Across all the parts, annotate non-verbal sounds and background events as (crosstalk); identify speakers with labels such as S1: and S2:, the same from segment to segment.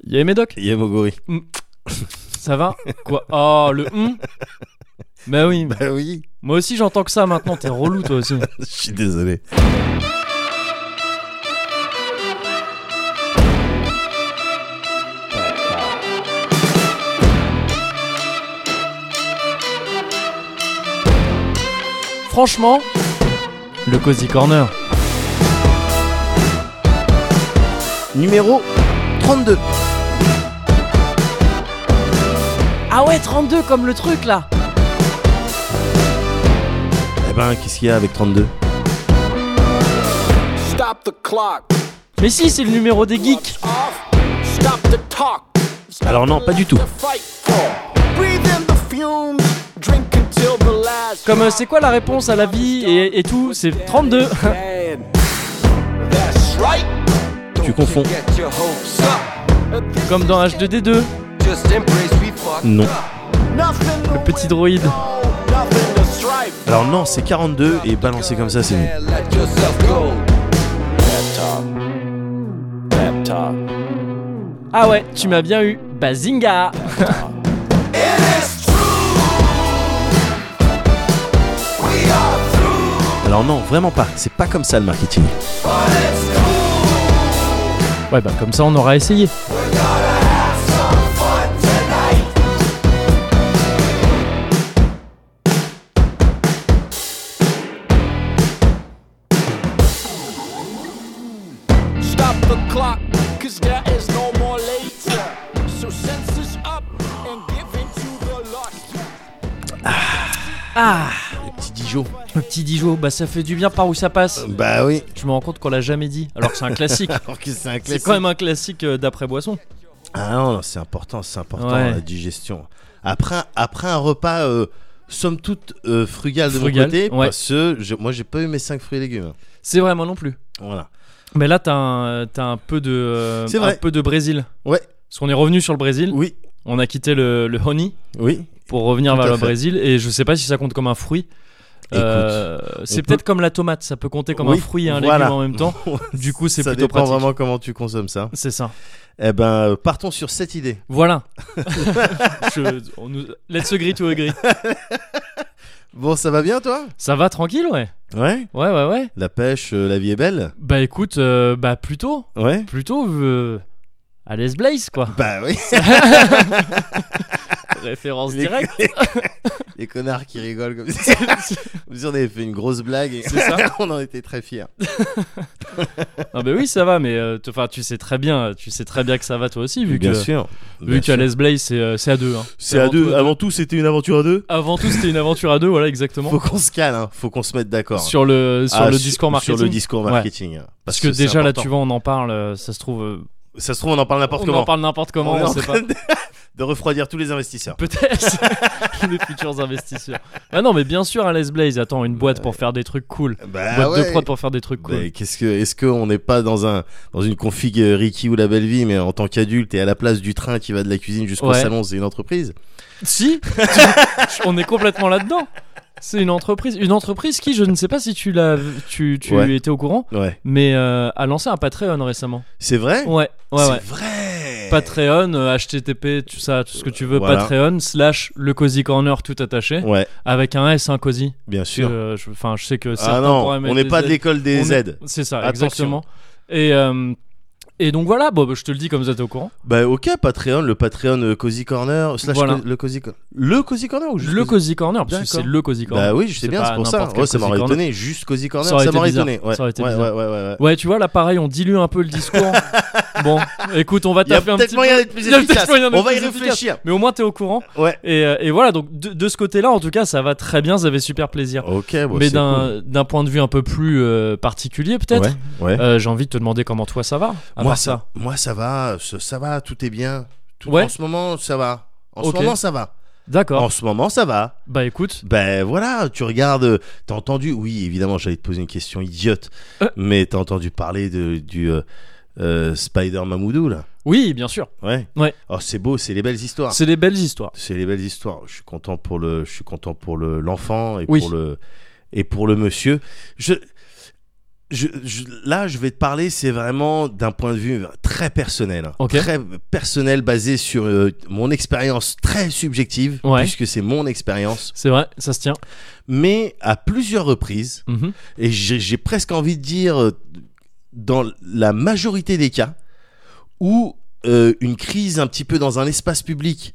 S1: Il y avait Médoc.
S2: Yamogori.
S1: Ça va Quoi Oh, le hum Bah oui.
S2: (laughs) Bah oui,
S1: Moi aussi, j'entends que ça maintenant. T'es relou, toi aussi.
S2: (laughs) je suis désolé.
S1: Franchement, le Cozy Corner.
S2: Numéro 32.
S1: Ah ouais, 32 comme le truc là
S2: Eh ben, qu'est-ce qu'il y a avec 32
S3: Stop the clock.
S1: Mais si, c'est le numéro des geeks.
S3: Geek. Stop the talk. Stop
S2: Alors non,
S3: the
S2: pas du
S3: laugh
S2: tout.
S3: to fight for. Breathe in the fumes. Drink until the last
S1: Comme euh, c'est quoi la réponse à la vie et, et tout C'est 32.
S3: man. That's right.
S2: Tu confonds.
S4: Get your hopes up.
S1: (laughs) Comme dans H2D2.
S4: Just embrace we fucked
S2: Non.
S4: up.
S3: Nothing to
S1: petit
S3: win,
S1: droïde.
S3: no, nothing to strive
S2: Alors non, c'est 42 et balancé comme ça, c'est nul.
S4: Yeah, let yourself go.
S1: Ah ouais, tu m'as bien eu. Bah, Bazinga
S2: Alors non, vraiment pas. C'est pas comme ça le marketing.
S1: Ouais, bah comme ça, on aura essayé.
S3: Stop the clock, cause there is no more later. So senses up and give into the lost.
S2: Le petit Dijon.
S1: Le petit Dijon, bah ça fait du bien par où ça passe.
S2: Bah oui. (laughs)
S1: Je me rends compte qu'on l'a jamais dit, alors que c'est un classique.
S2: Alors que c'est un
S1: c'est
S2: classique.
S1: quand même un classique euh, d'après boisson.
S2: Ah non, non, c'est important, c'est important
S1: Ouais.
S2: la digestion. Après, après un repas, euh, somme toute euh, frugal de
S1: Frugal,
S2: mon côté,
S1: ouais.
S2: parce que je- moi j'ai pas eu mes 5 fruits et légumes.
S1: C'est vrai, moi non plus.
S2: Voilà.
S1: Mais là, t'as un, t'as un peu de, euh,
S2: C'est
S1: un
S2: vrai.
S1: peu de Brésil.
S2: Ouais.
S1: Parce qu'on est revenu sur le Brésil.
S2: Oui,
S1: On a quitté le, le honey
S2: oui.
S1: pour revenir
S2: Tout à
S1: vers le
S2: fait.
S1: Brésil. Et je sais pas si ça compte comme un fruit.
S2: Écoute,
S1: Euh, c'est
S2: on
S1: peut-être comme la tomate, ça peut compter comme
S2: Oui,
S1: un fruit et un
S2: voilà.
S1: légume en même
S2: (laughs)
S1: temps. Du coup, c'est
S2: ça
S1: plutôt
S2: dépend
S1: pratique.
S2: vraiment comment tu consommes ça.
S1: C'est ça.
S2: Eh ben, euh, partons sur cette idée.
S1: Voilà.
S2: (laughs)
S1: Je- on nous- Let's agree to agree.
S2: Bon, ça va bien toi
S1: Ça va tranquille, ouais.
S2: Ouais.
S1: Ouais, ouais, ouais.
S2: La pêche, euh, la vie est belle
S1: Bah écoute, euh, bah plutôt,
S2: Ouais.
S1: plutôt euh, à l'aise Blaze quoi.
S2: Bah oui.
S1: (laughs)
S2: (laughs)
S1: Référence
S2: Les-
S1: directe.
S2: Les connards qui rigolent comme (laughs) ça. Comme si on avait fait une grosse blague et
S1: C'est ça.
S2: (laughs) on en était très fiers.
S1: Ah bah oui, ça va, mais euh, t- enfin tu sais très bien, tu sais très bien que ça va toi aussi vu
S2: bien
S1: que
S2: sûr.
S1: vu
S2: Bien
S1: qu'à
S2: sûr.
S1: l'aise Blaze c'est euh, c'est à deux. hein.
S2: C'est à
S1: avant
S2: deux.
S1: tout-
S2: Avant tout, c'était une aventure à deux.
S1: Avant tout, c'était une aventure à deux, voilà exactement.
S2: Faut qu'on se cale, hein. faut qu'on se mette d'accord.
S1: Sur le sur
S2: Ah,
S1: le discours marketing.
S2: Sur le discours
S1: Ouais.
S2: marketing. hein.
S1: Parce que
S2: c'est
S1: déjà là,
S2: important.
S1: tu vois, on en parle, euh, ça se trouve. euh,
S2: Ça se trouve, on en parle n'importe
S1: on
S2: comment.
S1: en parle n'importe comment,
S2: On est
S1: on
S2: en
S1: sait pas.
S2: train de- (laughs) de refroidir tous les
S1: (laughs)
S2: investisseurs.
S1: Peut-être (laughs) les futurs investisseurs. Ah non, mais bien sûr, Alice Blaze, attends, une boîte pour faire des trucs cool.
S2: Bah,
S1: boîte de
S2: ouais.
S1: prod pour faire des trucs cool.
S2: Bah, qu'est-ce que, est-ce qu'on n'est pas dans un, dans une config euh, Ricky ou la belle vie, mais en tant qu'adulte et à la place du train qui va de la cuisine jusqu'au
S1: Ouais.
S2: salon, c'est une entreprise. (laughs)
S1: Si, on est complètement là-dedans. C'est une entreprise, une entreprise qui, je ne sais pas si tu l'as, tu, tu
S2: Ouais.
S1: étais au courant,
S2: Ouais.
S1: mais euh, a lancé un Patreon récemment.
S2: C'est vrai.
S1: Ouais, ouais,
S2: c'est
S1: ouais.
S2: vrai.
S1: Patreon, euh, HTTP, tout ça, tout ce que tu veux.
S2: Voilà.
S1: Patreon slash le cozy corner tout attaché
S2: Ouais,
S1: avec un S, un cozy.
S2: bien sûr.
S1: Euh, je- Enfin, je, sais que
S2: ah
S1: certains
S2: non,
S1: pourraient mettre
S2: on n'est
S1: des
S2: pas de
S1: Z.
S2: l'école des
S1: On est-
S2: Z.
S1: C'est ça,
S2: Attention.
S1: exactement. Et, euh, et donc voilà, bon, bah, je te le dis comme vous êtes au courant.
S2: Bah ok, Patreon, le Patreon euh, Cozy Corner, slash
S1: Voilà.
S2: co- le Cozy Corner. Le Cozy Corner ou Oh, juste
S1: Le Cozy Corner, parce que
S2: D'accord.
S1: c'est le Cozy Corner.
S2: Bah oui, je sais
S1: C'est
S2: bien,
S1: pas
S2: c'est pour ça.
S1: n'importe quel
S2: Ouais, ça
S1: Cozy
S2: m'aurait
S1: Corner.
S2: étonné, juste Cozy Corner,
S1: Ça aurait
S2: ça
S1: été
S2: m'aurait
S1: bizarre.
S2: étonné. Ouais.
S1: Ça aurait été
S2: ouais, ouais, ouais,
S1: bizarre.
S2: ouais, ouais.
S1: Ouais, tu vois, là pareil, on dilue un peu le
S2: (laughs)
S1: discours. bon, écoute, on va
S2: Il y a
S1: taper un
S2: peut-être
S1: petit peu.
S2: moyen d'être
S1: (laughs)
S2: plus
S1: Il y a peut-être
S2: efficace.
S1: moyen d'être
S2: On va y
S1: plus efficace.
S2: réfléchir.
S1: Mais au moins, t'es au courant.
S2: Ouais.
S1: Et, euh, et voilà, donc de, de ce côté-là, en tout cas, ça va très bien, ça fait super plaisir.
S2: Ok, bon,
S1: Mais
S2: c'est
S1: d'un d'un point de vue un peu plus euh, particulier,
S2: cool.
S1: peut-être,
S2: Ouais, ouais.
S1: euh, j'ai envie de te demander comment toi ça va. à
S2: moi
S1: part ça.
S2: moi ça va, ce- ça va, tout est bien. Tout-
S1: Ouais.
S2: En ce moment ça va. En
S1: Ok.
S2: ce moment ça va.
S1: D'accord.
S2: En ce moment ça va.
S1: Bah écoute,
S2: Ben voilà, tu regardes, euh, t'as entendu, oui évidemment j'allais te poser une question idiote,
S1: Euh.
S2: mais t'as entendu parler de, du euh, euh, Spider Mamoudou là.
S1: oui, bien sûr.
S2: Ouais.
S1: Ouais.
S2: Oh c'est beau, c'est les belles histoires.
S1: C'est des belles histoires.
S2: C'est les belles histoires. Je suis content pour le, je suis content pour le l'enfant et
S1: Oui.
S2: pour le et pour le monsieur. Je je, je- là, je vais te parler, c'est vraiment d'un point de vue très personnel. hein.
S1: Ok.
S2: Très personnel, basé sur euh, mon expérience très subjective,
S1: Ouais.
S2: puisque c'est mon expérience.
S1: C'est vrai, ça se tient.
S2: Mais à plusieurs reprises,
S1: Mhm.
S2: et j'ai j'ai presque envie de dire, euh, dans la majorité des cas, où euh, une crise un petit peu dans un espace public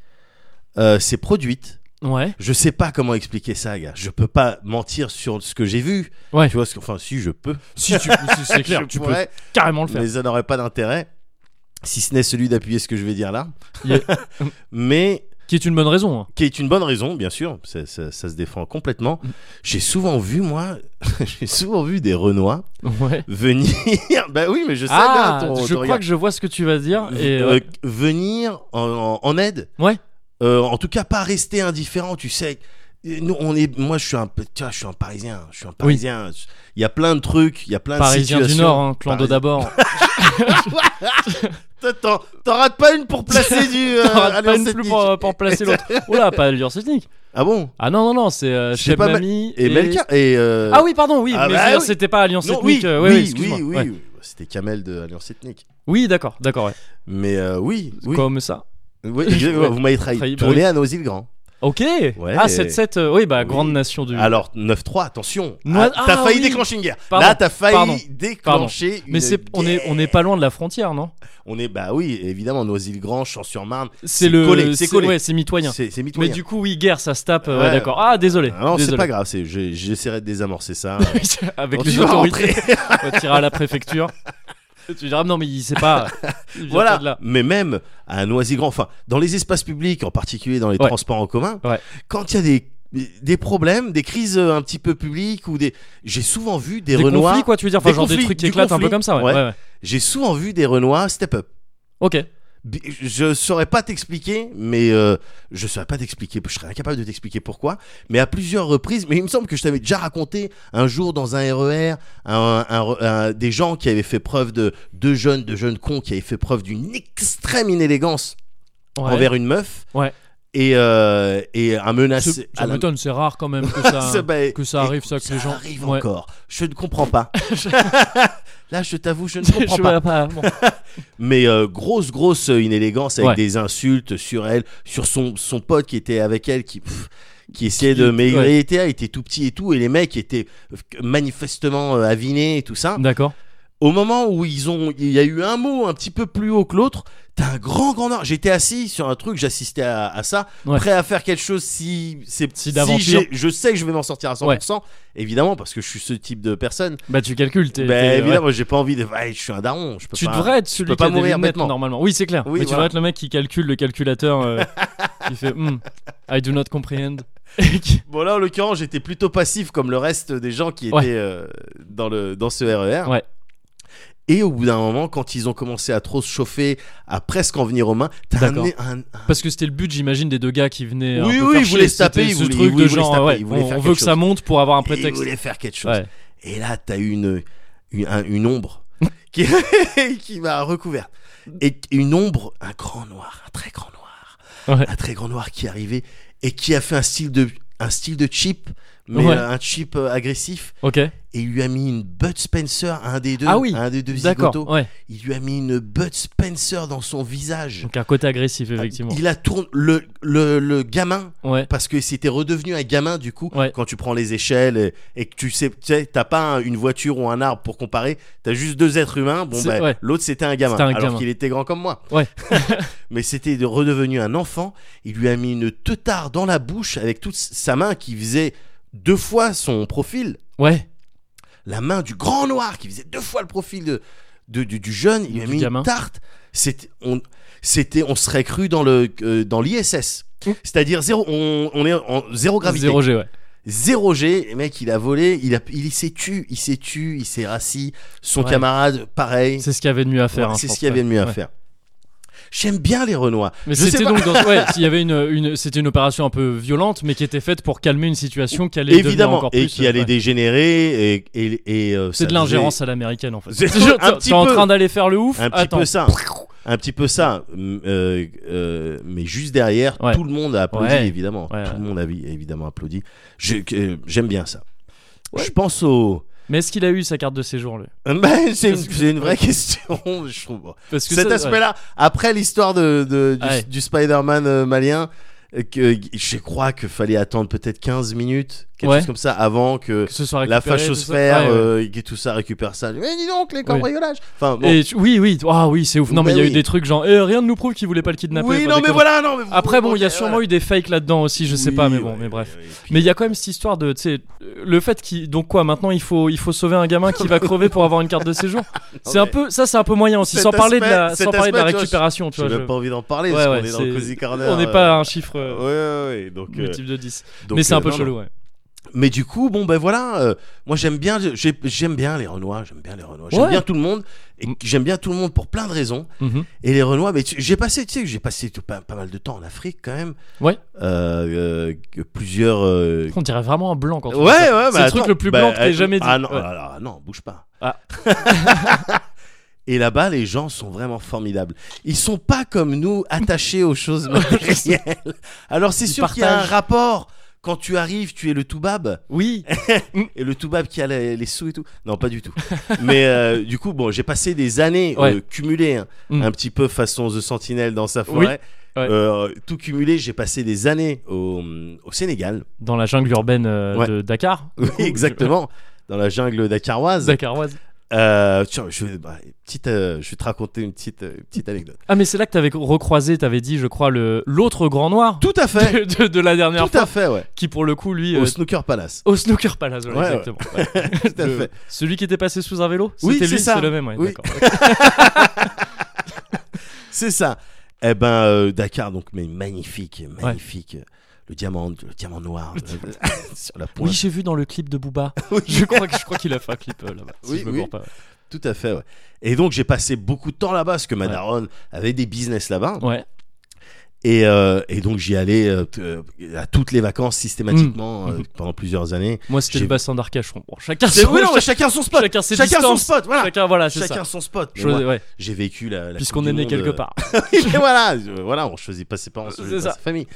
S2: euh, s'est produite,
S1: Mhm. Ouais.
S2: je sais pas comment expliquer ça, gars. Je peux pas mentir sur ce que j'ai vu.
S1: Ouais.
S2: Tu vois, ce que- enfin, (laughs) si je peux.
S1: Si tu, si, c'est clair,
S2: Je
S1: tu peux
S2: pourrais,
S1: carrément le faire.
S2: mais ça n'aurait pas d'intérêt, si ce n'est celui d'appuyer ce que je vais dire là.
S1: Yeah.
S2: (laughs) Mais
S1: Qui est une bonne raison. hein.
S2: (laughs) qui est une bonne raison, bien sûr, ça, ça- ça se défend complètement. J'ai souvent vu, moi, (laughs) j'ai souvent vu des Renois
S1: Ouais.
S2: venir. (laughs) bah oui, mais je sais
S1: Ah,
S2: bien ton- ton
S1: je crois
S2: regard.
S1: que je vois ce que tu vas dire. Et,
S2: Euh,
S1: euh,
S2: venir en, en- en aide.
S1: Ouais.
S2: Euh, en tout cas, pas rester indifférent, tu sais. Nous, on est, moi, je suis un, peu- tu vois, je suis un Parisien. Je suis un Parisien. Il y a plein de trucs, il y a plein
S1: Parisien
S2: de
S1: du
S2: situations.
S1: Nord, hein, Clando
S2: Parisien- (laughs)
S1: d'abord.
S2: Toi, T'en t'en rates pas une pour
S1: (laughs)
S2: placer du. euh,
S1: T'en rates pas
S2: Alliance
S1: une plus
S2: Ethnique.
S1: pour, euh, pour placer
S2: (laughs)
S1: l'autre. Oula, pas Alliance Ethnique.
S2: Ah bon
S1: Ah non, non, non, c'est euh,
S2: Je sais
S1: Cheb
S2: pas,
S1: Mami
S2: Et, Melka et euh,
S1: Ah oui, pardon, oui,
S2: Ah
S1: mais
S2: bah
S1: je veux dire,
S2: oui.
S1: c'était pas Alliance
S2: non,
S1: Ethnique.
S2: oui,
S1: euh, ouais, ouais,
S2: oui,
S1: excuse-moi.
S2: oui, oui,
S1: Ouais.
S2: oui. C'était Kamel de Alliance Ethnique.
S1: Oui, d'accord, d'accord, ouais.
S2: Mais euh, oui, oui.
S1: Comme ça. (laughs)
S2: Oui, exactement,
S1: Ouais.
S2: vous m'avez trahi.
S1: Trahi, bah
S2: Tournez à Noisy le Grand.
S1: Ok. Ah, 7-7, euh, oui, bah,
S2: Oui.
S1: grande nation du.
S2: Alors 9-3, attention.
S1: Noi-
S2: Ah, t'as
S1: ah,
S2: failli
S1: oui.
S2: déclencher une guerre.
S1: Pardon,
S2: Là, t'as failli
S1: pardon,
S2: déclencher une
S1: mais c'est, on est,
S2: guerre.
S1: on est pas loin de la frontière, non
S2: On est, bah oui, évidemment, Noisy le Grand, Champs-sur-Marne.
S1: C'est le.
S2: collé, c'est collé.
S1: Ouais, c'est mitoyen.
S2: C'est c'est
S1: Mais
S2: mitoyen.
S1: du coup, oui, guerre, ça se tape. euh,
S2: Ouais.
S1: ouais, d'accord. Ah, désolé.
S2: Ah non, c'est
S1: désolé. (laughs)
S2: pas grave, c'est- je- j'essaierai de désamorcer ça.
S1: Avec
S2: Quand
S1: les
S2: tu vas
S1: autorités, (laughs) on tira à la préfecture. Tu diras, ah non, mais il sait
S2: (laughs)
S1: pas. Il vient pas de
S2: Voilà,
S1: là.
S2: mais même à Noisy-Grand, enfin, dans les espaces publics, en particulier dans les
S1: Ouais.
S2: transports en commun,
S1: Ouais.
S2: quand il y a des, des problèmes, des crises euh, un petit peu publiques ou des. J'ai souvent vu des,
S1: Des
S2: Renois.
S1: conflits, quoi, tu veux dire Enfin,
S2: des
S1: genre des
S2: conflits,
S1: trucs qui
S2: du
S1: éclatent un peu
S2: conflit.
S1: comme ça, ouais.
S2: Ouais.
S1: ouais, ouais.
S2: J'ai souvent vu des Renois step up.
S1: Ok.
S2: Bi- Je saurais pas t'expliquer, mais euh, je saurais pas t'expliquer, je serais incapable de t'expliquer pourquoi, mais à plusieurs reprises, mais il me semble que je t'avais déjà raconté un jour dans un RER, un- un- un- des gens qui avaient fait preuve de, deux jeunes, deux jeunes cons qui avaient fait preuve d'une extrême inélégance
S1: Ouais.
S2: envers une meuf.
S1: Ouais.
S2: Et, euh, et un menace.
S1: Ce- Ça m'étonne, c'est rare quand même que ça.
S2: (laughs)
S1: que ça arrive, ça, que les gens-
S2: arrive
S1: Ouais.
S2: encore. Je ne
S1: (laughs)
S2: comprends pas. (laughs) Là, je t'avoue, je ne comprends
S1: Je
S2: pas.
S1: vois pas, bon.
S2: Mais euh, grosse, grosse inélégance avec
S1: Ouais.
S2: des insultes sur elle, sur son, son pote qui était avec elle, qui, pff, qui essayait
S1: Qui-
S2: de. Mais
S1: ouais.
S2: il était, il était tout petit et tout, et les mecs étaient euh, manifestement euh, avinés et tout ça.
S1: D'accord.
S2: Au moment où ils ont, il y a eu un mot un petit peu plus haut que l'autre, t'as un grand, grand. ar- J'étais assis sur un truc, j'assistais à, à ça,
S1: Ouais.
S2: prêt à faire quelque chose si c'est
S1: Si d'aventure.
S2: j'ai- je sais que je vais m'en sortir à 100%, évidemment parce que je suis ce type de personne.
S1: Bah, tu calcules. t'es-
S2: Ben
S1: t'es- ouais.
S2: évidemment, j'ai pas envie de. Ouais, je suis un daron, je peux
S1: Tu
S2: pas-
S1: devrais être celui
S2: peux
S1: qui a
S2: pas
S1: des
S2: mourir
S1: lunettes
S2: bêtement.
S1: normalement. Oui, c'est clair.
S2: Oui,
S1: mais tu
S2: voilà.
S1: devrais être le mec qui calcule le calculateur.
S2: (laughs)
S1: euh, qui fait hmm, I do not comprehend. Et qui-
S2: Bon là en l'occurrence j'étais plutôt passif comme le reste des gens qui étaient
S1: Ouais.
S2: euh, dans, le, dans ce RER.
S1: Ouais.
S2: Et au bout d'un moment quand ils ont commencé à trop se chauffer, à presque en venir aux mains, t'as un,
S1: D'accord.
S2: un- un-
S1: Parce que c'était le but, j'imagine, des deux gars qui venaient. un
S2: Oui,
S1: peu
S2: oui,
S1: faire
S2: ils
S1: chier.
S2: voulaient se taper,
S1: C'était
S2: ils
S1: ce
S2: voulaient-
S1: truc
S2: ils
S1: de
S2: voulaient se
S1: genre,
S2: taper,
S1: ouais,
S2: ils voulaient
S1: on,
S2: faire
S1: on veut
S2: quelque
S1: que ça
S2: chose.
S1: monte pour avoir un
S2: ils
S1: prétexte.
S2: voulaient faire quelque chose.
S1: Ouais.
S2: Et là t'as une, une, un-
S1: (laughs)
S2: une ombre qui, qui m'a recouvert. Et une ombre, un grand noir, un très grand noir,
S1: Ouais.
S2: un très grand noir qui est arrivé et qui a fait un style de, un style de chip, mais
S1: Ouais.
S2: euh, un chip euh, agressif.
S1: Ok.
S2: et il lui a mis une Bud Spencer, un des deux,
S1: Ah oui,
S2: un des deux
S1: D'accord.
S2: zigotos.
S1: Ouais.
S2: Il lui a mis une Bud Spencer dans son visage.
S1: Donc un côté
S2: Ah,
S1: agressif, effectivement.
S2: Il a tourné le, le, le gamin
S1: Ouais.
S2: parce que c'était redevenu un gamin du coup.
S1: Ouais.
S2: Quand tu prends les échelles et, et que tu sais, tu sais, t'as pas un- une voiture ou un arbre pour comparer, t'as juste deux êtres humains. Bon
S1: C'est-
S2: ben,
S1: ouais.
S2: l'autre c'était un gamin
S1: C'était un
S2: alors
S1: gamin.
S2: qu'il était grand comme moi.
S1: Ouais.
S2: (laughs)
S1: (laughs)
S2: Mais c'était de- redevenu un enfant. Il lui a mis une teutard dans la bouche avec toute sa main qui faisait deux fois son profil
S1: Ouais.
S2: la main du grand noir qui faisait deux fois le profil de, de- du, du jeune, il lui a
S1: Du
S2: mis
S1: gamin.
S2: une tarte. C'était, on, c'était, on serait cru dans le euh, dans l'ISS.
S1: Mm.
S2: C'est-à-dire zéro, on, on est en zéro gravité,
S1: Zéro G, ouais.
S2: Zéro G. Le mec, il a volé, il a, il s'est tu, il s'est tu, il s'est rassis. Son
S1: Ouais.
S2: camarade, pareil.
S1: C'est ce qu'il y avait de mieux à faire.
S2: Ouais,
S1: hein, je
S2: c'est ce
S1: pense,
S2: qu'il y avait de mieux à
S1: ouais.
S2: faire. J'aime bien les Renois.
S1: Mais
S2: Je sais
S1: c'était
S2: pas-
S1: donc dans...
S2: (laughs)
S1: ouais, s'il y avait une, une c'était une opération un peu violente, mais qui était faite pour calmer une situation qui allait devenir
S2: Évidemment,
S1: encore
S2: et
S1: plus.
S2: qui allait
S1: ouais.
S2: dégénérer et, et, et, euh,
S1: C'est
S2: ça
S1: de l'ingérence à l'américaine en fait.
S2: (laughs) C'est-
S1: Genre,
S2: un
S1: t'es-
S2: petit
S1: T'es en
S2: peu.
S1: train d'aller faire le ouf.
S2: un petit
S1: Attends.
S2: peu ça un petit peu ça M- euh, euh, mais juste derrière
S1: Ouais.
S2: tout le monde a applaudi
S1: Ouais.
S2: évidemment
S1: Ouais,
S2: tout
S1: ouais.
S2: le monde a évidemment applaudi Je- que- j'aime bien ça
S1: Ouais.
S2: je pense au (laughs)
S1: Mais est-ce qu'il a eu sa carte de séjour, lui
S2: Ben, c'est une,
S1: Parce que-
S2: c'est une vraie question, (laughs) je trouve.
S1: Parce que
S2: Cet
S1: ça-
S2: aspect-là, après l'histoire de, de- du,
S1: Ouais.
S2: du Spider-Man euh, malien, euh, que, je crois qu'il fallait attendre peut-être 15 minutes, quelque
S1: Ouais.
S2: chose comme ça, avant que
S1: Que ce soit
S2: la
S1: récupéré, tout ça
S2: fachosphère,
S1: Ouais, ouais.
S2: euh, et tout ça, récupère ça. Mais dis donc, les cambriolages Enfin, bon.
S1: Et tu- oui, oui, ah oui, c'est ouf. Non, mais il
S2: Bah
S1: y a eu
S2: oui.
S1: des trucs genre, eh, rien ne nous prouve qu'il voulait pas le kidnapper.
S2: Oui,
S1: Enfin,
S2: non,
S1: des
S2: mais
S1: conneries.
S2: voilà, non, mais vous-
S1: Après, bon, il y a
S2: ok,
S1: sûrement
S2: voilà.
S1: eu des fakes là-dedans aussi, je sais
S2: Oui,
S1: pas, mais bon,
S2: ouais,
S1: mais bref.
S2: ouais, ouais, puis-
S1: Mais il y a quand même cette histoire de, tu sais, euh, le fait qu'il, donc quoi, maintenant il faut, il faut sauver un gamin qui va crever pour avoir une carte de
S2: (laughs)
S1: séjour. C'est un
S2: mais-
S1: peu, ça, c'est un peu moyen aussi,
S2: Cet
S1: sans parler de la,
S2: aspect-
S1: sans
S2: cet
S1: parler de la
S2: aspect, tu vois,
S1: récupération, tu
S2: J'ai
S1: vois.
S2: même
S1: je-
S2: pas envie d'en parler,
S1: Ouais,
S2: parce
S1: ouais,
S2: qu'on est dans
S1: c'est-
S2: le Cozy Corner.
S1: On n'est
S2: euh,
S1: pas à un chiffre euh,
S2: Ouais, ouais, ouais, donc. euh,
S1: multiple de 10.
S2: donc,
S1: mais c'est
S2: euh,
S1: un peu
S2: non, non.
S1: chelou, ouais.
S2: Mais du coup, bon ben voilà, euh, moi j'aime bien, j'ai- j'aime bien les Renois, j'aime bien les Renois, j'aime
S1: Ouais.
S2: bien tout le monde, et
S1: Mm.
S2: j'aime bien tout le monde pour plein de raisons.
S1: Mhm.
S2: Et les Renois, mais tu- j'ai passé, tu sais, j'ai passé tout- pas, pas mal de temps en Afrique quand même.
S1: Ouais.
S2: Euh, euh, que plusieurs. euh,
S1: On dirait vraiment un blanc quand
S2: Ouais,
S1: tu
S2: ouais,
S1: dis ça.
S2: bah,
S1: C'est le truc
S2: attends,
S1: le plus
S2: bah,
S1: blanc que
S2: euh,
S1: t'aies jamais dit.
S2: Ah non,
S1: Ouais.
S2: ah, ah, non, bouge pas.
S1: Ah.
S2: (laughs) Et là-bas, les gens sont vraiment formidables. Ils sont pas comme nous attachés aux
S1: (laughs)
S2: choses matérielles. Alors c'est
S1: Ils
S2: sûr qu'il y a un
S1: partagent.
S2: rapport. Quand tu arrives, tu es le toubab.
S1: Oui,
S2: Et le toubab qui a les, les sous et tout. Non,
S1: (laughs)
S2: pas du tout. Mais euh, du coup, bon, j'ai passé des années euh,
S1: Ouais.
S2: cumulées, hein,
S1: Mm.
S2: un petit peu façon The Sentinel dans sa forêt.
S1: Oui, ouais.
S2: Euh, tout cumulé, j'ai passé des années au, au Sénégal.
S1: dans la jungle urbaine euh,
S2: Ouais.
S1: de Dakar.
S2: (laughs) Oui, exactement. Dans la jungle dakaroise.
S1: Dakaroise.
S2: Euh, tiens, je, vais- bah, petite, euh, je vais te raconter une petite, euh, une petite anecdote.
S1: Ah mais c'est là que t'avais recroisé, t'avais dit, je crois, le l'autre grand noir
S2: Tout à (laughs) fait.
S1: (laughs) de, de- de la dernière
S2: tout à fait, ouais.
S1: qui pour le coup lui
S2: Au
S1: euh,
S2: Snooker (laughs) Palace.
S1: au snooker palace voilà,
S2: Ouais, ouais.
S1: exactement
S2: (laughs)
S1: ouais.
S2: Tout à
S1: Le-
S2: fait.
S1: celui qui était passé sous un vélo
S2: Oui,
S1: c'était
S2: c'est
S1: lui
S2: ça.
S1: c'est le même ouais,
S2: Oui.
S1: d'accord.
S2: C'est ça. Eh ben, euh, Dakar, donc, mais magnifique, magnifique. Le diamant, le diamant noir euh, (laughs) sur la pointe.
S1: oui j'ai vu dans le clip de Booba
S2: Oui.
S1: (laughs) je crois que je crois qu'il a fait un clip euh, là-bas si
S2: Oui,
S1: je me
S2: oui.
S1: gourre pas
S2: Tout à fait, ouais. Et donc j'ai passé beaucoup de temps là-bas, parce que ma
S1: Ouais.
S2: daronne avait des business là-bas.
S1: ouais
S2: Et, euh, et donc j'y allais euh, t- euh, à toutes les vacances systématiquement
S1: Mmh.
S2: euh,
S1: Mmh.
S2: pendant plusieurs années.
S1: moi c'était
S2: J'ai-
S1: le bassin d'Arcachon bon chacun
S2: C'est-
S1: son-
S2: oui, non, mais
S1: ch-
S2: chacun son spot.
S1: chacun ses
S2: Chacun son
S1: distances.
S2: spot, voilà.
S1: chacun voilà c'est
S2: Chacun
S1: ça
S2: son spot. Mais
S1: Chose-
S2: moi,
S1: ouais,
S2: J'ai vécu la, la
S1: puisqu'on
S2: Coupe
S1: est
S2: du
S1: né
S2: monde,
S1: quelque
S2: euh,
S1: part
S2: (laughs) et voilà, euh, voilà, on choisit pas ses parents, on choisit
S1: C'est
S2: pas
S1: ça.
S2: sa famille.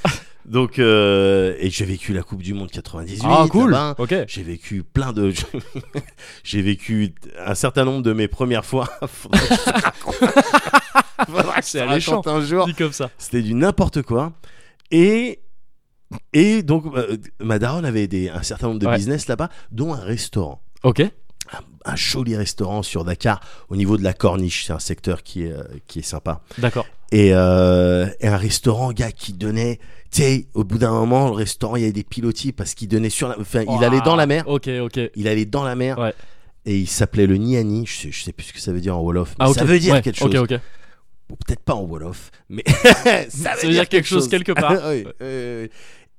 S2: Donc euh, et j'ai vécu la Coupe du monde 98.
S1: ah cool
S2: là-bas.
S1: (laughs) ok
S2: J'ai vécu plein de. (laughs) J'ai vécu un certain nombre de mes premières fois. (laughs) Faudra que je te raconte. Faudra que je te
S1: C'est alléchant.
S2: raconte un jour.
S1: dit comme ça
S2: C'était du n'importe quoi. Et. Et donc, euh, ma daronne avait des, un certain nombre de
S1: Ouais.
S2: business là-bas, dont un restaurant.
S1: ok
S2: Un joli restaurant sur Dakar, au niveau de la Corniche. C'est un secteur qui est, euh, qui est sympa.
S1: d'accord
S2: Et, euh, et un restaurant, gars, qui donnait. Tu sais, au bout d'un moment, le restaurant, il y avait des pilotis parce qu'il donnait sur la. Enfin, il allait dans la mer.
S1: ok ok
S2: Il allait dans la mer.
S1: Ouais.
S2: Et il s'appelait le Niani. Je sais, je sais plus ce que ça veut dire en Wolof. mais
S1: ah ok
S2: Ça veut dire
S1: Ouais,
S2: quelque chose.
S1: ok ok
S2: Bon, Peut-être pas en Wolof,
S1: (laughs)
S2: mais ça
S1: veut dire quelque chose
S2: (laughs)
S1: quelque part.
S2: Oui, oui, oui.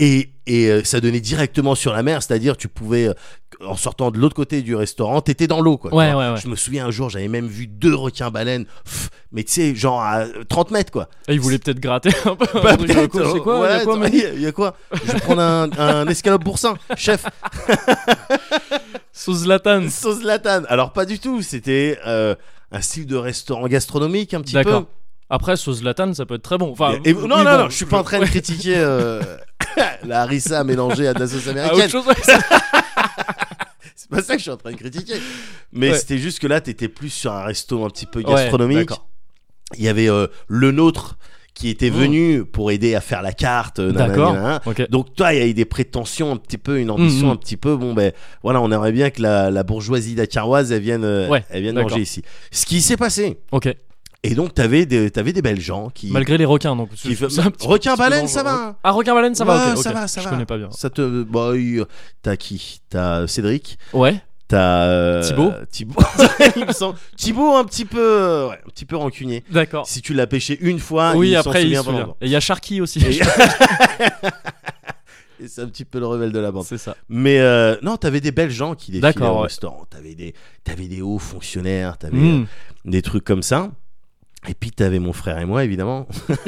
S2: Et, et, euh, ça donnait directement sur la mer, c'est-à-dire tu pouvais, euh, en sortant de l'autre côté du restaurant, t'étais dans l'eau. Quoi, tu
S1: Ouais,
S2: vois.
S1: ouais, ouais.
S2: Je me souviens un jour, j'avais même vu deux requins baleines, pff, mais tu sais, genre à 30 mètres quoi.
S1: et il voulait peut-être gratter un peu un
S2: Bah,
S1: truc dans le
S2: peut-être,
S1: coup, c'est quoi,
S2: ouais,
S1: il y a quoi,
S2: attends,
S1: mais-
S2: il y a- il y a quoi Je vais prendre un, un escalope boursin,
S1: (laughs)
S2: chef,
S1: sous Zlatan
S2: sauce latane. Alors pas du tout, c'était euh, un style de restaurant gastronomique un petit peu.
S1: D'accord. Après, sauce latane, ça peut être très bon. Enfin,
S2: Et- et-
S1: oui,
S2: non, non,
S1: bon,
S2: non, je suis pas en train de critiquer euh, (laughs) la harissa mélangée à de la sauce
S1: Ah, autre
S2: américaine.
S1: chose, ouais, c'est-
S2: C'est pas ça que je suis en train de critiquer. Mais
S1: Ouais.
S2: c'était juste que là, t'étais plus sur un resto un petit peu
S1: Ouais,
S2: gastronomique.
S1: d'accord.
S2: Il y avait euh, le nôtre qui était
S1: Mmh.
S2: venu pour aider à faire la carte. euh, nanana,
S1: D'accord.
S2: nanana.
S1: Ok.
S2: Donc toi, il y a eu des prétentions un petit peu, une ambition
S1: Mhm.
S2: un petit peu. Bon ben voilà, on aimerait bien que la, la bourgeoisie dakaroise elle vienne, euh,
S1: Ouais,
S2: elle vienne
S1: d'accord.
S2: manger ici. Ce qui s'est passé.
S1: Ok.
S2: Et donc t'avais des, t'avais des belles gens qui,
S1: Malgré les requins, donc.
S2: qui
S1: c'est-
S2: fa-
S1: c'est un petit-
S2: requin
S1: petit peu
S2: baleine, ça
S1: dangereux.
S2: va. hein
S1: Ah, requin baleine, ça va.
S2: Ouais,
S1: ok,
S2: ça
S1: ok.
S2: va, ça
S1: Je
S2: va.
S1: connais pas bien.
S2: Ça te. Boy, t'as qui T'as Cédric
S1: Ouais.
S2: T'as. euh,
S1: Thibaut
S2: Thibaut. (laughs) Il me semble- Thibaut, un petit peu. euh, ouais, un petit peu rancunier.
S1: D'accord.
S2: Si tu l'as pêché une fois,
S1: Oh. oui,
S2: il s'en
S1: après, il
S2: souvient
S1: se
S2: pas
S1: souvient.
S2: longtemps.
S1: Et il y a Sharky aussi.
S2: Et c'est un petit peu le rebelle de la bande.
S1: c'est ça.
S2: Mais euh, non, t'avais des belles gens qui défilaient
S1: D'accord,
S2: au
S1: ouais.
S2: restaurant. T'avais des, t'avais des hauts fonctionnaires, t'avais euh,
S1: Mm.
S2: des trucs comme ça. Et puis t'avais mon frère et moi, évidemment. (laughs)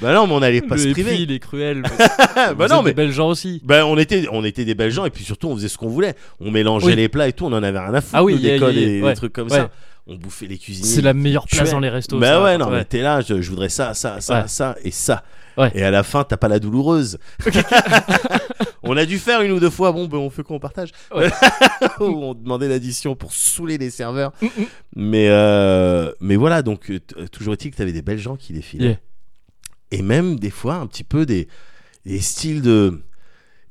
S2: bah non, mais on allait pas se
S1: Le- Et
S2: priver.
S1: puis, il est
S2: (laughs)
S1: cruel. Vous
S2: bah
S1: êtes
S2: non,
S1: des
S2: mais
S1: belles gens aussi.
S2: Ben, on était, on était des belles gens et puis surtout on faisait ce qu'on voulait. On mélangeait
S1: Oui.
S2: les plats et tout, on en avait rien à foutre.
S1: Ah oui,
S2: nous,
S1: y a-
S2: des codes
S1: y a-
S2: et
S1: ouais,
S2: des trucs comme
S1: ouais.
S2: ça. On bouffait les cuisiniers.
S1: C'est la meilleure place
S2: Chouette.
S1: dans les restos.
S2: Ben
S1: ça,
S2: ouais, non, mais t'es là, je, je voudrais ça, ça, ça,
S1: Ouais.
S2: ça et ça.
S1: Ouais.
S2: Et à la fin, t'as pas la douloureuse. (laughs) On a dû faire une ou deux fois, bon, ben, on fait quoi, on partage (laughs)
S1: Ouais.
S2: Où on demandait l'addition pour saouler les serveurs.
S1: Mm,
S2: mais, euh, mais voilà, donc, euh, t- euh, toujours est-il que t'avais des belles gens qui défilaient.
S1: Yeah.
S2: Et même, des fois, un petit peu des, des styles de.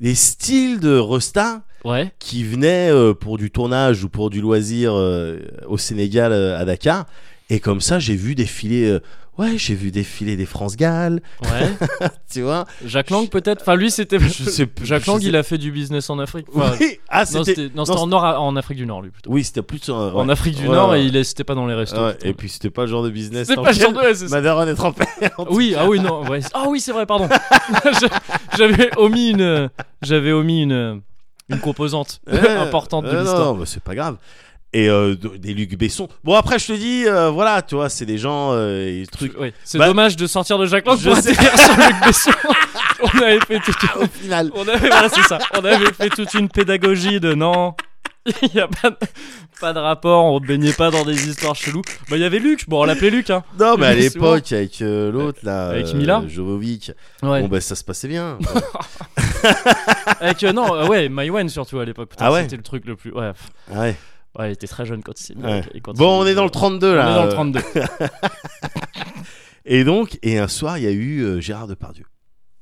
S2: Des styles de Resta
S1: Ouais.
S2: qui venaient euh, pour du tournage ou pour du loisir euh, au Sénégal, euh, à Dakar. Et comme ça, j'ai vu défiler. euh, ouais, j'ai vu défiler des France Gall,
S1: Ouais.
S2: (laughs) tu vois.
S1: Jacques Lang peut-être. Enfin lui c'était.
S2: Je sais-
S1: Jacques
S2: je
S1: Lang
S2: sais-
S1: il a fait du business en Afrique.
S2: (laughs)
S1: Enfin,
S2: Oui. Ah,
S1: non
S2: c'était.
S1: c'était non, c'était
S2: non,
S1: en Nord en Afrique du Nord lui plutôt.
S2: Oui, c'était plus sur, euh,
S1: En
S2: ouais.
S1: Afrique du
S2: Ouais,
S1: Nord
S2: ouais.
S1: et il est- c'était pas dans les restos.
S2: Ouais,
S1: putain.
S2: et puis c'était pas le genre de business.
S1: C'est
S2: dans
S1: pas
S2: lequel
S1: genre de- ouais, c'est ça.
S2: Maderon est trempé.
S1: Oui, ah oui, non, ouais. Ah oui, c'est vrai, pardon. (laughs) Je- j'avais omis une, j'avais omis une, une composante (laughs) importante de
S2: Euh,
S1: l'histoire.
S2: Non, non, bah, c'est pas grave. Et euh, de- des Luc Besson. Bon, après, je te dis, euh, voilà, tu vois, c'est des gens. euh, et des trucs.
S1: Ouais, c'est
S2: Bah,
S1: dommage de sortir de Jacques Lang
S2: je
S1: pour
S2: sais.
S1: atterrir sur Luc Besson. (laughs) on avait fait toute
S2: Au
S1: une, (laughs)
S2: final.
S1: on avait, voilà, c'est ça. On avait fait toute une pédagogie de non. (laughs) Il n'y a pas de, pas de rapport, on ne baignait pas dans des histoires cheloues. Bah, il y avait Luc, bon, on l'appelait Luc, hein.
S2: Non, mais à
S1: C'est
S2: l'époque, avec euh, l'autre, là.
S1: Avec
S2: euh,
S1: Mila
S2: Jovovic.
S1: Ouais.
S2: Bon, bah, ça se
S1: (laughs)
S2: passait bien.
S1: Avec, euh, non, euh, ouais, Maïwen surtout à l'époque. Putain,
S2: Ah ouais
S1: C'était le truc le plus. Ouais, pff.
S2: Ouais.
S1: ouais il était très jeune quand il s'est mis-
S2: Ouais.
S1: et quand il s'est
S2: Bon, on
S1: mis-
S2: est dans le 32,
S1: On
S2: là.
S1: est dans le
S2: euh,
S1: 32.
S2: Et donc, et un soir, il y a eu euh, Gérard Depardieu.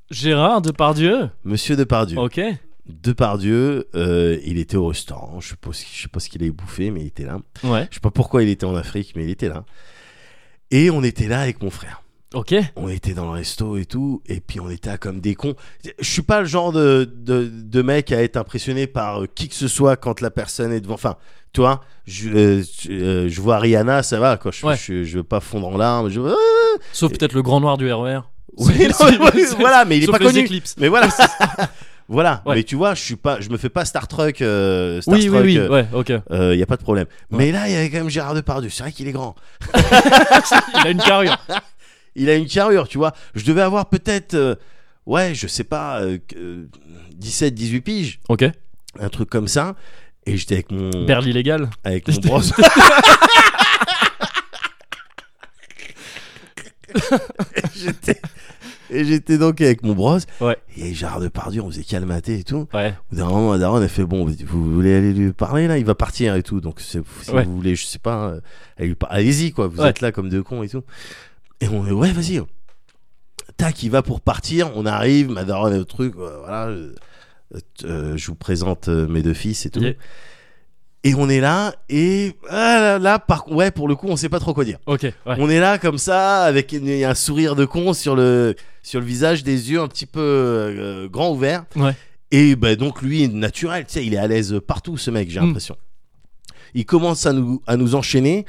S1: Gérard Depardieu
S2: Monsieur Depardieu.
S1: Ok.
S2: Depardieu, euh, il était au restaurant. Je sais pas ce- je sais pas ce qu'il avait bouffé, mais il était là.
S1: Ouais.
S2: Je sais pas pourquoi il était en Afrique, mais il était là. Et on était là avec mon frère.
S1: Ok.
S2: On était dans le resto et tout, et puis on était là comme des cons. Je suis pas le genre de, de, de mec à être impressionné par euh, qui que ce soit quand la personne est devant. Enfin, tu vois, je, euh, je, euh, je vois Rihanna, ça va, quoi. Je,
S1: Ouais.
S2: je, je veux pas fondre en larmes. Je...
S1: Sauf
S2: Et-
S1: peut-être le grand noir du
S2: E
S1: RER.
S2: Oui,
S1: C'est- (laughs)
S2: non,
S1: c'est-
S2: oui,
S1: c'est-
S2: voilà, mais il est
S1: Sauf
S2: pas
S1: les
S2: connu.
S1: éclipses.
S2: Mais (laughs) voilà. voilà,
S1: Ouais.
S2: mais tu vois, je suis pas, je me fais pas Star Trek. euh, Star
S1: Oui, oui,
S2: Trek,
S1: oui.
S2: euh,
S1: Ouais, ok.
S2: euh, y a pas de problème.
S1: Ouais.
S2: Mais là, il y avait quand même Gérard Depardieu. C'est vrai qu'il est grand.
S1: Il a une carrure.
S2: (laughs) Il a une carrure, tu vois. Je devais avoir peut-être, euh, ouais, je sais pas, euh, euh, 17, 18 piges,
S1: Ok.
S2: un truc comme ça. Et j'étais avec mon,
S1: Berle illégale.
S2: avec mon brosse. Et (laughs) j'étais- Et j'étais donc avec mon brosse.
S1: Ouais.
S2: Et Gérard Depardieu, on faisait calmater et tout.
S1: Ouais.
S2: Au bout d'un moment, Daron a fait bon, vous- vous voulez aller lui parler là, il va partir et tout. Donc c'est- si
S1: Ouais.
S2: vous voulez, je sais pas, euh, aller lui par- allez-y quoi. Vous
S1: Ouais.
S2: êtes là comme deux cons et tout. Et on est ouais, vas-y. Tac, il va pour partir. On arrive, Madaron est au truc. euh, Voilà, euh, euh, je vous présente euh, mes deux fils et tout.
S1: Yeah.
S2: Et on est là et ah, là, là, par ouais pour le coup, on sait pas trop quoi dire.
S1: Ok. Ouais.
S2: On est là comme ça avec une- un sourire de con sur le sur le visage, des yeux un petit peu euh, grands ouverts.
S1: Ouais.
S2: Et ben donc lui naturel, tu sais, il est à l'aise partout ce mec, j'ai
S1: Mm.
S2: l'impression. Il commence à nous à nous enchaîner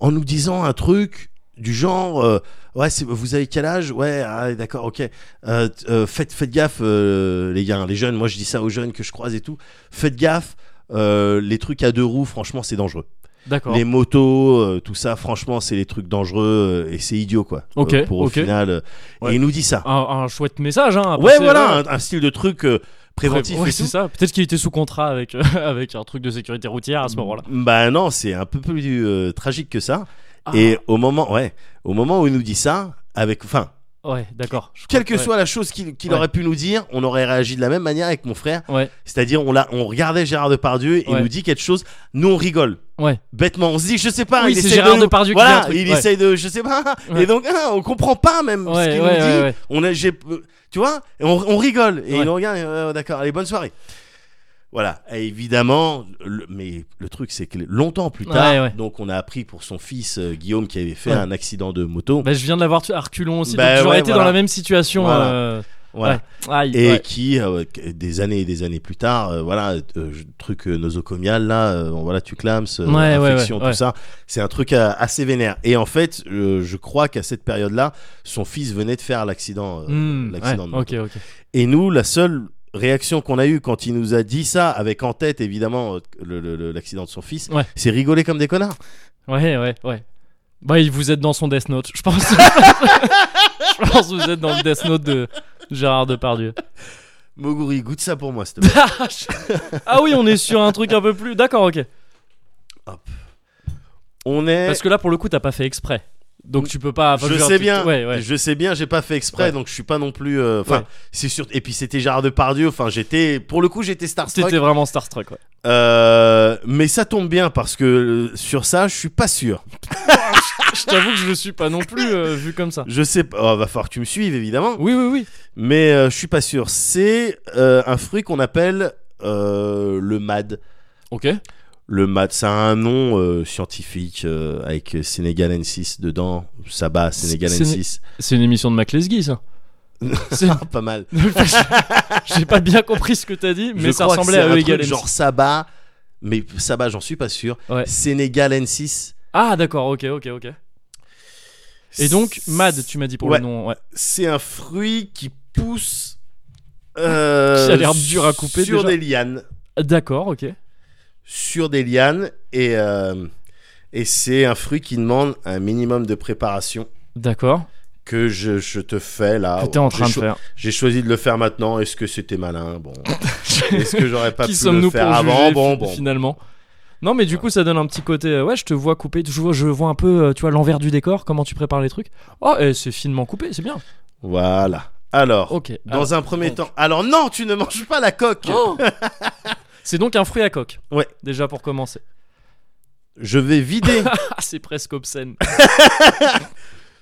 S2: en nous disant un truc du genre euh, ouais c'est- vous avez quel âge ouais ah, d'accord ok Euh, t- euh, faites faites gaffe euh, les gars les jeunes moi je dis ça aux jeunes que je croise et tout faites gaffe euh, les trucs à deux roues franchement c'est dangereux
S1: D'accord.
S2: les motos, euh, tout ça, franchement, c'est les trucs dangereux euh, et c'est idiot, quoi.
S1: Ok,
S2: Euh, pour au
S1: ok.
S2: final. euh,
S1: Ouais.
S2: Et il nous dit ça.
S1: Un, un chouette message, hein. à
S2: ouais,
S1: passer,
S2: voilà, un, un style de truc euh, préventif
S1: Ouais,
S2: et
S1: c'est
S2: tout.
S1: ça. Peut-être qu'il était sous contrat avec, euh, (laughs) avec un truc de sécurité routière à ce moment-là.
S2: Bah non, c'est un peu plus euh, tragique que ça.
S1: Ah,
S2: Et au moment, ouais, au moment où il nous dit ça, avec, enfin,
S1: Ouais, d'accord. je
S2: quelle que
S1: crois- ouais.
S2: soit la chose qu'il qu'il
S1: Ouais.
S2: aurait pu nous dire, on aurait réagi de la même manière avec mon frère.
S1: Ouais.
S2: C'est-à-dire, on, l'a- on regardait Gérard Depardieu, il
S1: Ouais.
S2: nous dit quelque chose, nous on rigole.
S1: Ouais.
S2: Bêtement, on se dit, je sais pas,
S1: Oui,
S2: il
S1: c'est
S2: essaie
S1: Gérard
S2: de nous-
S1: Depardieu qui dit un
S2: voilà,
S1: truc,
S2: il
S1: ouais.
S2: essaye de, je sais pas,
S1: Ouais.
S2: et donc ah, on comprend pas même ce
S1: Ouais,
S2: qu'il
S1: ouais,
S2: nous dit.
S1: ouais, ouais.
S2: On a, j'ai, euh, tu vois, et on, on rigole et
S1: Ouais.
S2: il nous regarde. et, euh, D'accord, allez, bonne soirée. Voilà, Et évidemment, le- mais le truc c'est que longtemps plus tard,
S1: Ouais, ouais.
S2: donc on a appris pour son fils euh, Guillaume qui avait fait
S1: Ouais.
S2: un accident de moto,
S1: Bah, je viens de l'avoir tué à reculons aussi.
S2: Bah,
S1: donc j'aurais
S2: ouais,
S1: été dans
S2: voilà.
S1: la même situation.
S2: Voilà.
S1: euh,
S2: voilà,
S1: ouais. Aïe,
S2: et
S1: ouais.
S2: qui euh, que- des années et des années plus tard, euh, voilà, euh, je- truc euh, nosocomial là, euh, bon, voilà, tu clames, euh,
S1: Ouais, ouais,
S2: infection,
S1: ouais,
S2: tout
S1: ouais.
S2: ça, c'est un truc euh, assez vénère. Et en fait, euh, je crois qu'à cette période-là, son fils venait de faire l'accident. euh,
S1: Hmm,
S2: l'accident de
S1: ouais, Ok,
S2: moto.
S1: ok.
S2: Et nous, la seule réaction qu'on a eue quand il nous a dit ça, avec en tête évidemment euh, le- le- le- l'accident de son fils,
S1: Ouais.
S2: c'est rigoler comme des connards.
S1: Ouais, ouais, ouais. Bah, il- vous êtes dans son Death Note, je
S2: (laughs)
S1: pense. je pense que vous êtes dans le Death Note de Gérard
S2: (laughs)
S1: Depardieu.
S2: Moguri, goûte ça pour moi, s'il te plaît.
S1: ah oui, on est sur un truc un peu
S2: Eh.
S1: plus. D'accord, ok.
S2: On est.
S1: Parce que là, pour le coup, t'as pas fait exprès. Donc tu peux pas. enfin,
S2: je
S1: veux dire,
S2: sais
S1: tu-
S2: bien,
S1: Ouais, ouais.
S2: je sais bien, j'ai pas fait exprès,
S1: Ouais.
S2: donc je suis pas non plus. euh, Enfin,
S1: Ouais.
S2: c'est sûr. Et puis c'était Gérard Depardieu. Enfin, j'étais, pour le coup, j'étais starstruck.
S1: T'étais vraiment Starstruck,
S2: (laughs)
S1: ouais.
S2: Euh, mais ça tombe bien parce que euh, sur ça, je suis pas sûr.
S1: Je t'avoue que je le suis pas non plus euh, vu comme ça.
S2: Je sais pas. oh, va falloir que tu me suives évidemment.
S1: Oui, oui, oui.
S2: Mais euh, je suis pas sûr. C'est euh, un fruit qu'on appelle euh, le MAD.
S1: Ok.
S2: Le MAD, ça a un nom euh, scientifique euh, avec Sénégalensis dedans. Sabah, Sénégalensis.
S1: C'est une émission de Mac Lesguy, ça. (laughs) C'est- (laughs)
S2: Ah, pas mal.
S1: J'ai pas bien compris ce que t'as dit, mais
S2: Je
S1: ça
S2: crois que
S1: ressemblait
S2: c'est
S1: à
S2: un
S1: eux
S2: truc
S1: égal.
S2: Genre Sabah. Mais Sabah, j'en suis pas sûr.
S1: Ouais.
S2: Sénégalensis.
S1: Ah, d'accord, ok, ok, ok. Et donc, Mad, tu m'as dit pour
S2: Ouais.
S1: le nom, ouais.
S2: c'est un fruit qui pousse. euh,
S1: Qui a l'air dur à couper,
S2: Sur
S1: déjà.
S2: des lianes.
S1: D'accord, ok.
S2: Sur des lianes. Et, euh, et c'est un fruit qui demande un minimum de préparation
S1: D'accord.
S2: que je, je te fais là.
S1: T'étais en
S2: Ah J'ai
S1: train de
S2: cho-
S1: faire.
S2: J'ai choisi de le faire maintenant. Est-ce que c'était malin Bon. (laughs) Est-ce que
S1: (laughs)
S2: j'aurais pas
S1: Qui
S2: pu le
S1: sommes-nous pour
S2: faire
S1: juger
S2: avant
S1: fi-
S2: Bon, bon. Ah.
S1: finalement Non, mais du coup, ça donne un petit côté. euh, Ouais, je te vois couper. Je vois, je vois un peu, euh, tu vois, l'envers du décor, comment tu prépares les trucs. Oh, eh, c'est finement coupé, c'est bien.
S2: Voilà. Alors,
S1: Ok. alors,
S2: dans un premier
S1: Ah, donc. Oh.
S2: temps. Alors non, tu ne manges pas la coque. (laughs)
S1: C'est donc un fruit à coque.
S2: Ouais.
S1: Déjà pour commencer. (laughs)
S2: Je vais vider
S1: Ah, c'est presque obscène.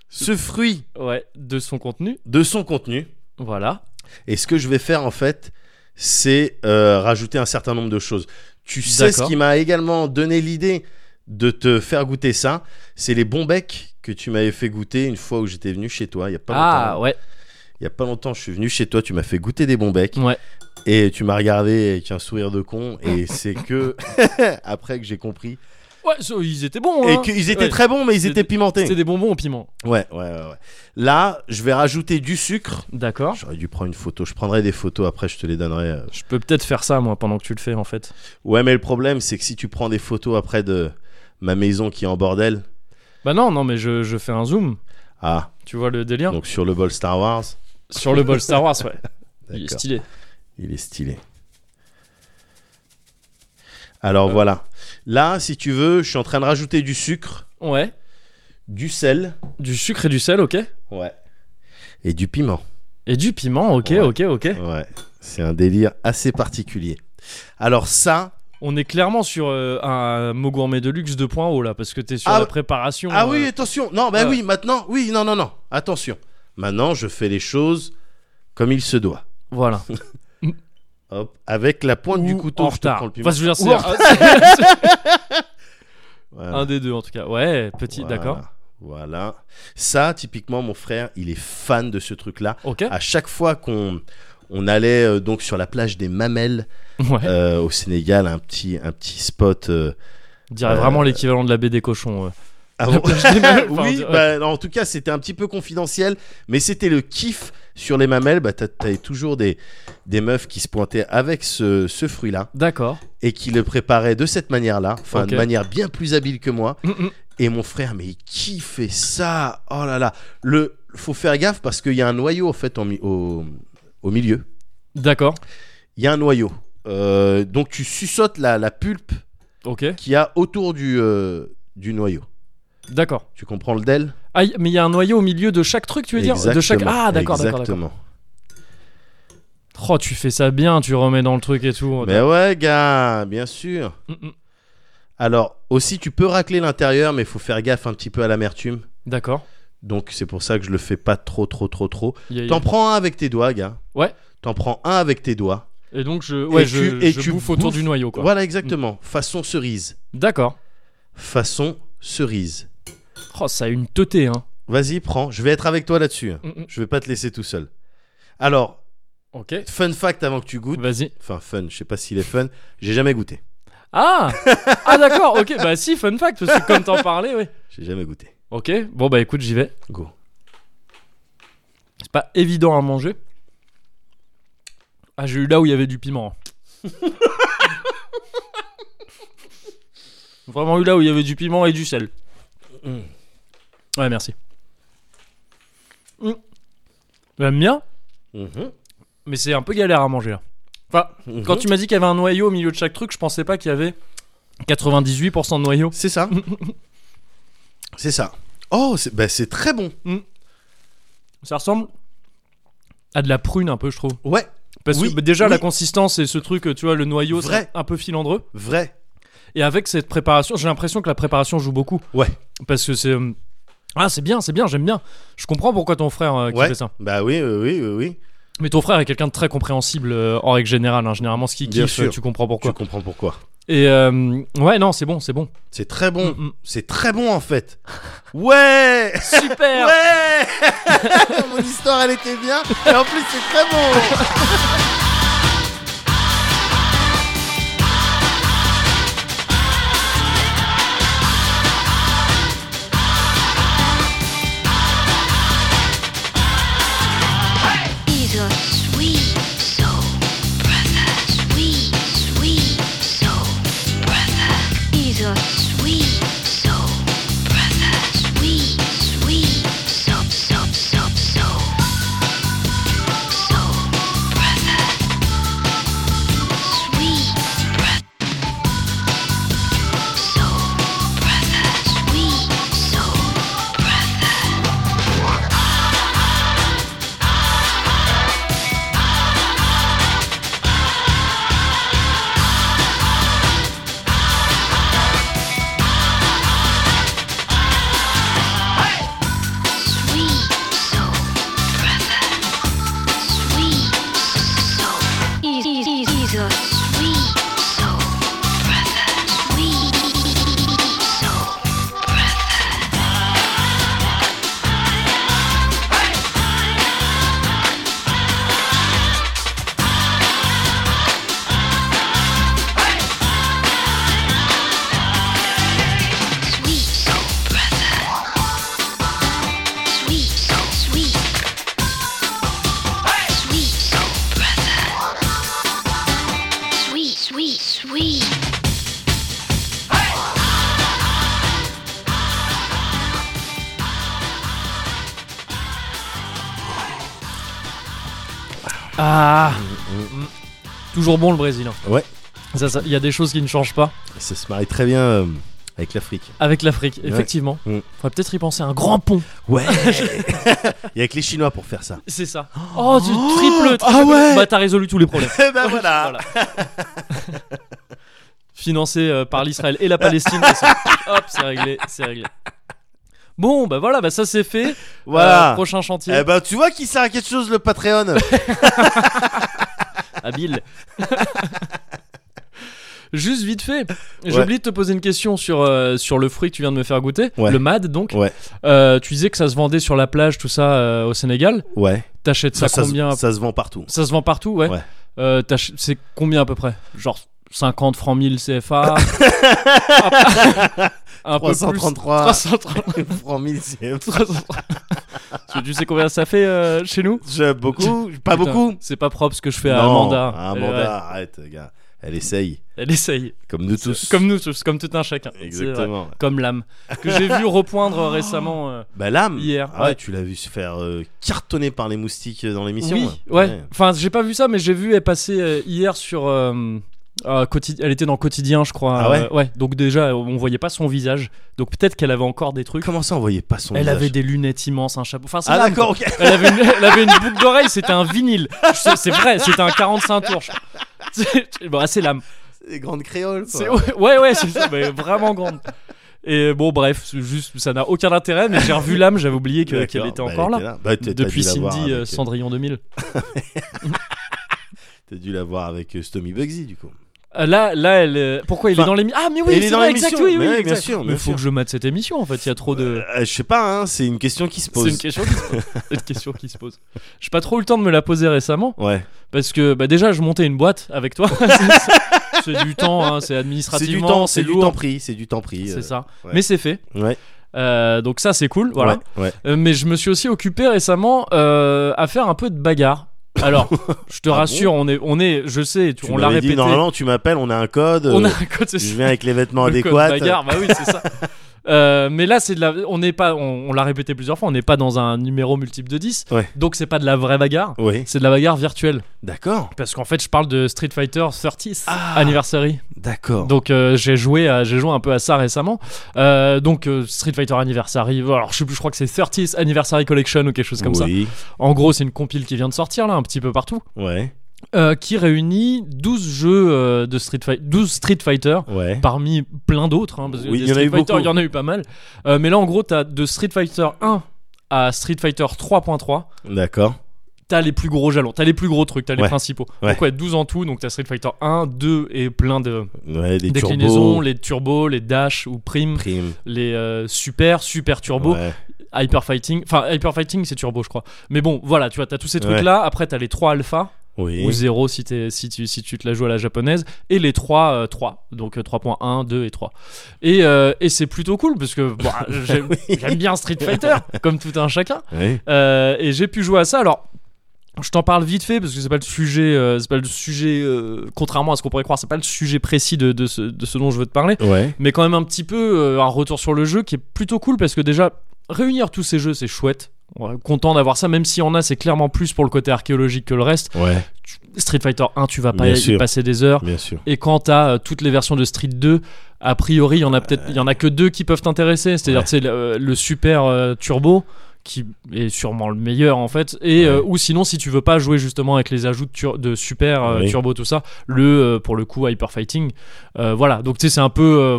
S2: ce fruit
S1: Ouais, de son contenu.
S2: de son contenu.
S1: Voilà.
S2: Et ce que je vais faire en fait, c'est euh, rajouter un certain nombre de choses. Tu sais ce
S1: D'accord.
S2: qui m'a également donné l'idée de te faire goûter ça, c'est les bons becs que tu m'avais fait goûter une fois où j'étais venu chez toi. Il y a pas
S1: Ah,
S2: longtemps. hein.
S1: ouais.
S2: Il y a pas longtemps, je suis venu chez toi, tu m'as fait goûter des bons becs
S1: Ouais.
S2: et tu m'as regardé avec un sourire de con et c'est
S1: (laughs)
S2: que après que j'ai compris
S1: Ouais, ça, ils étaient bons.
S2: et
S1: hein.
S2: qu'ils étaient
S1: Ouais.
S2: très bons mais ils
S1: C'est-
S2: étaient pimentés.
S1: C'était des bonbons au piment.
S2: Ouais, ouais, ouais, ouais. Là, je vais rajouter du sucre.
S1: D'accord.
S2: J'aurais dû prendre une photo. Je prendrai des photos après, je te les donnerai. euh,
S1: Je peux peut-être faire ça, moi, pendant que tu le fais, en fait.
S2: Ouais, mais le problème, c'est que si tu prends des photos après de ma maison qui est en bordel,
S1: Bah non, non, mais je, je fais un zoom.
S2: ah,
S1: Tu vois le délire
S2: donc sur le bol Star Wars,
S1: Sur le bol Star Wars, ouais. Il est
S2: (laughs) D'accord.
S1: stylé.
S2: il est stylé.
S1: Euh.
S2: Alors voilà. Là, si tu veux, je suis en train de rajouter du sucre,
S1: Ouais.
S2: du sel,
S1: Du sucre et du sel, ok
S2: ouais, et du piment.
S1: Et du piment, ok,
S2: Ouais.
S1: ok, ok.
S2: Ouais, c'est un délire assez particulier. Alors ça,
S1: On est clairement sur euh, un mot gourmet de luxe 2.0 oh, là, parce que t'es sur
S2: Ah
S1: la
S2: oui.
S1: préparation.
S2: ah
S1: euh,
S2: oui, attention. Non, bah
S1: ouais.
S2: oui, maintenant, oui, non, non, non, attention. Maintenant, je fais les choses comme il se doit.
S1: Voilà.
S2: Hop, avec la pointe du
S1: Ou
S2: couteau.
S1: en
S2: je te
S1: retard.
S2: prends le piment.
S1: Enfin, je veux dire,
S2: Ou en
S1: c'est- c'est
S2: Voilà.
S1: un des deux en tout cas. Ouais, petit,
S2: Voilà,
S1: d'accord.
S2: Voilà. Ça, typiquement, mon frère, il est fan de ce truc-là.
S1: Ok.
S2: À chaque fois qu'on on allait euh, donc sur la plage des Mamelles
S1: ouais.
S2: euh, au Sénégal, un petit, un petit spot. euh,
S1: On dirait vraiment l'équivalent de la baie des cochons. euh. (laughs)
S2: ah
S1: La
S2: bon
S1: plage des Mamelles, enfin, on
S2: oui,
S1: dirait-
S2: bah, en tout cas, c'était un petit peu confidentiel, mais c'était le kiff sur les Mamelles. Bah, t'a- T'avais toujours des, des meufs qui se pointaient avec ce, ce fruit-là
S1: D'accord.
S2: et qui le préparaient de cette manière-là, enfin,
S1: Ok.
S2: de manière bien plus habile que moi.
S1: Mm, mm.
S2: Et mon frère, mais il kiffait ça. Oh là là. Le, faut faire gaffe parce qu'il y a un noyau en fait en mi- au, au milieu.
S1: D'accord.
S2: Il y a un noyau. Euh, donc tu suçotes la, la pulpe
S1: Ok.
S2: qu'il y a autour du, euh, du noyau.
S1: D'accord.
S2: Tu comprends le DEL
S1: Ah, y- mais il y a un noyau au milieu de chaque truc, tu veux dire De chaque. Ah, d'accord, d'accord, d'accord.
S2: Exactement.
S1: Oh, tu fais ça bien, tu remets dans le truc et tout.
S2: Mais ouais, gars, bien sûr.
S1: Mm, mm.
S2: Alors, aussi, tu peux racler l'intérieur, mais il faut faire gaffe un petit peu à l'amertume.
S1: D'accord.
S2: Donc, c'est pour ça que je le fais pas trop, trop, trop, trop.
S1: Y a- y a-
S2: T'en prends un avec tes doigts, gars.
S1: Ouais.
S2: T'en prends un avec tes doigts.
S1: Et donc je, ouais,
S2: Et
S1: je,
S2: tu- et
S1: je
S2: tu
S1: bouffe autour
S2: bouffes-
S1: du noyau quoi. Mm.
S2: Voilà, exactement. Façon cerise.
S1: D'accord.
S2: Façon cerise.
S1: Oh, ça a une teuté hein.
S2: Vas-y, prends. Je vais être avec toi là-dessus. hein.
S1: Mm, mm.
S2: Je vais pas te laisser tout seul. Alors,
S1: Ok.
S2: fun fact avant que tu goûtes.
S1: Vas-y.
S2: Enfin, fun, je sais pas s'il est fun. J'ai jamais goûté.
S1: Ah Ah d'accord, ok, bah si, fun fact, parce que comme t'en parlais, oui.
S2: J'ai jamais goûté.
S1: Ok, bon bah écoute, j'y vais.
S2: Go.
S1: C'est pas évident à manger. Ah, j'ai eu là où il y avait du piment. hein. (laughs) Vraiment eu là où il y avait du piment et du sel. Mm, Ouais, merci. Mm. J'aime bien,
S2: Mhm,
S1: mais c'est un peu galère à manger. là. Enfin,
S2: mhm.
S1: Quand tu m'as dit qu'il y avait un noyau au milieu de chaque truc, je pensais (laughs) pas qu'il y avait 98% de noyau.
S2: C'est ça. C'est ça. Oh, c'est bah, c'est très bon.
S1: Ça ressemble à de la prune un peu, je trouve.
S2: Ouais,
S1: Parce
S2: Oui,
S1: que bah, déjà
S2: oui.
S1: la consistance et ce truc, tu vois, le noyau,
S2: Vrai.
S1: c'est un peu filandreux.
S2: vrai.
S1: Et avec cette préparation, j'ai l'impression que la préparation joue beaucoup.
S2: Ouais.
S1: Parce que c'est. euh, Ah, c'est bien, c'est bien, j'aime bien. Je comprends pourquoi ton frère euh, qui
S2: ouais.
S1: fait ça.
S2: Bah oui, euh, oui, oui, oui.
S1: Mais ton frère est quelqu'un de très compréhensible euh, en règle générale. hein. Généralement, ce qu'il
S2: Bien
S1: kiffe,
S2: sûr.
S1: tu comprends pourquoi.
S2: Tu comprends pourquoi.
S1: Et euh, ouais, non, c'est bon, c'est bon.
S2: C'est très bon.
S1: Mm, mm.
S2: C'est très bon en fait.
S1: (laughs)
S2: Ouais
S1: Super
S2: Ouais (laughs) Mon histoire elle était bien et en plus c'est très bon
S5: He's a sweet soul, brother. Sweet, sweet soul, brother. He's a sweet soul, brother. Sweet, sweet soul, soul, soul, soul, soul, brother. Sweet, brother. Soul, brother. Sweet soul, brother. Sweet soul, brother. Sweet soul. He's, he's, he's, he's a sweet soul, brother. Sweet soul, brother. Sweet soul, brother. Sweet soul, sweet. Sweet soul, brother. Sweet, sweet, sweet.
S1: Ah Mm. Toujours bon le Brésil. hein.
S2: Ouais.
S1: Ça, ça- Il y a des choses qui ne changent pas
S2: Ça se marie très bien euh, avec l'Afrique.
S1: avec l'Afrique,
S2: Ouais.
S1: effectivement.
S2: Mm.
S1: Faudrait peut-être y penser. Un grand pont. (laughs)
S2: Ouais Il y a que les Chinois pour faire ça.
S1: C'est ça. Oh, du triple, triple.
S2: Ah ouais
S1: Bah, t'as résolu tous les problèmes. (laughs)
S2: (laughs) Eh ben voilà
S1: Financé euh, par l'Israël et la Palestine. et ça- Hop, c'est réglé, c'est réglé. Bon, bah voilà, bah ça c'est fait. Euh,
S2: Voilà
S1: prochain chantier.
S2: Eh ben tu vois qu'il sert à quelque chose le Patreon
S1: Habile. (laughs) Juste vite fait, j'ai oublié de te poser une question sur, euh, sur le fruit que tu viens de me faire goûter,
S2: Ouais.
S1: le MAD donc.
S2: Ouais.
S1: Euh, tu disais que ça se vendait sur la plage, tout ça euh, au Sénégal.
S2: Ouais.
S1: T'achètes ça,
S2: Bah, Ça, ça se-
S1: combien
S2: ça, se vend partout.
S1: Ça se vend partout, ouais.
S2: Ouais.
S1: Euh, t'ach- c'est combien à peu près Genre 50 francs 1000 CFA
S2: (laughs)
S1: Un peu plus.
S2: 333
S1: 330.
S2: francs 1000 CFA.
S1: 330. Parce que tu sais combien ça fait euh, chez nous
S2: Je- Beaucoup Pas
S1: Putain,
S2: beaucoup
S1: C'est pas propre ce que je fais à
S2: Non,
S1: Amanda.
S2: à
S1: Elle-
S2: Amanda,
S1: ouais,
S2: arrête, gars. Elle essaye.
S1: elle essaye.
S2: Comme nous tous.
S1: Comme nous tous, comme tout un chacun. C'est vrai.
S2: Exactement.
S1: Comme l'âme. Que j'ai vu repoindre récemment. euh,
S2: Bah l'âme
S1: Hier,
S2: ah ouais,
S1: ouais.
S2: tu l'as vu se faire euh, cartonner par les moustiques euh, dans l'émission.
S1: Oui,
S2: là.
S1: ouais. Enfin, j'ai pas vu ça, mais j'ai vu elle passer euh, hier sur. euh, euh, Quotidi- elle était dans Quotidien, je crois.
S2: Ah ouais
S1: Euh, Donc déjà, on voyait pas son visage. Donc peut-être qu'elle avait encore des trucs.
S2: Comment ça, on voyait pas son
S1: elle
S2: visage
S1: avait des lunettes immenses, un chapeau. Enfin, c'est
S2: Ah
S1: l'âme,
S2: d'accord,
S1: quoi.
S2: ok. (laughs)
S1: Elle avait une, elle avait une boucle d'oreille, c'était un vinyle. C'est c'est vrai, c'était un 45 tours. je crois. (laughs) C'est- Bon, ah, c'est l'âme.
S2: Des grandes créoles.
S1: C'est- ouais, (laughs) ouais, ouais, c'est ça, mais vraiment grande. Et bon, bref, c'est juste, ça n'a aucun intérêt, mais j'ai revu l'âme, j'avais oublié que- qu'elle
S2: Bah,
S1: Bah, était encore là. Depuis Cindy, euh, Cendrillon 2000.
S2: T'as dû la voir avec euh, Stomy Bugsy du coup.
S1: Euh, Là, là, elle. euh, Pourquoi il est
S2: Enfin,
S1: dans l'émission Ah, mais oui,
S2: il est
S1: c'est
S2: dans
S1: vrai,
S2: l'émission,
S1: exact, oui,
S2: mais
S1: oui,
S2: oui,
S1: exact.
S2: bien sûr,
S1: Mais
S2: bien
S1: faut
S2: sûr.
S1: que je mate cette émission, en fait. Il y a trop de.
S2: Euh, je sais pas, hein, c'est une question qui se
S1: (laughs) C'est une
S2: pose.
S1: question qui se (laughs) pose. une question qui se pose. J'ai pas trop eu le temps de me la poser récemment
S2: Ouais.
S1: parce que bah, déjà je montais une boîte avec toi. (laughs) C'est- c'est du temps, hein, c'est
S2: C'est du
S1: administrativement,
S2: temps, c'est du
S1: lourd.
S2: temps pris, c'est du temps pris. euh,
S1: C'est ça.
S2: ouais.
S1: Mais c'est fait.
S2: Ouais.
S1: Euh, donc ça c'est cool, voilà.
S2: Ouais. ouais.
S1: Euh, mais je me suis aussi occupé récemment euh, à faire un peu de bagarre.
S2: (laughs)
S1: Alors, je te
S2: Ah
S1: rassure, on est, on est, je sais, tu-
S2: Tu
S1: on l'a
S2: m'avais dit,
S1: répété.
S2: Normalement, tu m'appelles, on a un code.
S1: on a (laughs)
S2: euh,
S1: un code, c'est
S2: Je
S1: ça,
S2: viens avec les vêtements
S1: le code
S2: adéquats. (laughs)
S1: bagarre, bah oui, c'est ça. Euh, mais là, c'est de la. On n'est pas. On, on l'a répété plusieurs fois. On n'est pas dans un numéro multiple de 10.
S2: Ouais.
S1: Donc c'est pas de la vraie bagarre.
S2: Oui,
S1: C'est de la bagarre virtuelle.
S2: d'accord,
S1: Parce qu'en fait, je parle de Street Fighter 30th
S2: Ah.
S1: Anniversary.
S2: d'accord.
S1: Donc euh, j'ai joué, à- j'ai joué un peu à ça récemment. Euh, donc euh, Street Fighter Anniversary. Alors je sais plus. Je crois que c'est 30th Anniversary Collection ou quelque chose comme ça.
S2: oui,
S1: En gros, c'est une compile qui vient de sortir là, un petit peu partout,
S2: ouais,
S1: euh, qui réunit 12 jeux euh, de Street Fighter, 12 Street Fighter
S2: ouais.
S1: parmi plein d'autres. hein, parce que
S2: Oui,
S1: des
S2: il y en a
S1: Street
S2: eu
S1: Fighter,
S2: beaucoup.
S1: il y en a eu pas mal. Euh, mais là, en gros, t'as de Street Fighter 1 à Street Fighter 3.3.
S2: D'accord.
S1: T'as les plus gros jalons, t'as les plus gros trucs, t'as les
S2: Ouais.
S1: principaux.
S2: Ouais.
S1: Donc ouais, 12 en tout, donc t'as Street Fighter 1, 2 et plein de
S2: Ouais, des
S1: déclinaisons,
S2: turbos,
S1: les turbos, les dash ou prime,
S2: primes.
S1: les euh, super, super turbo,
S2: Ouais.
S1: hyper fighting, enfin hyper fighting c'est turbo je crois. Mais bon, voilà, tu vois, t'as tous ces trucs là, après t'as les 3 alpha,
S2: Oui.
S1: ou 0 si, t'es- si, tu, si tu te la joues à la japonaise, et les 3, euh, 3 donc euh, 3.1, 2 et 3. Et, euh, et c'est plutôt cool, parce que bah, j'aime j'aime bien Street Fighter, comme tout un chacun,
S2: Ouais.
S1: Euh, et j'ai pu jouer à ça, alors... Je t'en parle vite fait parce que c'est pas le sujet, euh, c'est pas le sujet, euh, contrairement à ce qu'on pourrait croire, c'est pas le sujet précis de, de ce, de ce dont je veux te parler,
S2: Ouais.
S1: mais quand même un petit peu euh, un retour sur le jeu qui est plutôt cool parce que déjà réunir tous ces jeux c'est chouette, On est content d'avoir ça, même si on a c'est clairement plus pour le côté archéologique que le reste.
S2: Ouais.
S1: Tu- Street Fighter 1, tu vas pas
S2: Bien
S1: y
S2: sûr.
S1: passer des heures.
S2: Bien sûr.
S1: Et quand t'as euh, toutes les versions de Street 2, a priori, il y en a peut-être, il y en a que deux qui peuvent t'intéresser. C'est-à-dire,
S2: Ouais.
S1: tu sais, le, euh, le Super euh, Turbo qui est sûrement le meilleur en fait et
S2: Ouais.
S1: euh, ou sinon si tu veux pas jouer justement avec les ajouts de, tur- de super euh,
S2: Oui.
S1: turbo tout ça le euh, pour le coup hyper fighting Euh, voilà donc tu sais c'est un peu euh,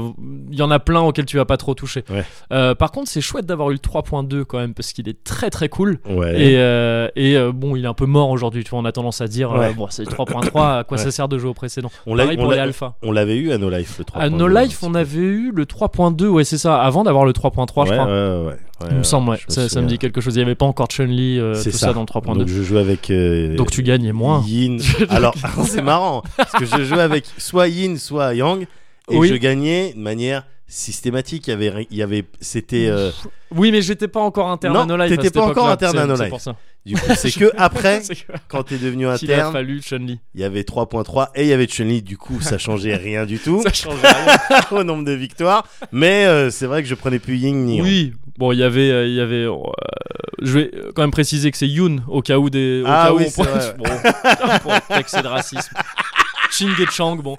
S1: il y en a plein auxquels tu vas pas trop toucher
S2: Ouais.
S1: Euh, par contre c'est chouette d'avoir eu le 3.2 quand même parce qu'il est très très cool
S2: Ouais.
S1: et, euh, et, euh, bon, il est un peu mort aujourd'hui. Tu vois, on a tendance à dire, euh,
S2: Ouais.
S1: bon, c'est 3.3, à quoi ça
S2: Ouais.
S1: sert de jouer au précédent
S2: On l'a-
S1: Pareil
S2: on
S1: pour les
S2: l'a-
S1: alpha.
S2: On l'avait eu à No Life le 3.
S1: À No Life, on avait eu le 3.2, ouais, c'est ça, avant d'avoir le 3.3, je
S2: ouais,
S1: crois.
S2: Ouais, ouais, ouais.
S1: Il me semble, ouais,
S2: je
S1: ça, ça me
S2: souviens.
S1: dit quelque chose. Il n'y avait pas encore Chun-Li, euh, tout
S2: C'est
S1: ça,
S2: ça.
S1: dans le 3.2.
S2: Donc
S1: Donc,
S2: je joue avec. euh,
S1: tu gagnais moins. (laughs)
S2: Yin. Alors, (laughs) c'est marrant, parce que je jouais avec soit Yin, soit Yang, et
S1: Oui.
S2: je gagnais de manière systématique. Il y avait, il y avait, c'était. euh,
S1: Oui, mais j'étais pas encore interne
S2: Non,
S1: à No Life. à
S2: t'étais
S1: cette
S2: pas encore
S1: époque-là,
S2: interne à
S1: c'est-
S2: No
S1: c'est
S2: Life.
S1: pour ça.
S2: du coup,
S1: (laughs)
S2: c'est que après,
S1: C'est que-
S2: quand
S1: (laughs)
S2: t'es devenu
S1: qu'il a
S2: interne,
S1: fallu Chun-Li.
S2: il y avait 3.3 et il y avait Chun-Li. Du coup, ça changeait rien
S1: (laughs)
S2: du tout
S1: Ça change rien.
S2: au nombre de victoires. Mais euh, c'est vrai que je prenais plus Yin ni Yang.
S1: Oui, bon, il y avait. euh, il y avait euh, je vais euh, quand même préciser que c'est Yoon, au cas où des. Au
S2: Ah
S1: cas où
S2: oui,
S1: on
S2: c'est
S1: pourrait-
S2: vrai.
S1: Bon, pour excès de racisme. Chang, bon.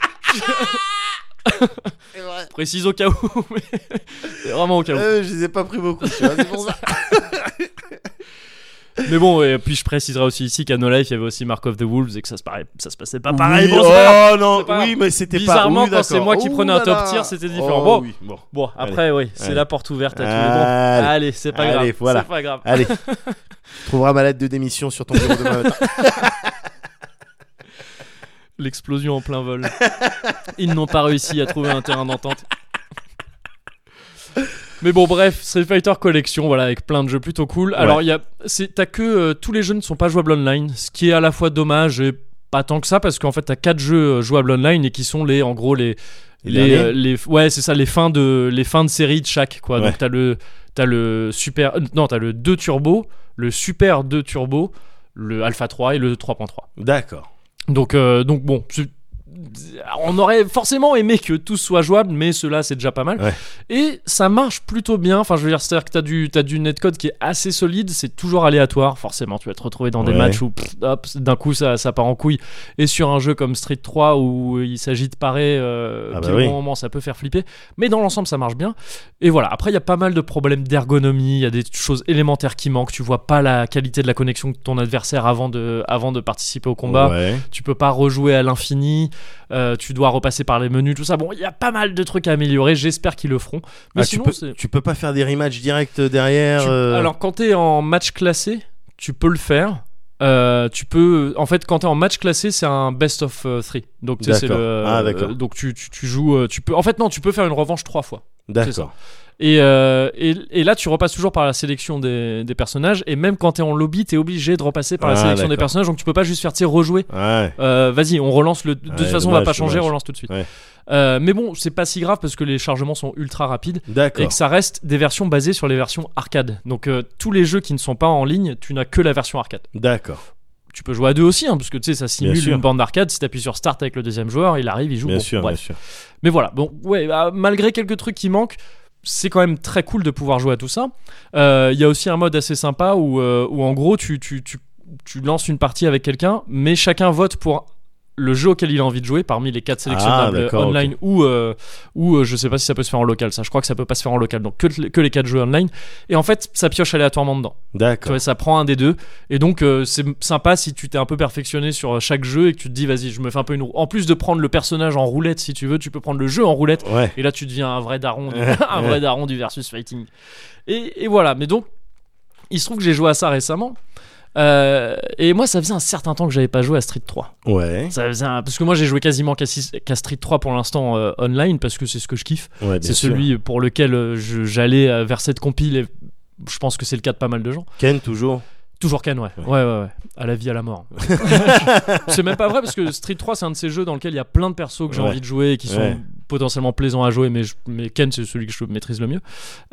S1: Précise au cas où, mais. c'est Vraiment au cas où.
S2: Euh, je les ai pas pris beaucoup, tu vois, c'est pour ça.
S1: Mais bon, et puis je préciserai aussi ici qu'à No Life, il y avait aussi Mark of the Wolves et que ça se, paraît- ça se passait pas Ah, pareil.
S2: Oui,
S1: bon, c'est pas grave.
S2: oh non,
S1: c'est pas
S2: oui, mais c'était pas.
S1: Bizarrement,
S2: oui,
S1: quand c'est
S2: d'accord.
S1: moi qui
S2: Ouh
S1: prenais un
S2: là
S1: top
S2: là.
S1: tier, c'était différent.
S2: Oh,
S1: Bon.
S2: oui, bon.
S1: Bon, après, oui, c'est
S2: allez.
S1: la porte ouverte à tous les bons.
S2: Allez.
S1: Allez, c'est pas
S2: Allez,
S1: grave.
S2: voilà.
S1: C'est pas grave.
S2: Allez, tu trouveras ma lettre de démission sur ton bureau demain matin.
S1: L'explosion en plein vol. Ils n'ont pas réussi à trouver un terrain d'entente. Mais bon, bref, Street Fighter Collection, voilà, avec plein de jeux plutôt cool. Alors, il y a, c'est, t'as que euh, tous les jeux ne sont pas jouables online, ce qui est à la fois dommage et pas tant que ça, parce qu'en fait, t'as quatre jeux euh, jouables online et qui sont les, en gros, les,
S2: Les
S1: les,
S2: derniers
S1: euh, les- ouais, c'est ça, les fins de, les fins de série de chaque, quoi.
S2: Ouais.
S1: Donc, t'as le, t'as le super, euh, non, t'as le 2 turbo, le super 2 turbo, le alpha 3 et le 3.3.
S2: (laughs) D'accord.
S1: Donc, euh, donc bon, c'est- on aurait forcément aimé que tout soit jouable, mais cela c'est déjà pas mal.
S2: Ouais.
S1: Et ça marche plutôt bien. Enfin, je veux dire, c'est-à-dire que t'as du, t'as du netcode qui est assez solide, c'est toujours aléatoire, forcément. Tu vas te retrouver dans des
S2: Ouais.
S1: matchs où pff, hop, d'un coup ça, ça part en couille. Et sur un jeu comme Street 3 où il s'agit de parer euh,
S2: Ah bah
S1: pile au
S2: oui.
S1: bon moment, ça peut faire flipper. Mais dans l'ensemble, ça marche bien. Et voilà, après, il y a pas mal de problèmes d'ergonomie, il y a des choses élémentaires qui manquent. Tu vois pas la qualité de la connexion de ton adversaire avant de, avant de participer au combat
S2: Ouais.
S1: tu peux pas rejouer à l'infini, euh, tu dois repasser par les menus, tout ça. Bon, il y a pas mal de trucs à améliorer, j'espère qu'ils le feront. Mais
S2: Ah,
S1: sinon,
S2: tu,
S1: c'est-
S2: peux, tu peux pas faire des rematchs directs derrière.
S1: tu-
S2: euh,
S1: alors quand t'es en match classé, tu peux le faire. Euh, tu peux, en fait, quand t'es en match classé, c'est un best of 3 Donc tu sais, c'est
S2: D'accord.
S1: le, euh,
S2: Ah, d'accord.
S1: donc tu, tu, tu joues, euh, tu peux. En fait, non, tu peux faire une revanche trois fois. c'est ça.
S2: D'accord.
S1: Et, euh, et, et là, tu repasses toujours par la sélection des, des personnages. Et même quand t'es en lobby, t'es obligé de repasser par la
S2: Ah,
S1: sélection des
S2: d'accord.
S1: personnages. Donc tu peux pas juste faire, tu sais, rejouer
S2: Ouais.
S1: euh, vas-y, on relance le. De
S2: Ouais,
S1: toute façon, on va
S2: dommage,
S1: pas changer,
S2: dommage.
S1: relance tout de suite.
S2: Ouais.
S1: Euh, mais bon, c'est pas si grave parce que les chargements sont ultra rapides et
S2: D'accord.
S1: que ça reste des versions basées sur les versions arcade. Donc euh, tous les jeux qui ne sont pas en ligne, tu n'as que la version arcade.
S2: D'accord.
S1: Tu peux jouer à deux aussi, hein, parce que tu sais, ça simule
S2: sûr.
S1: une bande d'arcade. Si t'appuies sur Start avec le deuxième joueur, il arrive, il joue.
S2: Bien
S1: bon,
S2: sûr,
S1: bref.
S2: bien sûr.
S1: Mais voilà, bon, ouais, bah, malgré quelques trucs qui manquent, c'est quand même très cool de pouvoir jouer à tout ça. Euh, Il y a aussi un mode assez sympa où, euh, où en gros, tu, tu, tu, tu lances une partie avec quelqu'un, mais chacun vote pour le jeu auquel il a envie de jouer parmi les quatre
S2: Ah,
S1: sélectionnables
S2: d'accord,
S1: online ou euh, ou euh, je sais pas si ça peut se faire en local ça je crois que ça peut pas se faire en local donc que, que les quatre jeux online et en fait ça pioche aléatoirement dedans tu
S2: D'accord.
S1: vois, ça prend un des deux. Et donc, euh, c'est m- sympa si tu t'es un peu perfectionné sur euh, chaque jeu et que tu te dis, vas-y, je me fais un peu une roue. En plus de prendre le personnage en roulette, si tu veux, tu peux prendre le jeu en roulette.
S2: Ouais.
S1: Et là, tu deviens un vrai daron, du- (laughs) un vrai daron du versus fighting. Et, et voilà. Mais donc, il se trouve que j'ai joué à ça récemment. Euh, et moi, ça faisait un certain temps que j'avais pas joué à Street 3.
S2: Ouais.
S1: Ça faisait un- Parce que moi, j'ai joué quasiment qu'à six- qu'à Street 3 pour l'instant euh, online parce que c'est ce que je kiffe.
S2: ouais bien
S1: C'est
S2: sûr.
S1: celui pour lequel euh, je- j'allais euh, vers cette compile et je pense que c'est le cas de pas mal de gens.
S2: Ken toujours.
S1: Toujours Ken, ouais. Ouais, ouais, ouais. À la vie, à la
S2: (laughs)
S1: mort. c'est même pas vrai parce que Street 3, c'est un de ces jeux dans lequel il y a plein de persos que j'ai
S2: Ouais.
S1: envie de jouer et qui sont
S2: Ouais.
S1: potentiellement plaisants à jouer, mais, je- mais Ken, c'est celui que je maîtrise le mieux.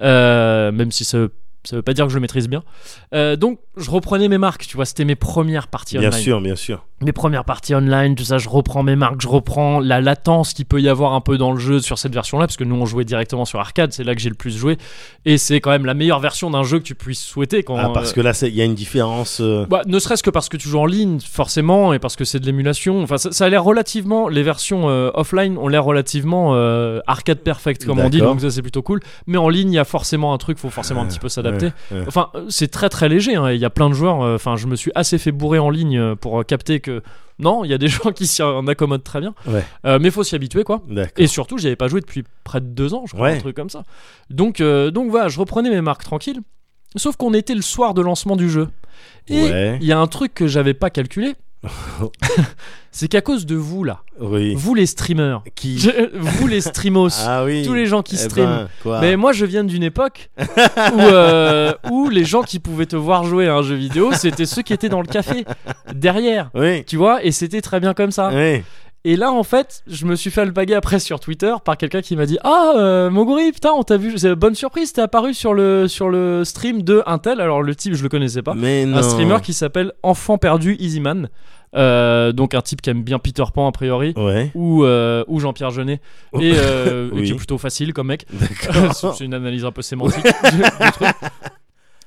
S1: Euh, même si ça, ça veut pas dire que je le maîtrise bien. Euh, donc, je reprenais mes marques, tu vois. C'était mes premières parties
S2: Bien
S1: online
S2: sûr, bien sûr.
S1: mes premières parties online, tout ça, je reprends mes marques, je reprends la latence qu'il peut y avoir un peu dans le jeu sur cette version-là, parce que nous on jouait directement sur arcade, c'est là que j'ai le plus joué, et c'est quand même la meilleure version d'un jeu que tu puisses souhaiter quand.
S2: Ah, parce
S1: euh,
S2: que là, c'est- il y a une différence. euh,
S1: bah, ne serait-ce que parce que tu joues en ligne, forcément, et parce que c'est de l'émulation. Enfin, ça, ça a l'air relativement. Les versions euh, offline ont l'air relativement euh, arcade perfect, comme on dit,
S2: D'accord.
S1: donc ça c'est plutôt cool. Mais en ligne, il y a forcément un truc, faut forcément un petit peu s'adapter.
S2: ouais, ouais.
S1: Enfin, euh, c'est très très léger, hein, et il y a plein de joueurs. euh, Enfin, je me suis assez fait bourrer en ligne euh, pour euh, capter que non, il y a des (laughs) gens qui s'y en accommodent très bien.
S2: Ouais.
S1: Euh, mais faut s'y habituer, quoi.
S2: D'accord.
S1: Et surtout, j'y avais pas joué depuis près de deux ans, je crois,
S2: Ouais.
S1: un truc comme ça. Donc, euh, donc voilà, je reprenais mes marques tranquilles. Sauf qu'on était le soir de lancement du jeu. Et
S2: Ouais.
S1: il y a un truc que j'avais pas
S2: (laughs)
S1: calculé. (laughs) c'est qu'à cause de vous là,
S2: Oui.
S1: vous les streamers,
S2: Qui
S1: je- euh, vous les streamos,
S2: Ah oui.
S1: tous les gens qui
S2: Eh ben,
S1: streament,
S2: quoi.
S1: mais moi, je viens d'une
S2: (laughs)
S1: époque où, euh, où les gens qui pouvaient te voir jouer à un jeu vidéo, c'était ceux qui étaient dans le café, derrière.
S2: Oui.
S1: Tu vois, et c'était très bien comme ça.
S2: Oui.
S1: Et là, en fait, je me suis fait alpaguer après sur Twitter par quelqu'un qui m'a dit Ah, euh, Moguri, putain, on t'a vu, c'est une bonne surprise, t'es apparu sur le, sur le stream de Intel. Alors, le type, je le connaissais pas.
S2: Mais non.
S1: Un streamer qui s'appelle Enfant Perdu Easyman. Euh, donc, un type qui aime bien Peter Pan, a priori, (laughs)
S2: Ouais. Oh.
S1: ou, euh, ou Jean-Pierre Jeunet, et, euh, et
S2: Oui.
S1: qui est plutôt facile comme mec. C'est
S2: D'accord.
S1: (laughs) c'est une analyse un peu sémantique (laughs) du- du truc.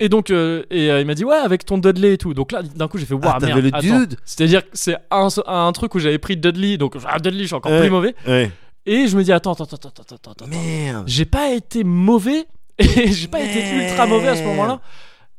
S1: Et donc, euh, et, euh, il m'a dit, ouais, avec ton Dudley et tout. Donc là, d'un coup, j'ai fait, waouh,
S2: Ah, t'avais
S1: merde.
S2: le
S1: attends.
S2: dude.
S1: C'est-à-dire que c'est un, un truc où j'avais pris Dudley, donc ah, Dudley, je suis encore
S2: Ouais.
S1: plus mauvais.
S2: Ouais.
S1: Et je me dis, attends, attends, attends, attends, attends, attends.
S2: Merde.
S1: J'ai pas été mauvais, (laughs) et j'ai pas été ultra mauvais à ce
S2: Merde.
S1: moment-là.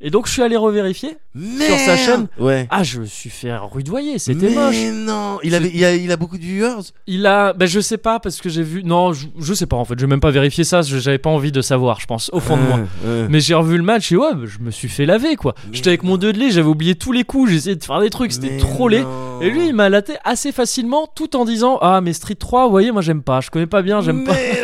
S1: Et donc, je suis allé revérifier.
S2: Merde.
S1: sa chaîne.
S2: Ouais.
S1: Ah, je me suis fait rudoyer, c'était
S2: Mais
S1: moche.
S2: non, il, avait, il, a, il a beaucoup de viewers.
S1: Il a, ben je sais pas parce que j'ai vu, non, je, je sais pas en fait, je vais même pas vérifier ça, je- j'avais pas envie de savoir, je pense, au fond de moi.
S2: Euh, euh.
S1: Mais j'ai revu le match et ouais, bah, je me suis fait laver quoi.
S2: Mais
S1: J'étais avec mon Dudley, j'avais oublié tous les coups, j'essayais de faire des trucs, c'était
S2: Mais
S1: trop laid.
S2: non.
S1: Et lui, il m'a laté assez facilement tout en disant Ah, mais Street 3, vous voyez, moi j'aime pas, je connais pas bien, hein, j'aime
S2: (laughs) Mais-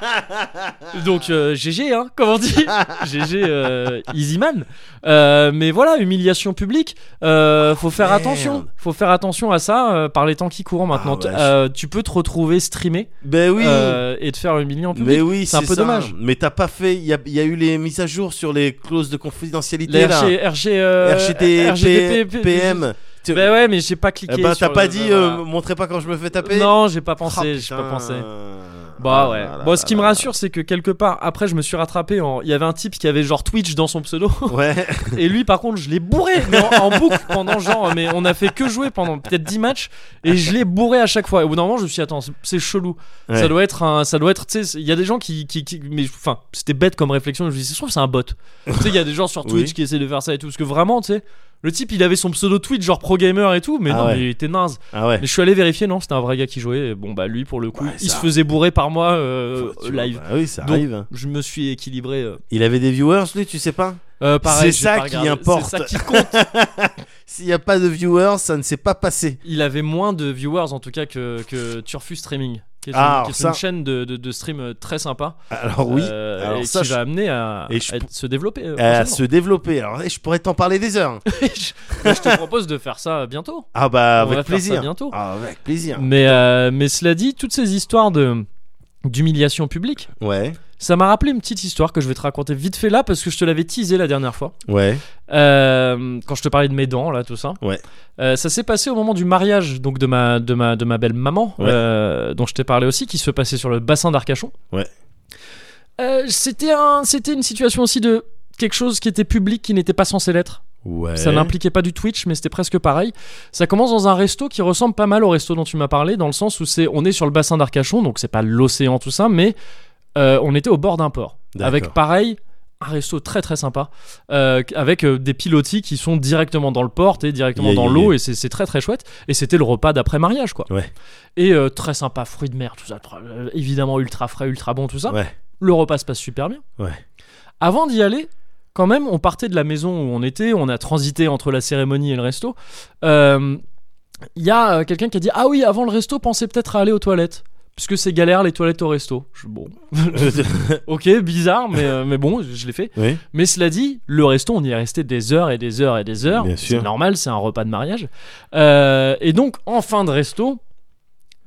S1: pas. Donc, euh, GG, hein, comme on dit. GG, euh, easy man. Euh, mais voilà, humiliation publique, euh, faut faire
S2: Merde.
S1: attention. Faut faire attention à ça euh, par les temps qui courent maintenant.
S2: Ah, ouais.
S1: Euh, tu peux te retrouver streamé
S2: Ben oui.
S1: euh, et te faire humilier en public.
S2: Mais oui,
S1: C'est un peu
S2: ça.
S1: dommage.
S2: Mais t'as pas fait. Il y a, il y a eu les mises à jour sur les clauses de confidentialité
S1: Les
S2: là.
S1: RG, RG, euh,
S2: RGT,
S1: RGTP,
S2: PM. Tu-
S1: Ben ouais, mais j'ai pas
S2: Eh
S1: cliqué.
S2: ben, t'as
S1: sur-
S2: pas dit.
S1: euh,
S2: euh,
S1: voilà.
S2: Montrez pas quand je me fais taper.
S1: Non, j'ai pas
S2: Oh,
S1: pensé, j'ai pas
S2: putain.
S1: pensé. Bah ouais.
S2: Ah là
S1: bon,
S2: là
S1: ce qui
S2: là
S1: me
S2: là.
S1: rassure, c'est que quelque part, après, je me suis rattrapé. En... Il y avait un type qui avait genre Twitch dans son pseudo,
S2: (laughs)
S1: (laughs)
S2: Ouais.
S1: et lui, par contre, je l'ai bourré mais en, en boucle pendant genre. Mais on a fait que jouer pendant peut-être 10 matchs, et je l'ai bourré à chaque fois. Et au bout d'un moment, je me suis dit, attends, c'est- c'est chelou.
S2: Ouais.
S1: Ça doit être un, ça doit être, tu sais, il y a des gens qui, qui, qui- mais enfin, c'était bête comme réflexion. Je me suis dit, je trouve que c'est un bot. tu sais, il y a des gens sur Twitch
S2: (laughs) Oui.
S1: qui essaient de faire ça et tout, parce que vraiment, tu sais. Le type, il avait son pseudo Twitch genre pro gamer et tout, mais
S2: Ah
S1: non,
S2: ouais.
S1: mais il était naze.
S2: Ah ouais.
S1: Mais je suis allé vérifier, non, c'était un vrai gars qui jouait. Et bon, bah lui, pour le coup,
S2: Ouais,
S1: il
S2: ça-
S1: se faisait bourrer par moi euh,
S2: Faut- tu vois,
S1: live.
S2: bah oui, ça
S1: Donc-
S2: arrive. hein.
S1: Je me suis équilibré. euh.
S2: Il avait des viewers, lui, tu sais pas
S1: Euh, pareil,
S2: C'est
S1: j'ai pas
S2: ça qui
S1: regardé.
S2: importe.
S1: C'est ça qui compte.
S2: S'il y a pas de viewers, ça ne s'est pas passé.
S1: Il avait moins de viewers en tout cas que, que Turfu Streaming, qui est, une-
S2: Ah, alors
S1: qui est
S2: ça-
S1: une chaîne de, de, de stream euh, très sympa.
S2: Alors oui.
S1: euh,
S2: alors
S1: et
S2: ça,
S1: qui
S2: je-
S1: va amener à,
S2: et je
S1: à
S2: pou-
S1: se développer. euh, (laughs)
S2: à
S1: prochainement.
S2: se développer. Alors, eh, je pourrais t'en parler des heures.
S1: je, je te propose de faire ça bientôt.
S2: Ah bah
S1: On va
S2: avec
S1: faire ça
S2: plaisir.
S1: bientôt.
S2: Ah, avec plaisir.
S1: Mais, euh, mais cela dit, toutes ces histoires de d'humiliation publique,
S2: Ouais.
S1: ça m'a rappelé une petite histoire que je vais te raconter vite fait là parce que je te l'avais teasé la dernière fois.
S2: Ouais.
S1: Euh, quand je te parlais de mes dents, là, tout ça.
S2: Ouais.
S1: Euh, ça s'est passé au moment du mariage donc de ma, de ma, de ma belle maman,
S2: Ouais.
S1: euh, dont je t'ai parlé aussi, qui se passait sur le bassin d'Arcachon.
S2: Ouais.
S1: Euh, c'était un, c'était une situation aussi de quelque chose qui était public qui n'était pas censé l'être.
S2: Ouais.
S1: Ça n'impliquait pas du Twitch, mais c'était presque pareil. Ça commence dans un resto qui ressemble pas mal au resto dont tu m'as parlé, dans le sens où c'est, on est sur le bassin d'Arcachon, donc c'est pas l'océan tout ça, mais euh, on était au bord d'un port.
S2: D'accord.
S1: Avec pareil, un resto très très sympa, euh, avec euh, des pilotis qui sont directement dans le port et directement
S2: Yeah,
S1: dans
S2: yeah,
S1: l'eau,
S2: yeah.
S1: et c'est c'est très très chouette. Et c'était le repas d'après mariage, quoi.
S2: Ouais.
S1: Et euh, très sympa, fruits de mer, tout ça, tr- euh, évidemment ultra frais, ultra bon, tout ça.
S2: Ouais. (laughs)
S1: Le repas se passe super bien.
S2: Ouais.
S1: Avant d'y aller, quand même, on partait de la maison où on était, on a transité entre la cérémonie et le resto. Euh, Il y a euh, quelqu'un qui a dit Ah oui, avant le resto, pensez peut-être à aller aux toilettes. Puisque c'est galère les toilettes au resto. Je, bon, ok, bizarre, mais, euh, mais bon, je l'ai fait.
S2: oui.
S1: Mais cela dit, le resto, on y est resté des heures et des heures et des heures.
S2: Bien sûr.
S1: C'est normal, c'est un repas de mariage. Euh, et donc, en fin de resto,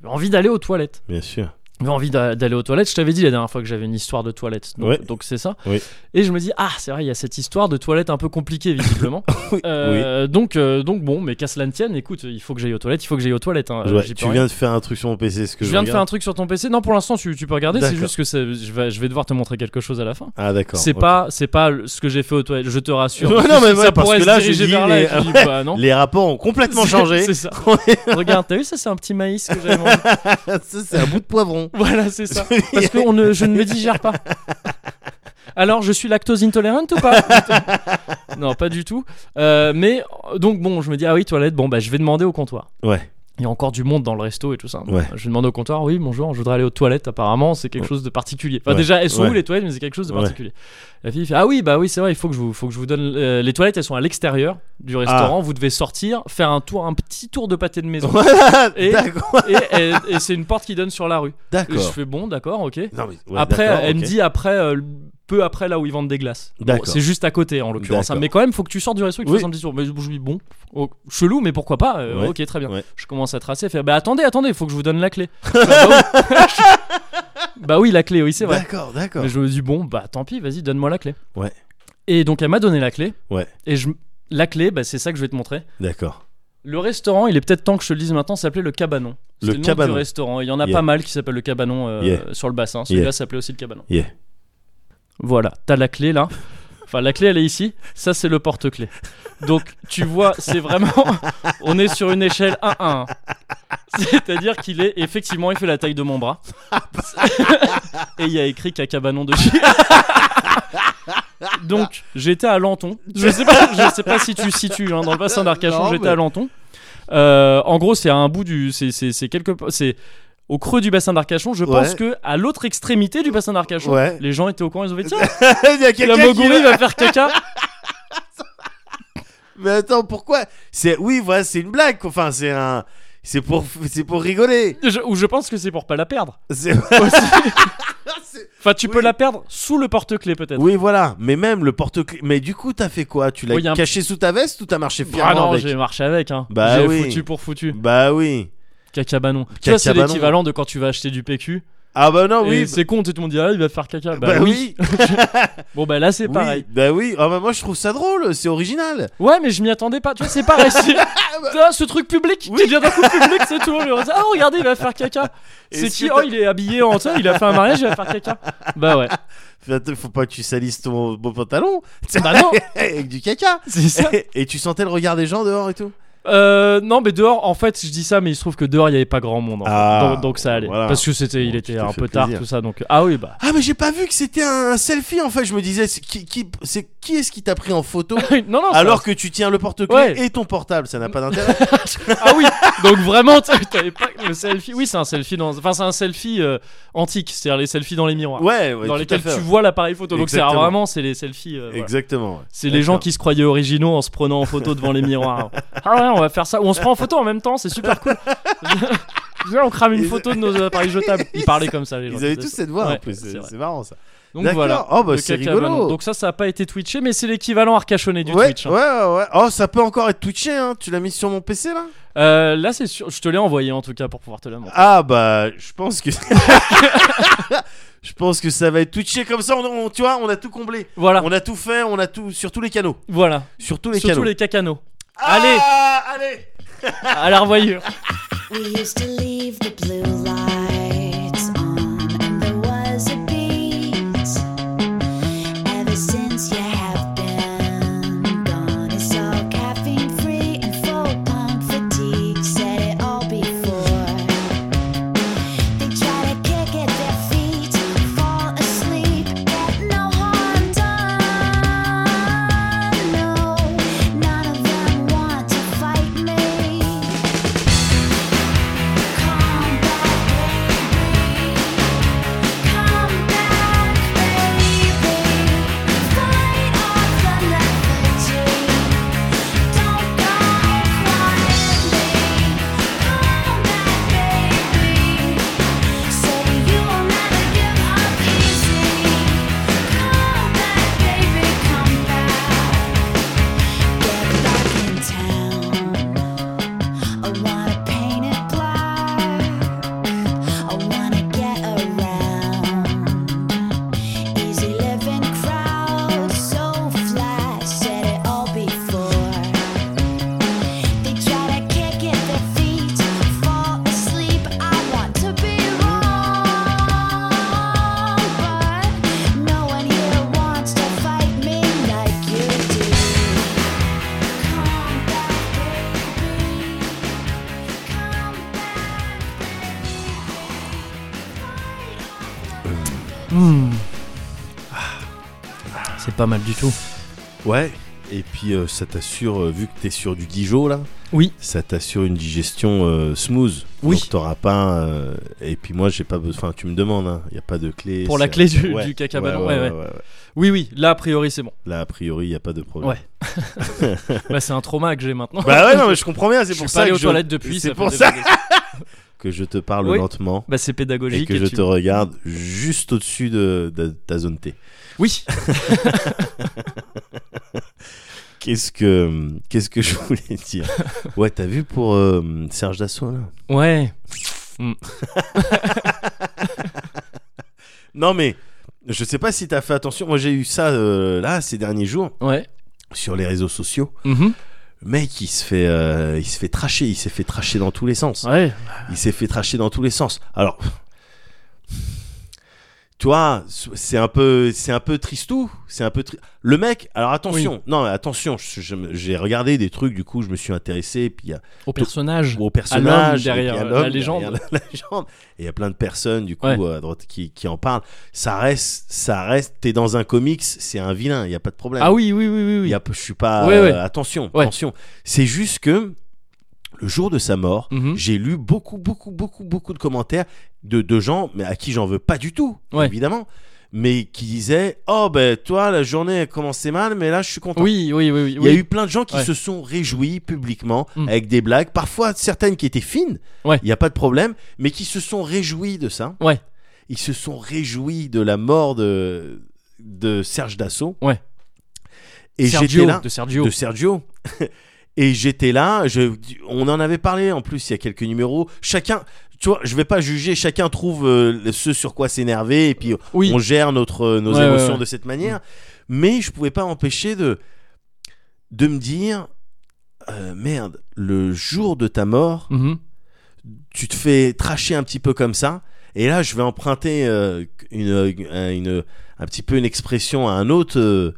S1: j'ai envie d'aller aux toilettes.
S2: Bien sûr.
S1: J'ai envie d'a- d'aller aux toilettes. Je t'avais dit la dernière fois que j'avais une histoire de toilette. Donc,
S2: Ouais.
S1: donc c'est ça.
S2: Oui.
S1: Et je me dis, ah, c'est vrai, il y a cette histoire de toilette un peu compliquée, visiblement.
S2: (laughs) Oui.
S1: Euh, donc, euh, donc, bon, mais qu'à cela ne tienne, écoute, il faut que j'aille aux toilettes, il faut que j'aille aux toilettes. hein.
S2: Ouais,
S1: J'y peux
S2: tu
S1: rien.
S2: viens de faire un truc sur mon PC, ce que
S1: Je
S2: je,
S1: viens de faire un
S2: regarde.
S1: truc sur ton PC. Non, pour l'instant, tu, tu peux regarder. C'est
S2: D'accord.
S1: juste que c'est- je vais, je vais devoir te montrer quelque chose à la fin.
S2: Ah d'accord.
S1: C'est
S2: ok.
S1: pas, c'est pas le- ce que j'ai fait aux toilettes. Je te rassure.
S2: (laughs) Ouais,
S1: Parce
S2: non,
S1: que
S2: mais
S1: ça
S2: ouais, parce
S1: pourrait
S2: que
S1: se
S2: là, j'ai
S1: diriger
S2: dit
S1: vers là.
S2: les-
S1: et tu dis,
S2: ouais.
S1: bah, non.
S2: (laughs) (laughs) Les rapports ont
S1: (laughs)
S2: complètement
S1: C'est-
S2: changé.
S1: C'est
S2: (laughs)
S1: ça. Regarde, t'as vu ça, c'est un petit maïs que j'avais mangé.
S2: Ça, c'est un bout de poivron.
S1: Voilà, c'est ça. Parce que on ne, je ne me digère pas. Alors, je suis lactose intolérante ou pas Non, pas du tout. Euh, mais euh, donc, bon, je me dis, ah oui, toilette, bon, bah, je vais demander au comptoir.
S2: Ouais.
S1: Il y a encore du monde dans le resto et tout ça.
S2: Ouais.
S1: Je demande au comptoir, oui, bonjour, je voudrais aller aux toilettes, apparemment, c'est quelque chose de particulier. Enfin,
S2: Ouais.
S1: déjà, elles sont où
S2: Ouais.
S1: les toilettes, mais c'est quelque chose de
S2: Ouais.
S1: particulier. La fille fait, ah oui, bah oui, c'est vrai, il faut que je vous, faut que je vous donne. euh, les toilettes, elles sont à l'extérieur du
S2: Ah.
S1: restaurant, vous devez sortir, faire un tour, un petit tour de pâté de
S2: (laughs)
S1: maison.
S2: Voilà.
S1: (laughs) Et-
S2: D'accord.
S1: et et- et c'est une porte qui donne sur la rue. Et je
S2: D'accord.
S1: fais bon, d'accord, ok.
S2: Non, mais- ouais,
S1: après,
S2: d'accord,
S1: elle
S2: ok.
S1: me dit après, euh, peu après là où ils vendent des glaces. Bon,
S2: D'accord.
S1: c'est juste à côté en l'occurrence. hein.
S2: D'accord.
S1: Mais quand même, faut que tu sortes du resto et que tu
S2: Oui.
S1: fasses un petit tour. Mais je me dis bon, oh, chelou, mais pourquoi pas euh,
S2: Ouais.
S1: Ok, très bien.
S2: Ouais.
S1: Je commence à tracer. Elle Fait, bah attendez, attendez, faut que je vous donne la clé. (laughs) bah, bah oui. (laughs) Bah oui, la clé, oui, c'est vrai.
S2: D'accord, d'accord.
S1: Mais je me dis bon, bah tant pis, vas-y, donne-moi la clé.
S2: Ouais.
S1: Et donc elle m'a donné la clé.
S2: Ouais.
S1: Et je, la clé, bah, c'est ça que je vais te montrer.
S2: D'accord.
S1: Le restaurant, il est peut-être temps que je te le dise maintenant, s'appelait le Cabanon.
S2: Le
S1: C'était nom
S2: Cabanon.
S1: du restaurant. Il y en a
S2: Yeah.
S1: pas mal qui s'appellent le Cabanon euh,
S2: Yeah.
S1: sur le bassin. Celui-là
S2: Yeah.
S1: s'appelait aussi le Cabanon.
S2: Yeah.
S1: Voilà, t'as la clé là. Enfin, la clé, elle est ici. Ça, c'est le porte-clé. Donc, tu vois, c'est vraiment. (laughs) On est sur une échelle 1-1. C'est-à-dire qu'il est effectivement, il fait la taille de mon bras. (laughs) Et il y a écrit qu'à Cabanon dessus. (laughs) Donc, j'étais à Lenton. Je sais pas, je sais pas si tu situes hein, dans le bassin d'Arcachon.
S2: Non,
S1: J'étais
S2: mais-
S1: à Lenton. Euh, en gros, c'est à un bout du, c'est c'est c'est quelque, part- c'est au creux du bassin d'Arcachon. Je pense
S2: Ouais.
S1: que à l'autre extrémité du bassin d'Arcachon,
S2: (laughs) Ouais.
S1: les gens étaient au courant. Ils ont fait tiens,
S2: Il y a
S1: la
S2: quelqu'un qui...
S1: Moguri va faire caca. (laughs)
S2: Mais attends, pourquoi C'est oui, voilà, c'est une blague. Enfin, c'est un, c'est pour, c'est pour rigoler.
S1: Je- ou je pense que c'est pour pas la perdre.
S2: C'est-
S1: Enfin, tu peux
S2: Oui.
S1: la perdre sous le porte-clés peut-être.
S2: oui, voilà. Mais même le porte-clés. Mais du coup, t'as fait quoi Tu l'as
S1: Oui, y a un-
S2: caché sous ta veste ou t'as marché
S1: Ah
S2: fièrement
S1: non,
S2: avec
S1: j'ai marché avec. Hein.
S2: Bah
S1: j'ai
S2: oui.
S1: foutu pour foutu.
S2: Bah oui.
S1: Caca banon. Tu vois, c'est
S2: Cacabanon.
S1: l'équivalent de quand tu vas acheter du PQ.
S2: Ah bah non,
S1: et
S2: oui.
S1: c'est con, tout le monde dit ah il va faire caca. Bah, oui. Bon bah là (laughs) c'est
S2: Oui,
S1: pareil.
S2: Bah oui. Ah bah moi, je trouve ça drôle. C'est original.
S1: Ouais, mais je m'y attendais pas. Tu vois, c'est
S2: (laughs)
S1: pareil. C'est-
S2: Ah, bah.
S1: Tu vois, ce truc public qui vient d'un coup public, c'est tout. le monde dit, Ah, regardez, il va faire caca.
S2: Et
S1: C'est
S2: si
S1: qui
S2: t'as-
S1: Oh, il est habillé en ça, il a fait un mariage, il va faire caca. Bah
S2: (laughs)
S1: ouais.
S2: Fais attention, Faut pas que tu salisses ton beau pantalon
S1: Bah non,
S2: (laughs) avec du caca.
S1: c'est ça.
S2: (laughs) Et tu sentais le regard des gens dehors et tout.
S1: Euh, non, mais dehors, en fait, je dis ça, mais il se trouve que dehors, il n'y avait pas grand monde. en fait.
S2: Ah,
S1: donc, donc ça allait.
S2: voilà.
S1: Parce que c'était, il
S2: Bon,
S1: était
S2: tu t'es
S1: un
S2: fait
S1: peu tard,
S2: plaisir.
S1: tout ça. Donc, ah oui, bah. (laughs)
S2: Ah mais j'ai pas vu que c'était un, un selfie en fait. Je me disais c'est qui, qui c'est qui est-ce qui t'a pris en photo
S1: non, non, ça-
S2: alors que tu tiens le porte-clés
S1: Ouais.
S2: et ton portable, ça n'a pas
S1: (laughs)
S2: d'intérêt.
S1: Ah
S2: (laughs)
S1: oui, donc vraiment, t'avais t'avais pas le selfie. Oui, c'est un selfie dans. Enfin, c'est un selfie euh, antique, c'est-à-dire les selfies dans les miroirs.
S2: ouais, ouais,
S1: dans
S2: tout
S1: lesquels
S2: à fait.
S1: tu vois l'appareil photo. Donc, c'est
S2: Exactement.
S1: vraiment, c'est les selfies. euh, voilà.
S2: Exactement. ouais.
S1: C'est les gens qui se croyaient originaux en se prenant en photo devant les miroirs. (laughs) Ah ouais, on va faire ça. Ou on se prend en photo en même temps, c'est super
S2: (laughs)
S1: cool. Viens, on crame une
S2: Ils-
S1: photo de nos appareils jetables. Ils parlaient comme ça, les gens.
S2: (laughs) Ils avaient
S1: faisaient
S2: tous
S1: ça.
S2: cette voix en
S1: Ouais,
S2: plus,
S1: c'est
S2: c'est
S1: vrai.
S2: c'est marrant ça.
S1: Donc
S2: D'accord.
S1: voilà.
S2: Oh bah
S1: le
S2: c'est
S1: caca
S2: rigolo.
S1: banon. Donc ça, ça n'a pas été twitché, mais c'est l'équivalent arcachonné du
S2: ouais,
S1: Twitch. hein.
S2: ouais, ouais, ouais. Oh, ça peut encore être twitché, hein. Tu l'as mis sur mon PC là
S1: Euh, là, c'est sûr. Je te l'ai envoyé en tout cas pour pouvoir te la montrer.
S2: Ah bah, je pense que. (laughs) Je pense que ça va être twitché comme ça. On, on- tu vois, on a tout comblé.
S1: Voilà,
S2: On a tout fait, on a tout sur tous les canaux,
S1: voilà.
S2: sur tous les
S1: Surtout
S2: canaux.
S1: les cacanos.
S2: Ah, allez.
S1: À la revoyure.
S6: We used to leave the blue lights on, and there was a beat.
S1: Hmm. C'est pas mal du tout.
S2: Ouais. Et puis euh, ça t'assure, euh, vu que t'es sur du Dijon là,
S1: Oui.
S2: ça t'assure une digestion euh, smooth.
S1: Oui.
S2: Donc t'auras pas. euh, et puis moi j'ai pas besoin. Enfin tu me demandes, il n'y a pas de clé.
S1: Pour la
S2: c'est-
S1: clé du-
S2: Ouais,
S1: du caca
S2: ouais,
S1: ballon,
S2: ouais,
S1: ouais,
S2: ouais, ouais.
S1: Oui, oui, là, a priori, c'est bon.
S2: Là a priori il n'y a pas de problème.
S1: Ouais. Bah, c'est un trauma que j'ai maintenant.
S2: (laughs) Bah ouais non mais je comprends bien,
S1: je
S2: c'est
S1: suis pas
S2: pour ça
S1: allé
S2: que
S1: aux
S2: je-
S1: toilettes depuis.
S2: C'est
S1: ça
S2: pour
S1: fait
S2: ça
S1: des-
S2: que je te parle
S1: Oui.
S2: lentement.
S1: Bah, c'est pédagogique.
S2: Et que je
S1: tu-
S2: te regarde juste au-dessus de, de ta zone T.
S1: Oui.
S2: Qu'est-ce que qu'est-ce que (laughs) je voulais
S1: (laughs)
S2: dire Ouais, t'as vu pour euh, Serge Dassault là
S1: Ouais.
S2: Non mais je sais pas si t'as fait attention. Moi j'ai eu ça euh, là ces derniers jours
S1: Ouais.
S2: sur les réseaux sociaux.
S1: Mhm.
S2: Le mec, il se fait euh, il se fait tracher, il s'est fait tracher dans tous les sens.
S1: Ouais.
S2: Il s'est fait tracher dans tous les sens. Alors toi, c'est un peu c'est un peu tristou, c'est un peu tri- le mec. Alors attention, non mais attention, je- je- j'ai regardé des trucs du coup, je me suis intéressé puis il y a
S1: Au personnage.
S2: au personnage,
S1: l'homme
S2: et puis
S1: derrière
S2: à
S1: la
S2: l'homme,
S1: légende.
S2: derrière la (laughs) légende. Et il y a plein de personnes du coup
S1: Ouais.
S2: euh, à droite qui, qui en parlent. Ça reste, ça reste. T'es dans un comics, c'est un vilain, il y a pas de problème.
S1: Ah oui, oui, oui, oui. oui.
S2: Y a- je suis pas.
S1: Ouais,
S2: euh,
S1: ouais.
S2: Attention,
S1: Ouais.
S2: attention. C'est juste que le jour de sa mort,
S1: Mhm.
S2: j'ai lu beaucoup, beaucoup, beaucoup, beaucoup de commentaires de, de gens, mais à qui j'en veux pas du tout,
S1: Ouais.
S2: évidemment, mais qui disaient, oh ben toi la journée a commencé mal, mais là je suis content.
S1: Oui, oui, oui, oui.
S2: Il y a eu plein de gens qui
S1: Ouais.
S2: se sont réjouis publiquement
S1: Mm.
S2: avec des blagues, parfois certaines qui étaient fines, il
S1: Ouais.
S2: n'y a pas de problème, mais qui se sont réjouis de ça.
S1: Ouais.
S2: Ils se sont réjouis de la mort de, de Serge Dassault.
S1: Ouais.
S2: Et
S1: Sergio,
S2: j'étais là,
S1: de Sergio.
S2: de Sergio. (laughs) Et j'étais là, je, on en avait parlé en plus, il y a quelques numéros. Chacun, tu vois, je vais pas juger, chacun trouve euh, ce sur quoi s'énerver et puis
S1: Oui.
S2: on gère notre, euh, nos
S1: Ouais,
S2: émotions
S1: ouais, ouais.
S2: de cette manière. Mais je pouvais pas empêcher de, de me dire euh, merde, le jour de ta mort,
S1: Mhm.
S2: tu te fais tracher un petit peu comme ça. Et là, je vais emprunter euh, une, un- une- un petit peu une expression à un autre. euh,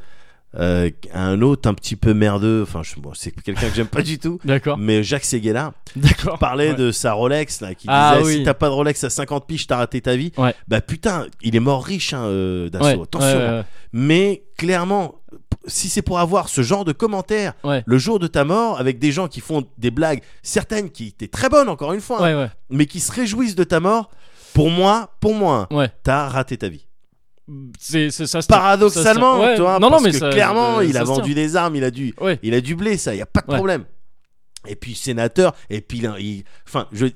S2: euh, à un autre un petit peu merdeux, enfin je- bon, c'est quelqu'un que j'aime pas du tout,
S1: D'accord.
S2: mais Jacques Séguéla
S1: D'accord.
S2: parlait
S1: Ouais.
S2: de sa Rolex là, qui
S1: Ah
S2: disait
S1: oui.
S2: si t'as pas de Rolex à 50 piges t'as raté ta vie
S1: Ouais.
S2: bah putain il est mort riche hein, euh, Dassault
S1: Ouais,
S2: attention
S1: ouais, ouais,
S2: mais clairement p- si c'est pour avoir ce genre de commentaires
S1: Ouais.
S2: le jour de ta mort avec des gens qui font des blagues certaines qui étaient très bonnes encore une fois hein,
S1: ouais, ouais.
S2: mais qui se réjouissent de ta mort pour moi pour moi
S1: ouais.
S2: t'as raté ta vie
S1: C'est, c'est- ça, se tient.
S2: paradoxalement
S1: ça, ça- ouais.
S2: tu vois,
S1: Non, non,
S2: parce
S1: mais
S2: que
S1: ça-
S2: clairement
S1: euh,
S2: il
S1: ça
S2: a
S1: se tient.
S2: vendu des armes il a du
S1: Ouais.
S2: il a du blé ça il y a pas de
S1: Ouais.
S2: problème et puis sénateur et puis il, il- enfin je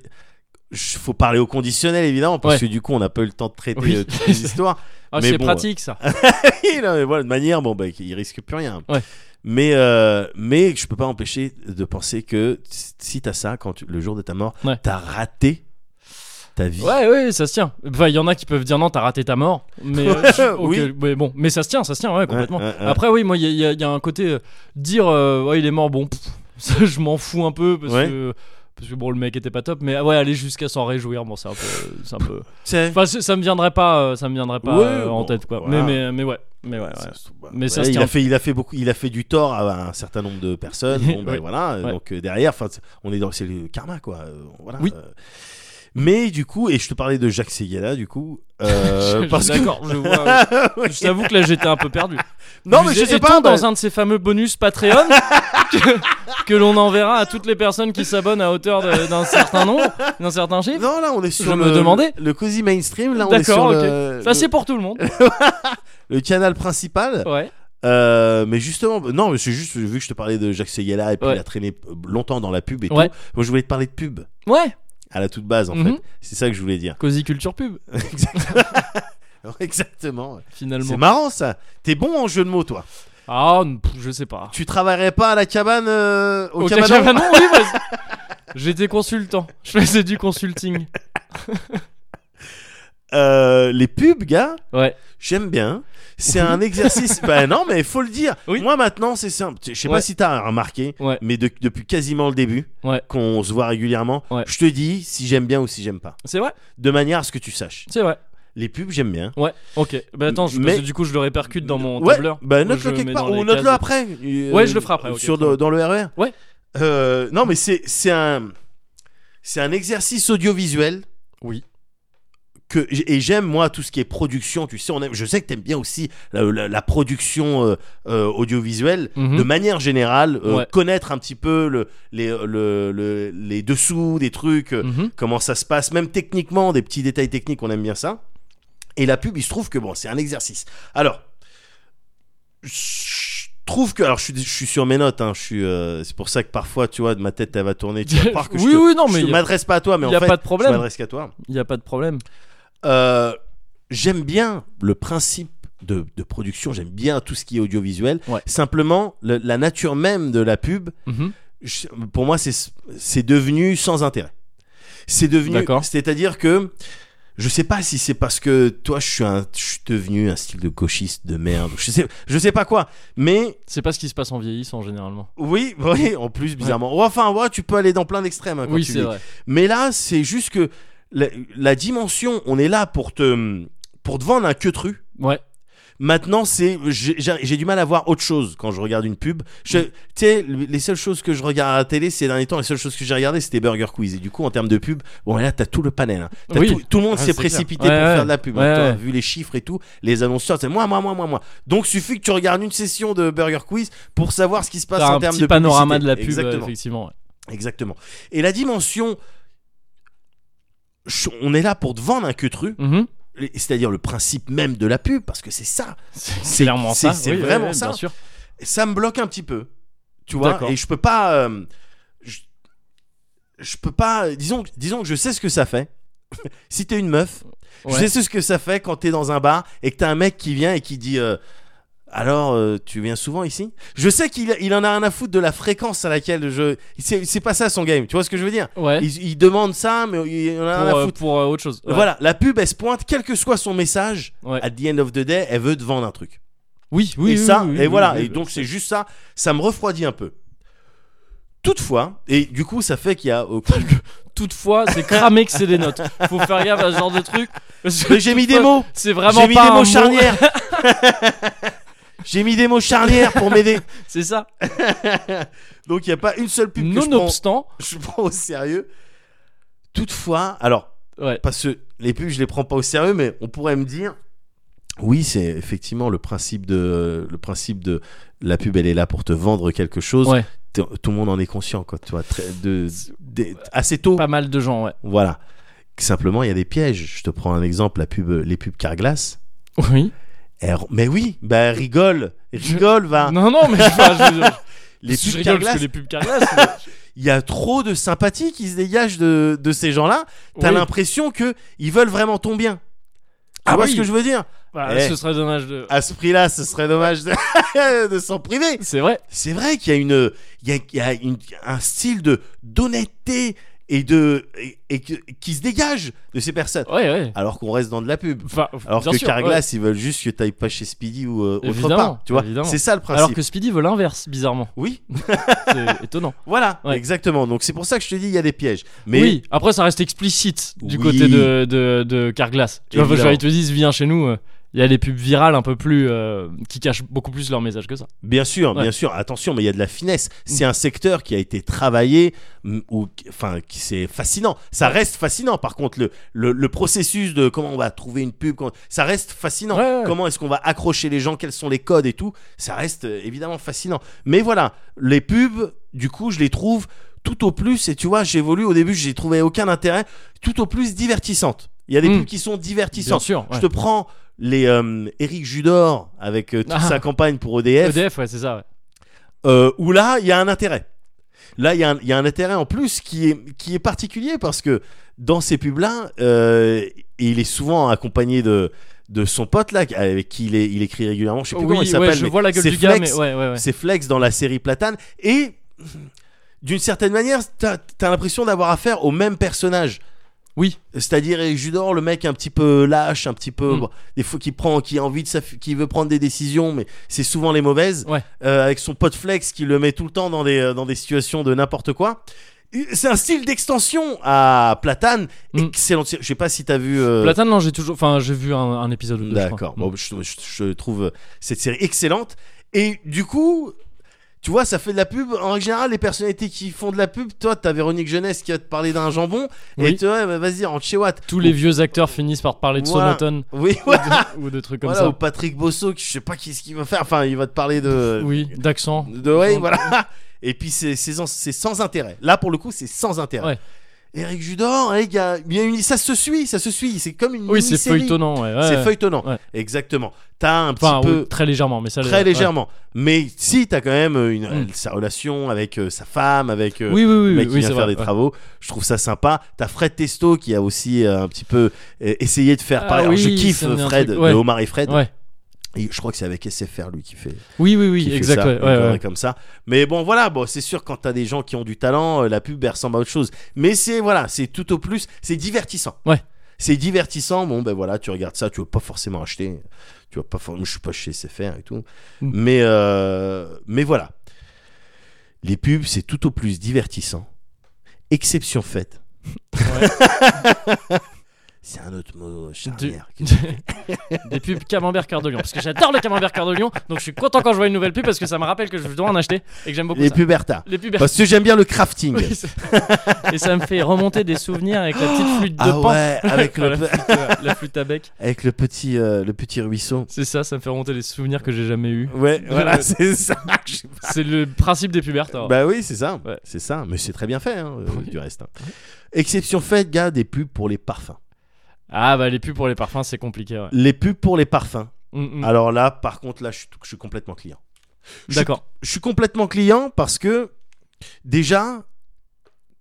S2: je- faut parler au conditionnel évidemment parce
S1: Ouais.
S2: que du coup on n'a pas eu le temps de traiter
S1: Oui.
S2: euh,
S1: (laughs)
S2: toutes les histoires
S1: Ah,
S2: Mais
S1: c'est
S2: bon,
S1: pratique ça.
S2: Oui, non, mais voilà, de manière bon bah il risque plus rien
S1: Ouais.
S2: mais euh, mais je peux pas empêcher de penser que si t'as ça quand tu- le jour de ta mort
S1: Ouais.
S2: t'as raté ta vie
S1: Ouais, ouais, ça se tient. Enfin, il y en a qui peuvent dire non, t'as raté ta mort.
S2: (laughs)
S1: Mais, euh, je- ok,
S2: Oui.
S1: mais bon, mais ça se tient, ça se tient, ouais, complètement.
S2: ouais, ouais.
S1: Après, oui, moi, il y, a- il y a- il y a un côté euh, dire euh, ouais, il est mort, bon, pff, (laughs) ça, je m'en fous un peu parce
S2: Ouais.
S1: que. Parce que bon, le mec était pas top, mais ouais, aller jusqu'à s'en réjouir, bon, c'est un peu. C'est un peu...
S2: C'est-
S1: Enfin, c'est- ça me viendrait pas, euh, ça me viendrait pas
S2: Ouais,
S1: euh, en
S2: bon,
S1: tête, quoi. Mais,
S2: voilà.
S1: mais, mais ouais, mais ouais, ouais. Mais
S2: bah. Ouais,
S1: ça se
S2: il
S1: tient.
S2: a fait, il a fait beaucoup, il a fait du tort à un certain nombre de
S1: (laughs)
S2: personnes. Bon, ben,
S1: Ouais.
S2: voilà.
S1: Ouais.
S2: Donc euh, derrière, enfin, c'est- on est dans c'est le karma, quoi. Euh, voilà.
S1: Oui.
S2: Euh, Mais du coup, et je te parlais de Jacques Seguela, du coup, euh,
S1: (laughs) Je- je-
S2: parce que
S1: D'accord, je vois.
S2: (laughs)
S1: Je t'avoue que là, j'étais un peu perdu.
S2: non,
S1: Vous
S2: mais je
S1: êtes-
S2: sais pas.
S1: étant
S2: mais-
S1: dans un de ces fameux bonus Patreon (laughs) que, que l'on enverra à toutes les personnes qui s'abonnent à hauteur de- d'un certain nombre, d'un certain chiffre.
S2: Non, là, on est sur
S1: Je
S2: le,
S1: me demandais.
S2: le cosy mainstream. Là, on est sur
S1: D'accord, ok.
S2: le,
S1: Ça c'est pour tout le
S2: (laughs)
S1: monde.
S2: le, le canal principal.
S1: Ouais.
S2: Euh, mais justement, non, mais c'est juste vu que je te parlais de Jacques Seguela et puis
S1: Ouais.
S2: il a traîné longtemps dans la pub et
S1: Ouais.
S2: tout. Moi, je voulais te parler de pub
S1: Ouais.
S2: à la toute base, en
S1: Mhm.
S2: fait. C'est ça que je voulais dire. (laughs)
S1: Cozy culture pub
S2: Exactement. C'est
S1: finalement.
S2: marrant ça. T'es bon en jeu de mots, toi.
S1: Ah, n- pff, je sais pas.
S2: Tu travaillerais pas à la cabane euh, au,
S1: Au
S2: cabanon
S1: cabanon, oui, vas-y. J'étais consultant. Je faisais du consulting.
S2: (laughs) Euh, Les pubs, gars,
S1: Ouais.
S2: j'aime bien. C'est
S1: (laughs)
S2: un exercice. bah non, mais faut le dire.
S1: Oui.
S2: Moi maintenant, c'est simple. Je sais
S1: Ouais.
S2: pas si t'as remarqué,
S1: Ouais.
S2: mais de- depuis quasiment le début,
S1: Ouais.
S2: qu'on se voit régulièrement,
S1: Ouais.
S2: je te dis si j'aime bien ou si j'aime pas.
S1: C'est vrai.
S2: De manière à ce que tu saches.
S1: C'est vrai.
S2: Les pubs, j'aime bien.
S1: Ouais. Ok. Bah attends, je,
S2: Mais-
S1: parce que du coup, je le répercute dans mon
S2: ouais,
S1: tableur.
S2: bah
S1: Où je
S2: note-le
S1: mets
S2: quelque part
S1: dans les
S2: ou note-le
S1: cases.
S2: après. euh,
S1: Ouais, je le ferai après, ok,
S2: sur
S1: très
S2: le-
S1: bien.
S2: dans le RER.
S1: Ouais.
S2: Euh, non, mais c'est c'est un c'est un exercice audiovisuel.
S1: Oui.
S2: que et j'aime moi tout ce qui est production. Tu sais, on aime. Je sais que t'aimes bien aussi la, la- la production euh, euh, audiovisuelle
S1: Mhm.
S2: de manière générale. euh,
S1: Ouais.
S2: Connaître un petit peu le, les le- le- les dessous des trucs. euh,
S1: Mhm.
S2: comment ça se passe, même techniquement, des petits détails techniques, on aime bien ça. Et la pub, il se trouve que bon, c'est un exercice. Alors, je trouve que. Alors, je suis, je suis sur mes notes, hein, je suis, euh, c'est pour ça que parfois, tu vois, de ma tête, elle va tourner. Tu vas
S1: (laughs)
S2: croire que je
S1: Oui,
S2: te-
S1: oui, non, mais
S2: je
S1: y
S2: ne
S1: a-
S2: m'adresse pas à toi, mais
S1: y
S2: en
S1: a
S2: fait,
S1: pas de problème.
S2: je m'adresse qu'à toi.
S1: Il n'y a pas de problème.
S2: Euh, j'aime bien le principe de, de production, j'aime bien tout ce qui est audiovisuel.
S1: Ouais.
S2: Simplement, le- la nature même de la pub,
S1: Mhm.
S2: je- pour moi, c'est c'est devenu sans intérêt. C'est devenu,
S1: D'accord.
S2: c'est-à-dire que je sais pas si c'est parce que toi, je suis, un, je suis devenu un style de gauchiste de merde. Je sais, je sais pas quoi. Mais
S1: C'est pas ce qui se passe en vieillissant généralement.
S2: oui, (laughs) oui, en plus bizarrement. Ouais, Enfin, ouais, tu peux aller dans plein d'extrêmes. hein, quand
S1: Oui,
S2: tu
S1: c'est
S2: vis.
S1: vrai.
S2: Mais là, c'est juste que la, la dimension, on est là pour te, pour te vendre un queutru.
S1: Ouais.
S2: Maintenant, c'est j'ai j'ai- j'ai du mal à voir autre chose quand je regarde une pub.
S1: Mm.
S2: Je- Tu sais, le- les seules choses que je regarde à la télé ces derniers temps, les seules choses que j'ai regardées, c'était Burger Quiz. Et du coup, en termes de pub, bon, là, t'as tout le panel. hein. T'as
S1: Oui.
S2: Tout, tout le monde
S1: Ah,
S2: s'est
S1: c'est clair.
S2: précipité
S1: Ouais,
S2: pour
S1: ouais.
S2: faire de la pub. hein.
S1: Ouais,
S2: Toi,
S1: ouais.
S2: Vu les chiffres et tout, les annonceurs, c'est moi, moi, moi, moi, moi. Donc, suffit que tu regardes une session de Burger Quiz pour savoir ce qui se passe
S1: T'as
S2: en
S1: un
S2: termes
S1: petit
S2: de
S1: panorama de
S2: publicité.
S1: la pub, euh,
S2: Exactement.
S1: effectivement. ouais.
S2: Exactement. Et la dimension. ch- On est là pour te vendre un queutru,
S1: Mhm.
S2: c'est-à-dire le principe même de la pub, parce que c'est ça.
S1: C'est clairement
S2: c'est-
S1: ça.
S2: c'est
S1: oui, oui,
S2: vraiment
S1: oui,
S2: ça.
S1: Bien sûr.
S2: ça me bloque un petit peu. Tu vois,
S1: D'accord.
S2: et je peux pas. euh, je, je peux pas. Disons, que- disons que je sais ce que ça fait. (laughs) si t'es une meuf, je
S1: Ouais.
S2: sais ce que ça fait quand t'es dans un bar et que t'as un mec qui vient et qui dit. euh, alors, euh, tu viens souvent ici Je sais qu'il il en a rien à foutre de la fréquence à laquelle je. C'est c'est pas ça son game, tu vois ce que je veux dire
S1: Ouais.
S2: il, il demande ça, mais il en a
S1: Pour,
S2: rien à
S1: euh,
S2: foutre.
S1: pour, euh, autre chose. Ouais.
S2: Voilà, la pub, elle se pointe, quel que soit son message,
S1: Ouais.
S2: at the end of the day, elle veut te vendre un truc.
S1: Oui, oui.
S2: et
S1: oui,
S2: ça,
S1: oui, oui,
S2: et
S1: oui,
S2: voilà,
S1: oui,
S2: et donc c'est juste ça, ça me refroidit un peu. Toutefois, et du coup, ça fait qu'il y a. oh, au-
S1: (laughs) (laughs) Toutefois, c'est cramé que c'est des notes. Faut faire gaffe à ce genre de truc. parce que
S2: Mais J'ai mis des
S1: toutefois,
S2: mots
S1: C'est vraiment
S2: J'ai mis
S1: pas
S2: des
S1: un
S2: mots
S1: mot.
S2: charnières J'ai mis des mots charnières pour m'aider.
S1: (laughs) C'est ça.
S2: Donc il n'y a pas une seule pub que je prends,
S1: Nonobstant.
S2: je prends au sérieux. Toutefois, alors,
S1: Ouais.
S2: parce que les pubs je les prends pas au sérieux mais on pourrait me dire oui c'est effectivement le principe de le principe de la pub elle est là pour te vendre quelque chose
S1: Ouais.
S2: T- tout le monde en est conscient quoi tu vois très- de, des- assez tôt
S1: Pas mal de gens, ouais.
S2: voilà simplement il y a des pièges je te prends un exemple la pub les pubs Carglass
S1: Oui.
S2: Elles- mais oui bah rigole rigole va
S1: Ah. Non, non, mais enfin, je,
S2: Ah. les
S1: je
S2: pubs
S1: rigole parce
S2: Carglass
S1: que les pubs Carglass.
S2: il y a trop de sympathie qui se dégage de, de ces gens là t'as
S1: oui.
S2: l'impression que ils veulent vraiment ton bien tu
S1: Ah
S2: vois
S1: oui.
S2: ce que je veux dire
S1: Bah,
S2: Eh.
S1: Ce serait dommage de.
S2: à ce prix-là, ce serait dommage de, (laughs) de s'en priver.
S1: C'est vrai.
S2: C'est vrai qu'il y a une, il y a, il y a une- un style de d'honnêteté et de et, et que- qui se dégage de ces personnes.
S1: Ouais, ouais.
S2: Alors qu'on reste dans de la pub.
S1: Enfin,
S2: Alors
S1: bien
S2: que
S1: sûr, ouais.
S2: Carglass, ils veulent juste que t'ailles pas chez Speedy ou euh, autre
S1: Évidemment,
S2: part. Tu vois,
S1: évidemment.
S2: c'est ça le principe.
S1: Alors que Speedy veut l'inverse, bizarrement.
S2: Oui, (laughs)
S1: C'est étonnant.
S2: voilà,
S1: Ouais.
S2: exactement. Donc c'est pour ça que je te dis, il y a des pièges. Mais
S1: Oui, après ça reste explicite du
S2: Oui.
S1: côté de, de, de Carglass. Tu vois,
S2: Évidemment.
S1: genre, ils te disent, viens chez nous. euh, Il y a les pubs virales un peu plus. euh, qui cachent beaucoup plus leur message que ça.
S2: Bien sûr,
S1: Ouais. Mm.
S2: bien sûr. Attention, mais il y a de la finesse. C'est un secteur qui a été travaillé, mm, ou enfin, qui c'est fascinant. Ça reste fascinant. Par contre, le, le, le processus de comment on va trouver une pub, comment- ça reste fascinant.
S1: Ouais, ouais.
S2: Comment est-ce qu'on va accrocher les gens Quels sont les codes et tout Ça reste euh, évidemment fascinant. Mais voilà, les pubs, du coup, je les trouve tout au plus. Et tu vois, j'évolue. Au début, j'ai trouvé aucun intérêt. Tout au plus divertissantes. Il y a des
S1: Mm.
S2: pubs qui sont
S1: Bien
S2: divertissantes.
S1: sûr.
S2: Je
S1: ouais.
S2: te prends les euh, Eric Judor avec euh, toute
S1: Ah.
S2: sa campagne pour EDF
S1: EDF, ouais, c'est ça. ouais.
S2: euh, où là, il y a un intérêt. Là, il y, a un- il y a un intérêt en plus qui est, qui est particulier parce que dans ces pubs-là, euh, il est souvent accompagné de, de son pote là, avec qui il, est- il écrit régulièrement. Je sais plus
S1: oui,
S2: comment il
S1: ouais,
S2: s'appelle.
S1: je
S2: mais
S1: vois la gueule
S2: c'est
S1: du gars,
S2: Flex,
S1: mais ouais, ouais, ouais.
S2: C'est Flex dans la série Platane. Et d'une certaine manière, t'as as, l'impression d'avoir affaire au même personnage.
S1: Oui.
S2: C'est-à-dire Eric Judor, le mec un petit peu lâche, un petit peu
S1: Mm.
S2: bon, des fois qui prend, qui a envie de, s'aff- qui veut prendre des décisions, mais c'est souvent les mauvaises.
S1: Ouais.
S2: Euh, avec son pote Flex qui le met tout le temps dans des dans des situations de n'importe quoi. Euh, C'est un style d'extension à Platane.
S1: Mm.
S2: Excellent. Je sais pas si t'as vu. euh,
S1: Platane, non, j'ai toujours. Enfin, j'ai vu un, un épisode ou deux. je crois.
S2: euh, D'accord. Bon, je, je- je trouve cette série excellente. Et du coup, Tu vois, ça fait de la pub. En règle générale, les personnalités qui font de la pub, toi, t'as Véronique Jeunesse qui va te parler d'un jambon. Et
S1: Oui.
S2: toi, bah, vas-y, rentre chez Watt. (laughs)
S1: Tous les vieux acteurs finissent par parler de
S2: Voilà.
S1: Sonotone
S2: Oui, voilà.
S1: ou de trucs comme
S2: Voilà, ou Patrick Bosso, qui, je sais pas qu'est-ce qu'il va faire. Enfin, il va te parler de.
S1: ça. Oui, d'accent.
S2: De, ouais, voilà. (laughs) Et puis, c'est c'est sans, c'est sans intérêt. Là, pour le coup, c'est sans intérêt.
S1: Ouais.
S2: Eric Judor, hein, il y a- il y a une- ça se suit, ça se suit. C'est comme une
S1: Oui, c'est
S2: mini-série.
S1: feuilletonnant. ouais, ouais.
S2: C'est feuilletonnant.
S1: Ouais.
S2: Exactement. T'as un petit
S1: Enfin,
S2: peu.
S1: oui, très légèrement, mais ça
S2: Très
S1: ouais.
S2: légèrement. Mais si, t'as quand même euh, une,
S1: Mm.
S2: sa relation avec euh, sa femme, avec euh,
S1: Oui, oui, oui,
S2: le
S1: oui,
S2: mec qui
S1: oui,
S2: vient
S1: c'est
S2: faire
S1: vrai.
S2: des travaux. Je trouve ça sympa. T'as Fred Testo qui a aussi euh, un petit peu euh, essayé de faire
S1: Ah
S2: pareil. Alors, je
S1: oui,
S2: kiffe
S1: ça me dit un
S2: Fred,
S1: truc, ouais.
S2: de Omar et Fred.
S1: Ouais. Ouais.
S2: Et je crois que c'est avec SFR lui qui fait,
S1: Oui, oui, oui,
S2: qui fait
S1: exact.
S2: ça,
S1: ouais,
S2: une
S1: ouais,
S2: connerie
S1: ouais. (laughs)
S2: comme ça. Mais bon, voilà, bon, c'est sûr quand t'as des gens qui ont du talent, euh, la pub elle ressemble à autre chose. Mais c'est voilà, c'est tout au plus, c'est divertissant.
S1: Ouais.
S2: C'est divertissant. Bon ben voilà, tu regardes ça, tu veux pas forcément acheter, tu vas pas forcément. Je suis pas chez SFR et tout.
S1: Mm.
S2: Mais euh, mais voilà, les pubs c'est tout au plus divertissant. Exception faite. (laughs) c'est un autre mot charnière.
S1: Des pubs camembert cœur de lion. Parce que j'adore le camembert cœur de lion. Donc je suis content quand je vois une nouvelle pub parce que ça me rappelle que je dois en acheter et que j'aime beaucoup
S2: Les
S1: ça.
S2: pubs Bertha.
S1: Les pubs.
S2: Parce que j'aime bien le crafting.
S1: Oui, c'est- et ça me fait remonter des souvenirs avec la petite flûte de
S2: Ah
S1: pan.
S2: ouais, avec le,
S1: Voilà, la, flûte, euh, la flûte à bec.
S2: avec le petit euh, le petit ruisseau.
S1: C'est ça, ça me fait remonter les souvenirs que j'ai jamais eu.
S2: (laughs) Ouais, voilà,
S1: Ouais.
S2: c'est ça. Je sais pas.
S1: C'est le principe des pubertes. alors.
S2: Bah oui, c'est ça.
S1: Ouais.
S2: C'est ça, mais c'est très bien fait hein, euh,
S1: Oui.
S2: du reste. hein. Exception faite, gars, des pubs pour les parfums.
S1: Ah bah les pubs pour les parfums, c'est compliqué. Ouais.
S2: Les pubs pour les parfums.
S1: Mm, mm.
S2: Alors là, par contre, là, je suis, je suis complètement client. Je-
S1: D'accord.
S2: Je suis complètement client parce que déjà,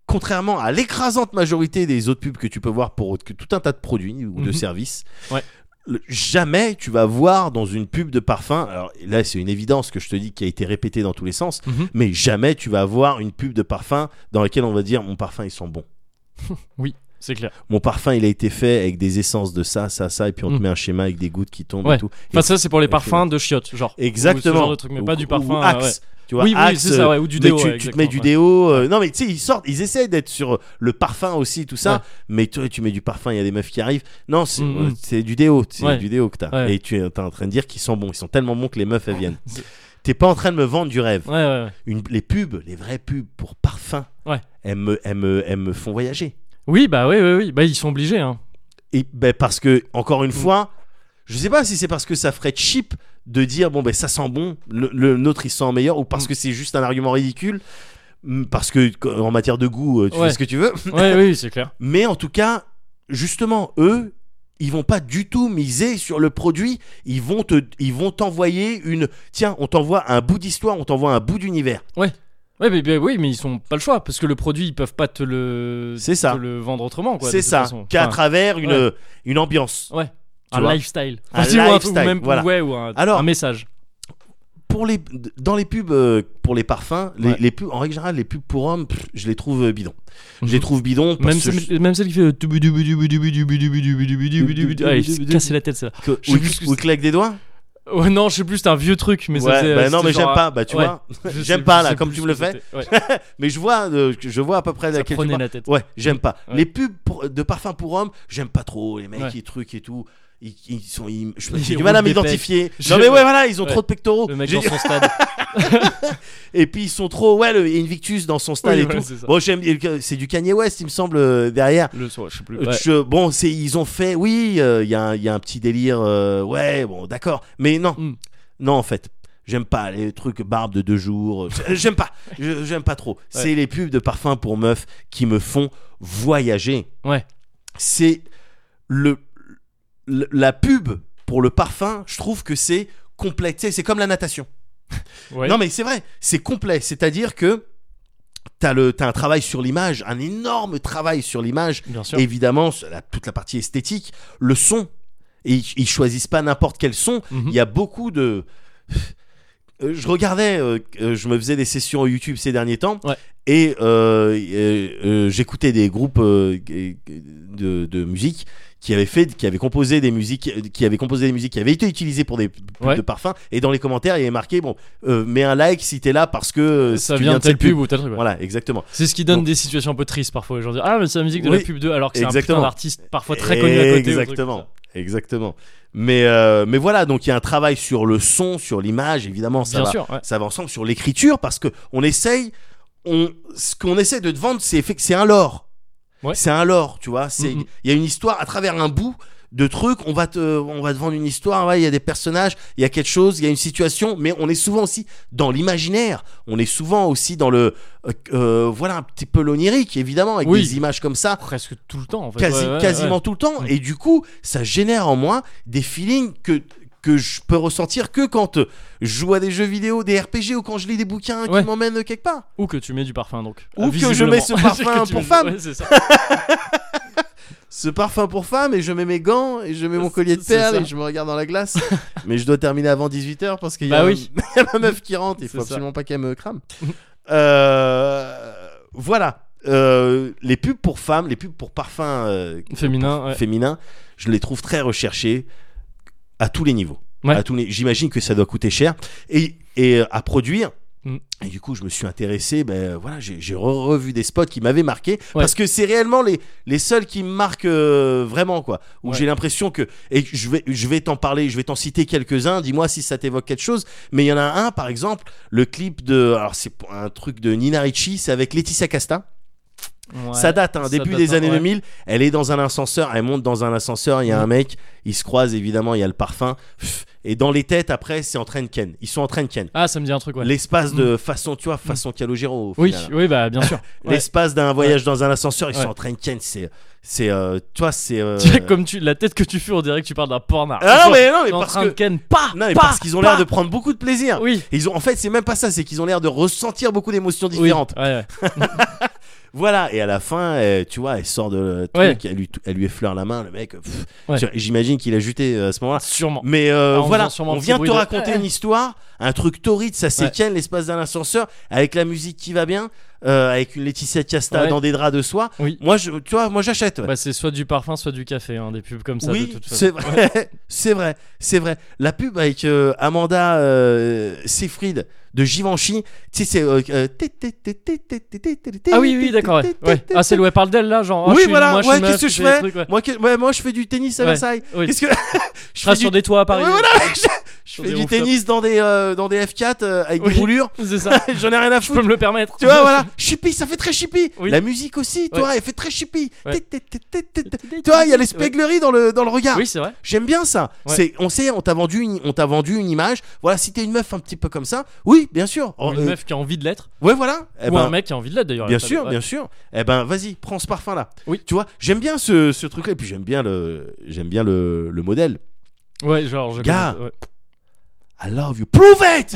S2: contrairement à l'écrasante majorité des autres pubs que tu peux voir pour autre- que tout un tas de produits ou de
S1: Mhm.
S2: services,
S1: Ouais.
S2: le- jamais tu vas voir dans une pub de parfum. Alors là, c'est une évidence que je te dis qui a été répétée dans tous les sens,
S1: Mhm.
S2: mais jamais tu vas voir une pub de parfum dans laquelle on va dire mon parfum il sent bon.
S1: C'est clair.
S2: Mon parfum, il a été fait avec des essences de ça, ça, ça, et puis on te
S1: Mhm.
S2: met un schéma avec des gouttes qui tombent
S1: Ouais.
S2: et tout. Et
S1: Enfin ça c'est pour les
S2: Et
S1: parfums de chiottes, genre.
S2: Exactement.
S1: Ou ce genre de truc, mais pas
S2: Ou-
S1: du
S2: ou
S1: parfum. euh, ouais.
S2: Axe. Tu vois,
S1: Oui, oui,
S2: Axe,
S1: c'est ça, ouais, ou du
S2: mais
S1: déo,
S2: tu,
S1: ouais,
S2: tu te mets du
S1: exactement,
S2: déo. euh, non, mais tu sais, ils sortent, ils essayent d'être sur euh, le parfum aussi, tout ça.
S1: Ouais.
S2: Mais toi, tu mets du parfum, il y a des meufs qui arrivent. Non, c'est
S1: Mm,
S2: euh,
S1: mm.
S2: c'est du déo. C'est
S1: Ouais.
S2: du déo que t'as.
S1: Ouais.
S2: Et tu es t'es en train de dire qu'ils sont bons. Ils sont tellement bons que les meufs,
S1: (laughs)
S2: elles viennent. T'es pas en train de me vendre du rêve.
S1: Ouais, ouais, ouais.
S2: Une, les pubs, les vraies pubs pour parfum,
S1: Ouais.
S2: elles, me, elles, me, elles me font voyager.
S1: Oui, bah oui, oui, oui. Bah, ils sont obligés.
S2: (laughs)
S1: Hein.
S2: Et ben, parce que, encore une
S1: Mm.
S2: fois, je sais pas si c'est parce que ça ferait cheap de dire bon ben ça sent bon, le, le nôtre il sent meilleur, ou
S1: Mm.
S2: parce que c'est juste un argument ridicule, mm, parce que qu- en matière de goût, euh, tu
S1: Ouais.
S2: fais ce que tu veux.
S1: Ouais, oui, c'est clair.
S2: (laughs) Mais en tout cas, justement, eux, ils vont pas du tout miser sur le produit. Ils vont te, ils vont t'envoyer une. Tiens, on t'envoie un bout d'histoire, on t'envoie un bout d'univers.
S1: Ouais, mais, mais oui, mais ils sont pas le choix parce que le produit, ils peuvent pas te le,
S2: C'est ça.
S1: te le vendre autrement. quoi, de
S2: C'est
S1: toute
S2: ça,
S1: façon.
S2: qu'à
S1: Enfin,
S2: travers une,
S1: ouais.
S2: une ambiance.
S1: Ouais.
S2: tu vois.
S1: un lifestyle.
S2: Un
S1: Enfin, si, ou un truc,
S2: lifestyle,
S1: ou même
S2: voilà.
S1: ouais, ou un,
S2: Alors-
S1: un message.
S2: pour les dans les pubs euh, pour les parfums les,
S1: Ouais.
S2: les pubs en règle générale les pubs pour hommes pff, je les trouve euh, bidons je
S1: Mhm.
S2: les trouve bidons parce
S1: Même,
S2: que
S1: celle, même celle qui fait. euh, Ah, il s'est cassé la tête, celle-là.
S2: je- que-
S1: je sais
S2: ou-
S1: plus ce que
S2: ou claque des doigts
S1: Ouais, non, je sais plus, c'était un vieux truc, mais ça
S2: Ouais,
S1: faisait,
S2: bah
S1: euh,
S2: non
S1: c'était
S2: mais j'aime
S1: genre,
S2: pas bah tu
S1: ouais.
S2: vois
S1: (laughs) je sais
S2: J'aime
S1: plus,
S2: pas,
S1: je
S2: là,
S1: sais
S2: comme
S1: plus
S2: tu
S1: ce
S2: me le
S1: que
S2: fais.
S1: c'était.
S2: (laughs)
S1: Ouais,
S2: mais je vois euh, je vois à peu près
S1: Ça
S2: laquelle tu
S1: prenait
S2: parles.
S1: la tête.
S2: ouais j'aime pas
S1: Ouais.
S2: les pubs pour- de parfums pour hommes j'aime pas trop les mecs
S1: Ouais.
S2: les trucs et tout ils, ils sont ils, je-
S1: Ils
S2: j'ai du mal à
S1: roulent des
S2: m'identifier
S1: pecs.
S2: non
S1: Je-
S2: mais ouais voilà ils ont
S1: Ouais.
S2: trop de pectoraux
S1: Le mec
S2: J'ai-
S1: dans son
S2: (laughs)
S1: stade.
S2: Et puis ils sont trop, ouais, le Invictus dans son style
S1: Oui,
S2: et
S1: voilà,
S2: tout.
S1: c'est ça.
S2: Bon, j'aime, c'est du Kanye West, il me semble, euh, derrière.
S1: Le soir, je sais plus.
S2: Euh,
S1: Ouais.
S2: je- bon, c'est, ils ont fait, oui, euh, il y, a un- il y a un petit délire, euh, ouais, bon, d'accord. Mais non,
S1: Mm.
S2: non, en fait, j'aime pas les trucs barbe de deux jours. euh, (laughs) j'aime pas, Je- j'aime pas trop. C'est les pubs de parfums pour meufs qui me font voyager.
S1: Ouais.
S2: C'est le, le- la pub pour le parfum, je trouve que c'est complète. Tu sais, C'est comme la natation.
S1: Ouais.
S2: Non mais c'est vrai, c'est complet. C'est-à-dire que t'as le, t'as un travail sur l'image, un énorme travail sur l'image.
S1: Bien sûr.
S2: Évidemment, sur la- toute la partie esthétique, le son. Et ils, ils choisissent pas n'importe quel son.
S1: Mhm.
S2: Il y a beaucoup de. Euh, Je regardais, euh, euh, je me faisais des sessions YouTube ces derniers temps,
S1: Ouais.
S2: et euh, euh, euh, j'écoutais des groupes euh, de, de musique qui avaient fait, qui avaient composé des musiques, euh, qui avaient composé des musiques qui avaient été utilisées pour des pubs
S1: Ouais.
S2: de parfums. Et dans les commentaires, il y avait marqué bon, euh, mets un like si t'es là parce que euh,
S1: Ça
S2: tu
S1: vient de telle
S2: cette
S1: pub ou tel truc. ouais.
S2: Voilà, exactement.
S1: C'est ce qui donne
S2: Donc-
S1: des situations un peu tristes parfois. Genre, dire, ah, mais c'est la musique de
S2: Oui,
S1: la pub 2, alors que c'est un putain
S2: exactement. Eh,
S1: d'artiste parfois très connu à côté. ou un truc comme
S2: Exactement, exactement. Mais, euh, mais voilà, donc il y a un travail sur le son, sur l'image, évidemment, ça
S1: Bien
S2: va,
S1: sûr, ouais.
S2: ça va ensemble, sur l'écriture, parce que on essaye, on, ce qu'on essaie de te vendre, c'est effe- c'est un lore.
S1: Ouais.
S2: C'est un lore, tu vois. c'est- Il
S1: Mhm.
S2: y a une histoire à travers un bout de trucs, on va te, on va te vendre une histoire, ouais, il y a des personnages, il y a quelque chose, il y a une situation, mais on est souvent aussi dans l'imaginaire, on est souvent aussi dans le, euh, euh, voilà, un petit peu l'onirique, évidemment, avec
S1: Oui.
S2: des images comme ça.
S1: Presque tout le temps en fait.
S2: Quasi-
S1: Ouais, ouais, Mm. ouais.
S2: quasiment tout le temps. Et du coup, ça génère en moi des feelings que que je peux ressentir que quand euh, je joue à des jeux vidéo, des RPG ou quand je lis des bouquins
S1: Ouais.
S2: qui m'emmènent quelque part.
S1: Ou que tu mets du parfum donc.
S2: Ou que je
S1: Visiblement.
S2: mets ce parfum
S1: (laughs) Que tu
S2: pour
S1: mets-
S2: femme.
S1: ouais,
S2: (laughs)
S1: c'est ça.
S2: Ce parfum pour femme et je mets mes gants et je mets mon collier de
S1: C'est
S2: perles
S1: ça.
S2: et je me regarde dans
S1: (laughs)
S2: la glace. Mais je dois terminer avant 18h parce qu'il y, a
S1: Bah
S2: un- (laughs)
S1: oui.
S2: il y a ma meuf qui rentre, il
S1: C'est
S2: faut
S1: ça.
S2: absolument pas qu'elle
S1: (laughs)
S2: me crame. Euh, voilà. Euh, les pubs pour femmes, les pubs pour parfums euh,
S1: Féminin, ouais.
S2: féminin, je les trouve très recherchés à tous les niveaux.
S1: Ouais.
S2: À tous les... J'imagine que ça doit coûter cher et, et euh, à produire.
S1: Mm.
S2: Et du coup, je me suis intéressé, ben voilà, j'ai j'ai re- revu des spots qui m'avaient marqué
S1: Ouais.
S2: parce que c'est réellement les, les seuls qui me marquent euh, vraiment quoi. Où
S1: Ouais.
S2: j'ai l'impression que et je vais je vais t'en parler, je vais t'en citer quelques-uns, dis-moi si ça t'évoque quelque chose, mais il y en a un par exemple, le clip de alors c'est un truc de Nina Ricci, c'est avec Laetitia Casta.
S1: Ouais.
S2: Ça date, hein,
S1: ça
S2: début
S1: date,
S2: des
S1: hein,
S2: années
S1: ouais.
S2: 2000. Elle est dans un ascenseur, elle monte dans un ascenseur, il y a
S1: Mhm.
S2: un mec, ils se croisent évidemment, il y a le parfum. pff, Et dans les têtes, après, c'est en train de ken. Ils sont en train de ken.
S1: Ah, ça me dit un truc, ouais. Mm.
S2: L'espace de façon, tu vois, façon Calogero. au
S1: Oui,
S2: final, hein.
S1: oui, bah bien sûr. Ouais.
S2: L'espace d'un voyage dans un ascenseur, ils
S1: Ouais.
S2: sont en train de ken. C'est, c'est, euh, toi, c'est. euh,
S1: Tu sais, comme tu, la tête que tu fais, on dirait que tu parles d'un pornard.
S2: Ah non, mais non, mais
S1: T'es en
S2: parce
S1: train de
S2: que.
S1: ken, pas,
S2: Non, mais
S1: pas,
S2: parce qu'ils ont
S1: pas.
S2: l'air de prendre beaucoup de plaisir.
S1: Oui.
S2: Ils ont, en fait, c'est même pas ça, c'est qu'ils ont l'air de ressentir beaucoup d'émotions
S1: oui,
S2: différentes.
S1: ouais, ouais.
S2: Voilà, et à la fin, elle- tu vois, elle sort de le truc,
S1: Ouais.
S2: elle, lui, elle lui effleure la main, le mec, pff,
S1: Ouais.
S2: tu vois, j'imagine qu'il a juté euh, à ce moment-là.
S1: Sûrement.
S2: Mais euh,
S1: Ah, en
S2: voilà,
S1: faisant sûrement
S2: on
S1: un petit
S2: vient de
S1: bruit
S2: te
S1: de-
S2: raconter une histoire, un truc torride, ça s'étienne l'espace d'un ascenseur, avec la musique qui va bien, euh, avec une Laetitia Casta
S1: Ouais.
S2: dans des draps de soie.
S1: Oui.
S2: Moi, je, tu vois, moi j'achète. ouais.
S1: Bah, c'est soit du parfum, soit du café, hein, des pubs comme ça
S2: oui,
S1: de toute façon.
S2: c'est vrai, (laughs) c'est vrai, c'est vrai. La pub avec euh, Amanda euh, Seyfried de Givenchy, tu sais, c'est. euh, euh,
S1: Ah oui, oui, d'accord, ouais. ouais. Ah, c'est le ouais, parle d'elle là, genre. ah, je
S2: Oui,
S1: suis-
S2: voilà,
S1: moi, je
S2: ouais,
S1: suis meuf,
S2: qu'est-ce que je
S1: des
S2: fais
S1: trucs, ouais.
S2: Moi, que- ouais, moi, je fais du tennis à
S1: Ouais.
S2: Versailles.
S1: Oui.
S2: Qu'est-ce que (laughs)
S1: Je
S2: fais
S1: trace
S2: du-
S1: sur des toits à Paris.
S2: Ouais, voilà, je, (laughs) je
S1: Sur
S2: fais
S1: des
S2: du
S1: rooftops.
S2: tennis dans des euh, dans des F4 euh, avec
S1: Oui.
S2: des roulures.
S1: (laughs) C'est ça.
S2: (laughs) J'en ai rien à
S1: (laughs) Je peux
S2: foutre.
S1: me le permettre.
S2: Tu
S1: (laughs)
S2: vois, voilà, chippy, ça fait très chippy.
S1: Oui.
S2: La musique aussi, toi, elle fait très chippy.
S1: Ouais.
S2: Tit, tit, tit, tit, tit. Tu vois, il y a les spegleries dans le dans le regard.
S1: Oui, c'est vrai.
S2: J'aime bien ça.
S1: Ouais.
S2: C'est, on sait, on t'a vendu, une, on t'a vendu une image. Voilà, si t'es une meuf un petit peu comme ça, oui, bien sûr. Oh,
S1: Une
S2: euh,
S1: meuf qui a envie de l'être.
S2: Ouais, voilà. Eh
S1: Ou
S2: ben,
S1: un mec qui a envie de l'être d'ailleurs.
S2: Bien
S1: elle a pas
S2: sûr,
S1: de-
S2: bien sûr. Eh ben, vas-y, prends ce parfum-là.
S1: Oui.
S2: Tu vois, j'aime bien ce, ce truc-là. Et puis j'aime bien le, j'aime bien le, le modèle.
S1: Ouais, genre, je
S2: Gars.
S1: ouais. (laughs)
S2: I love you. Prove it.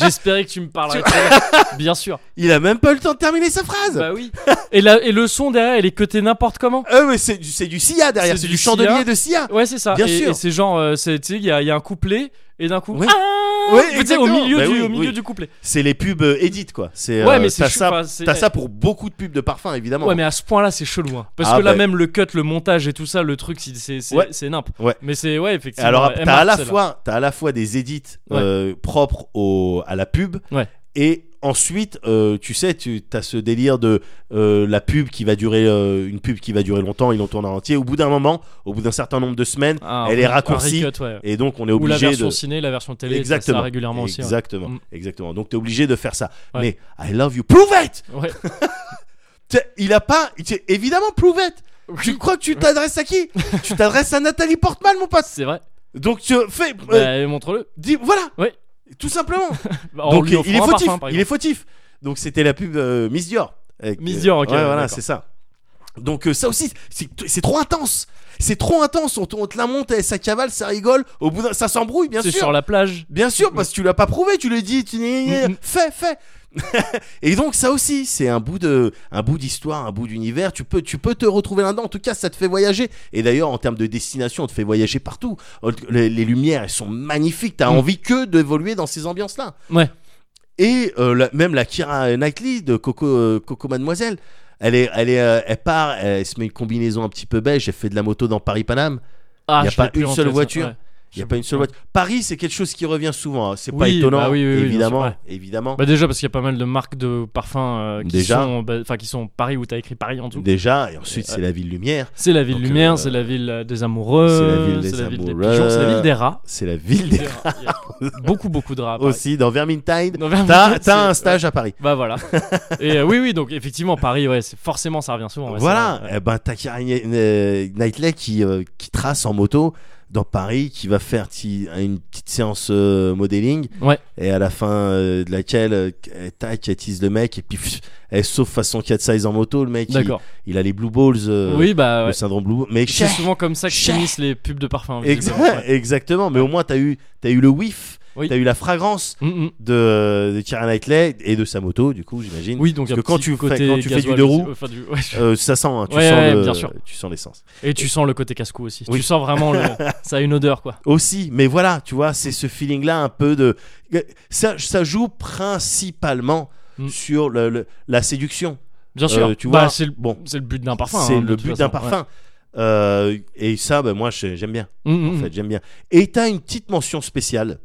S1: J'espérais que tu me parlerais.
S2: (laughs)
S1: Bien sûr.
S2: Il a même pas eu le temps de terminer sa phrase.
S1: Bah oui. Et, la, et le son derrière, elle est cutée n'importe comment.
S2: Euh, mais c'est du, c'est du Sia derrière.
S1: C'est
S2: C'est
S1: du
S2: du, chandelier
S1: Sia.
S2: de Sia.
S1: Ouais, c'est ça.
S2: Bien
S1: et,
S2: sûr.
S1: et c'est genre, euh, c'est- tu sais, il y, a- il y a un couplet et d'un coup.
S2: Ouais.
S1: Ah Tu
S2: Ouais,
S1: sais, au
S2: exactement.
S1: milieu,
S2: Bah
S1: du,
S2: oui,
S1: au milieu
S2: oui.
S1: du couplet.
S2: C'est les pubs euh, Edit quoi. C'est,
S1: Ouais,
S2: euh,
S1: mais c'est
S2: t'as
S1: chou-
S2: ça,
S1: enfin, c'est- eh.
S2: t'as ça pour beaucoup de pubs de parfum évidemment.
S1: Ouais, mais à ce point-là, c'est chelou. hein. Parce
S2: Ah
S1: que là,
S2: bah.
S1: même le cut, le montage et tout ça, le truc, c'est- c'est c'est
S2: Ouais.
S1: c'est nimp.
S2: Ouais.
S1: Mais c'est, ouais, effectivement.
S2: Alors
S1: elle
S2: t'as à
S1: marque,
S2: la
S1: celle-là.
S2: fois, t'as à la fois des edits euh, propres au, à la pub.
S1: Ouais.
S2: Et ensuite, euh, tu sais, tu as ce délire de euh, la pub qui va durer, euh, une pub qui va durer longtemps, ils l'ont tournée en entier. Au bout d'un moment, au bout d'un certain nombre de semaines,
S1: Ah,
S2: elle
S1: un-
S2: est
S1: un
S2: raccourcie.
S1: recut, ouais.
S2: et donc on est
S1: Ou la
S2: obligé
S1: version
S2: de.
S1: ciné, la version télé, ça,
S2: Exactement.
S1: ça régulièrement aussi. ouais.
S2: exactement,
S1: Mm.
S2: exactement. Donc t'es obligé de faire ça.
S1: Ouais.
S2: Mais I love you, prove it. (laughs)
S1: Ouais.
S2: T'sais, Il a pas, t'sais, évidemment, prove it. Tu crois que tu t'adresses
S1: (laughs)
S2: à qui Tu t'adresses à Nathalie Portman, mon pote.
S1: C'est vrai.
S2: Donc tu fais, euh,
S1: Bah, montre-le.
S2: dis, voilà.
S1: Ouais. (laughs)
S2: Tout simplement.
S1: Bah, en
S2: Donc
S1: lui
S2: il
S1: offrant
S2: il est
S1: un
S2: fautif.
S1: parfum, par
S2: il est fautif. Donc c'était la pub euh, Miss Dior. Avec, euh,
S1: Miss Dior, ok,
S2: ouais,
S1: ouais,
S2: voilà,
S1: d'accord.
S2: c'est ça. Donc euh, ça aussi, c'est c'est trop intense. C'est trop intense. On, te- on te la monte, eh, ça cavale, ça rigole. Au bout d'un- ça s'embrouille, bien
S1: C'est
S2: sûr.
S1: sur la plage.
S2: Bien sûr, parce que tu l'as pas prouvé, tu l'as dit, tu n'es
S1: Mhm.
S2: fait, fait. (laughs) et donc ça aussi, c'est un bout de, un bout d'histoire, un bout d'univers. Tu peux, tu peux te retrouver là-dedans. En tout cas, ça te fait voyager. Et d'ailleurs, en termes de destination, on te fait voyager partout. Les, les lumières, elles sont magnifiques. T'as
S1: Mhm.
S2: envie que d'évoluer dans ces ambiances-là.
S1: Ouais.
S2: Et euh, la- même la Kira Knightley de Coco, euh, Coco Mademoiselle. Elle est, elle est, euh, elle part, elle se met une combinaison un petit peu beige. Elle fait de la moto dans Paris Paname.
S1: Ah,
S2: Il y a
S1: je
S2: pas
S1: l'ai plus
S2: une
S1: en
S2: seule
S1: tête,
S2: voiture.
S1: ouais.
S2: Il n'y a pas une seule boîte. Paris, c'est quelque chose qui revient souvent. hein. C'est pas
S1: Oui,
S2: étonnant,
S1: bah oui, oui, oui, bien
S2: évidemment.
S1: sûr, ouais.
S2: évidemment.
S1: Bah déjà parce qu'il y a pas mal de marques de parfums euh, qui
S2: Déjà.
S1: sont bah, enfin qui sont Paris où t'as écrit Paris en tout. Euh,
S2: Déjà, et ensuite,
S1: Et,
S2: c'est la ville lumière,
S1: C'est la ville
S2: Donc,
S1: lumière,
S2: euh,
S1: c'est la ville euh, des amoureux,
S2: c'est la ville des amoureux.
S1: pigeons, c'est la ville des rats.
S2: c'est la ville des (laughs)
S1: Des rats. (laughs) Il y a beaucoup beaucoup de rats. à Paris.
S2: aussi. Dans Vermintide,
S1: Ah, Non, vraiment, (laughs)
S2: t'as
S1: c'est-
S2: t'as un stage à Paris.
S1: Bah
S2: (laughs)
S1: voilà. Et euh, oui oui donc effectivement Paris ouais c'est forcément ça revient souvent. ouais,
S2: voilà,
S1: c'est vrai, ouais.
S2: eh ben, t'as Keira euh, Knightley qui, euh, qui trace en moto dans Paris, qui va faire ti- une petite séance euh, modeling,
S1: Ouais.
S2: et à la fin euh, de laquelle, euh, elle, tac, elle tease le mec, et puis pff, elle sauve façon 4 size en moto, le mec, il,
S1: D'accord.
S2: il a les blue balls, euh,
S1: oui bah
S2: le
S1: ouais.
S2: syndrome blue ball, mais
S1: C'est souvent comme ça que
S2: Chais.
S1: finissent les pubs de parfums.
S2: Exa-
S1: visiblement, ouais.
S2: Exactement, mais au moins t'as eu, t'as eu le whiff,
S1: Oui.
S2: t'as eu la fragrance
S1: Mm, mm.
S2: de, de Keira Knightley et de sa moto, du coup, j'imagine.
S1: Oui, donc il y a
S2: Parce
S1: un
S2: que quand
S1: petit
S2: tu fais-
S1: côté
S2: quand tu fais
S1: gasoil
S2: du deux
S1: aussi,
S2: roues,
S1: enfin, du- ouais, je-
S2: Euh, ça sent, hein, tu,
S1: Ouais,
S2: sens
S1: ouais,
S2: le-
S1: bien sûr.
S2: tu sens l'essence.
S1: Et tu sens le côté casse-cou aussi.
S2: Oui.
S1: Tu sens vraiment
S2: (laughs)
S1: le... ça a une odeur quoi.
S2: aussi mais voilà tu vois c'est ce feeling là un peu de ça, ça joue principalement
S1: Mm.
S2: sur le- le- la séduction
S1: Bien
S2: Euh,
S1: sûr.
S2: tu
S1: Bah,
S2: vois,
S1: c'est le
S2: bon,
S1: c'est le but d'un parfum.
S2: c'est
S1: hein, de
S2: le
S1: toute
S2: but
S1: façon,
S2: d'un
S1: ouais.
S2: parfum Euh, et ça ben moi je- j'aime bien
S1: Mm, mm,
S2: en
S1: mm.
S2: fait j'aime bien et t'as une petite mention spéciale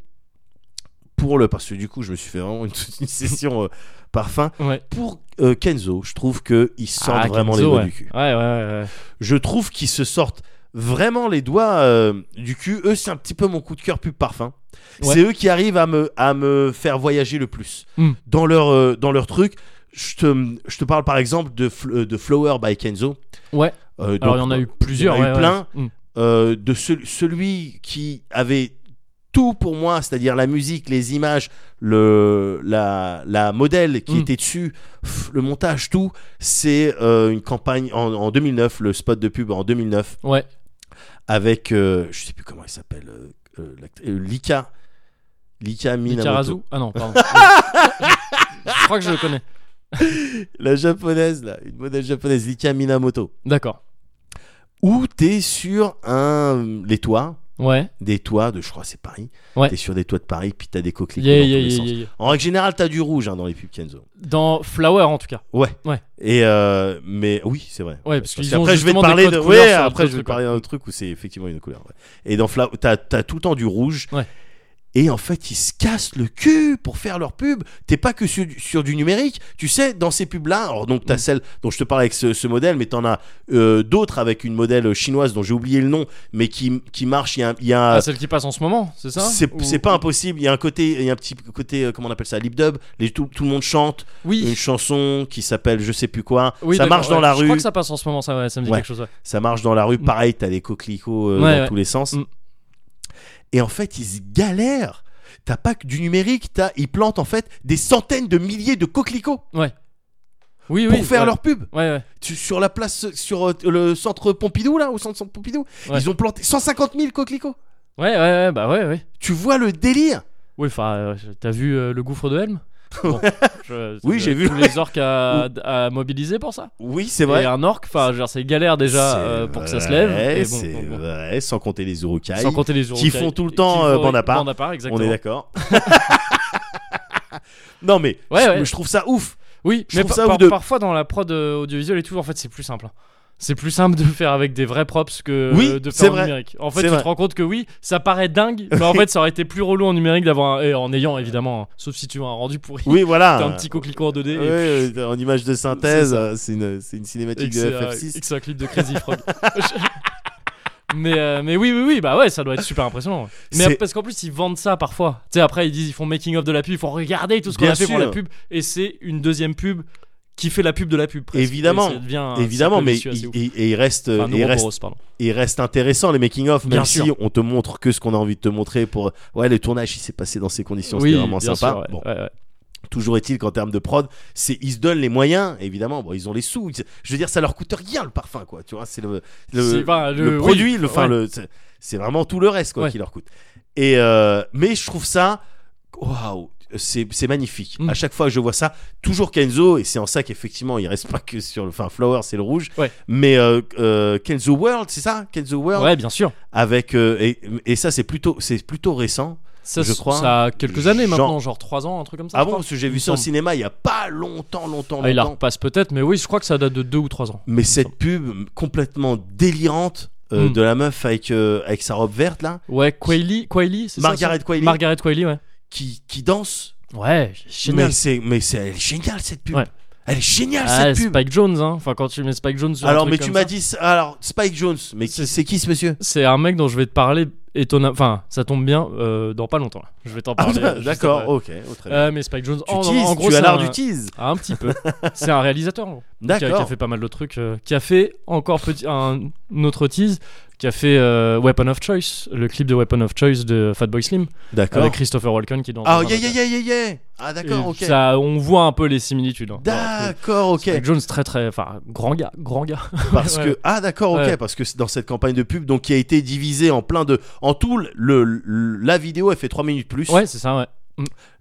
S2: pour le parce que du coup je me suis fait vraiment (laughs) une, une session euh, parfum
S1: Ouais.
S2: pour euh, Kenzo je trouve que il sent
S1: Ah,
S2: vraiment
S1: Kenzo,
S2: les doigts
S1: ouais.
S2: du cul
S1: Ouais, ouais, ouais, ouais.
S2: je trouve qu'ils se sortent vraiment les doigts euh, du cul. Eux, c'est un petit peu mon coup de cœur pub parfum.
S1: Ouais.
S2: C'est eux qui arrivent à me, à me faire voyager le plus
S1: Mm.
S2: dans, leur, euh, dans leur truc. Je te, je te parle par exemple de, Fl- euh, de Flower by Kenzo.
S1: Ouais.
S2: Euh,
S1: Alors il y
S2: donc,
S1: en a eu plusieurs.
S2: il y en a eu
S1: ouais, ouais.
S2: plein.
S1: Mm.
S2: euh, de ce- celui qui avait tout pour moi, c'est-à-dire la musique, les images, le, la, la modèle qui
S1: Mm.
S2: était dessus, pff, le montage, tout. C'est euh, une campagne en, en 2009, le spot de pub en 2009
S1: Ouais.
S2: avec euh, je sais plus comment il s'appelle, euh, euh, l'act- euh, Lika. Lika
S1: Mikarazu.
S2: Minamoto.
S1: Ah non,
S2: (laughs)
S1: pardon. je crois que je le connais.
S2: La japonaise, là, une modèle japonaise, Lika Minamoto.
S1: D'accord.
S2: Où t'es sur un, les toits,
S1: Ouais.
S2: des toits de, je crois, c'est Paris.
S1: Ouais.
S2: T'es sur des toits de Paris, puis t'as des coquelicots.
S1: Yeah,
S2: dans
S1: yeah,
S2: tous les
S1: yeah,
S2: sens.
S1: yeah, yeah.
S2: En règle générale, t'as du rouge hein, dans les pubs Kenzo.
S1: Dans Flower en tout cas.
S2: Ouais.
S1: Ouais.
S2: Et euh, mais oui, c'est vrai.
S1: Ouais, parce qu'ils ont
S2: après, je vais te
S1: justement
S2: parler
S1: des
S2: de.
S1: codes
S2: Ouais,
S1: couleurs sur
S2: après,
S1: d'autres
S2: je vais te
S1: trucs, quoi.
S2: parler d'un truc où c'est effectivement une couleur. ouais. Et dans Fla, t'as as tout le temps du rouge.
S1: Ouais.
S2: Et en fait, ils se cassent le cul pour faire leur pub. T'es pas que sur, du- sur du numérique. Tu sais, dans ces pubs-là, alors donc t'as
S1: Mm.
S2: celle dont je te parle avec ce, ce modèle, mais t'en as euh, d'autres avec une modèle euh, chinoise dont j'ai oublié le nom, mais qui, qui marche. Il y a, un- il y a un-
S1: Ah, celle qui passe en ce moment, c'est ça
S2: c'est
S1: Ou-
S2: c'est pas impossible. Il y a un côté, il y a un petit côté, euh, comment on appelle ça, lip dub. Les, tout, tout le monde chante une
S1: Oui.
S2: chanson qui s'appelle je sais plus quoi.
S1: Oui,
S2: euh, ça
S1: d'accord,
S2: marche dans
S1: ouais.
S2: la
S1: Je crois
S2: rue.
S1: que ça passe en ce moment, ça, ouais, ça me dit
S2: Ouais.
S1: quelque chose. ouais.
S2: Ça marche dans la rue.
S1: Mm.
S2: Pareil, t'as des coquelicots euh,
S1: Ouais,
S2: dans
S1: ouais.
S2: tous les sens.
S1: Mm.
S2: Et en fait, ils y galèrent. T'as pas que du numérique. T'as, ils plantent en fait des centaines de milliers de coquelicots
S1: Oui,
S2: pour
S1: oui.
S2: faire
S1: ouais.
S2: leur pub
S1: Ouais, ouais.
S2: Tu- sur la place, sur euh, le centre Pompidou là, au centre, centre Pompidou.
S1: Ouais.
S2: Ils ont planté 150 000 coquelicots.
S1: Ouais, ouais, ouais, bah ouais, ouais.
S2: Tu vois le délire
S1: Oui, enfin, euh, t'as vu euh, le gouffre de Helm
S2: (laughs)
S1: Bon, je-
S2: Oui, j'ai vu.
S1: Tous les orques
S2: (laughs)
S1: à, à mobiliser pour ça.
S2: Oui, c'est vrai.
S1: Et un orc, enfin, genre, c'est galère déjà
S2: C'est
S1: euh, pour que ça se
S2: vrai,
S1: lève. Et bon,
S2: c'est
S1: bon, bon.
S2: vrai, sans compter les urukai.
S1: Sans compter les jours.
S2: font tout le temps, euh, bande à part. On est
S1: exactement.
S2: d'accord. (laughs) non mais
S1: Ouais,
S2: je-
S1: ouais.
S2: je trouve ça ouf.
S1: Oui,
S2: Je
S1: mais
S2: trouve
S1: par-
S2: ça
S1: par-
S2: ouf de-
S1: parfois dans la prod euh, audiovisuelle et tout, en fait, c'est plus simple. hein. C'est plus simple de faire avec des vrais props que
S2: Oui,
S1: euh, de
S2: c'est
S1: faire en
S2: vrai.
S1: numérique. En fait,
S2: C'est
S1: tu
S2: vrai.
S1: te rends compte que oui, ça paraît dingue, mais
S2: (laughs)
S1: en fait, ça aurait été plus relou en numérique d'avoir un- et en ayant évidemment, hein, sauf si tu as un rendu pourri.
S2: Oui, voilà.
S1: T'as un petit coquelicot en 2D et
S2: Ouais, euh, en image de synthèse, euh, c'est une, c'est une
S1: et
S2: cinématique
S1: que
S2: de
S1: c'est, euh, et
S2: FF6.
S1: que c'est un clip de Crazy Frog. (laughs) Je- mais, euh, mais oui, oui, oui, bah ouais, ça doit être super impressionnant. ouais. Mais
S2: C'est-
S1: parce qu'en plus, ils vendent ça parfois. Tu sais, après, ils disent, ils font making of de la pub, ils font regarder tout ce qu'on
S2: Bien
S1: a fait pour
S2: sûr.
S1: la pub. Et c'est une deuxième pub qui fait la pub de la pub. presque.
S2: Évidemment.
S1: Et ça devient un
S2: Évidemment,
S1: cercle
S2: mais
S1: vicieux assez
S2: il,
S1: ouf.
S2: il- et il reste,
S1: Enfin,
S2: il reste,
S1: Neuroboros, pardon.
S2: il reste intéressant les making of, même
S1: Bien
S2: si
S1: sûr.
S2: on te montre que ce qu'on a envie de te montrer. Pour ouais, le tournage il s'est passé dans ces conditions,
S1: Oui,
S2: c'était vraiment
S1: bien
S2: sympa.
S1: sûr, ouais,
S2: Bon,
S1: ouais, ouais.
S2: toujours est-il qu'en termes de prod, c'est ils se donnent les moyens, évidemment. Bon, ils ont les sous. Ils- Je veux dire, ça leur coûte rien le parfum, quoi. Tu vois, c'est le le,
S1: C'est pas
S2: le
S1: oui,
S2: produit, le, enfin,
S1: ouais.
S2: le- c'est- c'est vraiment tout le reste quoi,
S1: Ouais.
S2: qui leur coûte. Et euh, mais je trouve ça, waouh, c'est c'est magnifique.
S1: Mm.
S2: À chaque fois que je vois ça, toujours Kenzo, et c'est en ça qu'effectivement il reste pas que sur le, enfin Flower c'est le rouge,
S1: Ouais.
S2: mais euh, euh, Kenzo World, c'est ça, Kenzo World,
S1: Ouais, bien sûr.
S2: avec euh, et, et ça c'est plutôt c'est plutôt récent.
S1: Ça,
S2: Je
S1: s-
S2: crois,
S1: Ça a quelques années
S2: genre-
S1: maintenant, genre 3 ans, un truc comme ça.
S2: ah
S1: je
S2: bon,
S1: crois.
S2: parce que j'ai
S1: il
S2: vu
S1: me
S2: ça au
S1: semble.
S2: cinéma il y a pas longtemps, longtemps,
S1: Ah, il la
S2: longtemps.
S1: repasse peut-être, mais oui, je crois que ça date de 2 ou 3 ans.
S2: mais cette pub complètement délirante euh,
S1: Mm.
S2: de la meuf avec, euh, avec sa robe verte là,
S1: Ouais, Quailly, Quailly, c'est ça,
S2: Margaret
S1: ça
S2: Qualley.
S1: Margaret Quailly, ouais.
S2: qui, qui danse.
S1: Ouais,
S2: Mais
S1: génial.
S2: c'est mais c'est elle est géniale cette pub.
S1: Ouais.
S2: Elle est géniale
S1: Ah,
S2: (laughs) cette pub.
S1: Spike Jones, hein. Enfin, quand tu mets Spike Jones sur un
S2: Alors
S1: truc
S2: mais tu
S1: comme
S2: m'as
S1: ça.
S2: dit ça- alors Spike Jones, mais qui-
S1: C'est-
S2: c'est qui ce monsieur
S1: C'est un mec dont je vais te parler étonnamment. Enfin, ça tombe bien, euh, dans pas longtemps. là. Je vais t'en
S2: Ah,
S1: parler. euh, juste
S2: D'accord,
S1: après.
S2: ok, oh, très bien.
S1: Euh, mais Spike Jones,
S2: tu
S1: en, en-
S2: teases,
S1: en gros,
S2: tu as
S1: c'est
S2: l'art
S1: un-
S2: du tease.
S1: Ah, un petit
S2: (laughs)
S1: peu. c'est un réalisateur. en gros, qui a- Qui, a
S2: D'accord.
S1: fait pas mal de trucs. euh, qui a fait encore petit, un, un autre tease. Qui a fait euh, Weapon of Choice, le clip de Weapon of Choice de Fatboy Slim,
S2: D'accord.
S1: avec Christopher Walken qui est dans.
S2: Ah,
S1: dans un
S2: yeah, yeah,
S1: local.
S2: yeah, yeah, yeah. Ah, d'accord,
S1: Et
S2: ok.
S1: ça, on voit un peu les similitudes. hein, dans le truc.
S2: D'accord, ok.
S1: Spike Jones, très très. Enfin, grand gars, grand gars.
S2: (laughs) Parce
S1: ouais.
S2: que ah d'accord, ok,
S1: Ouais.
S2: parce que c'est dans cette campagne de pub, donc qui a été divisée en plein de, en tout le, le- la vidéo, elle fait 3 minutes plus.
S1: Ouais, c'est ça, ouais.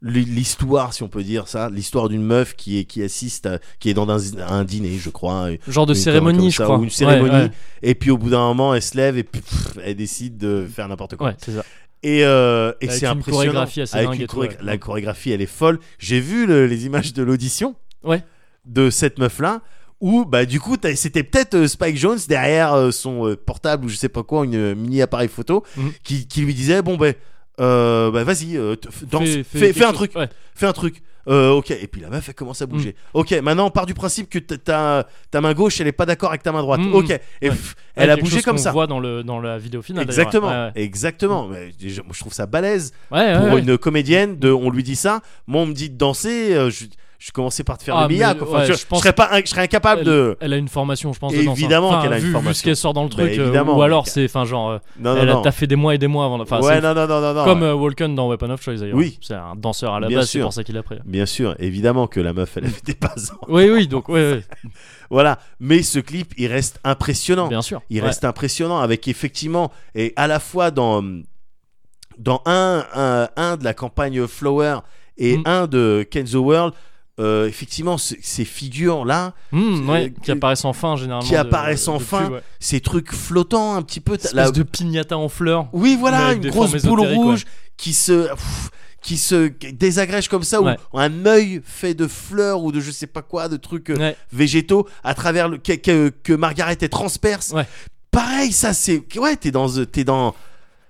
S2: L- L'histoire, si on peut dire ça, l'histoire d'une meuf qui est qui assiste, à- qui est dans un, un dîner, je crois, hein, une
S1: Genre de
S2: connerie
S1: cérémonie,
S2: comme
S1: je
S2: ça,
S1: crois.
S2: ou une
S1: Ouais,
S2: cérémonie.
S1: ouais.
S2: Et puis au bout d'un moment, elle se lève et puis pff, elle décide de faire n'importe quoi.
S1: Ouais, c'est ça.
S2: Et, euh, et
S1: Avec
S2: c'est
S1: une
S2: impressionnant.
S1: chorégraphie assez
S2: Avec
S1: dingue
S2: une
S1: et tout,
S2: chorég-
S1: ouais.
S2: La chorégraphie, elle est folle. J'ai vu le- les images de l'audition
S1: Ouais.
S2: de cette meuf-là. Où, bah, du coup, t'as- c'était peut-être euh, Spike Jones derrière euh, son euh, portable ou je sais pas quoi, une euh, mini appareil photo,
S1: Mhm.
S2: qui, qui lui disait Bon, ben, euh, bah, vas-y, euh, te- f- danse, fais, fais
S1: quelque
S2: un
S1: chose.
S2: truc,
S1: Ouais.
S2: fais un truc. Euh, ok, et puis la meuf, elle commence à
S1: Mm.
S2: bouger. Ok, maintenant, on part du principe que t- ta, ta main gauche, elle est pas d'accord avec ta main droite.
S1: Mhm,
S2: ok,
S1: mhm.
S2: et
S1: Ouais.
S2: pff, elle a
S1: quelque
S2: bougé
S1: chose
S2: comme
S1: qu'on
S2: ça.
S1: voit dans, le, dans la vidéo finale. d'ailleurs,
S2: Exactement,
S1: ouais.
S2: exactement. Mais, déjà, moi, je trouve ça balèze
S1: Ouais, ouais,
S2: pour
S1: ouais.
S2: une comédienne de on lui dit ça moi on me dit de danser euh, je, je commençais par te faire
S1: Ah,
S2: le billard
S1: mais,
S2: quoi. Enfin,
S1: ouais,
S2: je,
S1: je
S2: je
S1: pense-
S2: serais pas in- je serais incapable
S1: Elle-
S2: de
S1: Elle a une formation, je pense.
S2: Et
S1: de danse, hein.
S2: évidemment
S1: Enfin,
S2: qu'elle a une
S1: vu- Vu
S2: formation.
S1: ce qu'elle sort dans le
S2: Bah,
S1: truc, euh,
S2: évidemment,
S1: ou alors
S2: mec.
S1: c'est, enfin, genre, euh,
S2: non non
S1: elle
S2: non
S1: a taffé des mois et des mois avant. la- Enfin,
S2: ouais
S1: c'est
S2: non non non non, non.
S1: comme euh, Walken dans Weapon of Choice d'ailleurs.
S2: Oui.
S1: C'est un danseur à la
S2: Bien
S1: base,
S2: sûr.
S1: c'est pour ça qu'il a pris.
S2: bien sûr évidemment que la meuf elle avait des passes
S1: Oui, oui, donc, ouais,
S2: voilà mais ce clip il reste
S1: ouais,
S2: impressionnant
S1: bien sûr.
S2: il
S1: Ouais.
S2: reste impressionnant avec effectivement et à la fois dans dans un un, un de la campagne Flower et
S1: Mm.
S2: un de Kenzo World euh, effectivement c- ces figures là
S1: Hmm, ouais,
S2: euh,
S1: qui apparaissent enfin généralement.
S2: qui
S1: de-
S2: apparaissent
S1: de
S2: enfin.
S1: plus, ouais.
S2: ces trucs flottants un petit peu t'as-
S1: Espèce
S2: la-
S1: de pignata en fleurs.
S2: Oui,
S1: Mais
S2: voilà,
S1: avec
S2: une
S1: des
S2: grosse
S1: formes
S2: boule
S1: ésotériques,
S2: rouge qui se pff, qui se désagrège comme ça
S1: Ouais.
S2: ou un œil fait de fleurs ou de je sais pas quoi, de trucs euh,
S1: Ouais.
S2: végétaux à travers le que, que- que Margaret est transperce.
S1: Ouais.
S2: Pareil, ça c'est ouais, t'es dans ce- t'es dans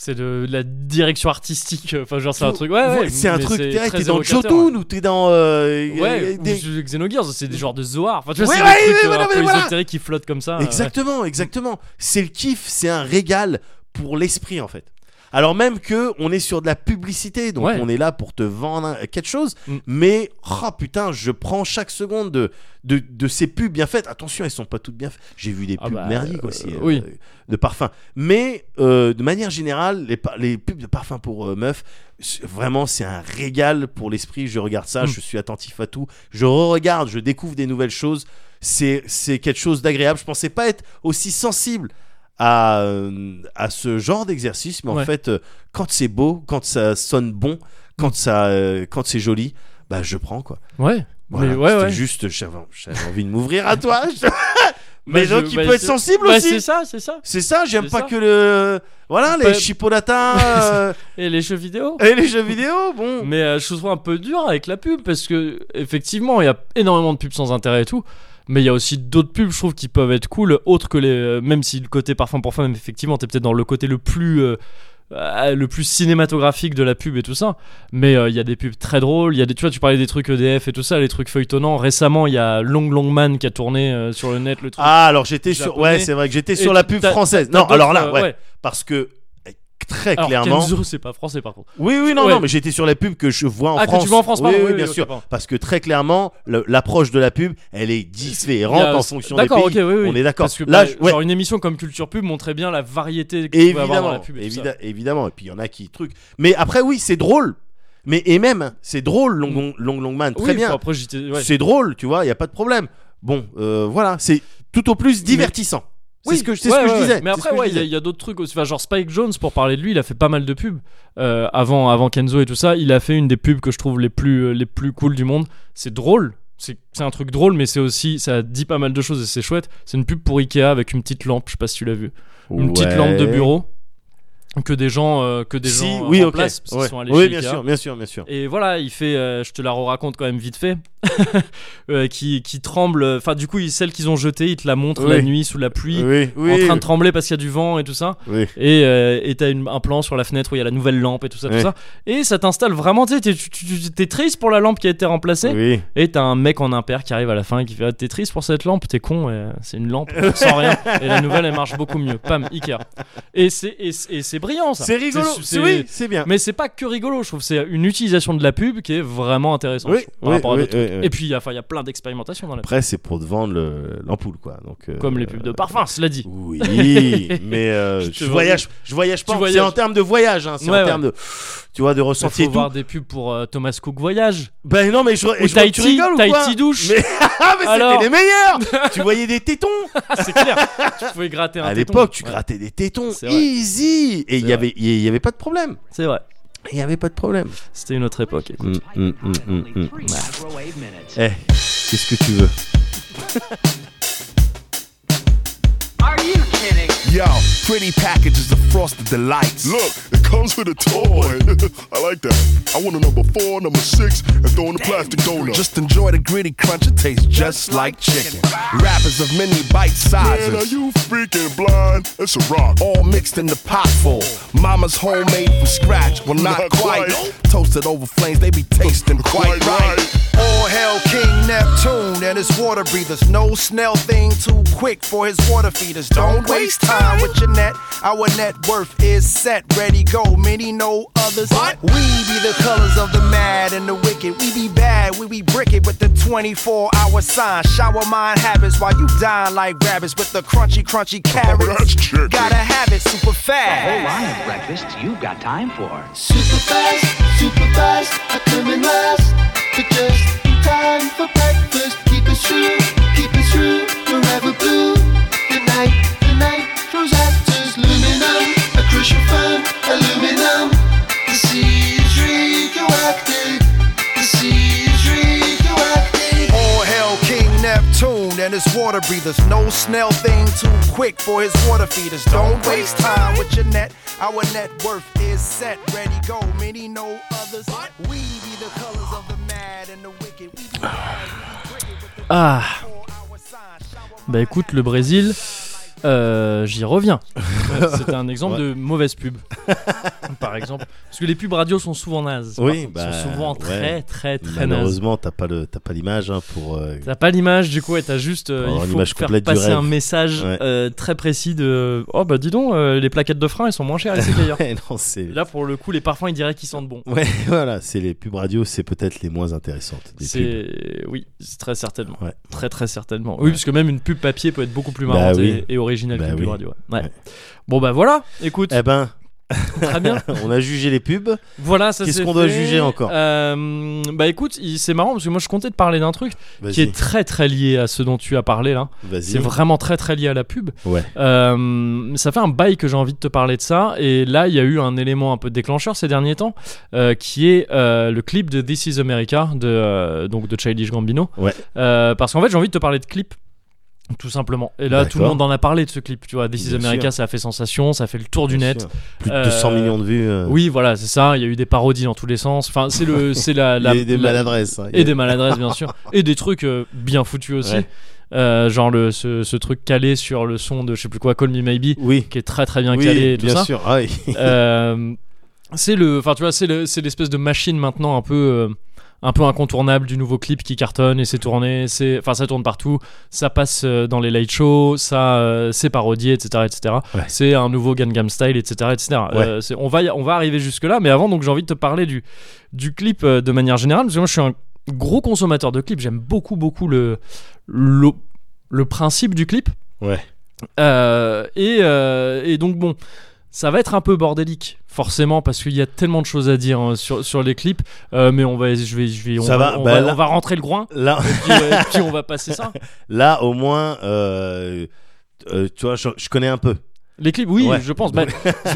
S1: C'est de, de la direction artistique. euh, Enfin, genre, c'est un
S2: Tout-
S1: truc. Ouais, ouais,
S2: c'est un
S1: mais
S2: truc
S1: c'est
S2: ouais,
S1: très
S2: t'es dans
S1: évocateur,
S2: Jotun ou t'es dans euh,
S1: Ouais,
S2: euh, des-
S1: ou je- Xenogears, c'est des genres de Zoar. Enfin, tu vois,
S2: Ouais,
S1: c'est
S2: ouais,
S1: des
S2: ouais,
S1: trucs euh,
S2: voilà,
S1: un peu
S2: mais voilà.
S1: ésotériques qui flottent comme ça. euh,
S2: Exactement, exactement. C'est le kiff, c'est un régal pour l'esprit en fait. Alors même que on est sur de la publicité, donc
S1: Ouais.
S2: on est là pour te vendre un- quelque chose,
S1: Mm.
S2: mais oh putain, je prends chaque seconde de, de, de ces pubs bien faites. Attention, elles sont pas toutes bien faites. J'ai vu des
S1: Ah
S2: pubs
S1: bah,
S2: merdiques
S1: euh,
S2: aussi,
S1: oui.
S2: de parfums. Mais euh, de manière générale, les, par- les pubs de parfums pour euh, meufs, c'est- vraiment c'est un régal pour l'esprit. Je regarde ça,
S1: Mm.
S2: je suis attentif à tout, je regarde, je découvre des nouvelles choses c'est c'est quelque chose d'agréable. Je pensais pas être aussi sensible à, euh, à ce genre d'exercice, mais en
S1: Ouais.
S2: fait, euh, quand c'est beau, quand ça sonne bon, quand ça, euh, quand c'est joli, bah je prends quoi.
S1: Ouais.
S2: Voilà,
S1: mais ouais,
S2: c'était
S1: ouais.
S2: juste, j'avais j'avais envie de m'ouvrir
S1: (laughs)
S2: à toi. je- mais
S1: je-
S2: donc, il
S1: bah,
S2: peut être
S1: c'est-
S2: sensible
S1: Bah, c'est
S2: aussi.
S1: ça, c'est ça.
S2: C'est ça, j'aime
S1: c'est
S2: pas
S1: ça. Bah,
S2: que le. Voilà, les
S1: Pas- (laughs)
S2: chipolatas euh,
S1: Et les jeux vidéo.
S2: et les jeux vidéo,
S1: (laughs)
S2: bon.
S1: Mais euh, je trouve un peu dur avec la pub parce que effectivement, il y a énormément de pubs sans intérêt et tout. Mais il y a aussi d'autres pubs, je trouve, qui peuvent être cool, autres que les. euh, Même si le côté parfum pour femme, effectivement, t'es peut-être dans le côté le plus. euh, euh, le plus cinématographique de la pub et tout ça. Mais euh, il y a des pubs très drôles. Il y a des, tu vois, tu parlais des trucs EDF et tout ça, les trucs feuilletonnants. Récemment, il y a Long Long Man qui a tourné euh, sur le net le truc.
S2: Ah, alors j'étais sur.
S1: Japonais.
S2: Ouais, c'est vrai que j'étais
S1: Et
S2: sur la
S1: t'as-
S2: pub
S1: t'as-
S2: française.
S1: T'as
S2: Non,
S1: d'autres,
S2: Ah, alors là,
S1: euh,
S2: ouais, Parce que, eh, très
S1: Alors,
S2: clairement.
S1: Kenzo, c'est pas français par contre.
S2: Oui, oui, non,
S1: Ouais.
S2: non, mais j'étais sur la pub que je vois en
S1: Ah, que tu
S2: France.
S1: vois en France,
S2: oui,
S1: pardon,
S2: oui,
S1: oui, oui,
S2: bien
S1: ok,
S2: sûr.
S1: pardon.
S2: Parce que très clairement, le- l'approche de la pub, elle est différente
S1: Il y a-
S2: en fonction des pays.
S1: D'accord, ok, oui, oui.
S2: On est d'accord.
S1: Parce que
S2: Là,
S1: bah,
S2: je- ouais,
S1: genre une émission comme Culture Pub montrait bien la variété que tu pouvais avoir dans la
S2: évidemment,
S1: pub. et tout ça.
S2: évidemment, évidemment. Et puis il y en a qui truc. Mais après, oui, c'est drôle. Mais et même, c'est drôle, Long Long, Long Long Man, très
S1: Oui,
S2: bien.
S1: enfin, Après, j'étais- ouais.
S2: C'est drôle, tu vois, il y a pas de problème. Bon, euh, voilà, c'est tout au plus divertissant. C'est
S1: Oui,
S2: ce que, c'est
S1: ouais,
S2: ce que
S1: ouais,
S2: je
S1: ouais.
S2: disais.
S1: Mais
S2: c'est ce
S1: après,
S2: que je
S1: ouais, il y a-
S2: disais.
S1: il y a, d'autres trucs aussi. Enfin, genre Spike Jones, pour parler de lui, il a fait pas mal de pubs euh, avant, avant Kenzo et tout ça. Il a fait une des pubs que je trouve les plus, euh, les plus cool du monde. C'est drôle. C'est c'est un truc drôle, mais c'est aussi. Ça dit pas mal de choses et c'est chouette. C'est une pub pour Ikea avec une petite lampe. Je sais pas si tu l'as vu. Une petite lampe de
S2: Ouais.
S1: bureau. que des gens euh, que des
S2: si,
S1: gens euh,
S2: oui, ok.
S1: remplacent parce qu'ils
S2: ouais.
S1: sont allés
S2: oui,
S1: chez
S2: bien
S1: Ikea.
S2: sûr, bien sûr, bien sûr.
S1: Et voilà, il fait, euh, je te la raconte quand même vite fait, (laughs) euh, qui, qui tremble. Enfin, du coup, il- celle qu'ils ont jetée, ils te la montrent la
S2: Oui.
S1: nuit sous la pluie,
S2: oui, oui,
S1: en train de trembler parce qu'il y a du vent et tout ça.
S2: oui.
S1: Et euh, et t'as une- un plan sur la fenêtre où il y a la nouvelle lampe et tout ça, tout
S2: Ouais.
S1: ça. Et ça t'installe vraiment, tu sais, t'es- tu- tu- tu- t'es triste pour la lampe qui a été remplacée.
S2: Oui.
S1: Et t'as un mec en impair qui arrive à la fin et qui fait Ah, T'es triste pour cette lampe, t'es con, et, euh, c'est une
S2: (laughs)
S1: lampe sans rien. Et la nouvelle elle marche beaucoup mieux. Pam, Ikea. Et c'est et c'est- et c'est brillant ça.
S2: C'est rigolo.
S1: su-
S2: C'est oui, c'est bien.
S1: (laughs) Mais c'est pas que rigolo, je trouve. C'est une utilisation de la pub qui est vraiment intéressante
S2: oui,
S1: je trouve, par
S2: oui,
S1: rapport à
S2: oui,
S1: d'autres.
S2: oui, oui.
S1: Et puis il y a- enfin, il y a plein d'expérimentations dans la pub.
S2: Après, c'est pour te vendre le- l'ampoule, quoi. Donc, euh, bah,
S1: Comme les pubs de parfum, cela dit. (laughs)
S2: Oui, mais euh,
S1: Je te
S2: je, voyage, je voyage pas.
S1: Tu
S2: en-
S1: voyages.
S2: C'est en termes de voyage, hein, c'est
S1: Ouais,
S2: en termes de, tu vois, de
S1: Il
S2: ressenti et
S1: faut
S2: tout.
S1: voir des pubs pour euh, Thomas Cook Voyage.
S2: Ben non, mais je,
S1: Ou
S2: et je vois que
S1: Tahiti,
S2: tu rigoles ou quoi
S1: Tahiti douche.
S2: Mais, (laughs) ah, mais
S1: Alors.
S2: c'était
S1: (laughs)
S2: les meilleurs. tu voyais des tétons.
S1: Ah, C'est clair. tu pouvais gratter un
S2: (laughs) À
S1: téton.
S2: l'époque, tu
S1: Ouais,
S2: grattais des tétons,
S1: C'est vrai.
S2: easy. Et il
S1: C'est
S2: y avait, il y avait pas de problème.
S1: C'est vrai.
S2: Il y avait pas de problème.
S1: C'était une autre époque. écoute.
S2: Mm, mm, mm, mm, mm. Eh, qu'est-ce que tu veux
S6: Yo, pretty packages of frosted delights.
S7: Look, it comes with a toy. (laughs) I like that. I want a number four, number six, and throw in the plastic donut.
S6: Just enjoy the gritty crunch, it tastes just like chicken. Wrappers of many bite
S7: man, are
S6: sizes,
S7: you freaking blind? It's a rock.
S6: all mixed in the pot full. Mama's homemade from scratch, well, not,
S7: Not
S6: quite.
S7: quite.
S6: Toasted over flames, they be tasting quite,
S7: Quite
S6: right.
S7: right.
S6: All hail King Neptune and his water breathers. No snail thing too quick for his water feeders. Don't waste time with your net. Our net worth is set, ready, go. Many know others. What? We be the colors of the mad and the wicked. We be bad, we be bricked with the 24 hour sign. Shower mind habits while you dine like rabbits with the crunchy, crunchy
S7: That's
S6: carrots.
S7: chicken.
S6: Gotta have it super fast.
S8: of breakfasts you've got time for.
S3: Super fast, super fast, I come in last. But just in time for breakfast. Keep it true, keep it true, forever blue. The night, the night throws actors luminum, a crucial firm, aluminum. The sea is radioactive, the sea is radioactive.
S6: All hail King Neptune and his water breathers. No snail thing too quick for his water feeders. Don't waste time with your net. Our net worth is set. Ready, go. Many know others. We be the colors of the mad and the wicked. We be
S3: (sighs)
S6: bad, we be wicked with the
S1: Ah,
S6: 24 hour sign. Shower
S1: bah écoute, le Brésil, euh, j'y reviens. C'était un exemple de mauvaise pub. Par exemple. Parce que les pubs radio sont souvent nazes.
S2: Oui,
S1: Ils
S2: bah,
S1: sont souvent très,
S2: ouais.
S1: très, très nazes.
S2: Malheureusement, t'as pas le, t'as pas l'image hein, pour. euh,
S1: T'as pas l'image du coup et t'as juste euh,
S2: Pour
S1: il
S2: avoir une
S1: faut
S2: image
S1: faire
S2: Oh, complète du
S1: passer
S2: rêve.
S1: un message
S2: Ouais.
S1: euh, très précis de oh bah dis donc euh, les plaquettes de frein elles sont moins chères ici
S2: (laughs)
S1: d'ailleurs.
S2: (laughs) ouais, non, c'est.
S1: Là pour le coup les parfums ils diraient qu'ils sentent bon.
S2: Ouais, (laughs) voilà, c'est les pubs radio, c'est peut-être les moins intéressantes. Des pubs.
S1: C'est oui c'est très certainement
S2: Ouais.
S1: très très certainement oui parce que même une pub papier peut être beaucoup plus marrante
S2: Bah oui.
S1: et, et originale
S2: Bah
S1: qu'une pub
S2: oui.
S1: radio. ouais. Ouais.
S2: Ouais.
S1: Bon bah voilà écoute
S2: Eh ben,
S1: très bien
S2: on a jugé les pubs.
S1: voilà ça
S2: Qu'est-ce
S1: c'est
S2: qu'on doit
S1: fait.
S2: juger encore
S1: Euh, Bah écoute il- c'est marrant parce que moi je comptais te parler d'un truc qui
S2: Vas-y,
S1: est très très lié à ce dont tu as parlé là.
S2: vas-y.
S1: C'est vraiment très très lié à la pub.
S2: Ouais.
S1: Euh, ça fait un bail que j'ai envie de te parler de ça. Et là, il y a eu un élément un peu déclencheur ces derniers temps, euh, qui est euh, le clip de This is America, de, euh, donc de Childish Gambino.
S2: Ouais.
S1: Euh, parce qu'en fait, j'ai envie de te parler de clip. Tout simplement. Et là, tout le
S2: D'accord.
S1: monde en a parlé de ce clip. Tu vois, This is
S2: Bien
S1: America,
S2: sûr.
S1: ça a fait sensation, ça a fait le tour du
S2: Bien
S1: net.
S2: sûr. Plus
S1: Euh,
S2: de 200 millions de vues. euh,
S1: Oui, voilà, c'est ça. Il y a eu des parodies dans tous les sens. Enfin, c'est
S2: (laughs)
S1: le, c'est la, la,
S2: il y a des
S1: la-
S2: maladresses. hein.
S1: et des maladresses, bien sûr. Et des trucs euh, bien foutus aussi.
S2: Ouais.
S1: Euh, genre le, ce, ce truc calé sur le son de je sais plus quoi, Call Me Maybe,
S2: Oui,
S1: qui est très très bien
S2: oui,
S1: calé et tout
S2: bien
S1: ça.
S2: sûr. (laughs) Ah, oui.
S1: Euh, c'est le, enfin tu vois, c'est le- c'est l'espèce de machine maintenant un peu. euh, un peu incontournable du nouveau clip qui cartonne et c'est tourné, c'est, enfin ça tourne partout, ça passe euh, dans les light shows, ça euh, c'est parodié, etc., etc.
S2: Ouais.
S1: C'est un nouveau Gangnam Style, etc., etc. Euh, c'est- on va y- on va arriver jusque là, mais avant donc j'ai envie de te parler du du clip euh, de manière générale parce que moi je suis un gros consommateur de clips, j'aime beaucoup beaucoup le le, le principe du clip.
S2: Ouais.
S1: Euh, et, euh, et donc bon, ça va être un peu bordélique forcément parce qu'il y a tellement de choses à dire hein, sur, sur les clips, euh, mais on va je vais je vais on,
S2: Ça va,
S1: on
S2: bah
S1: va,
S2: là-
S1: on va rentrer le groin
S2: Là,
S1: puis, euh, puis on va passer ça.
S2: là, au moins, euh, euh, tu vois, je, je connais un peu.
S1: Les clips, oui,
S2: Ouais.
S1: je pense. Bah,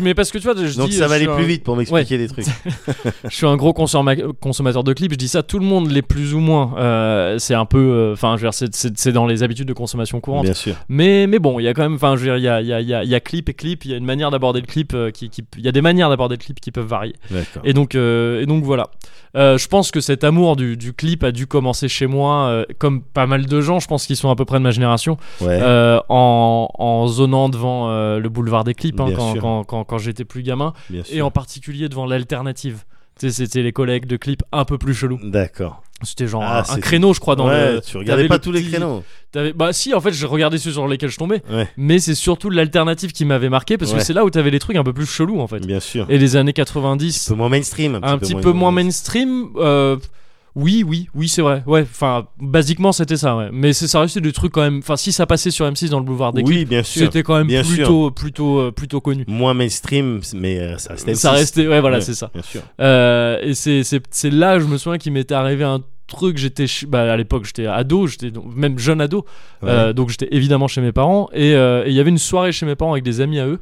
S1: mais parce que tu vois, je
S2: (laughs) Donc
S1: dis,
S2: ça
S1: je
S2: va aller
S1: suis
S2: plus
S1: un-
S2: vite pour m'expliquer des trucs.
S1: (laughs)
S2: (laughs)
S1: Je suis un gros consorma- consommateur de clips. Je dis ça, tout le monde l'est plus ou moins. Euh, c'est un peu, euh, enfin, je veux dire, c'est- c'est c'est dans les habitudes de consommation courante.
S2: Bien sûr.
S1: Mais, mais bon, il y a quand même, enfin, je veux dire, il y a, il y, a, il y, a, il y a clip et clip. Il y a une manière d'aborder le clip euh, qui, qui- il y a des manières d'aborder le clip qui peuvent varier.
S2: D'accord.
S1: Et donc, euh, et donc voilà. Euh, je pense que cet amour du, du clip a dû commencer chez moi, euh, comme pas mal de gens, je pense qu'ils sont à peu près de ma génération,
S2: Ouais.
S1: euh, en, en zonant devant euh, le boulevard des clips hein,
S2: Bien
S1: quand,
S2: sûr.
S1: quand, quand, quand j'étais plus gamin,
S2: bien
S1: et
S2: sûr.
S1: en particulier devant l'alternative. Tu sais, C'était les collègues de clips un peu plus chelous.
S2: D'accord.
S1: C'était genre
S2: Ah,
S1: un- un
S2: c'est-
S1: créneau, je crois, dans
S2: ouais,
S1: le.
S2: tu regardais
S1: t'avais
S2: pas
S1: le
S2: tous les
S1: petit-
S2: créneaux.
S1: t'avais- Bah si, en fait, je regardais ceux sur lesquels je tombais.
S2: Ouais.
S1: Mais c'est surtout l'alternative qui m'avait marqué parce
S2: Ouais.
S1: que c'est là où t'avais les trucs un peu plus chelous en fait.
S2: Bien sûr.
S1: Et les années
S2: Un
S1: 90,
S2: peu moins mainstream.
S1: un petit peu moins mainstream. euh, oui, oui, oui, c'est vrai. Ouais, enfin, basiquement c'était ça. Ouais. Mais c'est ça restait des trucs quand même. Enfin, si ça passait sur M6 dans le boulevard des clips,
S2: Oui, bien sûr.
S1: c'était quand même
S2: bien sûr.
S1: plutôt, plutôt, euh, plutôt connu.
S2: Moins mainstream, mais euh, ça restait.
S1: Ça
S2: M6.
S1: restait, ouais, voilà,
S2: Ouais.
S1: c'est ça.
S2: Bien sûr.
S1: Euh, et c'est, c'est, c'est là, je me souviens qu'il m'était arrivé un truc. J'étais, ch- bah, à l'époque, j'étais ado, j'étais donc- même jeune ado. Euh, donc j'étais évidemment chez mes parents et euh, et il y avait une soirée chez mes parents avec des amis à eux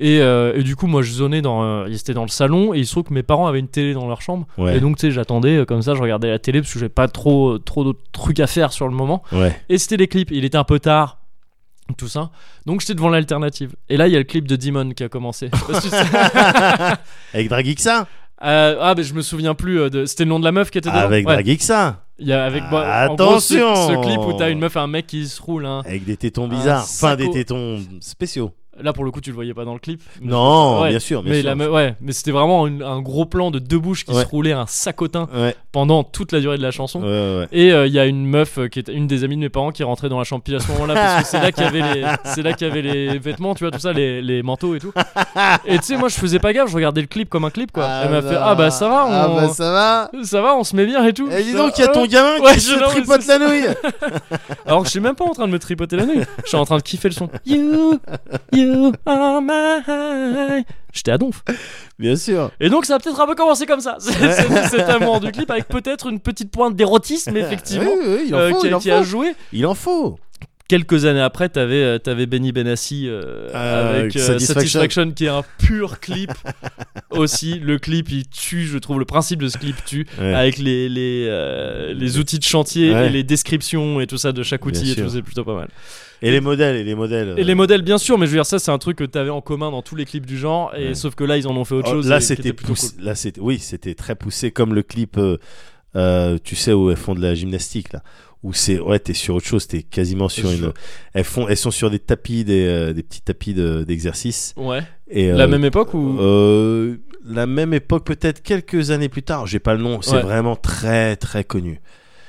S1: et, euh, et du coup moi je zonais dans euh, ils étaient dans le salon et il se trouve que mes parents avaient une télé dans leur chambre
S2: Ouais.
S1: et donc tu sais j'attendais euh, comme ça je regardais la télé parce que j'avais pas trop euh, trop d'autres trucs à faire sur le moment
S2: ouais.
S1: et c'était les clips il était un peu tard tout ça donc j'étais devant l'alternative et là il y a le clip de Demon qui a
S2: (laughs)
S1: commencé Je sais pas si tu sais.
S2: Avec Dragixa
S1: Euh, ah mais je me souviens plus euh, de... c'était le nom de la meuf qui était dedans
S2: Avec
S1: Ouais.
S2: Dragixa
S1: il y a avec bah, en gros, ce-
S2: Attention
S1: ce clip où t'as une meuf et un mec qui se roulent hein.
S2: Avec des tétons
S1: Ah,
S2: bizarres. Enfin, des
S1: Sacco.
S2: tétons spéciaux.
S1: là pour le coup tu le voyais pas dans le clip mais-
S2: Non,
S1: Ouais.
S2: bien sûr. Bien
S1: mais
S2: sûr.
S1: la me- ouais, mais c'était vraiment une- un gros plan de deux bouches qui
S2: Ouais.
S1: se roulaient un sacotin
S2: Ouais,
S1: pendant toute la durée de la chanson.
S2: ouais, ouais.
S1: Et euh, il y a une meuf euh, qui était une des amies de mes parents qui rentrait dans la chambre pile à ce moment-là parce que c'est là qu'il y avait
S2: (laughs)
S1: les c'est là qu'il y avait les vêtements, tu vois tout ça, les, les manteaux et tout. Et tu sais moi je faisais pas gaffe, je regardais le clip comme un clip quoi. Elle m'a fait ah bah ça va, on...
S2: Ah bah ça va.
S1: ça va, on se met bien et tout.
S2: Et Eh, dis
S1: Putain,
S2: donc, il y a ton
S1: ouais.
S2: gamin
S1: Euh, Ouais,
S2: qui
S1: je- non,
S2: se
S1: mais
S2: tripote
S1: c'est
S2: la nouille.
S1: Alors que je suis même pas en train de me tripoter la nuit. Je suis en train de kiffer le son. You, you are my. J'étais à donf.
S2: Bien sûr.
S1: Et donc ça a peut-être un peu commencé comme ça, (laughs) C'est- c'est- cet amour du clip, avec peut-être une petite pointe d'érotisme, effectivement,
S2: Oui, oui, il en
S1: euh,
S2: faut.
S1: qui,
S2: il, en
S1: qui a
S2: faut.
S1: joué.
S2: il en faut.
S1: Quelques années après, t'avais euh, t'avais Benny Benassi euh,
S2: Euh,
S1: avec euh,
S2: Satisfaction.
S1: Satisfaction. qui est un pur clip aussi. Le clip, il tue, je trouve, le principe de ce clip tue,
S2: Ouais.
S1: avec les, les, euh, les outils de chantier
S2: Ouais.
S1: et les descriptions et tout ça de chaque
S2: Bien
S1: outil, et
S2: sûr.
S1: tout, c'est plutôt pas mal.
S2: Et les modèles, et les modèles.
S1: Et les
S2: euh,
S1: modèles, bien sûr, mais je veux dire, ça, c'est un truc que t'avais en commun dans tous les clips du genre, et
S2: Ouais.
S1: sauf que là, ils en ont fait autre
S2: oh,
S1: chose. et
S2: Là,
S1: euh, qui
S2: c'était
S1: était plutôt
S2: poussé. Là, c'était oui, c'était très poussé, comme le clip, euh, euh, tu sais, où elles font de la gymnastique là, où c'est ouais, t'es sur autre chose, t'es quasiment sur
S1: Je-
S2: une. Elles font, elles sont sur des tapis, des, euh, des petits tapis de- d'exercice.
S1: cool. Ouais.
S2: et
S1: La
S2: euh,
S1: même époque ou
S2: euh, la même époque, peut-être quelques années plus tard. J'ai pas le nom. C'est
S1: Ouais.
S2: vraiment très très connu.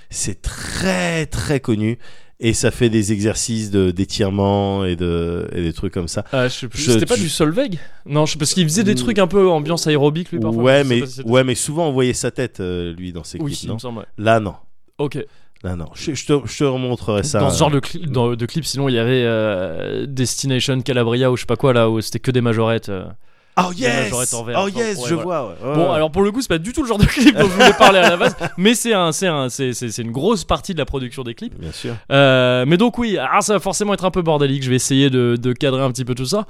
S2: C'est très très connu. Et ça fait des exercices de d'étirement et de et des trucs comme ça.
S1: Ah, je sais plus.
S2: Je-
S1: C'était pas
S2: tu-
S1: du Solveig Non, je- parce qu'il faisait des
S2: Mm.
S1: trucs un peu ambiance aérobique lui parfois. Je
S2: ouais,
S1: sais
S2: mais
S1: pas si c'était-
S2: ouais, mais souvent on voyait sa tête euh, lui dans ses
S1: Oui,
S2: clips,
S1: il
S2: non
S1: me semble. ouais.
S2: Là, non.
S1: Ok.
S2: Là, non. Je, je te, je te remontrerai ça.
S1: Dans ce genre de, cli- dans- de clip, sinon il y avait euh, Destination Calabria ou je sais pas quoi là où c'était que des majorettes. euh.
S2: Oh
S1: Des
S2: yes
S1: majorettes en vert,
S2: Oh
S1: genre,
S2: yes,
S1: ouais,
S2: je
S1: voilà.
S2: vois. ouais, ouais,
S1: Bon,
S2: ouais.
S1: alors pour le coup, c'est pas du tout le genre de clip dont je voulais parler à la base, (laughs) mais c'est un, c'est un, c'est c'est- c'est une grosse partie de la production des clips.
S2: Bien sûr.
S1: Euh, mais donc oui, ah, ça va forcément être un peu bordélique. Je vais essayer de, de cadrer un petit peu tout ça,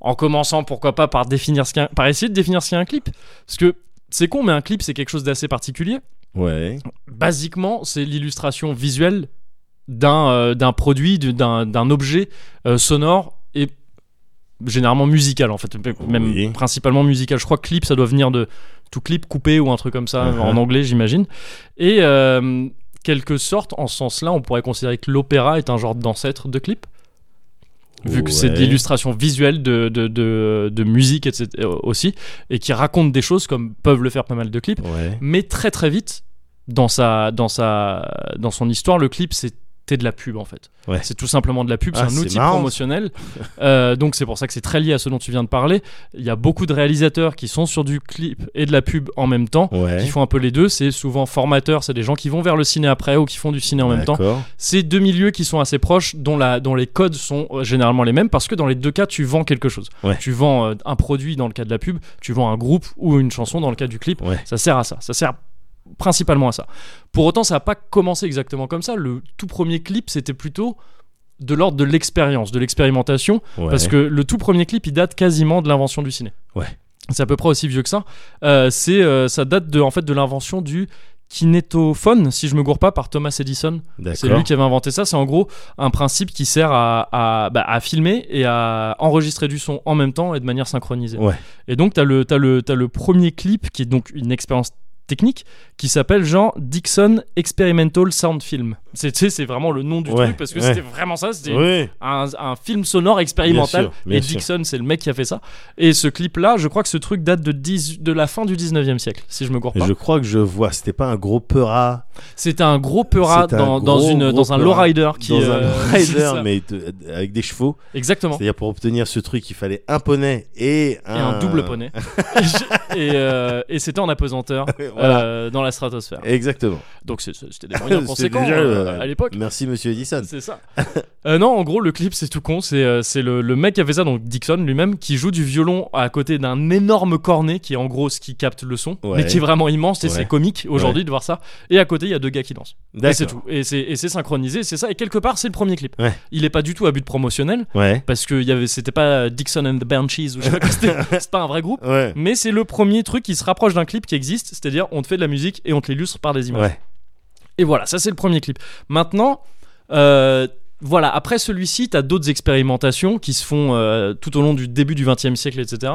S1: en commençant pourquoi pas par définir ce qu'est un- par essayer de définir ce qu'est un clip, parce que c'est con, mais un clip c'est quelque chose d'assez particulier.
S2: Ouais.
S1: basiquement, c'est l'illustration visuelle d'un euh, d'un produit, de- d'un d'un objet euh, sonore et généralement musical en fait, même
S2: Oui.
S1: principalement musical. Je crois que clip, ça doit venir de tout clip coupé ou un truc comme ça
S2: Uh-huh.
S1: en anglais, j'imagine. Et euh, quelque sorte, en ce sens-là, on pourrait considérer que l'opéra est un genre d'ancêtre de clip. Vu que c'est de
S2: Ouais.
S1: l'illustration visuelle de, de, de, de musique etc., aussi, et qui raconte des choses comme peuvent le faire pas mal de clips
S2: Ouais.
S1: mais très très vite dans sa dans sa dans son histoire le clip c'était de la pub en fait
S2: Ouais.
S1: c'est tout simplement de la pub
S2: Ah,
S1: c'est un
S2: c'est
S1: outil
S2: marrant.
S1: promotionnel (laughs) Euh, donc c'est pour ça que c'est très lié à ce dont tu viens de parler il y a beaucoup de réalisateurs qui sont sur du clip et de la pub en même temps qui
S2: Ouais.
S1: font un peu les deux c'est souvent formateurs c'est des gens qui vont vers le ciné après ou qui font du ciné en même temps
S2: D'accord.
S1: c'est deux milieux qui sont assez proches, dont, la, dont les codes sont euh, généralement les mêmes, parce que dans les deux cas, tu vends quelque chose.
S2: Ouais.
S1: Tu vends euh, un produit dans le cas de la pub, tu vends un groupe ou une chanson dans le cas du clip.
S2: Ouais.
S1: Ça sert à ça. Ça sert principalement à ça. Pour autant, ça n'a pas commencé exactement comme ça. Le tout premier clip, c'était plutôt de l'ordre de l'expérience, de l'expérimentation, parce que le tout premier clip, il date quasiment de l'invention du ciné.
S2: Ouais.
S1: C'est à peu près aussi vieux que ça. Euh, c'est, euh, ça date de, en fait de l'invention du kinétophone, si je me gourre pas, par Thomas Edison. C'est lui qui avait inventé ça. C'est en gros un principe qui sert à, à- bah, à filmer et à enregistrer du son en même temps et de manière synchronisée.
S2: Ouais.
S1: Et donc, tu as le, t'as le, t'as le premier clip qui est donc une expérience technique qui s'appelle genre Dixon Experimental Sound Film. C'est tu sais, c'est vraiment le nom du
S2: Ouais,
S1: truc parce que
S2: ouais.
S1: c'était vraiment ça. C'était
S2: Oui.
S1: un, un film sonore expérimental.
S2: Bien sûr, bien
S1: et
S2: sûr.
S1: Dixon, c'est le mec qui a fait ça. Et ce clip-là, je crois que ce truc date de, 10 de la fin du 19e siècle, si je me gourre
S2: Et
S1: pas.
S2: Je crois que je vois, c'était pas un gros peurat
S1: C'était un gros peurat
S2: C'était un
S1: dans, dans
S2: gros,
S1: une,
S2: gros
S1: dans un
S2: peurat.
S1: lowrider qui.
S2: dans (laughs)
S1: euh,
S2: un
S1: c'est (laughs)
S2: rider,
S1: ça.
S2: mais te- avec des chevaux.
S1: Exactement.
S2: C'est-à-dire pour obtenir ce truc, il fallait un poney et un,
S1: Et un double
S2: (laughs)
S1: poney. et je- et, euh, et c'était en apesanteur
S2: Voilà.
S1: euh, dans la stratosphère.
S2: Exactement.
S1: Donc c'est- c'était des moyens
S2: (laughs) C'est
S1: conséquents
S2: déjà,
S1: euh,
S2: euh,
S1: à l'époque.
S2: Merci Monsieur Edison.
S1: C'est
S2: (laughs)
S1: ça. Euh, non, en gros, le clip, c'est tout con. C'est euh, c'est le, le mec qui avait ça, donc Dixon lui-même, qui joue du violon à côté d'un énorme cornet, qui est en gros ce qui capte le son,
S2: Ouais.
S1: mais qui est vraiment immense, et
S2: Ouais.
S1: c'est comique aujourd'hui de voir ça. Et à côté, il y a deux gars qui dansent. Et
S2: D'accord.
S1: c'est tout. Et c'est et c'est synchronisé, c'est ça. Et quelque part, c'est le premier clip.
S2: Ouais.
S1: Il est pas du tout à but promotionnel,
S2: Ouais.
S1: parce que il y avait- c'était pas Dixon and the Banshees, ou je sais pas quoi,
S2: (laughs)
S1: c'était- c'est pas un vrai groupe.
S2: Ouais.
S1: Mais c'est le premier truc qui se rapproche d'un clip qui existe, c'est-à-dire on te fait de la musique et on te l'illustre par des images.
S2: Ouais.
S1: Et voilà, ça c'est le premier clip. Maintenant, euh, voilà, après celui-ci, t'as d'autres expérimentations qui se font euh, tout au long du début du XXe siècle, etc.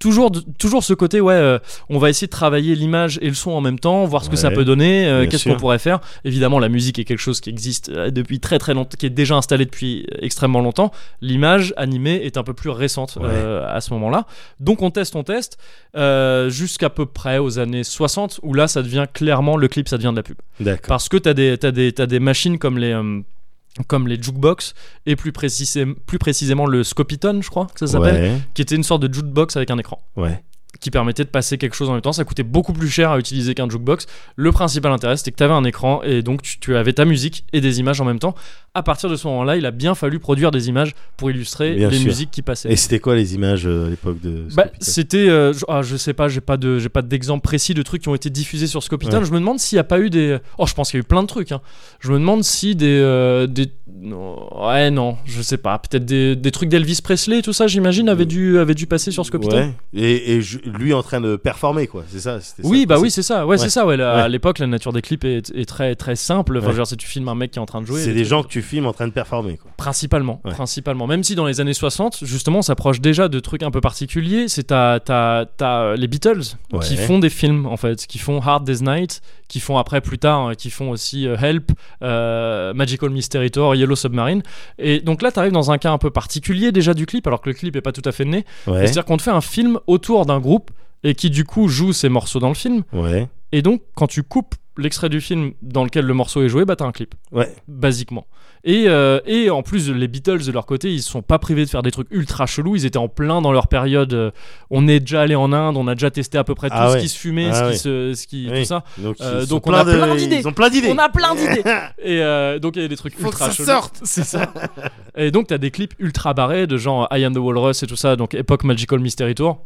S1: Toujours, de- toujours ce côté, ouais, euh, on va essayer de travailler l'image et le son en même temps, voir ce que ça
S2: Ouais,
S1: peut donner, euh,
S2: bien
S1: qu'est-ce
S2: sûr.
S1: qu'on pourrait faire. Évidemment, la musique est quelque chose qui existe euh, depuis très très longtemps, qui est déjà installé depuis euh, extrêmement longtemps. L'image animée est un peu plus récente
S2: Ouais.
S1: euh, à ce moment-là. Donc on teste, on teste, euh, jusqu'à peu près aux années 60, où là, ça devient clairement, le clip, ça devient de la pub.
S2: D'accord.
S1: Parce que t'as des, t'as des, t'as des machines comme les, euh, comme les jukebox, et plus, précisé- plus précisément le Scopitone, je crois que ça s'appelle,
S2: Ouais.
S1: qui était une sorte de jukebox avec un écran,
S2: Ouais.
S1: qui permettait de passer quelque chose en même temps. Ça coûtait beaucoup plus cher à utiliser qu'un jukebox. Le principal intérêt, c'était que t'avais un écran, et donc tu, tu avais ta musique et des images en même temps. À partir de ce moment-là, il a bien fallu produire des images pour illustrer
S2: Bien
S1: les
S2: sûr.
S1: musiques qui passaient.
S2: Et c'était quoi les images euh, à l'époque de
S1: Bah,
S2: Scopitone
S1: c'était, euh, je, ah, je sais pas, j'ai pas de, j'ai pas d'exemple précis de trucs qui ont été diffusés sur Scopitone.
S2: Ouais.
S1: Je me demande s'il y a pas eu des. Oh, je pense qu'il y a eu plein de trucs. hein. Je me demande si des, euh, des, non, ouais, non, je sais pas. Peut-être des, des trucs d'Elvis Presley, et tout ça, j'imagine, avait dû, avait dû passer sur Scopitone.
S2: Mm. Ouais. Et, et je- lui en train de performer quoi, c'est ça c'était ça,
S1: Oui,
S2: le
S1: bah oui,
S2: principe.
S1: c'est ça. Ouais,
S2: Ouais.
S1: c'est ça. Ouais, là,
S2: Ouais.
S1: à l'époque, la nature des clips est, est très, très simple. Enfin,
S2: Ouais.
S1: je veux dire, si tu filmes un mec qui est en train de jouer,
S2: C'est
S1: les
S2: des
S1: trucs-
S2: gens que tu filmes en train de performer quoi.
S1: Principalement,
S2: Ouais.
S1: principalement. Même si dans les années 60, justement, on s'approche déjà de trucs un peu particuliers. C'est t'as, t'as- t'as, euh, les Beatles
S2: Ouais.
S1: qui font des films, en fait, qui font Hard Day's Night, qui font après, plus tard, hein, qui font aussi euh, Help, euh, Magical Mystery Tour, Yellow Submarine. Et donc là, t'arrives dans un cas un peu particulier déjà du clip, alors que le clip est pas tout à fait né.
S2: Ouais.
S1: C'est-à-dire qu'on te fait un film autour d'un groupe et qui, du coup, joue ses morceaux dans le film.
S2: Ouais.
S1: Et donc, quand tu coupes l'extrait du film dans lequel le morceau est joué, bah t'as un clip
S2: Ouais.
S1: basiquement. Et, euh, et en plus, les Beatles, de leur côté, ils se sont pas privés de faire des trucs ultra chelous. Ils étaient en plein dans leur période. euh, on est déjà allé en Inde, on a déjà testé à peu près tout
S2: Ah
S1: ce
S2: ouais.
S1: qui se fumait,
S2: Ah
S1: ce,
S2: ouais.
S1: qui se, ce qui.
S2: Oui.
S1: tout ça.
S2: Donc,
S1: Euh,
S2: ils,
S1: donc
S2: sont
S1: on a
S2: plein de-
S1: plein d'idées.
S2: ils ont plein d'idées.
S1: On a plein d'idées
S2: (laughs)
S1: Et euh, donc, il y a des trucs ultra chelous. C'est ça. et donc, t'as des clips ultra barrés de genre I Am the Walrus et tout ça, donc époque Magical Mystery Tour.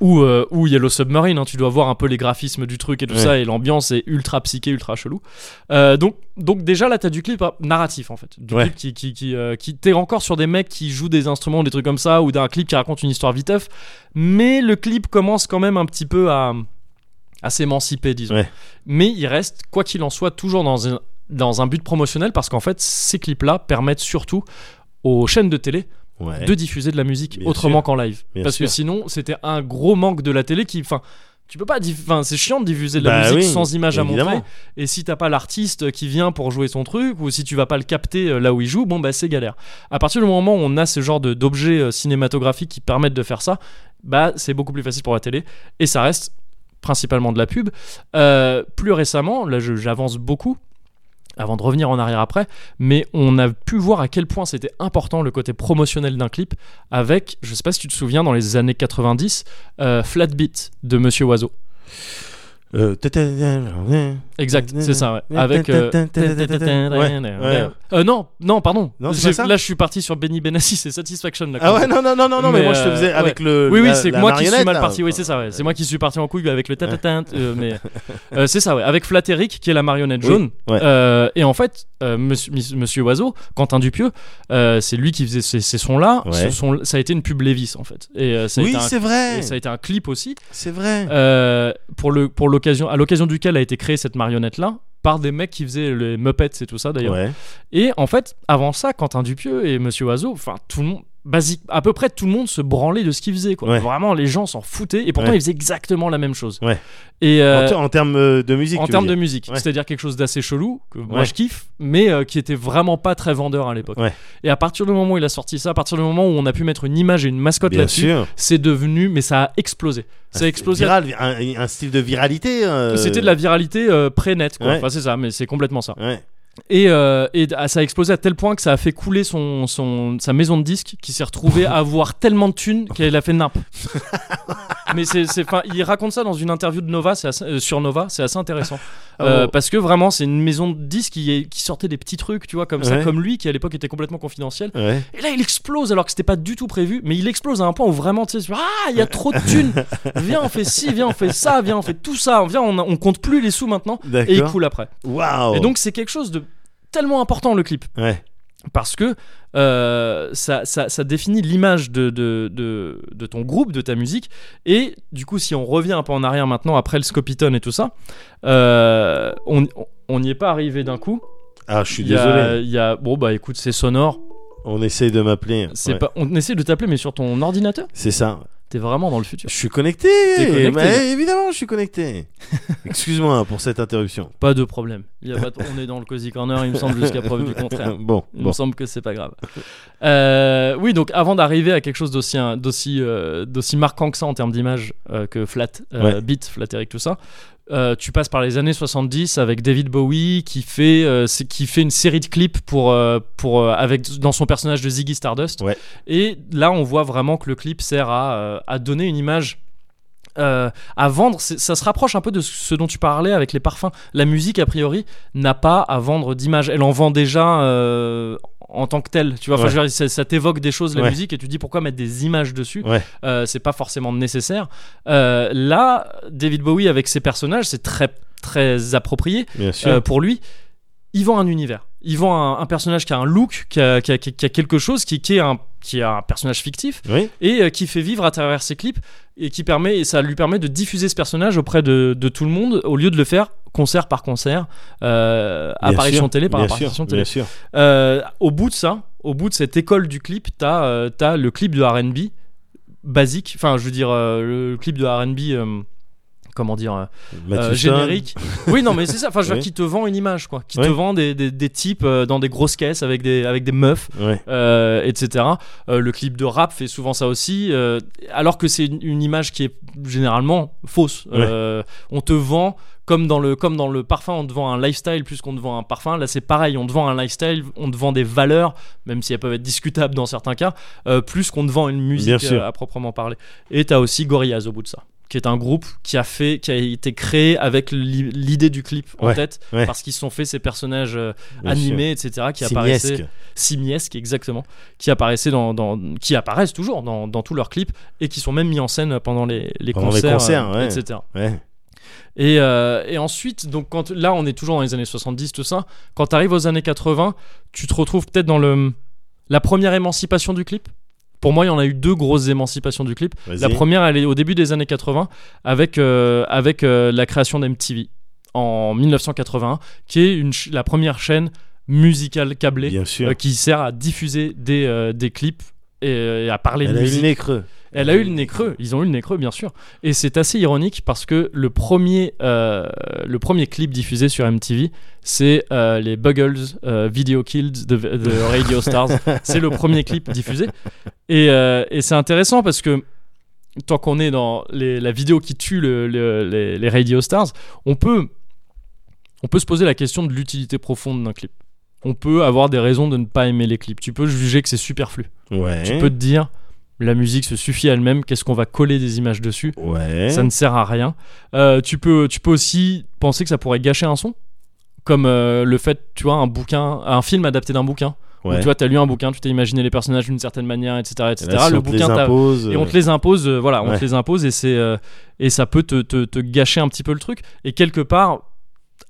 S1: Ou, euh, ou Yellow Submarine, hein, tu dois voir un peu les graphismes du truc et tout
S2: Ouais.
S1: ça, et l'ambiance est ultra psyché, ultra chelou. Euh, donc, donc déjà là, t'as du clip hein, narratif en fait. Du
S2: Ouais.
S1: clip qui, qui, qui, euh, qui- t'es encore sur des mecs qui jouent des instruments, des trucs comme ça, ou d'un clip qui raconte une histoire viteuf. Mais le clip commence quand même un petit peu à, à s'émanciper, disons.
S2: Ouais.
S1: Mais il reste, quoi qu'il en soit, toujours dans un, dans un but promotionnel, parce qu'en fait, ces clips-là permettent surtout aux chaînes de télé
S2: Ouais.
S1: de diffuser de la musique
S2: Bien
S1: autrement
S2: sûr.
S1: qu'en live.
S2: Bien
S1: parce
S2: sûr.
S1: que sinon, c'était un gros manque de la télé qui. Enfin, tu peux pas. diff- Enfin, c'est chiant de diffuser de la
S2: Bah
S1: musique
S2: oui,
S1: sans image à
S2: évidemment.
S1: montrer. Et si t'as pas l'artiste qui vient pour jouer son truc, ou si tu vas pas le capter euh, là où il joue, bon, bah c'est galère. À partir du moment où on a ce genre de- d'objets euh, cinématographiques qui permettent de faire ça, bah c'est beaucoup plus facile pour la télé. Et ça reste principalement de la pub. Euh, plus récemment, là je- j'avance beaucoup avant de revenir en arrière après, mais on a pu voir à quel point c'était important le côté promotionnel d'un clip avec, je sais pas si tu te souviens, dans les années 90, euh, Flat Beat de Monsieur Oiseau.
S2: Euh, tatatin,
S1: Exact, c'est ça, ouais. Avec. euh,
S2: Ouais, ouais.
S1: Euh, non, non, pardon.
S2: Non, c'est
S1: J'ai-
S2: pas ça
S1: Là, je suis parti sur Benny Benassi, c'est Satisfaction. Là,
S2: Ah
S1: quand
S2: ouais,
S1: même.
S2: non, non, non, non, non, mais,
S1: Mais,
S2: moi je te
S1: euh,
S2: faisais
S1: ouais.
S2: avec le.
S1: Oui,
S2: la-
S1: oui, c'est
S2: la
S1: moi qui suis
S2: marionnette,
S1: mal
S2: là.
S1: parti. Oui, c'est ça, ouais. C'est moi qui suis parti en couille avec le tatatin. euh, mais euh, c'est ça, ouais. Avec Flatteric, qui est la marionnette
S2: Oui,
S1: jaune.
S2: ouais.
S1: Euh, et en fait, euh, monsieur, mis- monsieur Oiseau, Quentin Dupieux, euh, c'est lui qui faisait ces, ces sons-là.
S2: Ouais.
S1: Ce son- ça a été une pub Levis, en fait. Et euh, ça a
S2: Oui,
S1: été un-
S2: c'est vrai.
S1: et ça a été un clip aussi.
S2: C'est vrai.
S1: Euh, pour le pour l'occasion à l'occasion duquel a été créée cette marionnette là par des mecs qui faisaient les Muppets et tout ça d'ailleurs.
S2: Ouais.
S1: Et en fait, avant ça, Quentin Dupieux et Monsieur Oiseau, enfin tout le monde basique à peu près tout le monde se branlait de ce qu'ils faisaient quoi.
S2: Ouais.
S1: Vraiment les gens s'en foutaient et pourtant
S2: Ouais.
S1: ils faisaient exactement la même chose.
S2: Ouais.
S1: Et euh,
S2: En te- en termes euh, de musique.
S1: en
S2: tu
S1: termes
S2: veux
S1: de
S2: dire.
S1: musique,
S2: Ouais.
S1: c'est-à-dire quelque chose d'assez chelou que moi
S2: Ouais.
S1: je kiffe, mais euh, qui était vraiment pas très vendeur à l'époque.
S2: Ouais.
S1: Et à partir du moment où il a sorti ça, à partir du moment où on a pu mettre une image et une mascotte
S2: Bien
S1: là-dessus,
S2: sûr. Ah,
S1: c'est devenu, mais ça a explosé. Ça a explosé à
S2: Viral, un, un style de viralité. euh,
S1: C'était de la viralité euh, pré-net, quoi.
S2: Ouais.
S1: Enfin, c'est ça, mais c'est complètement ça.
S2: Ouais.
S1: Et, euh, et d- ah, ça a explosé à tel point que ça a fait couler son, son, sa maison de disques qui s'est retrouvée à avoir tellement de thunes qu'elle a fait
S2: (laughs)
S1: nimp. mais c'est, c'est, enfin, il raconte ça dans une interview de Nova, c'est assez- euh, sur Nova, c'est assez intéressant.
S2: Ah
S1: Euh,
S2: bon.
S1: Parce que vraiment, c'est une maison de disques qui, est- qui sortait des petits trucs, tu vois, comme ça,
S2: Ouais.
S1: comme lui, qui à l'époque était complètement confidentiel.
S2: Ouais.
S1: Et là, il explose alors que c'était pas du tout prévu, mais il explose à un point où vraiment, tu sais, tu- ah, il y a trop de
S2: (laughs)
S1: thunes. viens, on fait ci, viens, on fait ça, viens, on fait tout ça. Viens, on, on compte plus les sous maintenant. Et il
S2: D'accord.
S1: coule après.
S2: Waouh.
S1: Et donc, c'est quelque chose de tellement important le clip
S2: Oh. Ouais.
S1: parce que euh, ça, ça- ça définit l'image de, de, de- de ton groupe, de ta musique. Et du coup, si on revient un peu en arrière maintenant, après le Scopitone et tout ça, euh, on on n'y est pas arrivé d'un coup.
S2: Ah, je suis
S1: Il y a-
S2: désolé.
S1: il y a, bon, bah écoute, c'est sonore.
S2: On essaye de m'appeler.
S1: C'est
S2: Ouais.
S1: pas, on essaie de t'appeler, mais sur ton ordinateur.
S2: C'est ça.
S1: T'es vraiment dans le futur.
S2: Je suis connecté.
S1: T'es connecté.
S2: Bah, évidemment, je suis connecté. (laughs) Excuse-moi pour cette interruption.
S1: Pas de problème. Il y a pas de- On est dans le cozy corner, il me semble, jusqu'à preuve du contraire.
S2: (laughs) Bon,
S1: Il
S2: bon.
S1: me semble que c'est pas grave. Euh, oui, donc avant d'arriver à quelque chose d'aussi hein, d'aussi euh, d'aussi marquant que ça en termes d'image euh, que Flat, euh,
S2: Ouais.
S1: Beat, Flat Eric, tout ça, euh, tu passes par les années 70 avec David Bowie qui fait euh, c'est- qui fait une série de clips pour euh, pour euh, avec dans son personnage de Ziggy Stardust.
S2: Ouais.
S1: Et là, on voit vraiment que le clip sert à euh, à donner une image. euh, à vendre, C'est- ça se rapproche un peu de ce dont tu parlais avec les parfums. La musique, a priori, n'a pas à vendre d'image. Elle en vend déjà euh, en tant que telle. Tu vois, Enfin,
S2: Ouais.
S1: je veux dire, ça, ça t'évoque des choses, la
S2: Ouais.
S1: musique, et tu te dis pourquoi mettre des images dessus.
S2: Ouais.
S1: Euh, c'est pas forcément nécessaire. Euh, là, David Bowie avec ses personnages, c'est très très approprié
S2: Bien sûr.
S1: euh, pour lui. Il vend un univers. Il vend un, un personnage qui a un look, qui a, qui a- qui a- qui a quelque chose, qui, qui est un qui est un personnage fictif
S2: oui.
S1: et euh, qui fait vivre à travers ses clips et qui permet et ça lui permet de diffuser ce personnage auprès de, de tout le monde au lieu de le faire concert par concert euh,
S2: Bien
S1: apparition
S2: sûr,
S1: télé par
S2: bien
S1: apparition
S2: sûr,
S1: télé
S2: Bien sûr.
S1: Euh, au bout de ça au bout de cette école du clip t'as euh, t'as le clip de R&B basique enfin je veux dire euh, le clip de R&B euh, comment dire euh,
S2: Mathewson.
S1: euh, générique. Oui, non, mais c'est ça. Enfin, je veux dire,
S2: Bah, (laughs) Oui.
S1: qui te vend une image, quoi. Qui
S2: Oui.
S1: te vend des, des, des types euh, dans des grosses caisses avec des, avec des meufs
S2: Ouais.
S1: euh, etc. Euh, le clip de rap fait souvent ça aussi, euh, alors que c'est une, une image qui est généralement fausse. Euh, on te vend comme dans le comme dans le parfum, on te vend un lifestyle plus qu'on te vend un parfum. Là, c'est pareil, on te vend un lifestyle, on te vend des valeurs, même si elles peuvent être discutables dans certains cas, euh, plus qu'on te vend une
S2: Bien
S1: musique
S2: sûr.
S1: euh, à proprement parler. Et t'as aussi Gorillaz au bout de ça qui est un groupe qui a fait qui a été créé avec l'i- l'idée du clip en
S2: Ouais,
S1: tête
S2: ouais.
S1: parce qu'ils se sont fait ces personnages euh,
S2: Bien sûr.
S1: animés etc qui
S2: Simiesque.
S1: apparaissaient simiesques exactement, qui apparaissaient dans, dans- qui apparaissent toujours dans, dans tous leurs clips et qui sont même mis en scène pendant les, les
S2: Pendant les
S1: concerts,
S2: concerts,
S1: euh,
S2: ouais.
S1: etc.
S2: Ouais.
S1: Et, euh, et ensuite, donc quand là on est toujours dans les années 70 tout ça, quand tu arrives aux années 80, tu te retrouves peut-être dans le la première émancipation du clip. Pour moi, il y en a eu deux grosses émancipations du clip.
S2: Vas-y.
S1: La première, elle est au début des années 80 avec, euh, avec euh, la création d'MTV en 1981, qui est une ch- la première chaîne musicale câblée
S2: Bien sûr.
S1: euh, qui sert à diffuser des, euh, des clips et, euh, et à parler
S2: Elle
S1: de
S2: a eu
S1: musique.
S2: le nez creux.
S1: Elle a eu le nez creux, ils ont eu le nez creux bien sûr. Et c'est assez ironique parce que le premier, euh, le premier clip diffusé sur MTV, c'est euh, les Buggles euh, Video Killed de, de Radio Stars. c'est le premier clip diffusé. Et, euh, et c'est intéressant parce que tant qu'on est dans les- la vidéo qui tue le- le- les, les Radio Stars, on peut, on peut se poser la question de l'utilité profonde d'un clip. On peut avoir des raisons de ne pas aimer les clips. Tu peux juger que c'est superflu.
S2: Ouais.
S1: Tu peux te dire, La musique se suffit à elle-même. Qu'est-ce qu'on va coller des images dessus
S2: Ouais.
S1: Ça ne sert à rien. Euh, tu, peux, tu peux aussi penser que ça pourrait gâcher un son. Comme euh, le fait, tu vois, un bouquin, un film adapté d'un bouquin. Où,
S2: ouais.
S1: tu vois, t'as lu un bouquin, tu t'es imaginé les personnages d'une certaine manière, etc. etc.
S2: Là, si
S1: le
S2: on te les
S1: bouquin t'a-
S2: impose,
S1: et on
S2: euh,
S1: te les impose euh, voilà on
S2: Ouais.
S1: te les impose et c'est euh, et ça peut te, te- te gâcher un petit peu le truc et quelque part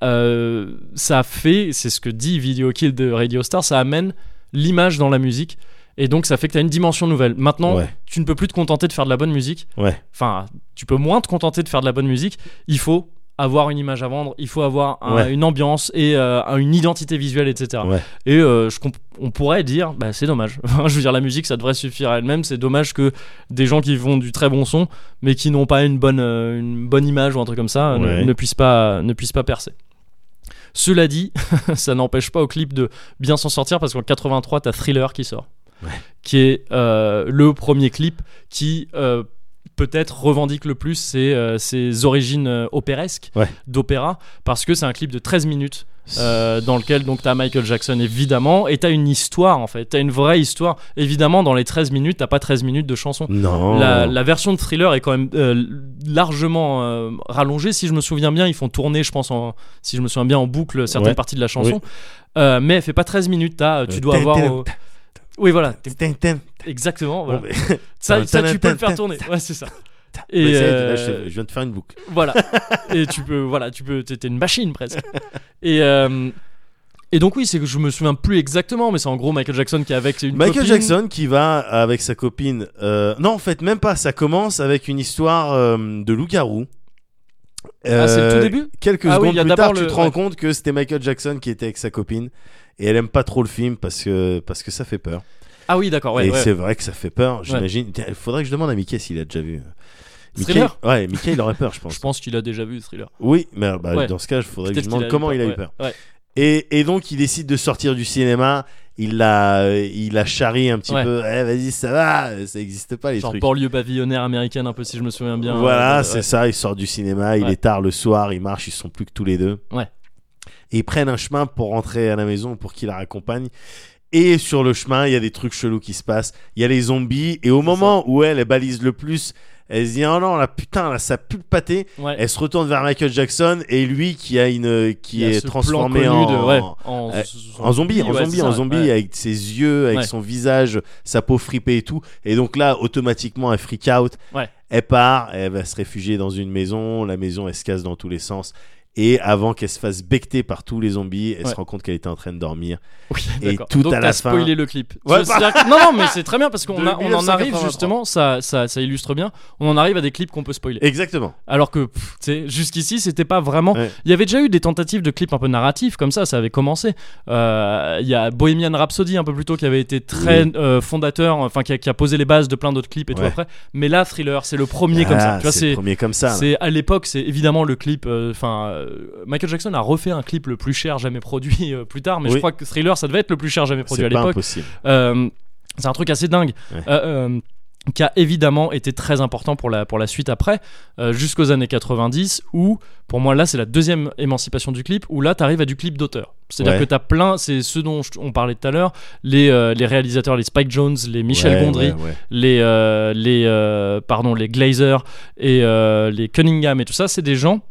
S1: euh, ça fait c'est ce que dit Video Kill de Radio Star ça amène l'image dans la musique et donc ça fait que tu as une dimension nouvelle maintenant
S2: Ouais.
S1: tu ne peux plus te contenter de faire de la bonne musique
S2: Ouais.
S1: enfin tu peux moins te contenter de faire de la bonne musique il faut avoir une image à vendre, il faut avoir un-
S2: Ouais.
S1: une ambiance et euh, une identité visuelle, etc.
S2: Ouais.
S1: Et euh, je comp- on pourrait dire, bah, c'est dommage. (laughs) je veux dire, la musique, ça devrait suffire à elle-même. C'est dommage que des gens qui font du très bon son, mais qui n'ont pas une bonne, euh, une bonne image ou un truc comme ça, ne-
S2: Ouais.
S1: ne, puissent pas, ne puissent pas percer. Cela dit, (laughs) ça n'empêche pas au clip de bien s'en sortir parce qu'en 83, t'as Thriller qui sort, qui est euh, le premier clip qui euh, peut-être revendique le plus ses, euh, ses origines euh, opéresques
S2: Ouais.
S1: d'opéra parce que c'est un clip de 13 minutes euh, dans lequel donc t'as Michael Jackson évidemment et t'as une histoire en fait t'as une vraie histoire évidemment dans les 13 minutes t'as pas 13 minutes de chansons
S2: Non.
S1: la, la version de thriller est quand même euh, largement euh, rallongée. Si je me souviens bien, ils font tourner, je pense, en, si je me souviens bien, en boucle certaines
S2: Ouais.
S1: parties de la chanson. Euh, mais elle fait pas 13 minutes. t'as- tu
S2: Euh,
S1: dois
S2: tin,
S1: avoir.
S2: tin,
S1: euh, Oui, voilà. t'es-
S2: Tin, tin.
S1: Exactement. voilà.
S2: Bon, mais-
S1: Ça,
S2: (laughs)
S1: (laughs)
S2: tin,
S1: ça,
S2: tin,
S1: tu peux
S2: tin,
S1: le faire
S2: tin,
S1: tourner. Ouais,
S2: (laughs)
S1: c'est ça.
S2: Mais
S1: Et
S2: ça y est,
S1: euh,
S2: là, je, je viens de faire une boucle. (laughs)
S1: voilà. Et tu peux, voilà, tu peux, t'es t'es une machine presque. Et euh, et donc oui, c'est que je me souviens plus exactement, mais c'est en gros Michael Jackson qui est avec une
S2: Michael
S1: copine.
S2: Jackson qui va avec sa copine. euh, Non, en fait, même pas. Ça commence avec une histoire euh, de loup-garou.
S1: Ah, c'est le
S2: Euh,
S1: tout début.
S2: Quelques
S1: Ah oui,
S2: secondes
S1: il y a
S2: plus tard,
S1: d'abord
S2: tu
S1: le-
S2: te rends
S1: ouais.
S2: compte que c'était Michael Jackson qui était avec sa copine. Et elle aime pas trop le film parce que, parce que ça fait peur.
S1: Ah oui, d'accord. Ouais,
S2: et
S1: ouais.
S2: c'est vrai que ça fait peur, j'imagine. Tiens, Il faudrait que je demande à Mickey s'il a déjà vu. Mickey,
S1: Thriller
S2: ouais, Mickey, il aurait peur, je pense.
S1: Je pense qu'il a déjà vu le thriller.
S2: Oui, mais euh, bah,
S1: Ouais.
S2: dans ce cas, il faudrait que je
S1: Peut-être
S2: demande
S1: qu'il
S2: comment il a eu
S1: ouais.
S2: peur.
S1: Ouais.
S2: Et, et donc, il décide de sortir du cinéma. Il la, il la charrie un petit
S1: Ouais.
S2: peu. Eh, vas-y, ça va, ça n'existe pas les
S1: Genre
S2: trucs.
S1: banlieue pavillonnaire américaine, un peu si je me souviens bien.
S2: Voilà,
S1: Euh,
S2: c'est ça. Il sort du cinéma. Il
S1: Ouais.
S2: est tard le soir. Ils marchent. Ils sont plus que tous les deux.
S1: Ouais.
S2: Et ils prennent un chemin pour rentrer à la maison pour qu'il la raccompagne. Et sur le chemin, il y a des trucs chelous qui se passent. Il y a les zombies. Et au moment où elle, elle balise le plus, elle se dit Oh non, là, putain, là, ça pue le pâté.
S1: ouais. Ouais.
S2: Elle se retourne vers Michael Jackson et lui qui a une euh,
S1: Il
S2: qui
S1: y a
S2: est
S1: ce plan
S2: transformé
S1: connu
S2: en,
S1: de- ouais,
S2: euh,
S1: en,
S2: en zombie, en
S1: ouais,
S2: zombie,
S1: c'est
S2: en
S1: ça,
S2: zombie
S1: ouais.
S2: avec ses yeux, avec
S1: Ouais.
S2: son visage, sa peau fripée et tout. Et donc là, automatiquement, elle freak out.
S1: Ouais.
S2: Elle part, elle va se réfugier dans une maison. La maison, elle se casse dans tous les sens. Et avant qu'elle se fasse becter par tous les zombies, elle
S1: Ouais.
S2: se rend compte qu'elle était en train de dormir.
S1: Oui,
S2: Et
S1: d'accord.
S2: tout
S1: Donc,
S2: à
S1: t'as
S2: la fin.
S1: spoilé le clip.
S2: Ouais, bah.
S1: Je- c'est-à-dire que- non, non, mais c'est très bien parce qu'on
S2: De
S1: a- on en arrive
S2: 1983.
S1: justement, ça, ça, ça illustre bien. On en arrive à des clips qu'on peut spoiler.
S2: Exactement.
S1: Alors que pff, tu sais, jusqu'ici, c'était pas vraiment.
S2: Ouais.
S1: Il y avait déjà eu des tentatives de clips un peu narratifs comme ça, ça avait commencé. Euh, Il y a Bohemian Rhapsody un peu plus tôt qui avait été très euh, fondateur, enfin qui a, qui a posé les bases de plein d'autres clips et tout
S2: Ouais.
S1: après. Mais là, Thriller, c'est le premier comme ça.
S2: Ah,
S1: Tu vois,
S2: c'est le
S1: c'est
S2: premier comme ça. là.
S1: c'est à l'époque, c'est évidemment le clip. euh, Enfin, euh, Michael Jackson a refait un clip le plus cher jamais produit (laughs) euh, plus tard, mais
S2: Oui.
S1: je crois que Thriller, ça devait être le plus cher jamais produit
S2: C'est
S1: à
S2: pas
S1: l'époque.
S2: impossible.
S1: Euh, c'est un truc assez dingue.
S2: Ouais.
S1: Euh, euh, qui a évidemment été très important pour la, pour la suite après, euh, jusqu'aux années 90, où, pour moi, là, c'est la deuxième émancipation du clip, où là, t'arrives à du clip d'auteur. C'est-à-dire
S2: Ouais.
S1: que t'as plein, c'est ce dont je- on parlait tout à l'heure, les, euh, les réalisateurs, les Spike Jones, les Michel
S2: Ouais,
S1: Gondry,
S2: ouais, ouais.
S1: les, euh, les, euh, pardon, les Glazer et euh, les Cunningham et tout ça, c'est des gens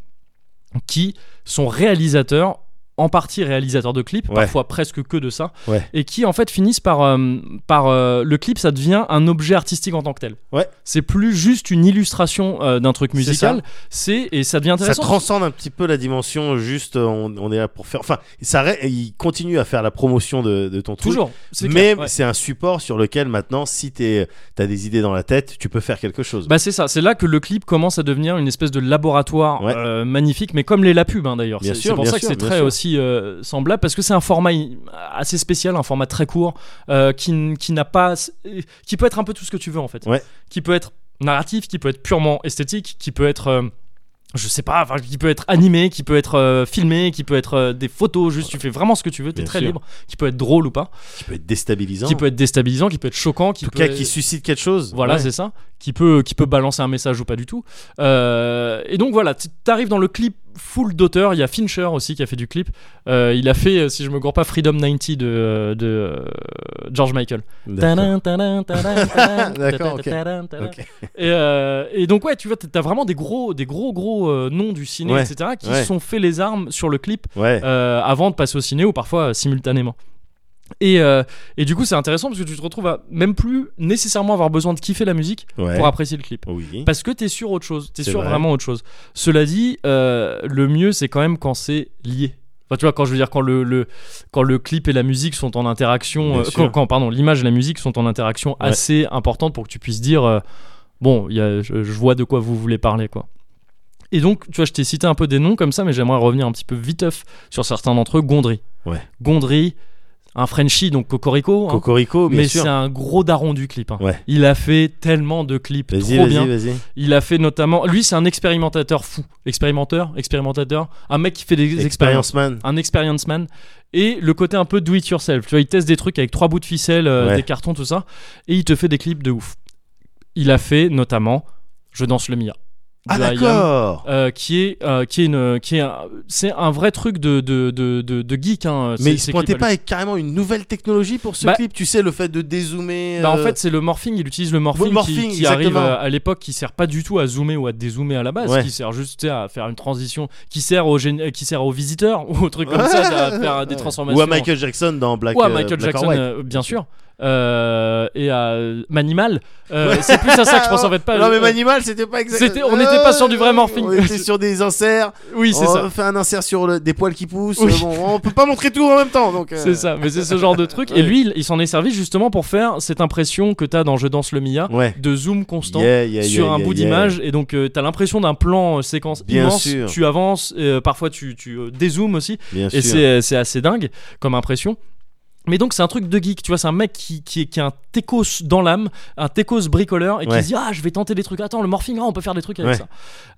S1: qui sont réalisateurs, en partie réalisateurs de clips,
S2: Ouais.
S1: parfois presque que de ça,
S2: Ouais.
S1: et qui en fait finissent par... euh, par euh, le clip, ça devient un objet artistique en tant que tel.
S2: Ouais.
S1: C'est plus juste une illustration euh, d'un truc musical, c'est et ça devient
S2: ça
S1: intéressant.
S2: transcende un petit peu la dimension juste euh, on, on est là pour faire enfin ça ré- il continue à faire la promotion de, de ton truc
S1: Toujours. c'est
S2: mais
S1: clair, ouais.
S2: c'est un support sur lequel maintenant si t'es- t'as des idées dans la tête tu peux faire quelque chose
S1: Bah c'est ça, c'est là que le clip commence à devenir une espèce de laboratoire
S2: Ouais.
S1: euh, magnifique, mais comme les la pub hein, d'ailleurs.
S2: Bien
S1: C'est
S2: sûr,
S1: c'est pour
S2: bien
S1: ça que
S2: sûr,
S1: c'est
S2: bien
S1: très
S2: sûr.
S1: aussi euh, semblable parce que c'est un format i- assez spécial, un format très court euh, qui, n- qui n'a pas, qui peut être un peu tout ce que tu veux en fait.
S2: Ouais.
S1: Qui peut être narratif, qui peut être purement esthétique, qui peut être euh, je sais pas, enfin, qui peut être animé, qui peut être euh, filmé, qui peut être euh, des photos, juste tu fais vraiment ce que tu veux, t'es
S2: Bien
S1: très
S2: sûr.
S1: libre, qui peut être drôle ou pas,
S2: qui peut être déstabilisant
S1: qui peut être déstabilisant, qui peut être choquant, qui
S2: en tout
S1: peut
S2: cas
S1: être-
S2: qui suscite quelque chose
S1: voilà,
S2: Ouais.
S1: c'est ça. Qui peut, qui peut balancer un message ou pas du tout. Euh, et donc voilà, t- t'arrives dans le clip full d'auteurs. Il y a Fincher aussi qui a fait du clip. Euh, il a fait, euh, si je me gourre pas, Freedom 90 de, euh, de euh, George Michael. Tadam,
S2: D'accord.
S1: tadam,
S2: (laughs)
S1: tadam, tadam,
S2: D'accord,
S1: tadam,
S2: ok.
S1: tadam, tadam.
S2: Ok.
S1: Et, euh, et donc ouais, tu vois, t'as vraiment des gros, des gros, gros euh, noms du ciné,
S2: Ouais,
S1: etc., qui
S2: ouais.
S1: se sont fait les armes sur le clip
S2: Ouais.
S1: euh, avant de passer au ciné ou parfois euh, simultanément. Et, euh, et du coup, c'est intéressant parce que tu te retrouves à même plus nécessairement avoir besoin de kiffer la musique
S2: ouais.
S1: pour apprécier le clip.
S2: Oui.
S1: Parce que t'es sur autre chose, t'es
S2: Mmh. C'est
S1: sur
S2: vrai.
S1: vraiment autre chose. Cela dit, euh, le mieux c'est quand même quand c'est lié. Enfin, tu vois, quand je veux dire, quand le, le- quand le clip et la musique sont en
S2: Bien
S1: interaction, euh, quand,
S2: sûr.
S1: quand, pardon, l'image et la musique sont en interaction
S2: Ouais.
S1: assez importante pour que tu puisses dire, euh, bon, il y a- je, je vois de quoi vous voulez parler, quoi. Et donc, tu vois, je t'ai cité un peu des noms comme ça, mais j'aimerais revenir un petit peu viteuf sur certains d'entre eux. Gondry.
S2: Ouais.
S1: Gondry, un Frenchie, donc Cocorico. hein.
S2: Cocorico, bien
S1: mais
S2: sûr.
S1: c'est un gros daron du clip. hein.
S2: Ouais.
S1: Il a fait tellement de clips
S2: Vas-y,
S1: trop bien.
S2: vas-y, vas-y.
S1: Il a fait notamment. Lui, c'est un expérimentateur fou. Expérimenteur Expérimentateur Un mec qui fait des expériences.
S2: Experience Man.
S1: Un experience man. Et le côté un peu do it yourself. Tu vois, il teste des trucs avec trois bouts de ficelle, euh,
S2: Ouais.
S1: des cartons, tout ça. Et il te fait des clips de ouf. Il a fait notamment Je danse le Mia.
S2: Ah,
S1: de I Am,
S2: d'accord.
S1: euh, qui est euh, qui est une qui est un- c'est un vrai truc de de de de, de geek hein, ces-
S2: Mais il se
S1: ces
S2: pointait
S1: clips,
S2: pas avec carrément une nouvelle technologie pour ce
S1: Bah-
S2: clip, tu sais, le fait de dézoomer.
S1: Bah, en
S2: euh,
S1: fait, c'est le morphing. Il utilise le morphing, qui-
S2: morphing,
S1: qui, arrive euh,
S2: exactement.
S1: à l'époque, qui sert pas du tout à zoomer ou à dézoomer à la base,
S2: Ouais.
S1: qui sert juste tu sais, à faire une transition, qui sert aux gén- euh, qui sert aux visiteurs (laughs) ou aux trucs comme ça, à
S2: (laughs)
S1: faire des transformations.
S2: Ou à Michael Jackson dans Black,
S1: Ou à
S2: euh,
S1: Michael
S2: Black or
S1: Jackson,
S2: White.
S1: euh, bien sûr. Euh, et à Manimal. Euh, C'est plus à ça que je pense en fait pas.
S2: Ah, (laughs) Non, mais
S1: Euh,
S2: Manimal, c'était pas exact.
S1: C'était- on n'était pas sur du vrai morphing.
S2: On était sur des inserts.
S1: Oui, c'est
S2: on
S1: ça.
S2: fait un insert sur le- des poils qui poussent.
S1: Oui.
S2: euh, Bon, on peut pas montrer tout en même temps. donc. euh,
S1: C'est ça, mais c'est ce genre de truc.
S2: Ouais.
S1: Et lui, il, il s'en est servi justement pour faire cette impression que t'as dans Je danse le Mia
S2: Ouais.
S1: de zoom constant.
S2: Yeah, yeah,
S1: sur
S2: yeah,
S1: un
S2: yeah,
S1: bout
S2: yeah.
S1: d'image et donc tu t'as l'impression d'un plan euh, séquence
S2: Bien
S1: immense
S2: sûr.
S1: tu avances euh, parfois tu, tu euh, dézoomes aussi
S2: Bien
S1: et
S2: sûr.
S1: c'est euh, c'est assez dingue comme impression mais donc c'est un truc de geek, tu vois, c'est un mec qui, qui, est- qui a un techos dans l'âme, un techos bricoleur, et qui
S2: Ouais.
S1: se dit ah je vais tenter des trucs, attends le morphing, ah, on peut faire des trucs avec
S2: Ouais.
S1: ça.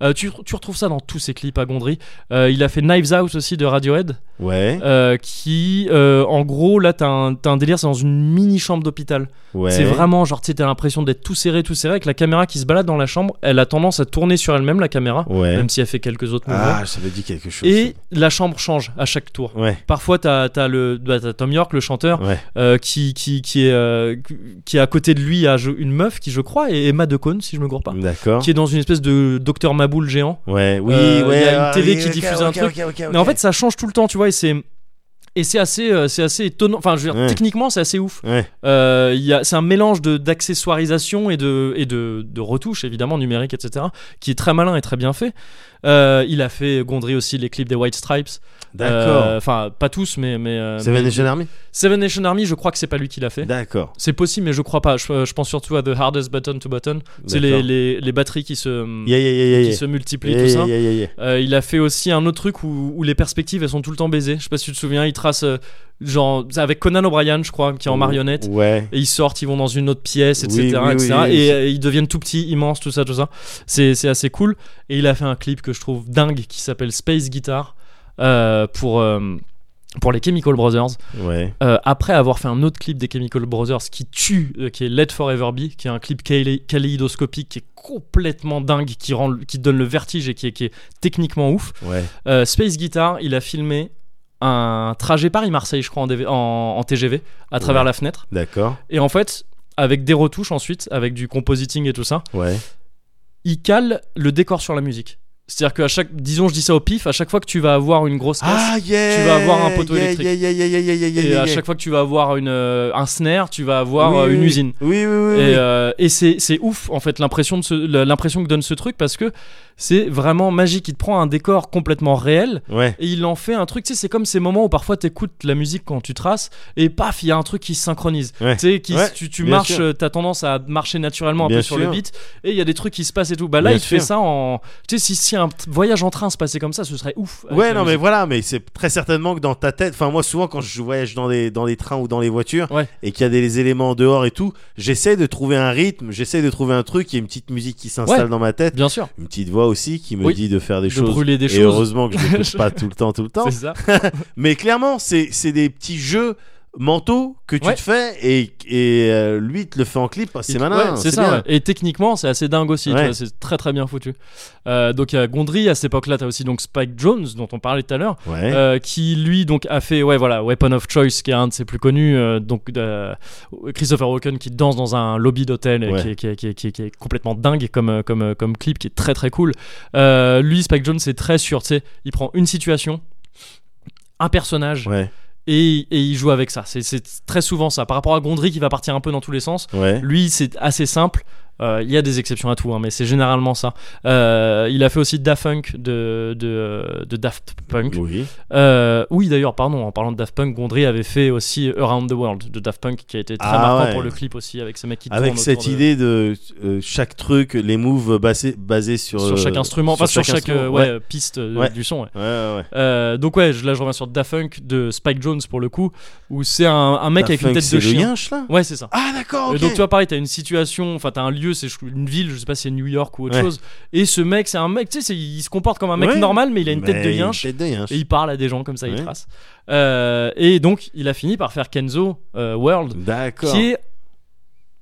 S1: Euh, tu, tu retrouves ça dans tous ses clips à Gondry. Euh, il a fait Knives Out aussi de Radiohead,
S2: Ouais.
S1: euh, qui euh, en gros là t'as un, t'as un délire, c'est dans une mini chambre d'hôpital.
S2: Ouais.
S1: C'est vraiment genre, tu sais, t'as l'impression d'être tout serré, tout serré, avec la caméra qui se balade dans la chambre, elle a tendance à tourner sur elle-même, la caméra,
S2: Ouais.
S1: même si elle fait quelques autres mouvements.
S2: Ah, ça me dit quelque chose.
S1: Et la chambre change à chaque tour.
S2: Ouais.
S1: Parfois, t'as as le, bah, t'as Tom York, le chanteur,
S2: Ouais.
S1: euh, qui, qui, qui, est, euh, qui est à côté de lui, à une meuf qui, je crois, est Emma Decaune, si je me gourre pas,
S2: D'accord.
S1: qui est dans une espèce de docteur Maboul géant.
S2: Ouais. Oui,
S1: Euh,
S2: ouais.
S1: il y a une
S2: ah,
S1: télé
S2: oui,
S1: qui
S2: ok,
S1: diffuse
S2: ok,
S1: un truc.
S2: ok, ok, ok.
S1: Mais en fait, ça change tout le temps, tu vois, et c'est. Et c'est assez, euh, c'est assez étonnant. Enfin, je veux dire,
S2: Ouais.
S1: techniquement, c'est assez ouf.
S2: Ouais.
S1: Euh, il y a- c'est un mélange de- d'accessoirisation et de, et de, de retouches, évidemment, numériques, etc., qui est très malin et très bien fait. Euh, il a fait Gondry aussi les clips des White Stripes. Euh,
S2: D'accord.
S1: Enfin, pas tous, mais. mais, euh,
S2: Seven
S1: mais-
S2: Nation Army.
S1: Seven Nation Army, je crois que c'est pas lui qui l'a fait.
S2: D'accord.
S1: C'est possible, mais je crois pas. Je, euh, je pense surtout à The Hardest Button to Button. C'est les,
S2: D'accord.
S1: les, les batteries qui se,
S2: Yeah, yeah, yeah, yeah,
S1: qui
S2: yeah.
S1: se multiplient,
S2: Yeah,
S1: tout
S2: yeah,
S1: ça.
S2: yeah, yeah, yeah.
S1: Euh, il a fait aussi un autre truc où, où les perspectives elles sont tout le temps baisées. Je sais pas si tu te souviens, il trace euh, genre c'est avec Conan O'Brien, je crois, qui est en marionnette.
S2: Ouais.
S1: Et ils sortent, ils vont dans une autre pièce, etc.
S2: Oui, oui, oui,
S1: etc.
S2: oui.
S1: et euh, ils deviennent tout petits, immenses, tout ça, tout ça. C'est c'est assez cool. Et il a fait un clip que je trouve dingue qui s'appelle Space Guitar euh, pour, euh, pour les Chemical Brothers.
S2: Ouais.
S1: Euh, après avoir fait un autre clip des Chemical Brothers qui tue, euh, qui est Let Forever Be, qui est un clip kalé- kaléidoscopique qui est complètement dingue, qui, rend, le- qui donne le vertige et qui est, qui est techniquement ouf.
S2: Ouais.
S1: Euh, Space Guitar, il a filmé un trajet Paris-Marseille, je crois, en, DV en- en TGV, à travers
S2: Ouais.
S1: la fenêtre.
S2: D'accord.
S1: Et en fait, avec des retouches ensuite, avec du compositing et tout ça,
S2: Ouais.
S1: il cale le décor sur la musique. C'est-à-dire qu'à chaque, disons, je dis ça au pif, à chaque fois que tu vas avoir une grosse caisse,
S2: Ah yeah.
S1: vas avoir un poteau
S2: yeah,
S1: électrique.
S2: Yeah, yeah, yeah, yeah, yeah, yeah, yeah,
S1: et
S2: yeah,
S1: à
S2: yeah.
S1: chaque fois que tu vas avoir une, euh, un snare, tu vas avoir
S2: Oui,
S1: euh,
S2: oui,
S1: une
S2: oui.
S1: usine.
S2: Oui, oui, oui. oui.
S1: Et, euh, et c'est, c'est ouf en fait l'impression, de ce- la- l'impression que donne ce truc parce que c'est vraiment magique. Il te prend un décor complètement réel
S2: Ouais.
S1: et il en fait un truc. Tu sais, c'est comme ces moments où parfois t'écoutes la musique quand tu traces et paf, il y a un truc qui se synchronise.
S2: Ouais.
S1: Tu sais, qui-
S2: Ouais,
S1: tu, tu
S2: bien
S1: marches,
S2: sûr.
S1: euh, t'as tendance à marcher naturellement un
S2: Bien
S1: peu sur le
S2: sûr.
S1: beat et il y a des trucs qui se passent et tout. Bah là,
S2: Bien
S1: il te fait
S2: sûr.
S1: ça en. Tu sais, si, si un t- voyage en train se passait comme ça, ce serait ouf. avec
S2: Ouais,
S1: la
S2: non, mais
S1: musique.
S2: voilà, mais c'est très certainement que dans ta tête. Enfin, moi, souvent, quand je voyage dans les, dans les trains ou dans les voitures
S1: Ouais.
S2: et qu'il y a des éléments dehors et tout, j'essaie de trouver un rythme, j'essaie de trouver un truc. Il y a une petite musique qui s'installe
S1: Ouais.
S2: dans ma tête,
S1: Bien sûr,
S2: une petite voix aussi qui me
S1: Oui.
S2: dit de faire des
S1: de
S2: choses.
S1: brûler des
S2: et
S1: choses. (laughs)
S2: heureusement que je l'écoute pas tout le temps, tout le temps.
S1: C'est ça.
S2: Mais clairement, c'est c'est des petits jeux manteau que tu
S1: Ouais.
S2: te fais et, et euh, lui te le fait en clip. C'est
S1: Et-
S2: malin.
S1: ouais, c'est ça.
S2: bien.
S1: ouais. Et techniquement, c'est assez dingue aussi. tu
S2: Ouais.
S1: vois, C'est très très bien foutu. Euh, donc il y a Gondry à cette époque-là. T'as aussi donc Spike Jones dont on parlait tout à l'heure,
S2: Ouais.
S1: euh, qui lui donc a fait ouais voilà Weapon of Choice qui est un de ses plus connus. euh, donc euh, Christopher Walken qui danse dans un lobby d'hôtel euh,
S2: Ouais.
S1: qui, est- qui est- qui est- qui est- qui est complètement dingue comme euh, comme euh, comme clip qui est très très cool. Euh, lui Spike Jones c'est très sûr. Tu sais, il prend une situation, un personnage
S2: ouais.
S1: et, et il joue avec ça. C'est- C'est très souvent ça. Par rapport à Gondry qui va partir un peu dans tous les sens.
S2: Ouais.
S1: Lui, c'est assez simple. Euh, Il y a des exceptions à tout, hein, mais c'est généralement ça. Euh, il a fait aussi Daft Punk de, de, de Daft Punk.
S2: Oui.
S1: Euh, oui, d'ailleurs, pardon, en parlant de Daft Punk, Gondry avait fait aussi Around the World de Daft Punk, qui a été très
S2: Ah
S1: marquant
S2: ouais.
S1: pour le clip aussi, avec ce mec qui tourne
S2: Avec
S1: autour
S2: cette
S1: de-
S2: idée de euh, chaque truc, les moves basés, basés sur,
S1: sur chaque
S2: euh,
S1: instrument, enfin sur chaque, euh,
S2: instrument.
S1: ouais, piste euh,
S2: Ouais.
S1: du son. ouais.
S2: Ouais, ouais, ouais.
S1: Euh, donc ouais, je- là je reviens sur Daft Punk de Spike Jones pour le coup, où c'est un, un mec
S2: Daft
S1: avec
S2: Punk,
S1: une tête
S2: c'est
S1: de
S2: le
S1: chien.
S2: Yinche, là
S1: Ouais, c'est ça.
S2: Ah, d'accord,
S1: Et
S2: ok.
S1: Donc tu vois pareil, t'as une situation, enfin t'as un lieu, c'est je- une ville, je sais pas si c'est New York ou autre
S2: Ouais.
S1: chose. Et ce mec, c'est un mec, tu sais, c'est- il se comporte comme un mec
S2: Ouais.
S1: normal, mais il a une tête de
S2: Mais une
S1: yinche.
S2: tête de yinche.
S1: Et il parle à des gens comme ça,
S2: Ouais.
S1: il trace. Euh, et donc il a fini par faire Kenzo euh, World,
S2: D'accord.
S1: qui est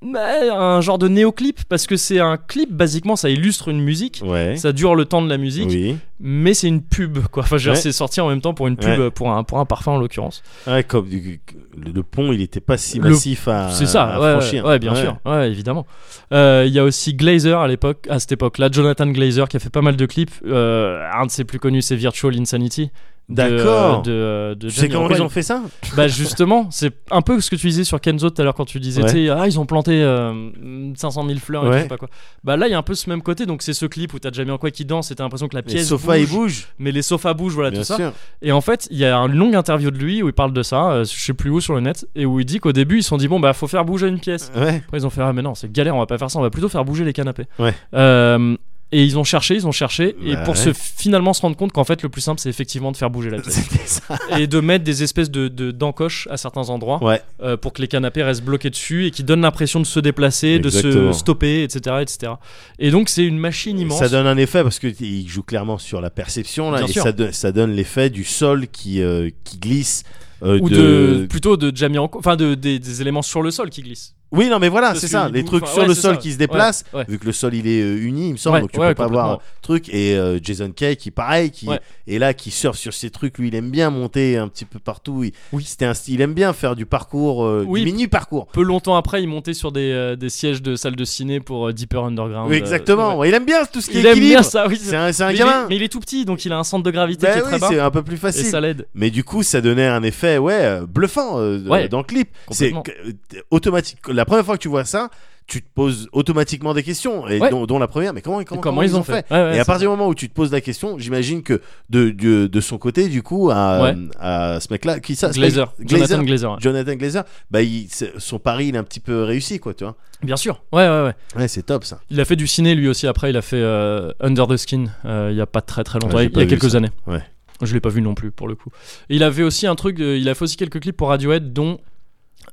S1: bah, un genre de néoclip parce que c'est un clip. Basiquement, ça illustre une musique.
S2: Ouais.
S1: Ça dure le temps de la musique,
S2: Oui.
S1: mais c'est une pub quoi. Enfin, je veux dire,
S2: Ouais.
S1: c'est sorti en même temps pour une pub,
S2: Ouais.
S1: euh, pour un pour un parfum en l'occurrence.
S2: Ouais, comme du- le, le pont, il était pas si
S1: Le-
S2: massif à,
S1: C'est ça,
S2: à
S1: ouais,
S2: franchir.
S1: ouais, ouais, bien sûr, ouais, évidemment. Euh, Il y a aussi Glazer à l'époque, à cette époque-là, Jonathan Glazer qui a fait pas mal de clips. Euh, un de ses plus connus, c'est Virtual Insanity. de-
S2: D'accord.
S1: De, de
S2: Tu sais
S1: Johnny
S2: comment
S1: Orwell.
S2: ils ont
S1: (laughs)
S2: fait ça
S1: Bah justement, c'est un peu ce que tu disais sur Kenzo tout à l'heure quand tu disais,
S2: Ouais.
S1: tu sais, ah ils ont planté euh, 500 000 fleurs, et
S2: Ouais.
S1: je sais pas quoi. Bah là il y a un peu ce même côté, donc c'est ce clip où t'as Jamie quoi qui danse, et t'as l'impression que la
S2: Les
S1: pièce
S2: sofas, ils
S1: bouge,
S2: bougent.
S1: mais les sofas bougent, voilà
S2: Bien
S1: tout ça.
S2: sûr.
S1: Et en fait, il y a une longue interview de lui où il parle de ça, euh, je sais plus où sur le net, et où il dit qu'au début ils se sont dit bon bah faut faire bouger une pièce.
S2: Ouais.
S1: Après, ils ont fait Ah, mais non, c'est galère, on va pas faire ça, on va plutôt faire bouger les canapés.
S2: Ouais.
S1: Euh, et ils ont cherché, ils ont cherché, et
S2: Bah
S1: pour
S2: ouais.
S1: se finalement se rendre compte qu'en fait, le plus simple, c'est effectivement de faire bouger la pièce.
S2: C'était ça.
S1: et de mettre des espèces de de- d'encoches à certains endroits
S2: Ouais.
S1: euh, pour que les canapés restent bloqués dessus et qui donnent l'impression de se déplacer,
S2: Exactement.
S1: de se stopper, etc. etc. Et donc, c'est une machine immense.
S2: Ça donne un effet parce que t- il joue clairement sur la perception là,
S1: Bien
S2: et
S1: sûr.
S2: ça, donne- ça donne l'effet du sol qui euh, qui glisse. euh,
S1: Ou de, plutôt de Jamiroquai- enfin de, des, des éléments sur le sol qui glissent.
S2: Oui, non, mais voilà,
S1: Parce
S2: c'est
S1: que
S2: ça.
S1: il
S2: Les
S1: bouge,
S2: trucs
S1: enfin,
S2: sur
S1: ouais,
S2: le
S1: c'est
S2: sol
S1: ça.
S2: qui se déplacent,
S1: Ouais, ouais.
S2: vu que le sol il est euh, uni, il me semble,
S1: Ouais,
S2: donc tu
S1: ouais,
S2: peux pas voir
S1: complètement.
S2: truc. Et euh, Jason Kay qui pareil, qui
S1: Ouais.
S2: est là, qui surfe sur ces trucs, lui il aime bien monter un petit peu partout. Il,
S1: Oui.
S2: c'était un, il aime bien faire du parcours, euh,
S1: Oui.
S2: du mini parcours.
S1: Peu longtemps après, il montait sur des, euh, des sièges de salles de ciné pour euh, Deeper Underground.
S2: Oui,
S1: euh,
S2: exactement.
S1: ouais.
S2: Ouais, Il aime bien tout ce qui
S1: Il
S2: est
S1: aime bien
S2: équilibre.
S1: ça, oui.
S2: C'est un, c'est un
S1: mais, il
S2: gamin.
S1: est, mais il est tout petit, donc il a un centre de gravité
S2: Ben
S1: qui est
S2: oui,
S1: très bas.
S2: c'est un peu plus
S1: Et
S2: facile.
S1: ça l'aide.
S2: Mais du coup, ça donnait un effet, ouais, euh, bluffant euh, de-
S1: Ouais,
S2: dans le clip. C'est
S1: complètement.
S2: que- euh, t'es automatique. La première fois que tu vois ça, tu te poses automatiquement des questions, et
S1: Ouais.
S2: dont, dont la première. Mais comment, comment,
S1: Comment, ils ont fait, Ouais, ouais,
S2: et à
S1: c'est
S2: partir du moment où tu te poses la question, j'imagine que de, de, de son côté, du coup, à,
S1: Ouais.
S2: à ce mec-là, qui
S1: ça.
S2: ça
S1: Glazer.
S2: Spike- Glazer.
S1: Jonathan Glazer. ouais.
S2: Jonathan Glazer, bah, il- c'est- son pari, il est un petit peu réussi, quoi, tu vois.
S1: Bien sûr. Ouais, ouais, ouais.
S2: Ouais, c'est top ça.
S1: Il a fait du ciné lui aussi. Après, il a fait euh, Under the Skin euh, il y a pas très très longtemps,
S2: Ouais, j'ai
S1: il y
S2: pas
S1: a
S2: vu
S1: quelques
S2: ça.
S1: années.
S2: Ouais.
S1: Je l'ai pas vu non plus pour le coup. Et il avait aussi un truc. euh, il a fait aussi quelques clips pour Radiohead, dont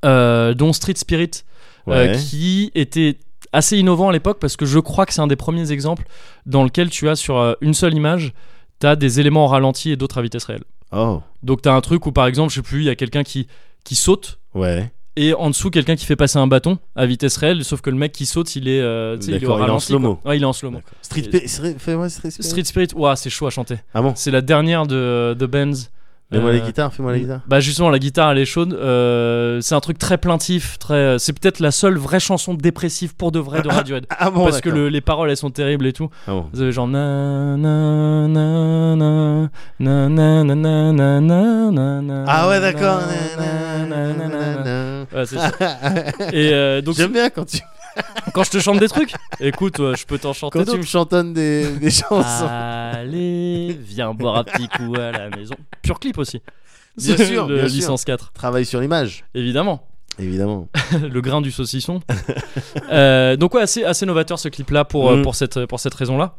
S1: euh, dont Street Spirit, euh,
S2: Ouais.
S1: qui était assez innovant à l'époque parce que je crois que c'est un des premiers exemples dans lequel tu as sur euh, une seule image, tu as des éléments en ralenti et d'autres à vitesse réelle.
S2: Oh,
S1: Donc t'as un truc où par exemple, je sais plus, il y a quelqu'un qui, qui saute
S2: ouais.
S1: et en dessous quelqu'un qui fait passer un bâton à vitesse réelle, sauf que le mec qui saute, il est, euh, tu sais, il est au
S2: D'accord, il est en
S1: ralenti, quoi.
S2: slow-mo.
S1: Ouais, il est en slow-mo.
S2: D'accord. Street, Pi- Street- fais-moi Street, Pi-
S1: Street Spirit, ouah, c'est chaud à chanter.
S2: Ah bon
S1: C'est la dernière de, de Benz.
S2: Fais-moi la
S1: Euh,
S2: guitare, fais-moi la guitare.
S1: Bah justement, la guitare elle est chaude. euh, c'est un truc très plaintif, très. euh, C'est peut-être la seule vraie chanson dépressive pour de
S2: (laughs)
S1: vrai de Radiohead.
S2: Ah bon,
S1: parce que
S2: d'accord.
S1: le- les paroles elles sont terribles et tout.
S2: Ah bon.
S1: Vous avez genre na na na na na na na na na na na na
S2: Ah ouais, d'accord.
S1: na, na, na, na, na, na.
S2: Nanana.
S1: Ouais, c'est ça. Et euh, donc
S2: J'aime bien quand tu,
S1: (laughs) quand je te chante des trucs, écoute, euh, je peux t'en chanter
S2: quand tu
S1: d'autres.
S2: me chantonnes des,
S1: (laughs)
S2: des
S1: Ah.
S2: chansons.
S1: Allez, viens boire un petit coup à la maison. Pur clip aussi.
S2: Bien
S1: De-
S2: sûr,
S1: de
S2: bien sûr.
S1: licence 4,
S2: Travaille sur l'image,
S1: évidemment. (laughs)
S2: évidemment.
S1: le grain du
S2: (laughs)
S1: saucisson. Euh, donc ouais, assez, assez novateur ce clip-là pour,
S2: Mm.
S1: euh, pour cette, pour cette raison-là.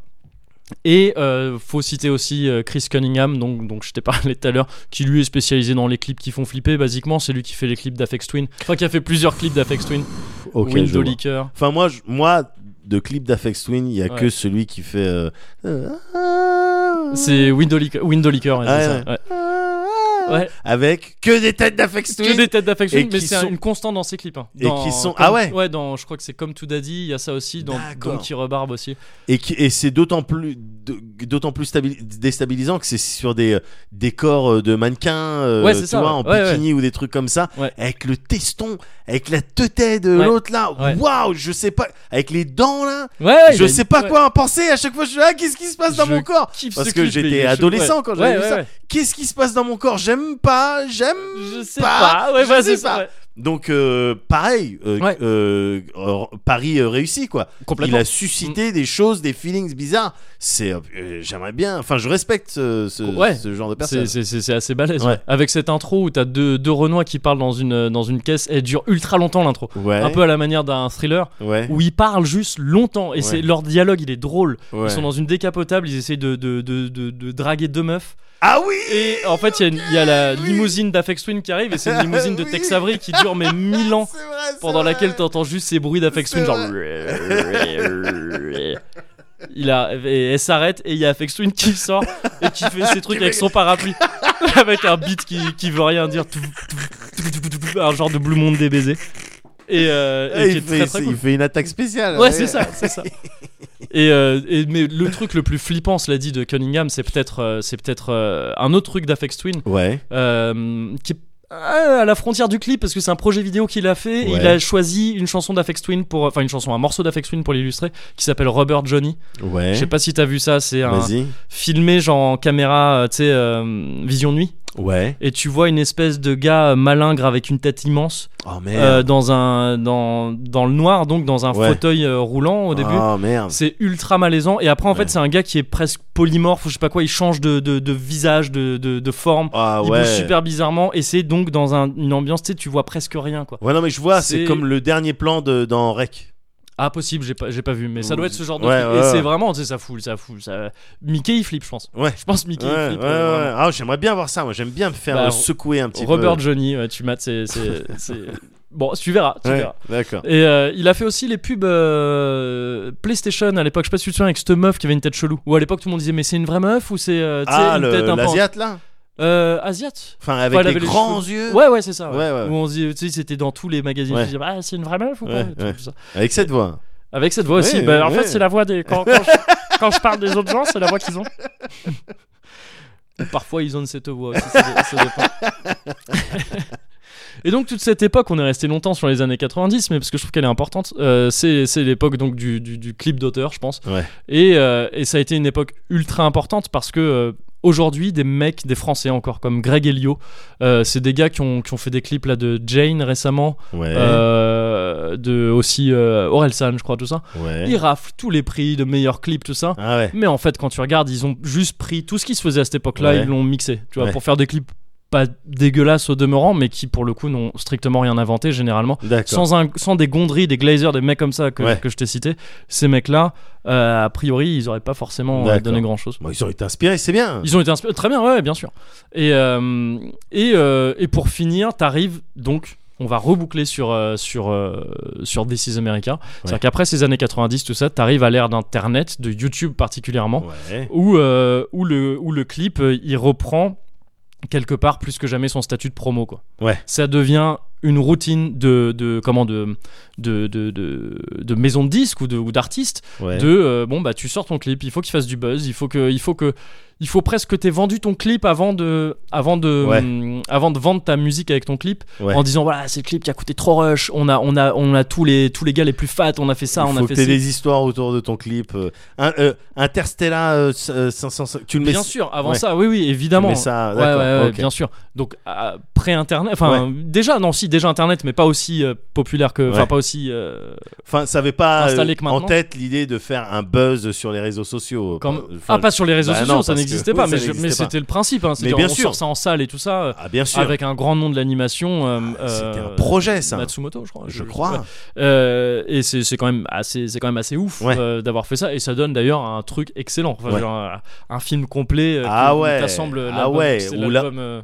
S1: Et euh, faut citer aussi euh, Chris Cunningham, donc, donc je t'ai (laughs) parlé tout à l'heure, qui lui est spécialisé dans les clips qui font flipper. Basiquement, c'est lui qui fait les clips d'Afex Twin. Enfin, qui a fait plusieurs clips d'Afex Twin.
S2: Ok, je
S1: Window
S2: vois.
S1: Licker.
S2: Enfin, moi, je- moi de clip d'Afex Twin, il y a
S1: Ouais.
S2: que celui qui fait. euh, euh,
S1: C'est Window Licker. Window Licker, ouais,
S2: Ah
S1: c'est
S2: ouais.
S1: ça, ouais. Ouais.
S2: Ah. avec que des têtes d'Afex
S1: Que
S2: Twin.
S1: des têtes d'affection,
S2: Et
S1: mais
S2: qui
S1: c'est un-
S2: sont-
S1: une constante dans ces clips. hein.
S2: Et
S1: Dans-
S2: qui sont-
S1: comme-
S2: ah ouais
S1: Ouais, dans, je crois que c'est comme tout Daddy, il y a ça aussi, dans
S2: D'accord.
S1: Donkey Rebarb aussi.
S2: Et, qui- et c'est d'autant plus de- d'autant plus stabi- déstabilisant que c'est sur des euh, décors euh, de mannequins, euh,
S1: Ouais, c'est
S2: tu
S1: ça,
S2: vois, en
S1: ouais, ouais.
S2: bikini ou des trucs comme ça,
S1: Ouais.
S2: avec le teston, avec la teutée de
S1: Ouais.
S2: l'autre là,
S1: Ouais.
S2: waouh, je sais pas, avec les dents là,
S1: Ouais, il y
S2: je
S1: a
S2: sais
S1: une-
S2: pas
S1: ouais.
S2: quoi en penser. À chaque fois, je suis ah, qu'est-ce qui se passe dans
S1: Je
S2: mon corps
S1: kiffe
S2: Parce
S1: ce
S2: que
S1: clip,
S2: j'étais
S1: mais je-
S2: adolescent
S1: ouais.
S2: quand j'avais
S1: Ouais,
S2: vu
S1: ouais,
S2: ça.
S1: ouais.
S2: Qu'est-ce qui se passe dans mon corps J'aime pas, j'aime
S1: Je sais pas, ouais,
S2: je
S1: bah,
S2: sais
S1: c'est
S2: pas.
S1: ça, ouais.
S2: Donc euh, pareil, euh,
S1: Ouais.
S2: euh, euh, Paris euh, réussi quoi.
S1: Complètement.
S2: Il a suscité des choses, des feelings bizarres. C'est, euh, euh, j'aimerais bien. Enfin, je respecte ce, ce-
S1: Ouais.
S2: ce genre de personne.
S1: C'est- C'est c'est- c'est assez balèze.
S2: Ouais.
S1: ouais. Avec cette intro où t'as deux, deux Renois qui parlent dans une, dans une caisse, elle dure ultra longtemps l'intro.
S2: Ouais.
S1: Un peu à la manière d'un thriller
S2: Ouais.
S1: où ils parlent juste longtemps et
S2: Ouais.
S1: c'est leur dialogue il est drôle.
S2: ouais.
S1: Ils sont dans une décapotable, ils essayent de, de, de, de- de draguer deux meufs.
S2: Ah oui.
S1: Et en fait il y a une- il y, a la
S2: Oui.
S1: limousine d'Afex Twin qui arrive et c'est une limousine de
S2: (laughs) Oui.
S1: Tex Avery qui dure mais mille ans
S2: C'est vrai, c'est
S1: pendant
S2: vrai.
S1: laquelle t'entends juste ces bruits d'Afex Twin
S2: C'est
S1: genre (laughs) il a et elle s'arrête et il y a Afex Twin qui sort et qui fait ses
S2: (laughs)
S1: trucs avec son parapluie (laughs) avec un beat qui, qui veut rien dire un genre de Blue Monde des baisers et, euh, et
S2: Eh,
S1: qui
S2: il,
S1: est
S2: fait,
S1: très très
S2: il
S1: cool
S2: fait une attaque spéciale.
S1: ouais c'est ça c'est ça et, euh, et- mais le truc le plus flippant cela dit de Cunningham c'est peut-être euh, c'est peut-être euh, un autre truc d'Afex Twin
S2: Ouais.
S1: euh, qui est à la frontière du clip parce que c'est un projet vidéo qu'il a fait et
S2: Ouais.
S1: il a choisi une chanson d'Afex Twin pour enfin une chanson un morceau d'Afex Twin pour l'illustrer qui s'appelle Rubber Johnny
S2: Ouais.
S1: je sais pas si t'as vu ça c'est un
S2: Vas-y.
S1: filmé genre en caméra euh, tu sais euh, vision nuit
S2: Ouais.
S1: et tu vois une espèce de gars euh, malingre avec une tête immense
S2: Oh
S1: euh,
S2: merde.
S1: dans un dans, dans le noir donc dans un
S2: Ouais.
S1: fauteuil euh, roulant au début
S2: Oh merde.
S1: c'est ultra malaisant et après en
S2: Ouais.
S1: fait c'est un gars qui est presque polymorphe ou je sais pas quoi il change de, de, de visage de, de, de forme
S2: Ah
S1: il
S2: ouais.
S1: bouge super bizarrement et c'est donc dans un- une ambiance, tu sais, tu vois presque rien quoi.
S2: Ouais non mais je vois, c'est
S1: C'est-
S2: comme le dernier plan de dans Rec.
S1: Ah possible, j'ai pas, j'ai pas vu, mais ça doit être ce genre de
S2: Ouais,
S1: truc.
S2: ouais,
S1: et
S2: ouais.
S1: c'est vraiment, tu sais, ça fout, ça fout, ça. Mickey il flippe, je pense.
S2: Ouais.
S1: Je pense Mickey
S2: ouais,
S1: il
S2: ouais,
S1: flippe.
S2: ouais.
S1: euh, vraiment.
S2: Ah, j'aimerais bien voir ça. Moi, j'aime bien me faire
S1: Bah,
S2: euh, secouer un petit
S1: Robert
S2: peu.
S1: Johnny, ouais, tu mates, c'est,
S2: (laughs)
S1: c'est, c'est- Bon, tu verras, tu
S2: Ouais,
S1: verras.
S2: D'accord.
S1: Et euh, il a fait aussi les pubs euh, PlayStation à l'époque. Je sais pas si tu te souviens avec cette meuf qui avait une tête chelou. Ou à l'époque tout le monde disait mais c'est une vraie meuf ou c'est euh, tu sais,
S2: Ah,
S1: une
S2: le-
S1: tête un peu en-
S2: l'asiate là.
S1: Euh, Asiate.
S2: Enfin, avec
S1: Ouais, elle
S2: les
S1: avait les
S2: grands
S1: cheveux-
S2: yeux.
S1: Ouais ouais c'est ça. Ouais.
S2: Ouais, ouais.
S1: Où on se dit, tu sais, c'était dans tous les magazines.
S2: Ouais.
S1: Tu dis, ah c'est une vraie meuf ou pas
S2: Ouais,
S1: Tout
S2: ouais.
S1: ça.
S2: Avec cette voix.
S1: Avec cette voix
S2: Ouais,
S1: aussi.
S2: ouais,
S1: Bah, en
S2: ouais.
S1: fait, c'est la voix des. Quand, quand je, quand je parle des autres gens, c'est la voix qu'ils ont. Ou Parfois, ils ont cette voix aussi. Ça, ça dépend. (laughs) Et donc toute cette époque, on est resté longtemps sur les années 90, mais parce que je trouve qu'elle est importante, euh, c'est c'est l'époque donc du, du- du clip d'auteur, je pense.
S2: Ouais.
S1: Et, euh, et ça a été une époque ultra importante parce que euh, aujourd'hui, des mecs, des Français encore, comme Greg Elio, euh, c'est des gars qui ont, qui ont fait des clips là de Jane récemment,
S2: Ouais.
S1: euh, de aussi euh, Orelsan, je crois, tout ça.
S2: ouais.
S1: Ils raflent tous les prix de meilleurs clips, tout ça.
S2: Ah ouais.
S1: Mais en fait, quand tu regardes, ils ont juste pris tout ce qui se faisait à cette époque-là,
S2: Ouais.
S1: ils l'ont mixé, tu vois,
S2: Ouais.
S1: pour faire des clips pas dégueulasses au demeurant, mais qui pour le coup n'ont strictement rien inventé généralement.
S2: D'accord.
S1: Sans, un- sans des gondries, des glazers, des mecs comme ça que,
S2: Ouais.
S1: que je t'ai cité, ces mecs-là, euh, a priori, ils auraient pas forcément euh,
S2: D'accord.
S1: donné grand-chose.
S2: Bon, ils ont été inspirés, c'est bien.
S1: Ils ont été inspirés. Très bien, ouais, bien sûr. Et, euh, et, euh, et pour finir, t'arrives donc. On va reboucler sur, euh, sur, euh, sur This is America.
S2: Ouais.
S1: C'est-à-dire qu'après ces années 90, tout ça, t'arrives à l'ère d'Internet, de YouTube particulièrement,
S2: Ouais.
S1: où, euh, où, le, où le clip, euh, il reprend quelque part plus que jamais son statut de promo. Quoi.
S2: Ouais.
S1: Ça devient une routine de, de, comment, de, de, de, de, de maison de disques ou de- ou d'artistes
S2: Ouais.
S1: de euh, bon bah tu sors ton clip il faut qu'il fasse du buzz il faut que il faut que il faut presque que t'aies vendu ton clip avant de avant de
S2: Ouais.
S1: hum, avant de vendre ta musique avec ton clip
S2: Ouais.
S1: en disant voilà c'est le clip qui a coûté trop rush on a on a on a tous les tous les gars les plus fat on a fait ça
S2: Il
S1: on
S2: faut
S1: a
S2: que
S1: fait
S2: t'aies
S1: ça
S2: des histoires autour de ton clip. euh, un- euh, Interstellar euh, c- euh, 500. Tu le mets.
S1: bien sûr avant
S2: ouais.
S1: ça oui oui
S2: Tu
S1: évidemment
S2: mets ça.
S1: Ouais, ouais,
S2: d'accord,
S1: ouais,
S2: ok.
S1: bien sûr. Donc à- pré-internet, enfin déjà non si déjà internet, mais pas aussi euh, populaire que, enfin
S2: Ouais.
S1: pas aussi euh,
S2: Enfin, ça avait pas
S1: Installé
S2: euh,
S1: que
S2: en
S1: maintenant.
S2: tête l'idée de faire un buzz sur les réseaux sociaux.
S1: comme
S2: Oh, bah, Enfin,
S1: ah pas sur les réseaux
S2: bah
S1: sociaux,
S2: non,
S1: ça
S2: parce que-
S1: n'existait
S2: oui,
S1: pas,
S2: ça
S1: mais, je- mais
S2: n'existait pas.
S1: c'était le principe. Hein, C'est-à-dire,
S2: bien
S1: on
S2: sûr.
S1: sort ça en salle et tout ça. euh,
S2: Ah, bien sûr. Ah,
S1: avec un grand nom de l'animation. euh,
S2: C'était
S1: euh,
S2: un projet, ça.
S1: Matsumoto, je crois.
S2: Je crois.
S1: Euh, et c'est c'est quand même assez, c'est quand même assez ouf
S2: Ouais.
S1: euh, d'avoir fait ça. Et ça donne d'ailleurs un truc excellent. Enfin,
S2: Ouais.
S1: genre, un, un film complet. euh,
S2: Ah
S1: qui- qui
S2: ouais.
S1: t'assemble
S2: Ah
S1: l'album,
S2: ouais.
S1: c'est
S2: Ou la-
S1: l'album, euh,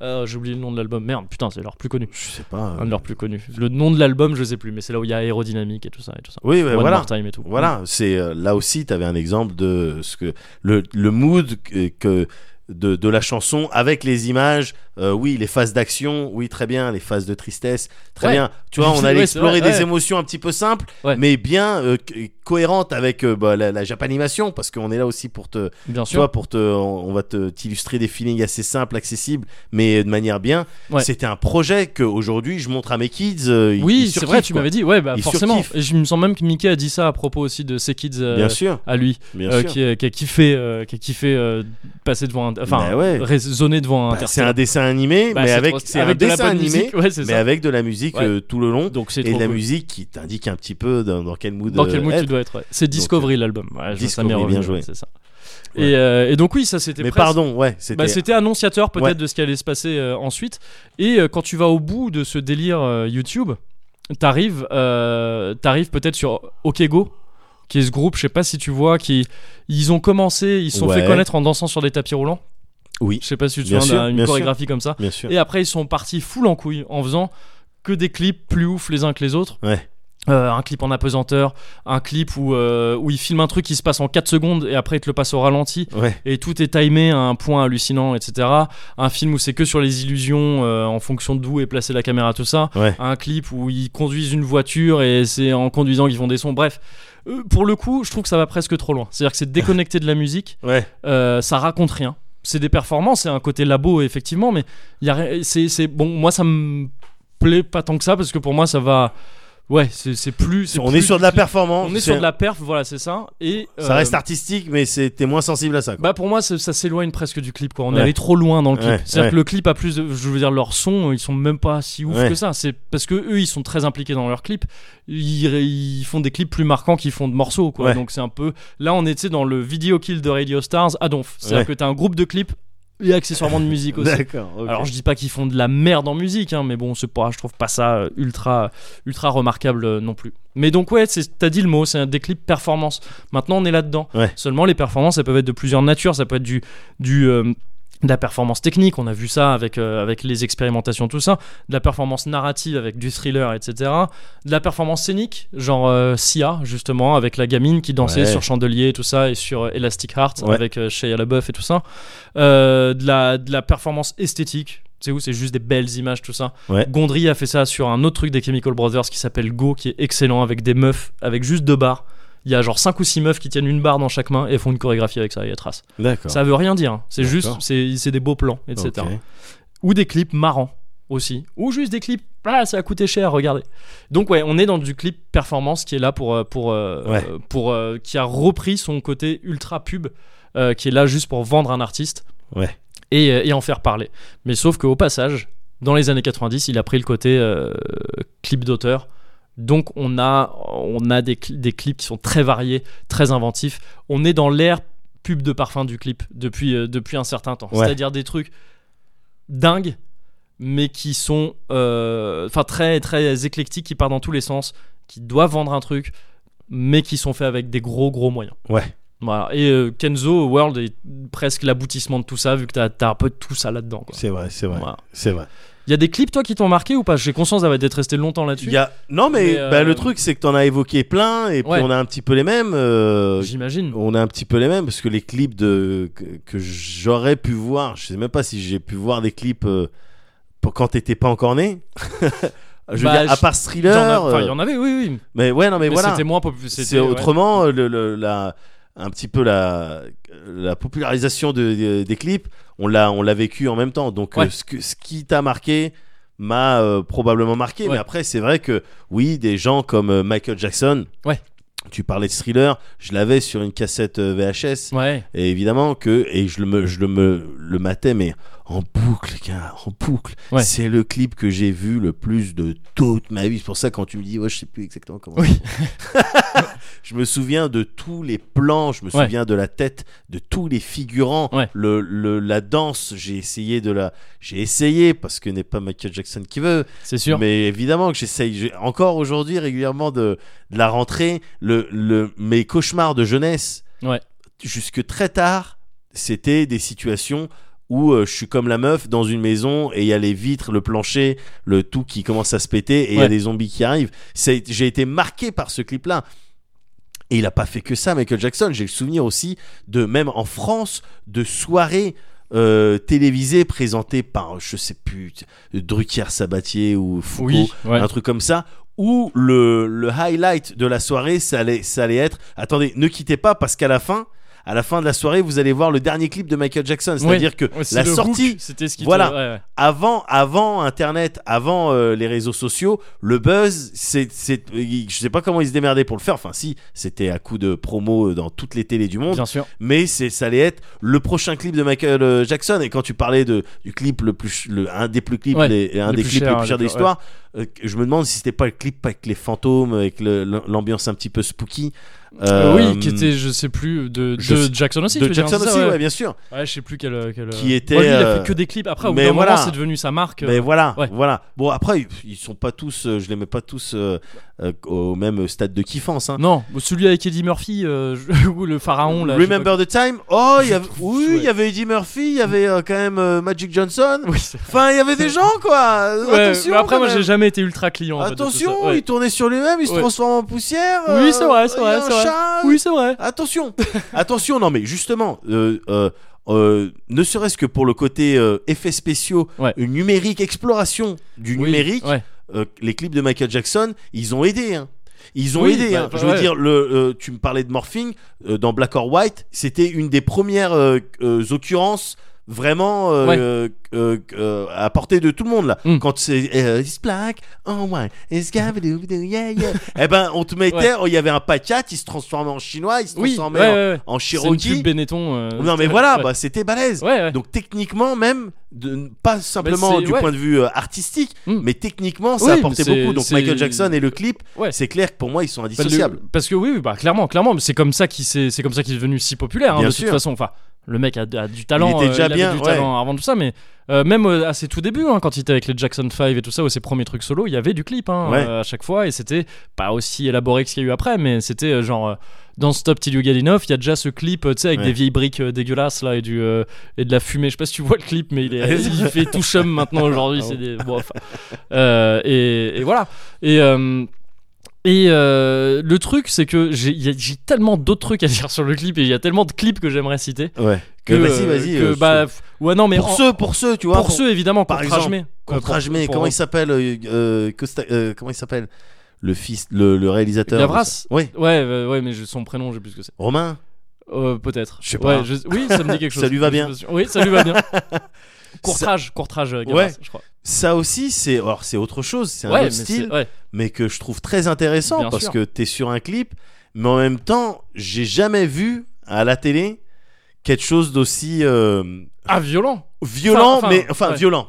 S1: ah, J'ai oublié le nom de l'album. Merde, putain, c'est leur plus connu.
S2: Je sais pas.
S1: Un de leurs plus connus. Le nom de l'album, je sais plus, mais c'est là où il y a aérodynamique et tout ça et tout ça.
S2: Oui, ouais,
S1: One
S2: voilà. euh,
S1: More Time et tout.
S2: Voilà, c'est euh, là aussi, tu avais un exemple de ce que le, le mood que, que, de, de la chanson avec les images. Euh, oui, les phases d'action, oui, très bien. Les phases de tristesse, très
S1: Ouais.
S2: bien.
S1: (laughs)
S2: Tu vois, on allait
S1: Ouais, c'est
S2: explorer
S1: vrai,
S2: des
S1: ouais.
S2: émotions un petit peu simples,
S1: Ouais.
S2: mais bien euh, c- cohérentes avec euh, bah, la, la japanimation, parce qu'on est là aussi pour te,
S1: Bien
S2: tu
S1: sûr.
S2: vois, pour te, on, on va te t'illustrer des feelings assez simples, accessibles, mais de manière bien.
S1: Ouais.
S2: C'était un projet que aujourd'hui je montre à mes kids. euh, ils- ils
S1: oui, c'est vrai,
S2: surkiffent,
S1: tu
S2: quoi.
S1: m'avais dit. Ouais, bah,
S2: Ils
S1: forcément.
S2: surkiffent.
S1: Et je me sens même que Mickey a dit ça à propos aussi de ses kids euh,
S2: Bien sûr,
S1: à lui,
S2: bien
S1: euh,
S2: sûr.
S1: qui, euh, qui a kiffé, euh, qui a kiffé euh, passer devant, un, enfin,
S2: Bah ouais.
S1: raisonner devant un.
S2: Bah, c'est
S1: Interstellar.
S2: un dessin animé,
S1: Bah,
S2: mais
S1: c'est
S2: avec,
S1: trop-
S2: c'est un
S1: avec de la
S2: dessin
S1: bonne
S2: animé,
S1: musique, ouais, c'est
S2: mais
S1: ça.
S2: avec de la musique
S1: Ouais.
S2: euh, tout le long.
S1: Donc c'est
S2: Et de
S1: trop
S2: la
S1: cool.
S2: musique qui t'indique un petit peu dans, dans quel mood,
S1: Dans
S2: euh,
S1: quel mood tu
S2: être.
S1: dois être ouais. C'est Discovery l'album. Ouais, je vois, ça m'est
S2: euh, Discovery,
S1: revenu,
S2: bien joué.
S1: C'est ça.
S2: Ouais.
S1: Et, euh, et donc oui, ça c'était.
S2: Mais
S1: presque-
S2: pardon, ouais, c'était.
S1: Bah, c'était annonciateur peut-être
S2: Ouais.
S1: de ce qui allait se passer euh, ensuite. Et euh, quand tu vas au bout de ce délire euh, YouTube, t'arrives, euh, t'arrives peut-être sur OkGo, qui est ce groupe, je sais pas si tu vois, qui ils ont commencé, ils se sont
S2: Ouais.
S1: fait connaître en dansant sur des tapis roulants.
S2: Oui.
S1: Je sais pas si tu te
S2: Bien sûr,
S1: souviens d'une
S2: bien sûr.
S1: chorégraphie comme ça.
S2: Bien sûr.
S1: Et après ils sont partis full en couille en faisant que des clips plus ouf les uns que les autres.
S2: Ouais.
S1: Euh, un clip en apesanteur, un clip où, euh, où ils filment un truc qui se passe en 4 secondes et après ils te le passent au ralenti
S2: Ouais.
S1: et tout est timé à un point hallucinant, etc. Un film où c'est que sur les illusions euh, en fonction d'où est placée la caméra, tout ça.
S2: Ouais.
S1: Un clip où ils conduisent une voiture et c'est en conduisant qu'ils font des sons. Bref, Euh, pour le coup, je trouve que ça va presque trop loin. C'est-à-dire que c'est déconnecté de la musique,
S2: (laughs) Ouais.
S1: euh, ça raconte rien. C'est des performances, c'est un côté labo effectivement, mais il y a rien- c'est c'est- bon. Moi, ça me plaît pas tant que ça parce que pour moi, ça va. Ouais, c'est c'est plus. c'est
S2: On
S1: plus
S2: est sur de la
S1: du-
S2: performance.
S1: On est
S2: c'est-
S1: sur de la perf, voilà, c'est ça. Et
S2: Ça
S1: euh,
S2: reste artistique, mais c'est- t'es moins sensible à ça. quoi.
S1: bah pour moi ça, ça s'éloigne presque du clip quoi. On est
S2: Ouais.
S1: allé trop loin dans le clip.
S2: Ouais,
S1: C'est-à-dire
S2: ouais.
S1: que le clip a plus de, je veux dire leur son, ils sont même pas si ouf
S2: Ouais.
S1: que ça. C'est parce que eux ils sont très impliqués dans leur clip. Ils, ils font des clips plus marquants qu'ils font de morceaux quoi.
S2: Ouais.
S1: Donc c'est un peu là on était dans le video kill de Radio Stars à Donf. C'est-à-dire
S2: Ouais.
S1: que t'as un groupe de clips et accessoirement de musique aussi.
S2: D'accord. ok.
S1: Alors je dis pas qu'ils font de la merde en musique, hein, mais bon, c'est pas, je trouve pas ça euh, ultra, ultra remarquable euh, non plus. Mais donc ouais, c'est- t'as dit le mot, c'est un des clips performance. Maintenant on est là-dedans.
S2: Ouais.
S1: Seulement les performances, elles peuvent être de plusieurs natures, ça peut être du, du euh, de la performance technique, on a vu ça avec, euh, avec les expérimentations, tout ça, de la performance narrative avec du thriller, etc. De la performance scénique, genre euh, Sia, justement, avec la gamine qui dansait
S2: Ouais.
S1: sur Chandelier et tout ça, et sur euh, Elastic Heart
S2: Ouais.
S1: avec euh, Shia LaBeouf et tout ça. Euh, de, la, de la performance esthétique. C'est où C'est juste des belles images, tout ça.
S2: Ouais.
S1: Gondry a fait ça sur un autre truc des Chemical Brothers qui s'appelle Go, qui est excellent, avec des meufs, avec juste deux barres. Il y a genre 5 ou 6 meufs qui tiennent une barre dans chaque main et font une chorégraphie avec ça, il y a trace.
S2: D'accord.
S1: Ça veut rien dire, hein. c'est juste,
S2: D'accord.
S1: c'est c'est des beaux plans, etc.
S2: Ok.
S1: Ou des clips marrants aussi. Ou juste des clips, ah, ça a coûté cher, regardez. Donc ouais, on est dans du clip performance qui est là pour... euh, pour, euh,
S2: Ouais.
S1: euh, pour euh, qui a repris son côté ultra pub, euh, qui est là juste pour vendre un artiste
S2: Ouais.
S1: et, euh, et en faire parler. Mais sauf qu'au passage, dans les années 90, il a pris le côté euh, clip d'auteur. Donc on a, on a des, cli- des clips qui sont très variés, très inventifs. On est dans l'ère pub de parfum du clip depuis, euh, depuis un certain temps.
S2: Ouais.
S1: C'est-à-dire des trucs dingues, mais qui sont euh, enfin très, très éclectiques, qui partent dans tous les sens, qui doivent vendre un truc, mais qui sont faits avec des gros, gros moyens.
S2: Ouais.
S1: Voilà. Et euh, Kenzo World est presque l'aboutissement de tout ça, vu que t'as as un peu de tout ça là-dedans. quoi.
S2: C'est vrai, c'est vrai,
S1: Voilà.
S2: c'est vrai.
S1: Il y a des clips, toi, qui t'ont marqué ou pas J'ai conscience d'avoir d'être resté longtemps là-dessus.
S2: Il y a... Non, mais,
S1: Mais, euh,
S2: bah, le truc, c'est que t'en as évoqué plein, et puis
S1: Ouais.
S2: on a un petit peu les mêmes. euh,
S1: J'imagine.
S2: on a un petit peu les mêmes parce que les clips de que, que j'aurais pu voir, je sais même pas si j'ai pu voir des clips euh, pour quand t'étais pas encore né. (laughs) je veux
S1: Bah,
S2: dire, à
S1: je-
S2: part
S1: Il y en
S2: thriller,
S1: a- enfin, il y
S2: euh,
S1: en avait, oui, oui.
S2: mais ouais, non, mais,
S1: Mais
S2: voilà,
S1: C'était moins populaire.
S2: c'est autrement euh, le, le- la un petit peu la la popularisation de, de- des clips, on l'a on l'a vécu en même temps. Donc euh,
S1: Ouais.
S2: ce que ce qui t'a marqué m'a euh, probablement marqué,
S1: Ouais.
S2: mais après c'est vrai que oui, des gens comme euh, Michael Jackson.
S1: Ouais.
S2: Tu parlais de thriller, je l'avais sur une cassette euh, VHS.
S1: Ouais.
S2: Et évidemment que et je le me je le me le matais mais en boucle gars, en boucle.
S1: Ouais.
S2: C'est le clip que j'ai vu le plus de toute ma vie. C'est pour ça quand tu me dis ouais, je sais plus exactement comment.
S1: Oui.
S2: (laughs) je me souviens de tous les plans, je me
S1: Ouais.
S2: souviens de la tête de tous les figurants,
S1: Ouais.
S2: le, le la danse, j'ai essayé de la j'ai essayé parce que n'est pas Michael Jackson qui veut
S1: C'est sûr.
S2: mais évidemment que j'essaye j'ai- encore aujourd'hui régulièrement de, de la rentrée. Le, le, mes cauchemars de jeunesse,
S1: Ouais.
S2: jusque très tard, c'était des situations où euh, je suis comme la meuf dans une maison et il y a les vitres, le plancher, le tout qui commence à se péter et il y
S1: Ouais.
S2: a des zombies qui arrivent. C'est- J'ai été marqué par ce clip-là. Et il n'a pas fait que ça, Michael Jackson. J'ai le souvenir aussi de, même en France, de soirées euh, télévisée présentée par, je sais plus, Drucker, Sabatier ou Foucault,
S1: Oui, ouais.
S2: un truc comme ça, où le, le highlight de la soirée, ça allait, ça allait être, attendez, ne quittez pas parce qu'à la fin, à la fin de la soirée, vous allez voir le dernier clip de Michael Jackson. C'est-à-dire que
S1: Ouais, c'est
S2: la
S1: le
S2: sortie,
S1: hook, c'était ce qui te-
S2: voilà.
S1: ouais, ouais.
S2: avant, avant Internet, avant euh, les réseaux sociaux, le buzz, c'est, c'est, je sais pas comment ils se démerdaient pour le faire. Enfin, si, c'était à coup de promo euh, dans toutes les télés du monde
S1: bien sûr.
S2: mais c'est ça allait être le prochain clip de Michael euh, Jackson et quand tu parlais de du clip le plus ch- le- un des plus clips
S1: Ouais,
S2: les- un
S1: les
S2: des
S1: plus
S2: clips les
S1: chers,
S2: plus chers de
S1: les-
S2: l'histoire euh, que- je me demande si c'était pas le clip avec les fantômes avec le- l'ambiance un petit peu spooky
S1: Euh,
S2: euh,
S1: oui, qui était, je sais plus, de,
S2: je
S1: de
S2: sais-
S1: Jackson aussi. tu
S2: de
S1: veux dire,
S2: Jackson
S1: c'est ça,
S2: aussi ouais,
S1: ouais.
S2: bien sûr
S1: Ouais, je sais plus quel. quel
S2: Qui
S1: euh,
S2: était,
S1: ouais, lui, il a
S2: euh,
S1: fait que des clips. Après, au bout
S2: mais
S1: d'un
S2: voilà.
S1: moment, c'est devenu sa marque. euh,
S2: mais Ben voilà
S1: ouais.
S2: voilà bon après ils- ils sont pas tous euh, je les mets pas tous euh, euh, au même stade de kiffance hein.
S1: Non, celui avec Eddie Murphy, euh, je- (laughs) ou le pharaon. Là, je sais pas
S2: Remember the time oh il y
S1: Je
S2: avait
S1: trouve-
S2: oui il y
S1: ouais.
S2: avait Eddie Murphy il y avait euh, quand même euh, Magic Johnson
S1: quoi. Oui,
S2: (laughs)
S1: c'est-
S2: enfin il y avait des gens quoi
S1: Ouais,
S2: attention
S1: mais après, moi,
S2: quand
S1: j'ai
S2: même.
S1: jamais été ultra client. en fait, de tout ça.
S2: Attention,
S1: Ouais.
S2: il tournait sur lui-même, il se
S1: Ouais.
S2: transforme en poussière.
S1: Oui,
S2: euh,
S1: c'est vrai, c'est
S2: il y a
S1: vrai,
S2: un
S1: c'est vrai.
S2: chat,
S1: Oui, c'est vrai.
S2: Attention, (laughs) attention, non mais justement, euh, euh, euh, ne serait-ce que pour le côté euh, effets spéciaux,
S1: Ouais.
S2: une numérique, exploration du
S1: Oui,
S2: numérique,
S1: ouais.
S2: euh, les clips de Michael Jackson, ils ont aidé. hein. Ils ont
S1: Oui,
S2: aidé.
S1: bah,
S2: hein.
S1: bah,
S2: Je veux
S1: ouais.
S2: dire, le, euh, tu me parlais de morphing euh, dans Black or White, c'était une des premières euh, euh, occurrences vraiment euh,
S1: Ouais.
S2: euh, euh, euh, à portée de tout le monde là.
S1: Mm.
S2: Quand c'est euh, It's black, oh ouais, it's gabadoobadoo,
S1: (laughs)
S2: yeah, yeah. Eh ben, on te mettait,
S1: Ouais.
S2: oh, il y avait un pacat, il se transformait en chinois, il se
S1: Oui, ouais,
S2: transformait en,
S1: ouais, ouais.
S2: en
S1: C'est une
S2: Cherokee.
S1: pub Benetton. euh,
S2: Non mais
S1: ouais,
S2: voilà,
S1: ouais.
S2: bah, c'était balèze.
S1: Ouais, ouais.
S2: Donc techniquement même, de, pas simplement
S1: c'est-
S2: du
S1: ouais.
S2: point de vue euh, artistique,
S1: Mm.
S2: mais techniquement ça
S1: Oui,
S2: apportait
S1: mais c'est-
S2: beaucoup. Donc
S1: c'est-
S2: Michael Jackson et le clip,
S1: Ouais.
S2: c'est clair que pour moi ils sont
S1: Bah, le-
S2: indissociables.
S1: parce que oui, oui, bah clairement, clairement, mais c'est comme ça qu'il s'est- c'est comme ça qu'il est devenu si populaire. hein,
S2: Bien
S1: de
S2: sûr.
S1: toute façon, enfin, le mec a, a du talent.
S2: était
S1: euh,
S2: déjà
S1: avait
S2: bien,
S1: du
S2: ouais.
S1: talent avant tout ça, mais euh, même euh, à ses tout débuts, hein, quand il était avec les Jackson 5 et tout ça, ou ses premiers trucs solo, il y avait du clip hein,
S2: Ouais.
S1: euh, à chaque fois, et c'était pas aussi élaboré que ce qu'il y a eu après, mais c'était euh, genre. euh, dans Stop Till You Get Enough, il y a déjà ce clip, euh, tu sais, avec
S2: Ouais.
S1: des vieilles briques euh, dégueulasses là et du euh, et de la fumée. Je sais pas si tu vois le clip, mais il, est, il fait tout chum maintenant
S2: Ah
S1: aujourd'hui. c'est des- bon, enfin, euh, et, et voilà. Et euh, et euh, le truc, c'est que j'ai y a- j'ai tellement d'autres trucs à dire sur le clip et il y a tellement de clips que j'aimerais citer.
S2: Ouais.
S1: Que,
S2: Mais vas-y,
S1: euh,
S2: vas-y.
S1: que,
S2: euh,
S1: bah, f- ouais, non, mais
S2: pour
S1: en-
S2: ceux, pour ceux, tu vois.
S1: pour ceux, évidemment,
S2: par
S1: contre Rajmé. Ouais,
S2: Contre
S1: pour-
S2: Ajmé,
S1: pour-
S2: comment il s'appelle euh, euh, Costa- euh, Comment il s'appelle Le fils, le, le réalisateur.
S1: Gavras
S2: Oui.
S1: Ouais, ouais, ouais, mais je- son prénom, je sais plus ce que c'est.
S2: Romain.
S1: Euh, Peut-être.
S2: Je sais pas.
S1: Ouais, Oui, ça me dit
S2: (laughs)
S1: quelque chose.
S2: Ça lui va
S1: Je-
S2: bien.
S1: je- Oui, ça lui va
S2: (laughs)
S1: bien. Courtrage, courtrage, euh, Gavras,
S2: Ouais.
S1: je crois.
S2: Ça aussi, c'est alors c'est autre chose, c'est un
S1: Ouais, mais
S2: autre style,
S1: c'est- ouais.
S2: mais que je trouve très intéressant
S1: Bien
S2: parce
S1: sûr.
S2: que t'es sur un clip, mais en même temps, j'ai jamais vu à la télé quelque chose d'aussi euh,
S1: Ah, violent.
S2: violent,
S1: Enfin, enfin,
S2: mais enfin
S1: ouais. Non,
S2: violent,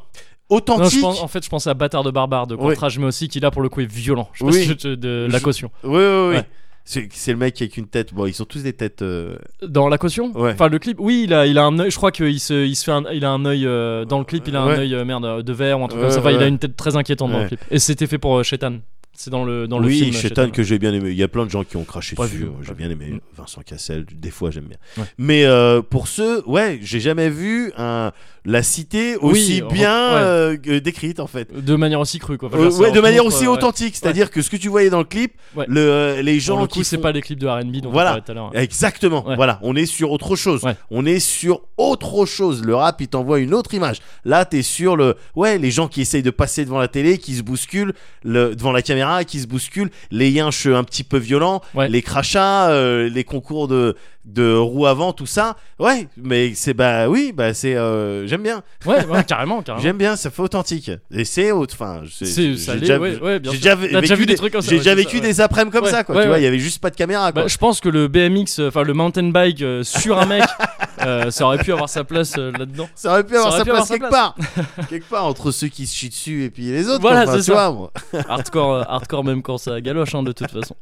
S1: je
S2: authentique.
S1: pense- en fait, je pensais à Bâtard de Barbare de
S2: Oui.
S1: Courtrage, mais aussi qui là pour le coup est violent. Je sais
S2: Oui.
S1: pas si je te- de la
S2: Je-
S1: caution.
S2: Oui, oui, oui.
S1: Ouais.
S2: C'est c'est le mec avec une tête. Bon, ils ont tous des têtes. euh,
S1: Dans la caution
S2: Ouais.
S1: Enfin, le clip, oui, il a, il a un œil. Je crois qu'il se, il se fait un- il a un œil. euh, dans le clip, il a un
S2: Ouais.
S1: œil, euh, merde, euh, de verre ou un truc
S2: Ouais,
S1: comme ça. Enfin, il
S2: ouais.
S1: a une tête très inquiétante dans
S2: Ouais.
S1: le clip. Et c'était fait pour euh, Shetan. C'est dans le, dans le
S2: oui,
S1: film.
S2: Shetan que j'ai bien aimé. Il y a plein de gens qui ont craché
S1: Pas
S2: dessus.
S1: vu,
S2: Moi, J'ai
S1: pas
S2: bien aimé
S1: Mm.
S2: Vincent Cassel. Des fois, j'aime bien.
S1: Ouais.
S2: Mais euh, pour ceux, ouais, j'ai jamais vu un- la cité
S1: Oui,
S2: aussi
S1: en-
S2: bien
S1: ouais.
S2: euh, que- décrite en fait.
S1: De manière aussi crue, quoi. Enfin,
S2: Euh,
S1: ça
S2: ouais, de
S1: remonte,
S2: manière
S1: euh,
S2: aussi
S1: ouais.
S2: authentique. C'est-à-dire que ce que tu voyais dans le clip,
S1: Ouais.
S2: le, euh, les gens
S1: Pour le
S2: qui
S1: coup, c'est
S2: font-
S1: pas les clips de RB dont
S2: Voilà.
S1: on parlait tout à l'heure.
S2: Exactement.
S1: Ouais.
S2: Voilà, on est sur autre chose.
S1: Ouais.
S2: On est sur autre chose. Le rap, il t'envoie une autre image. Là, t'es sur le, ouais, les gens qui essayent de passer devant la télé, qui se bousculent le... devant la caméra, qui se bousculent, les yinches un petit peu violents,
S1: Ouais.
S2: les crachats, euh, les concours de de roues avant, tout ça. Ouais, mais c'est bah oui, bah c'est, euh, j'aime bien,
S1: Ouais, ouais, carrément, carrément.
S2: j'aime bien, ça fait authentique. Et c'est, au- enfin, c'est-
S1: C'est-
S2: j'ai
S1: ça l'est,
S2: déjà,
S1: ouais, ouais, bien
S2: j'ai
S1: sûr.
S2: déjà
S1: T'as déjà vu
S2: vécu
S1: des
S2: des,
S1: trucs comme ça,
S2: j'ai
S1: ouais,
S2: déjà
S1: c'est
S2: vécu
S1: ça, ouais.
S2: des après-midi comme
S1: Ouais,
S2: ça, quoi.
S1: ouais,
S2: tu vois, il
S1: ouais.
S2: y avait juste pas de caméra, quoi.
S1: Bah, je pense que le BMX, euh, enfin le mountain bike euh, sur un mec, (laughs) euh, ça aurait pu avoir sa place euh, là-dedans.
S2: Ça aurait pu
S1: Ça
S2: avoir
S1: aurait
S2: sa
S1: pu
S2: place
S1: avoir sa
S2: quelque part.
S1: (laughs)
S2: quelque part entre ceux qui se chient dessus et puis les autres.
S1: Voilà,
S2: quoi. Enfin,
S1: c'est
S2: tu
S1: ça.
S2: vois, moi.
S1: hardcore, euh, hardcore même quand ça galoche hein, de toute façon.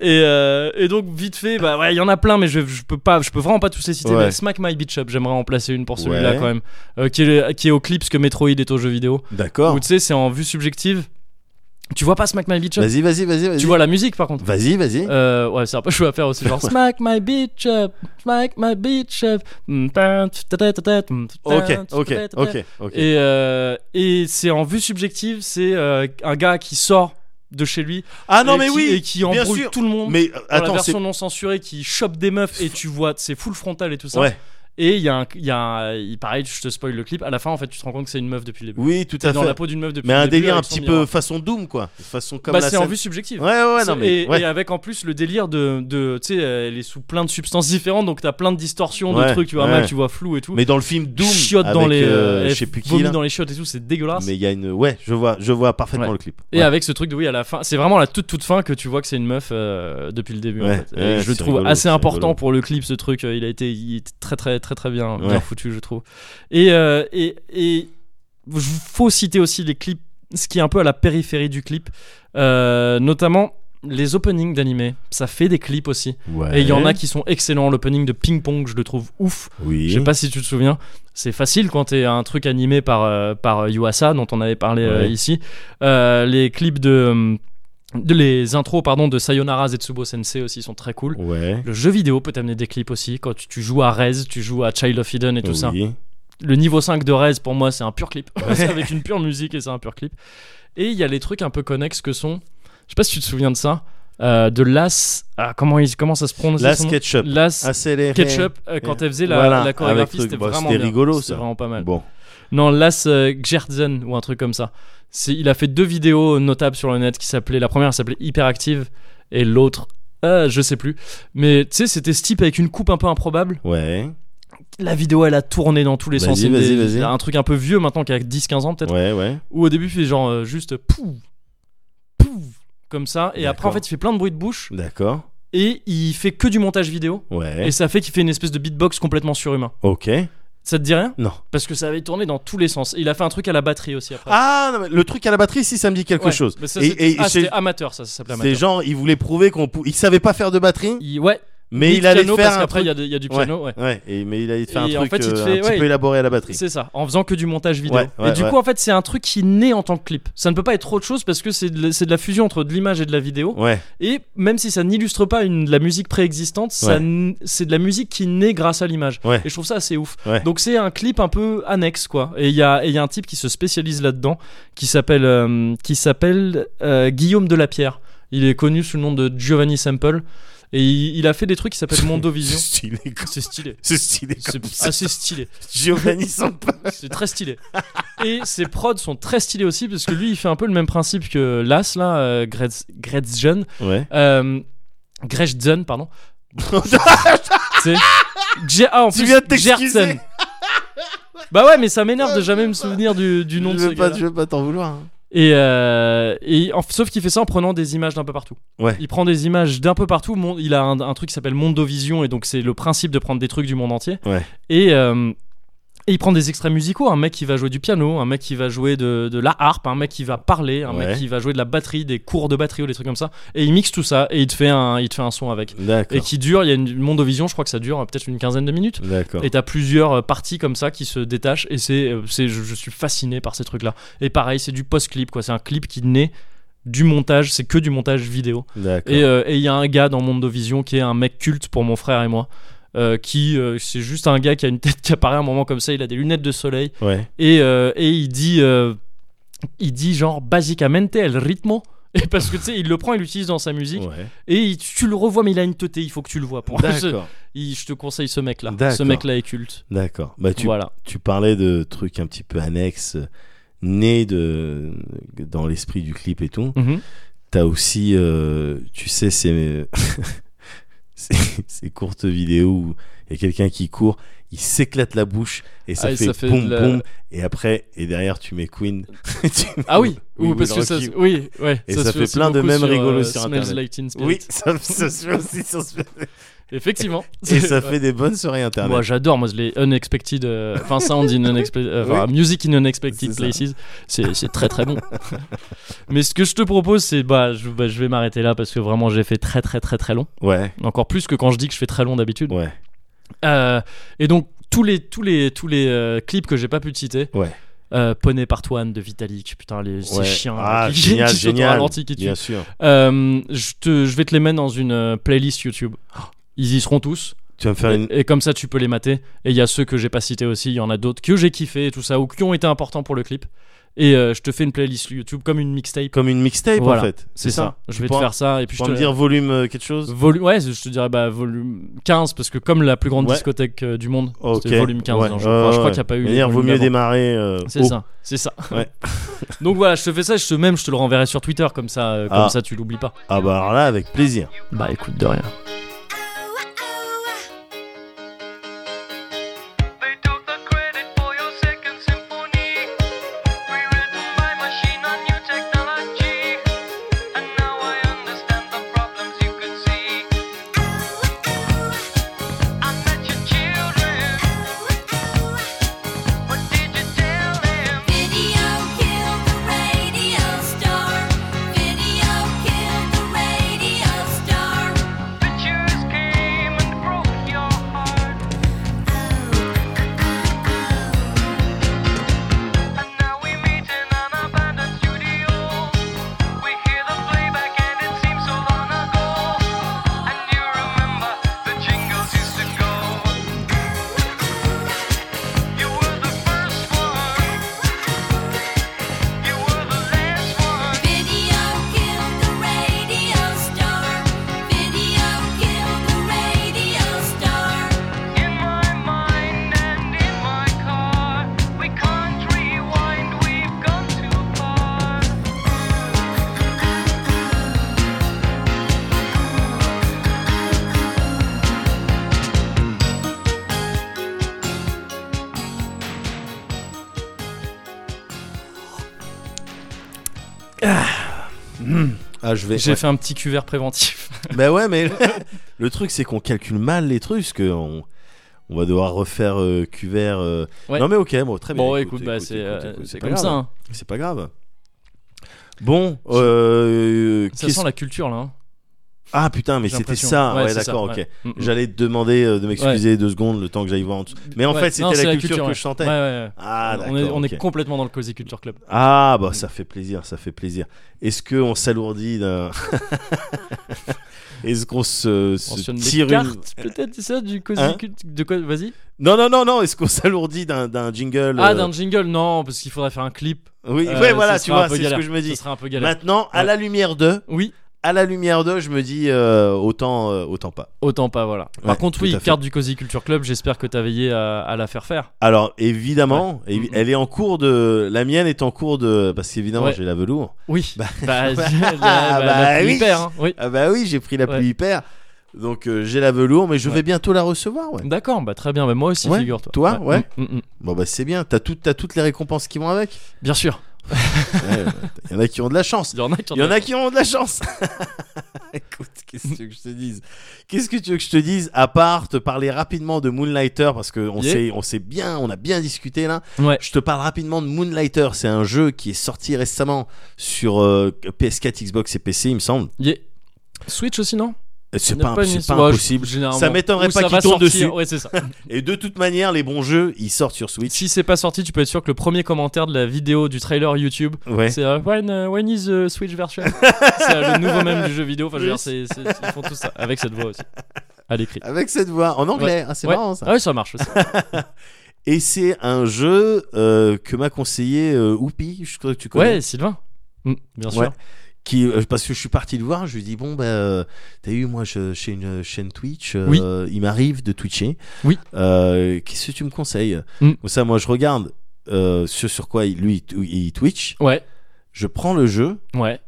S1: Et, euh, et donc vite fait, bah ouais, il y en a plein, mais je, je peux pas, je peux vraiment pas tous les citer.
S2: Ouais.
S1: Mais Smack My Bitch Up, j'aimerais en placer une pour celui-là
S2: Ouais.
S1: quand même, euh, qui, est, qui est au clip parce que Metroid est au jeu vidéo.
S2: (laughs) D'accord.
S1: Où tu sais, c'est en vue subjective. Tu vois pas Smack My Bitch Up,
S2: Vas-y, vas-y, vas-y, vas-y.
S1: tu vois la musique par contre.
S2: Vas-y, vas-y.
S1: Euh, ouais, c'est un peu chouette à faire aussi. Genre, smack my bitch up, smack my bitch up. Mm, tan, tu, ta, ta, ta, ta, mm, tu,
S2: ok,
S1: tan, tu,
S2: ok,
S1: ta, ta, ta.
S2: ok, ok.
S1: Et, euh, et c'est en vue subjective, c'est euh, un gars qui sort de chez lui.
S2: ah non,
S1: et
S2: mais
S1: qui-
S2: oui.
S1: Et qui embrouille
S2: sûr.
S1: tout le monde.
S2: Mais euh,
S1: Dans la
S2: attends, c'est.
S1: version non censurée qui chope des meufs et tu vois, c'est full frontal et tout ça.
S2: Ouais.
S1: Et il y a un. il Y a un- il- pareil, je te spoil le clip. À la fin, en fait, tu te rends compte que c'est une meuf depuis le début.
S2: Oui, tout
S1: T'es
S2: à
S1: dans la
S2: fait.
S1: peau d'une meuf depuis
S2: Mais
S1: le
S2: un
S1: début
S2: délire un
S1: avec son
S2: petit peu
S1: miroir.
S2: façon Doom, quoi. Façon comme
S1: Bah,
S2: la
S1: c'est en
S2: scène-
S1: vue subjective.
S2: Ouais, ouais, ouais, non,
S1: C'est-
S2: mais.
S1: et,
S2: ouais.
S1: et avec en plus le délire de, de tu sais, elle est sous plein de substances différentes, donc t'as plein de distorsions, de
S2: Ouais,
S1: trucs, tu vois
S2: ouais.
S1: mal, tu vois flou et tout.
S2: Mais dans le film Doom,
S1: chiotte
S2: avec,
S1: dans les,
S2: euh,
S1: euh,
S2: je
S1: elle
S2: sais plus qui
S1: vomit
S2: là.
S1: dans les chiottes et tout, c'est dégueulasse.
S2: Mais il y a une, ouais, je vois, je vois parfaitement
S1: Ouais.
S2: le clip.
S1: Et
S2: Ouais.
S1: avec ce truc de oui à la fin, c'est vraiment à la toute toute fin que tu vois que c'est une meuf euh, depuis le début. en
S2: Ouais,
S1: fait. Et
S2: ouais,
S1: je le
S2: c'est
S1: trouve
S2: rigolo,
S1: assez
S2: c'est
S1: important
S2: rigolo.
S1: pour le clip ce truc. Euh, Il a été il est très très très très bien bien
S2: Ouais.
S1: foutu je trouve. Et euh, et et faut citer aussi les clips, ce qui est un peu à la périphérie du clip, euh, notamment les openings d'animés. Ça fait des clips aussi. Et il y en a qui sont excellents. L'opening de Ping Pong, je le trouve ouf.
S2: Oui.
S1: Je sais pas si tu te souviens. C'est facile quand t'es un truc animé par, euh, par euh, Yuasa, dont on avait parlé euh,
S2: Ouais.
S1: ici. Euh, les clips de, euh, de. Les intros, pardon, de Sayonara Zetsubo Sensei aussi sont très cool.
S2: Ouais.
S1: Le jeu vidéo peut t'amener des clips aussi. Quand tu, tu joues à Rez, tu joues à Child of Eden et tout ça.
S2: Oui.
S1: Le niveau 5 de Rez, pour moi, c'est un pur clip. (laughs) C'est avec une pure musique et c'est un pur clip. Et il y a les trucs un peu connexes que sont. Je sais pas si tu te souviens de ça. euh, de Las. ah, comment, il- comment ça se prononce
S2: La
S1: son nom
S2: SketchUp.
S1: Las
S2: Accéléré.
S1: Ketchup, euh, quand elle faisait la,
S2: Voilà,
S1: la chorégraphie,
S2: avec le-
S1: c'était
S2: bah,
S1: vraiment
S2: c'était
S1: bien.
S2: rigolo,
S1: C'était
S2: ça.
S1: vraiment pas mal.
S2: Bon.
S1: Non, Las euh, Gjertsen ou un truc comme ça. C'est, il a fait deux vidéos notables sur le net qui s'appelaient. La première elle s'appelait Hyperactive et l'autre, euh, je sais plus. Mais tu sais, c'était ce type avec une coupe un peu improbable.
S2: Ouais.
S1: La vidéo, elle a tourné dans tous les
S2: Vas-y,
S1: sens. C'est
S2: vas-y,
S1: des-
S2: vas-y.
S1: Un truc un peu vieux maintenant qui a 10-15 ans peut-être.
S2: Ouais, ouais.
S1: Ou au début, il fait genre euh, juste pouf, pouf, comme ça. Et après,
S2: D'accord.
S1: en fait, il fait plein de bruit de bouche
S2: D'accord.
S1: et il fait que du montage vidéo.
S2: Ouais.
S1: Et ça fait qu'il fait une espèce de beatbox complètement surhumain.
S2: Ok.
S1: Ça te dit rien
S2: Non.
S1: Parce que ça avait tourné dans tous les sens. Et il a fait un truc à la batterie aussi après.
S2: Ah, non, mais le truc à la batterie, si ça me dit quelque
S1: Ouais.
S2: chose.
S1: Mais ça,
S2: Et-
S1: c'était-
S2: et
S1: ah,
S2: c'est-
S1: c'était amateur, ça, ça s'appelait
S2: c'est
S1: amateur.
S2: genre, il voulait prouver qu'on pou... il savait pas faire de batterie,
S1: Il- ouais,
S2: mais
S1: ni
S2: il
S1: de
S2: allait
S1: piano,
S2: faire
S1: parce
S2: un
S1: qu'après, il
S2: truc.
S1: y a de- il y, a du piano, ouais.
S2: Ouais, et, mais il allait te faire
S1: Et en
S2: un truc
S1: fait, il te
S2: euh,
S1: fait-
S2: un petit
S1: ouais.
S2: peu élaboré à la batterie.
S1: C'est ça, en faisant que du montage vidéo.
S2: Ouais, ouais,
S1: et du
S2: ouais.
S1: coup, en fait, c'est un truc qui naît en tant que clip. Ça ne peut pas être autre chose parce que c'est de, la- c'est de la fusion entre de l'image et de la vidéo.
S2: Ouais,
S1: Et même si ça n'illustre pas une, de la musique préexistante, ça
S2: Ouais.
S1: n- c'est de la musique qui naît grâce à l'image.
S2: Ouais.
S1: Et je trouve ça assez ouf.
S2: Ouais.
S1: Donc c'est un clip un peu annexe, quoi. Et il y a, et il y a un type qui se spécialise là-dedans, qui s'appelle euh, qui s'appelle euh, Guillaume Delapierre. Il est connu sous le nom de Giovanni Sample. Et il, il a fait des trucs qui
S2: (laughs)
S1: s'appellent
S2: c'est
S1: Mondovision.
S2: stylé. quoi.
S1: c'est stylé.
S2: C'est stylé.
S1: C'est
S2: comme
S1: (laughs)
S2: ça.
S1: assez stylé.
S2: Giovanni Sampa.
S1: C'est très stylé. Et ses prods sont très stylés aussi, parce que lui, il fait un peu le même principe que Las, là, euh, Gretz- Gretzgen.
S2: Ouais.
S1: Euh, Gretchen,
S2: (laughs)
S1: pardon. C'est. Gé- ah, en
S2: Tu
S1: plus,
S2: viens de t'excuser.
S1: Gertsen. Bah ouais, mais ça m'énerve de jamais me souvenir du, du nom de
S2: je
S1: ce
S2: veux pas,
S1: gars-là.
S2: je veux pas t'en vouloir. hein.
S1: Et, euh, et en- sauf qu'il fait ça en prenant des images d'un peu partout.
S2: Ouais.
S1: Il prend des images d'un peu partout. Mon- il a un, un truc qui s'appelle Mondovision, et donc c'est le principe de prendre des trucs du monde entier.
S2: Ouais.
S1: Et, euh, et il prend des extraits musicaux. Un mec qui va jouer du piano, un mec qui va jouer de, de la harpe, un mec qui va parler, un
S2: Ouais.
S1: mec qui va jouer de la batterie, des cours de batterie ou des trucs comme ça. Et il mixe tout ça et il te fait un, il te fait un son avec. Et
S2: D'accord.
S1: qui dure, il y a une Mondovision, je crois que ça dure euh, peut-être une quinzaine de minutes.
S2: D'accord.
S1: Et t'as plusieurs euh, parties comme ça qui se détachent et c'est, euh, c'est je, je suis fasciné par ces trucs-là. Et pareil, c'est du post-clip quoi. C'est un clip qui naît du montage, c'est que du montage vidéo.
S2: D'accord.
S1: Et euh, et il y a un gars dans Mondovision qui est un mec culte pour mon frère et moi. euh, qui euh, c'est juste un gars qui a une tête (laughs) qui apparaît à un moment comme ça, il a des lunettes de soleil
S2: Ouais.
S1: et, euh, et il dit euh, il dit genre basicamente el ritmo (laughs) et parce que tu sais il le prend, il l'utilise dans sa musique
S2: Ouais.
S1: et il- tu le revois mais il a une teuté, il faut que tu le vois pour je,
S2: D'accord.
S1: (laughs) il- je te conseille ce mec là.
S2: D'accord.
S1: Ce mec là est culte.
S2: D'accord. Bah tu,
S1: Voilà.
S2: tu parlais de trucs un petit peu annexes, euh, nés de dans l'esprit du clip et tout.
S1: Mhm.
S2: T'as aussi, euh, tu sais, ces ces- ces courtes vidéos où il y a quelqu'un qui court, il s'éclate la bouche et ça
S1: Ah, et
S2: fait
S1: ça fait
S2: boum
S1: de la-
S2: boum et après et derrière tu mets Queen. (laughs) Tu mets-
S1: Ah oui,
S2: Oui,
S1: ou parce
S2: Will
S1: que ça,
S2: Rocky.
S1: oui, ouais.
S2: Et
S1: se
S2: ça
S1: fait
S2: fait
S1: aussi
S2: plein de
S1: beaucoup
S2: mêmes
S1: sur, euh,
S2: rigolos sur
S1: Smells
S2: Internet.
S1: Like Teen Spirit.
S2: Oui, (laughs) ça, ça se fait aussi sur ce-
S1: (laughs) effectivement.
S2: Et
S1: C'est- (laughs)
S2: ça
S1: ouais.
S2: fait des bonnes soirées internet.
S1: Moi, j'adore. Moi, les unexpected, euh, enfin, sound in unexpected, euh, enfin, music in unexpected
S2: C'est ça.
S1: places. C'est c'est très très bon. Mais ce que je te propose, c'est bah, je, bah, je vais m'arrêter là parce que vraiment, j'ai fait très très très très long.
S2: Ouais,
S1: Encore plus que quand je dis que je fais très long d'habitude.
S2: ouais,
S1: Euh, et donc tous les tous les tous les euh, clips que j'ai pas pu te citer.
S2: Ouais.
S1: Euh, Poney Part One de Vitalik, putain les ces
S2: ouais.
S1: chiens là,
S2: ah,
S1: qui,
S2: génial,
S1: qui sautent au
S2: génial.
S1: ralenti, qui tuent.
S2: Bien sûr.
S1: Euh, je te je vais te les mettre dans une euh, playlist YouTube. Ils y seront tous
S2: Tu vas me faire une.
S1: et, et comme ça tu peux les mater. Et il y a ceux que j'ai pas cités aussi, il y en a d'autres que j'ai kiffé et tout ça ou qui ont été importants pour le clip. et euh, je te fais une playlist YouTube comme une mixtape.
S2: Comme une mixtape
S1: Voilà,
S2: en fait.
S1: C'est ça. Je
S2: Tu
S1: vais te
S2: pourras-
S1: faire ça et puis je
S2: Tu pourras
S1: te
S2: me dire volume euh, quelque chose
S1: Volu- ouais, je te dirais bah volume 15 parce que comme la plus grande
S2: Ouais.
S1: discothèque euh, du monde,
S2: Ok.
S1: c'était volume 15.
S2: Ouais,
S1: non, je, crois- je crois
S2: ouais,
S1: qu'il n'y a pas eu.
S2: ouais.
S1: les
S2: D'ailleurs, vaut
S1: volumes
S2: mieux
S1: d'avant.
S2: démarrer. euh,
S1: C'est
S2: haut.
S1: ça, c'est ça.
S2: Ouais.
S1: (laughs)
S2: (laughs)
S1: Donc voilà, je te fais ça, je te, même je te le renverrai sur Twitter comme ça, euh, comme
S2: Ah.
S1: ça tu l'oublies pas.
S2: Ah bah alors là, avec plaisir.
S1: Bah écoute de rien.
S9: They took the credit for your second symphony, rewritten by machine and new technology. And now I understand the problems you could see. I met your children. What did you tell them?
S5: Video killed the radio star. Video killed the radio star.
S9: Pictures came and broke your heart, and now we meet in an abandoned studio. We hear the playback and it seems so long ago. And you remember the jingles used to go. You were the first one. You were the last one.
S5: Video killed the radio star. Video killed the radio star.
S9: In my mind and in my car, we can't rewind. We've gone too far.
S2: Ah, je vais.
S1: J'ai fait un petit cuvert préventif.
S2: Bah ouais, (laughs) mais le truc, c'est qu'on calcule mal les trucs, parce qu'on on va devoir refaire euh, cuvert. euh.
S1: Ouais.
S2: Non mais ok, bon, très bien.
S1: bon écoute, bah c'est
S2: écoute,
S1: euh,
S2: écoute,
S1: c'est
S2: pas
S1: comme
S2: grave.
S1: ça. hein.
S2: C'est pas grave. Bon, euh,
S1: Ça
S2: qu'est-ce-
S1: sent la culture là. hein.
S2: ah putain, mais
S1: J'ai
S2: c'était
S1: l'impression.
S2: ça. Ouais,
S1: c'est ça,
S2: d'accord, ok.
S1: ouais. Mm, mm.
S2: J'allais te demander euh, de m'excuser deux secondes le temps que j'aille voir en dessous. Mais en
S1: Ouais,
S2: fait,
S1: non,
S2: c'était
S1: c'est
S2: la culture que
S1: ouais.
S2: je chantais.
S1: Ouais, ouais, ouais.
S2: Ah d'accord.
S1: on est, on est
S2: ok.
S1: complètement dans le Cozy Culture Club.
S2: Ah bah ça fait plaisir, ça fait plaisir. Est-ce que on s'alourdit d'un (laughs) Est-ce qu'on se, se
S1: Mentionne des
S2: tire une-
S1: cartes, peut-être, c'est ça, du Cozy
S2: Hein
S1: Culture. De quoi Vas-y.
S2: Non non non non, est-ce qu'on s'alourdit d'un d'un jingle
S1: Ah,
S2: euh,
S1: d'un jingle, non, parce qu'il faudrait faire un clip.
S2: Oui,
S1: Euh,
S2: ouais
S1: ça
S2: voilà,
S1: sera
S2: tu
S1: un
S2: vois,
S1: peu
S2: c'est ce
S1: galère.
S2: que je me
S1: Ce
S2: dis.
S1: serait un peu galère.
S2: Maintenant, à
S1: Ouais.
S2: la lumière de,
S1: Oui,
S2: à la lumière de, je me dis euh, autant euh, autant pas.
S1: autant pas, voilà. Par
S2: Ouais,
S1: contre,
S2: tout
S1: oui,
S2: à fait.
S1: carte du Cozy Culture Club, j'espère que t'as veillé à, à la faire faire.
S2: Alors évidemment,
S1: Ouais.
S2: évi-
S1: Mhm.
S2: elle est en cours de la mienne est en cours de parce qu'évidemment,
S1: Ouais.
S2: j'ai la velours. (laughs)
S1: Oui. Bah, (laughs) bah,
S2: bah,
S1: la pluie
S2: oui.
S1: perd, hein. oui.
S2: Ah bah oui, j'ai pris la
S1: Ouais.
S2: pluie hyper. Donc euh, j'ai la velours mais je
S1: Ouais.
S2: vais bientôt la recevoir, ouais.
S1: D'accord, bah très bien, bah, moi aussi,
S2: Ouais,
S1: figure-toi.
S2: toi, ouais.
S1: Mm, mm, mm.
S2: Bon bah c'est bien, t'as tout, t'as toutes les récompenses qui vont avec.
S1: Bien sûr.
S2: Il y en a qui ont de la chance.
S1: Il y en a qui en
S2: Il y en
S1: ont-
S2: a qui ont de la chance. (laughs) Écoute, qu'est-ce que tu veux que je te dise Qu'est-ce que tu veux que je te dise à part te parler rapidement de Moonlighter parce que on
S1: Yeah.
S2: s'est, on s'est bien, on a bien discuté là.
S1: Ouais.
S2: Je te parle rapidement de Moonlighter. C'est un jeu qui est sorti récemment sur euh, PS4, Xbox et PC, il me semble.
S1: Yeah. Switch aussi, non
S2: C'est
S1: Il y a
S2: pas,
S1: pas une-
S2: c'est pas
S1: Ouais,
S2: impossible.
S1: généralement.
S2: Ça m'étonnerait
S1: Ou
S2: pas
S1: ça
S2: qu'il
S1: va
S2: tourne
S1: sortir,
S2: dessus.
S1: Ouais, c'est ça.
S2: Et de toute manière, les bons jeux, ils sortent sur Switch.
S1: si c'est pas sorti, tu peux être sûr que le premier commentaire de la vidéo du trailer YouTube,
S2: Ouais.
S1: c'est euh, when, euh, when is the Switch
S2: (laughs)
S1: version C'est euh, le nouveau même du jeu vidéo. Enfin, je veux dire, c'est- c'est- ils font tout ça avec cette voix aussi. À l'écrit.
S2: Avec cette voix en anglais, Ah, c'est
S1: Ouais.
S2: marrant ça.
S1: Ah oui, ça marche aussi.
S2: Et c'est un jeu euh, que m'a conseillé euh, Oupi, je crois que tu connais.
S1: ouais, Sylvain. Mm, bien sûr.
S2: Ouais. Qui, euh, parce que je suis parti le voir, je lui dis bon ben euh, t'as eu moi je, chez une chaîne Twitch, euh,
S1: Oui.
S2: il m'arrive de twitcher.
S1: Oui.
S2: Euh, Qu'est-ce que tu me conseilles
S1: Mm.
S2: Comme ça moi je regarde euh, ce sur quoi il, lui il il twitch,
S1: Ouais,
S2: je prends le jeu,
S1: ouais,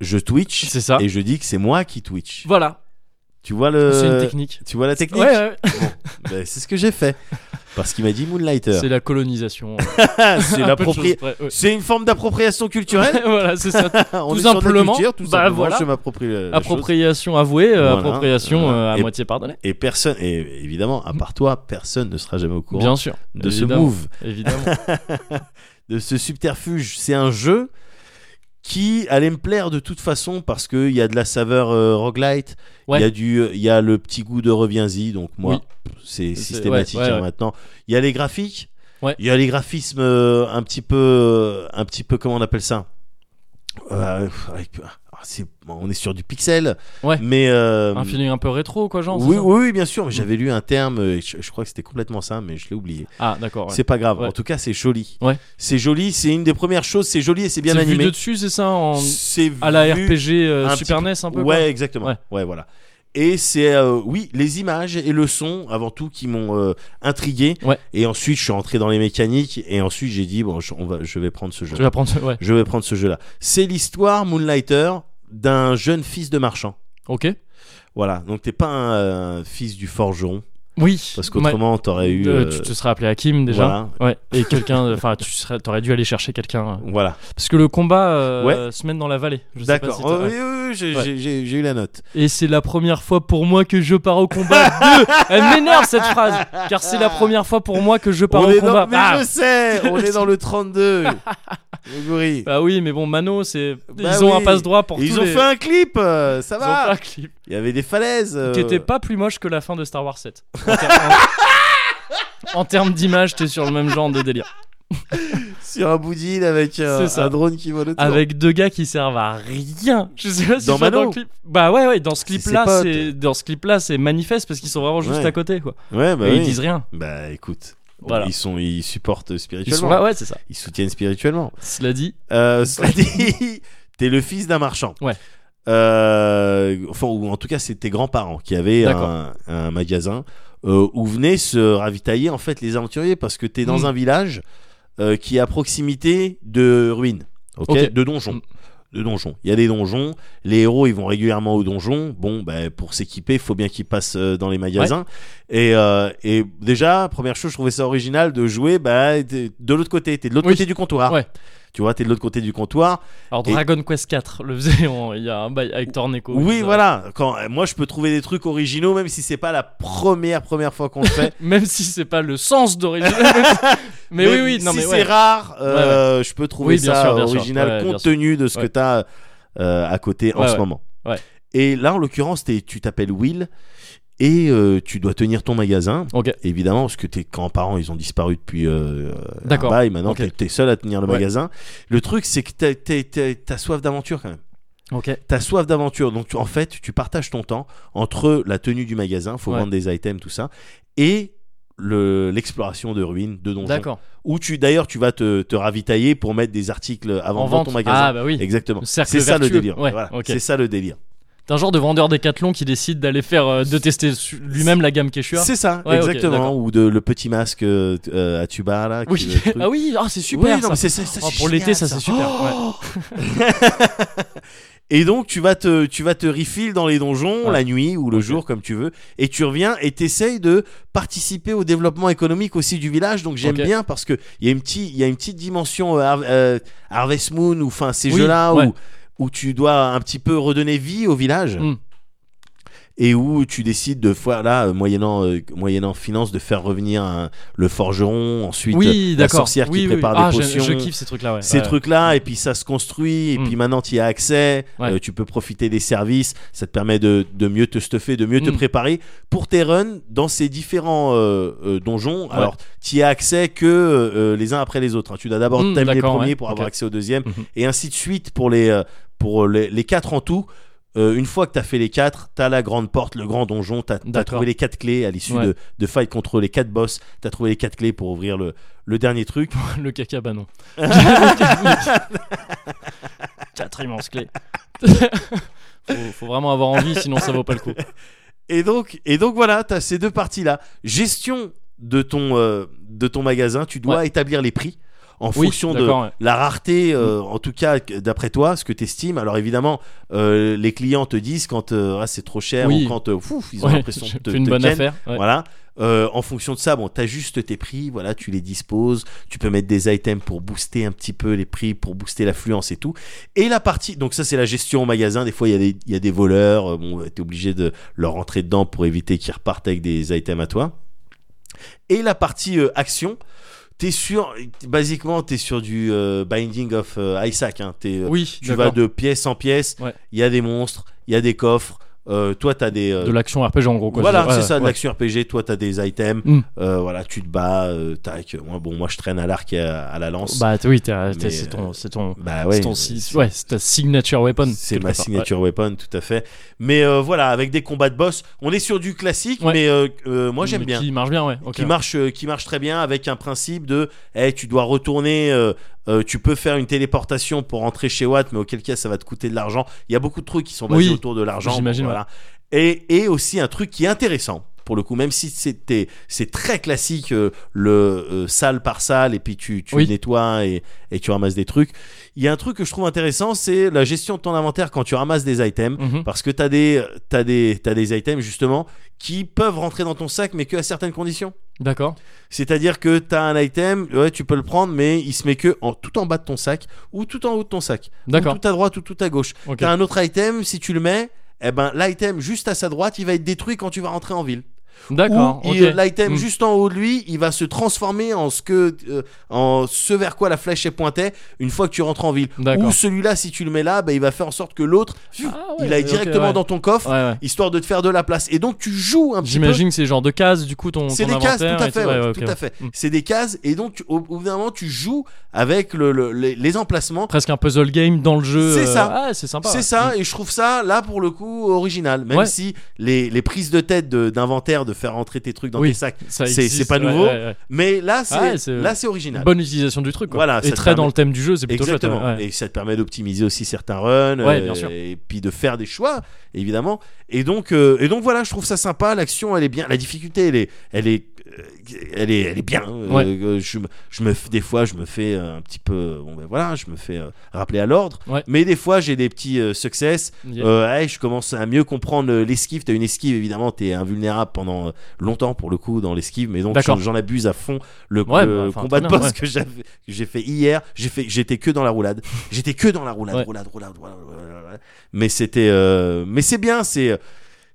S2: je twitch
S1: c'est ça.
S2: et je dis que c'est moi qui twitch.
S1: Voilà,
S2: Tu vois
S1: c'est une
S2: le,
S1: technique.
S2: tu vois la technique
S1: Ouais, ouais, ouais.
S2: Ben, C'est ce que j'ai fait parce qu'il m'a dit Moonlighter.
S1: c'est la colonisation.
S2: Ah, (laughs) C'est
S1: Un
S2: la
S1: peu de
S2: propri-
S1: choses près, ouais.
S2: C'est une forme d'appropriation culturelle.
S1: (laughs) voilà, c'est ça.
S2: (laughs) On
S1: Tout
S2: est sur de la
S1: simplement,
S2: culture, tout
S1: bah
S2: simplement,
S1: voilà.
S2: je m'approprie la- la chose.
S1: Appropriation avouée, euh,
S2: Voilà,
S1: appropriation
S2: voilà.
S1: euh, à
S2: Et-
S1: moitié pardonnée.
S2: Et personne, et évidemment, à part toi, personne ne sera jamais au courant
S1: Bien sûr.
S2: de
S1: évidemment,
S2: ce move, (laughs)
S1: Évidemment.
S2: de ce subterfuge. C'est un jeu qui allait me plaire de toute façon parce qu'il y a de la saveur euh, roguelite, il
S1: Ouais.
S2: y, a du- euh, il y a le petit goût de reviens-y, donc moi,
S1: Oui.
S2: c'est
S1: C'est-
S2: systématique
S1: ouais, ouais,
S2: hein,
S1: ouais.
S2: maintenant. Il y a les graphiques,
S1: Ouais.
S2: euh, il y a les graphismes euh, un petit peu, un petit peu, comment on appelle ça euh, pff, avec- ah, c'est- on est sur du pixel.
S1: Ouais.
S2: Mais euh,
S1: Un feeling un peu rétro, quoi, genre. c'est
S2: oui,
S1: ça
S2: oui, oui, bien sûr. Mais j'avais lu un terme, euh, je, je crois que c'était complètement ça, mais je l'ai oublié.
S1: Ah, d'accord. ouais.
S2: C'est pas grave.
S1: Ouais.
S2: En tout cas, c'est joli.
S1: Ouais.
S2: C'est joli. C'est une des premières choses. C'est joli et c'est bien
S1: C'est
S2: animé.
S1: vu de dessus, c'est ça en-
S2: C'est
S1: À la
S2: vu-
S1: RPG euh,
S2: un
S1: Super
S2: petit
S1: NES, un peu
S2: ouais, exactement.
S1: Ouais.
S2: Ouais. voilà. Et c'est euh, oui, les images et le son avant tout qui m'ont euh, intrigué.
S1: Ouais.
S2: Et ensuite, je suis entré dans les mécaniques et ensuite j'ai dit bon, je, on va, je vais prendre ce jeu.
S1: quoi. Je vais prendre. Ouais.
S2: Je vais prendre ce jeu-là. C'est l'histoire Moonlighter d'un jeune fils de marchand.
S1: Ok.
S2: Voilà. Donc t'es pas un euh, fils du forgeron
S1: Oui.
S2: parce
S1: Ouais.
S2: qu'autrement t'aurais eu.
S1: Euh,
S2: euh,
S1: tu te serais appelé Hakim déjà. Ouais. Et quelqu'un. euh, Enfin, tu serais. T'aurais dû aller chercher quelqu'un. euh.
S2: Voilà.
S1: Parce que le combat euh, se mène dans la vallée. Je sais pas
S2: D'accord.
S1: si t'as-
S2: Oh,
S1: ouais.
S2: oui, oui, oui, j'ai
S1: Ouais.
S2: j'ai- j'ai- j'ai eu la note.
S1: Et c'est la première fois pour moi que je pars au
S2: (laughs)
S1: combat. Deux. Elle m'énerve cette phrase, car c'est la première fois pour moi que je pars
S2: on
S1: au
S2: est
S1: combat.
S2: dans, mais
S1: Ah.
S2: je sais, on est
S1: (laughs)
S2: dans le 32. Le gorille.
S1: Bah oui, mais bon, Mano, c'est
S2: Bah
S1: ils ont
S2: oui.
S1: un passe droit pour
S2: Et
S1: tous
S2: Ils ont
S1: les-
S2: fait un clip, euh, ça
S1: Ils ont fait
S2: va.
S1: un clip
S2: Il y avait des falaises. euh,
S1: qui était pas plus moche que la fin de Star Wars 7. En termes- en-
S2: (laughs)
S1: En termes d'image, t'es sur le même genre de délire.
S2: sur un boudin avec euh,
S1: C'est ça.
S2: un drone qui vole autour.
S1: Avec deux gars qui servent à
S2: (laughs)
S1: rien. Je sais pas si
S2: Dans
S1: ça,
S2: Mano.
S1: le clip. Bah ouais, ouais, dans ce clip là,
S2: ses potes.
S1: c'est dans ce clip là, c'est manifeste parce qu'ils sont vraiment juste
S2: Ouais.
S1: à côté quoi.
S2: Ouais, bah,
S1: Et ils
S2: oui.
S1: disent rien.
S2: Bah écoute,
S1: Voilà.
S2: ils sont, ils supportent
S1: Ils
S2: spirituellement.
S1: sont là, ouais, c'est ça.
S2: Ils soutiennent spirituellement.
S1: Cela dit,
S2: Euh, cela dit, (laughs) t'es le fils d'un marchand.
S1: Ouais.
S2: Euh, enfin, ou en tout cas, c'est tes grands-parents qui avaient
S1: D'accord.
S2: un, un magasin euh, où venaient se ravitailler en fait les aventuriers parce que t'es dans
S1: Mm.
S2: un village euh, qui est à proximité de ruines, ok,
S1: Ok.
S2: de donjons.
S1: Mm.
S2: De donjons. Il y a des donjons. Les héros, ils vont régulièrement aux donjons. Bon, ben, pour s'équiper, il faut bien qu'ils passent euh, dans les magasins. Et, euh, et déjà, première chose, je trouvais ça original de jouer bah, de de l'autre côté. T'es de l'autre
S1: Oui.
S2: côté du comptoir.
S1: Ouais.
S2: Tu vois, t'es de l'autre côté du comptoir.
S1: alors
S2: Et-
S1: Dragon Quest 4 le faisait, on- il y a un bail avec Torneco.
S2: oui,
S1: ils ont-
S2: voilà. Quand, moi, je peux trouver des trucs originaux, même si c'est pas la première première fois qu'on le fait.
S1: (laughs) Même si c'est pas le sens
S2: (laughs)
S1: d'origine. mais, oui, oui, non
S2: si
S1: mais
S2: c'est
S1: ouais.
S2: rare, euh, je peux trouver
S1: Oui, bien
S2: ça
S1: sûr, bien sûr.
S2: original
S1: Ouais, bien
S2: compte
S1: sûr.
S2: tenu de ce
S1: Ouais.
S2: que t'as euh, à côté en
S1: Ouais,
S2: ce
S1: ouais.
S2: moment.
S1: Ouais.
S2: Et là, en l'occurrence, t'es- tu t'appelles Will et euh, tu dois tenir ton magasin.
S1: Ok.
S2: Évidemment, parce que tes grands-parents, ils ont disparu depuis euh, un
S1: D'accord.
S2: bail. Maintenant,
S1: Ok.
S2: t'es- t'es seul à tenir le
S1: Ouais.
S2: magasin. Le truc, c'est que t'as- t'as- t'as t'as soif d'aventure quand même.
S1: Ok.
S2: T'as soif d'aventure, donc tu- en fait, tu partages ton temps entre la tenue du magasin, faut
S1: Ouais.
S2: vendre des items, tout ça, et le- l'exploration de ruines, de donjons.
S1: D'accord.
S2: Où tu, d'ailleurs, tu vas te, te ravitailler pour mettre des articles
S1: En
S2: avant de vendre
S1: vente.
S2: ton
S1: ah
S2: magasin.
S1: bah oui.
S2: Exactement.
S1: Le
S2: C'est
S1: cercle
S2: ça le
S1: vertueux.
S2: délire.
S1: Ouais,
S2: Voilà.
S1: ok.
S2: C'est ça le délire.
S1: T'es un genre de vendeur décathlon qui décide d'aller faire euh, de tester su- lui-même la gamme Quechua.
S2: C'est ça,
S1: Ouais, ok,
S2: exactement.
S1: d'accord.
S2: Ou de le petit masque euh, t- euh, à tuba là. qui-
S1: Oui.
S2: le truc.
S1: ah oui. Ah c'est super.
S2: Oui, non,
S1: ça.
S2: mais c'est- c'est- ça,
S1: Ah,
S2: c'est
S1: pour l'été,
S2: génial,
S1: ça, c'est super. ouais.
S2: (laughs) Et donc tu vas te tu vas te refill dans les donjons
S1: Ouais.
S2: la nuit ou le jour comme tu veux et tu reviens et t'essayes de participer au développement économique aussi du village donc j'aime
S1: Ok.
S2: bien parce que il y a une petite il y a une petite dimension euh, Har- euh, Harvest Moon ou enfin ces
S1: Oui,
S2: jeux là
S1: ouais.
S2: où où tu dois un petit peu redonner vie au village
S1: Mm.
S2: et où tu décides de voilà euh, moyennant euh, moyennant finance de faire revenir un- le forgeron ensuite
S1: Oui,
S2: euh, la
S1: d'accord.
S2: sorcière
S1: Oui,
S2: qui
S1: oui,
S2: prépare
S1: oui. Ah,
S2: des
S1: je-
S2: potions
S1: Je, kiffe ces trucs-là. Ouais.
S2: ces
S1: Ouais.
S2: trucs-là, et puis ça se construit, et
S1: Mm.
S2: puis maintenant tu y as accès,
S1: Ouais.
S2: euh, tu peux profiter des services, ça te permet de, de mieux te stuffer, de mieux te
S1: Mm.
S2: préparer pour tes runs dans ces différents euh, euh, donjons. Alors, tu y as accès que euh, les uns après les autres. hein. Tu dois d'abord
S1: Mm,
S2: t'aimer les
S1: d'accord,
S2: premiers
S1: ouais.
S2: pour
S1: Ok.
S2: avoir accès au deuxième,
S1: Mhm.
S2: et ainsi de suite pour les, euh, pour les, les quatre en tout. Euh, une fois que t'as fait les quatre, t'as la grande porte, le grand donjon, t'as t'as
S1: D'accord.
S2: trouvé les quatre clés à l'issue
S1: Ouais.
S2: de, de fight contre les quatre boss, t'as trouvé les quatre clés pour ouvrir le, le dernier truc.
S1: Le caca,
S2: (laughs)
S1: bah non. Quatre immenses clés. faut, (laughs) faut vraiment avoir envie, sinon ça vaut pas le coup.
S2: Et donc, et donc voilà, tu as ces deux parties-là. Gestion de ton, euh, de ton magasin, tu dois
S1: Ouais.
S2: établir les prix en
S1: Oui,
S2: fonction de
S1: d'accord, Mm. ouais.
S2: la rareté, euh, en tout cas que- d'après toi, ce que tu estimes. Alors évidemment, euh, les clients te disent quand euh, ah, c'est trop cher
S1: Oui.
S2: ou quand euh, ouf, ils ont
S1: Ouais,
S2: l'impression de
S1: j'ai
S2: te,
S1: fait une
S2: te
S1: bonne
S2: ken.
S1: affaire. ouais.
S2: Voilà. Euh, en fonction de ça, bon, t'ajustes tes prix, voilà, tu les disposes, tu peux mettre des items pour booster un petit peu les prix, pour booster l'affluence et tout. Et la partie, donc ça c'est la gestion au magasin, des fois il y, a des- il y a des voleurs, euh, bon, t'es obligé de leur rentrer dedans pour éviter qu'ils repartent avec des items à toi. Et la partie euh, action, t'es sur, basiquement t'es sur du euh, Binding of euh, Isaac, hein. T'es, euh,
S1: Oui,
S2: tu
S1: d'accord.
S2: vas de pièce en pièce, il
S1: Ouais.
S2: y a des monstres, il y a des coffres, euh, euh, toi, t'as des. euh,
S1: de l'action RPG en gros quoi.
S2: voilà,
S1: Ouais,
S2: c'est ça, de
S1: ouais.
S2: l'action RPG. Toi, t'as des items.
S1: Mm.
S2: euh, voilà, tu te bats. euh, tac. Moi, bon, moi, je traîne à l'arc et à, à la lance.
S1: Bah t- oui, t'as- t'as-
S2: Mais,
S1: c'est ton, c'est ton,
S2: Bah
S1: c'est ton, si- ouais, c'est ta signature weapon.
S2: C'est
S1: quelque
S2: ma
S1: part.
S2: signature weapon, tout à fait. Mais euh, voilà, avec des combats de boss, on est sur du classique,
S1: Ouais. Mm,
S2: mais euh, euh, moi
S1: Mais
S2: j'aime bien.
S1: Qui marche bien, ouais. ok.
S2: Qui marche, euh, qui marche très bien avec un principe de eh, tu dois retourner, euh, euh, tu peux faire une téléportation pour rentrer chez Watt, mais auquel cas ça va te coûter de l'argent. Il y a beaucoup de trucs qui sont basés
S1: Oui,
S2: autour de l'argent.
S1: j'imagine,
S2: Voilà. Et, et aussi un truc qui est intéressant. Pour le coup, même si c'était c'est très classique, euh, le euh, salle par salle, et puis tu, tu
S1: Oui.
S2: nettoies et, et tu ramasses des trucs. Il y a un truc que je trouve intéressant, c'est la gestion de ton inventaire quand tu ramasses des items.
S1: Mhm.
S2: Parce que t'as des, t'as des, t'as des items justement qui peuvent rentrer dans ton sac, mais que à certaines conditions.
S1: D'accord.
S2: C'est-à-dire que t'as un item, ouais, tu peux le prendre, mais il se met que en, tout en bas de ton sac ou tout en haut de ton sac. Ou
S1: D'accord.
S2: Tout à droite ou tout à gauche.
S1: Ok.
S2: T'as un autre item, si tu le mets, eh ben l'item juste à sa droite, il va être détruit quand tu vas rentrer en ville.
S1: D'accord.
S2: Ou
S1: ok.
S2: il- l'item
S1: Mm.
S2: juste en haut de lui, il va se transformer en ce que, euh, en ce vers quoi la flèche est pointée une fois que tu rentres en ville.
S1: D'accord.
S2: Ou celui-là, si tu le mets là, ben, il va faire en sorte que l'autre,
S1: Ah ouais,
S2: il aille
S1: ok,
S2: directement
S1: ouais.
S2: dans ton coffre
S1: Ouais, ouais.
S2: histoire de te faire de la place. Et donc tu joues un petit peu.
S1: J'imagine que c'est genre de cases du coup ton.
S2: C'est
S1: ton
S2: des cases, tout
S1: inventaire
S2: à
S1: et
S2: fait,
S1: ouais,
S2: ouais,
S1: ouais,
S2: tout
S1: ok,
S2: à
S1: ouais.
S2: fait.
S1: Mm.
S2: C'est des cases, et donc tu- au au bout d'un moment tu joues avec le- le- les, les emplacements.
S1: Presque un puzzle game dans le jeu.
S2: C'est
S1: euh,
S2: ça.
S1: Ah, c'est sympa.
S2: C'est
S1: ouais.
S2: ça, et je trouve ça là pour le coup original. Même
S1: Ouais.
S2: si les, les prises de tête de- d'inventaire, de, faire rentrer tes trucs dans
S1: Oui.
S2: tes sacs,
S1: Ça
S2: c'est-
S1: existe,
S2: c'est pas
S1: ouais,
S2: nouveau.
S1: ouais, ouais.
S2: mais là
S1: Ouais,
S2: c'est
S1: c'est- euh,
S2: là c'est original.
S1: Bonne utilisation du truc. Quoi.
S2: Voilà, ça
S1: Et
S2: te
S1: très dans
S2: permet-
S1: le thème du jeu, c'est plutôt chouette,
S2: Exactement.
S1: ouais.
S2: Et ça te permet d'optimiser aussi certains runs, euh,
S1: Ouais, bien sûr.
S2: et puis de faire des choix, évidemment. Et donc, euh, et donc voilà, je trouve ça sympa. L'action, elle est bien. La difficulté, elle est, elle est, euh, elle est, elle est bien. Euh,
S1: Ouais.
S2: euh, je, me- je me, f- des fois, je me fais euh, un petit peu, bon ben voilà, je me fais euh, rappeler à l'ordre.
S1: Ouais.
S2: Mais des fois, j'ai des petits euh, success.
S1: Yeah.
S2: Euh, ouais, je commence à mieux comprendre euh, l'esquive. T'as une esquive, évidemment, t'es invulnérable pendant euh, longtemps pour le coup dans l'esquive, mais donc
S1: D'accord.
S2: j'en- j'en abuse à fond. Le,
S1: Ouais,
S2: le
S1: bah, enfin,
S2: combat de
S1: très bien,
S2: boss
S1: ouais.
S2: que j'avais- que j'ai fait hier, j'ai fait, j'étais que dans
S1: (laughs)
S2: la roulade. J'étais que dans la roulade,
S1: Ouais.
S2: roulade, roulade, roulade, roulade, roulade. Mais c'était, euh, mais c'est bien, c'est.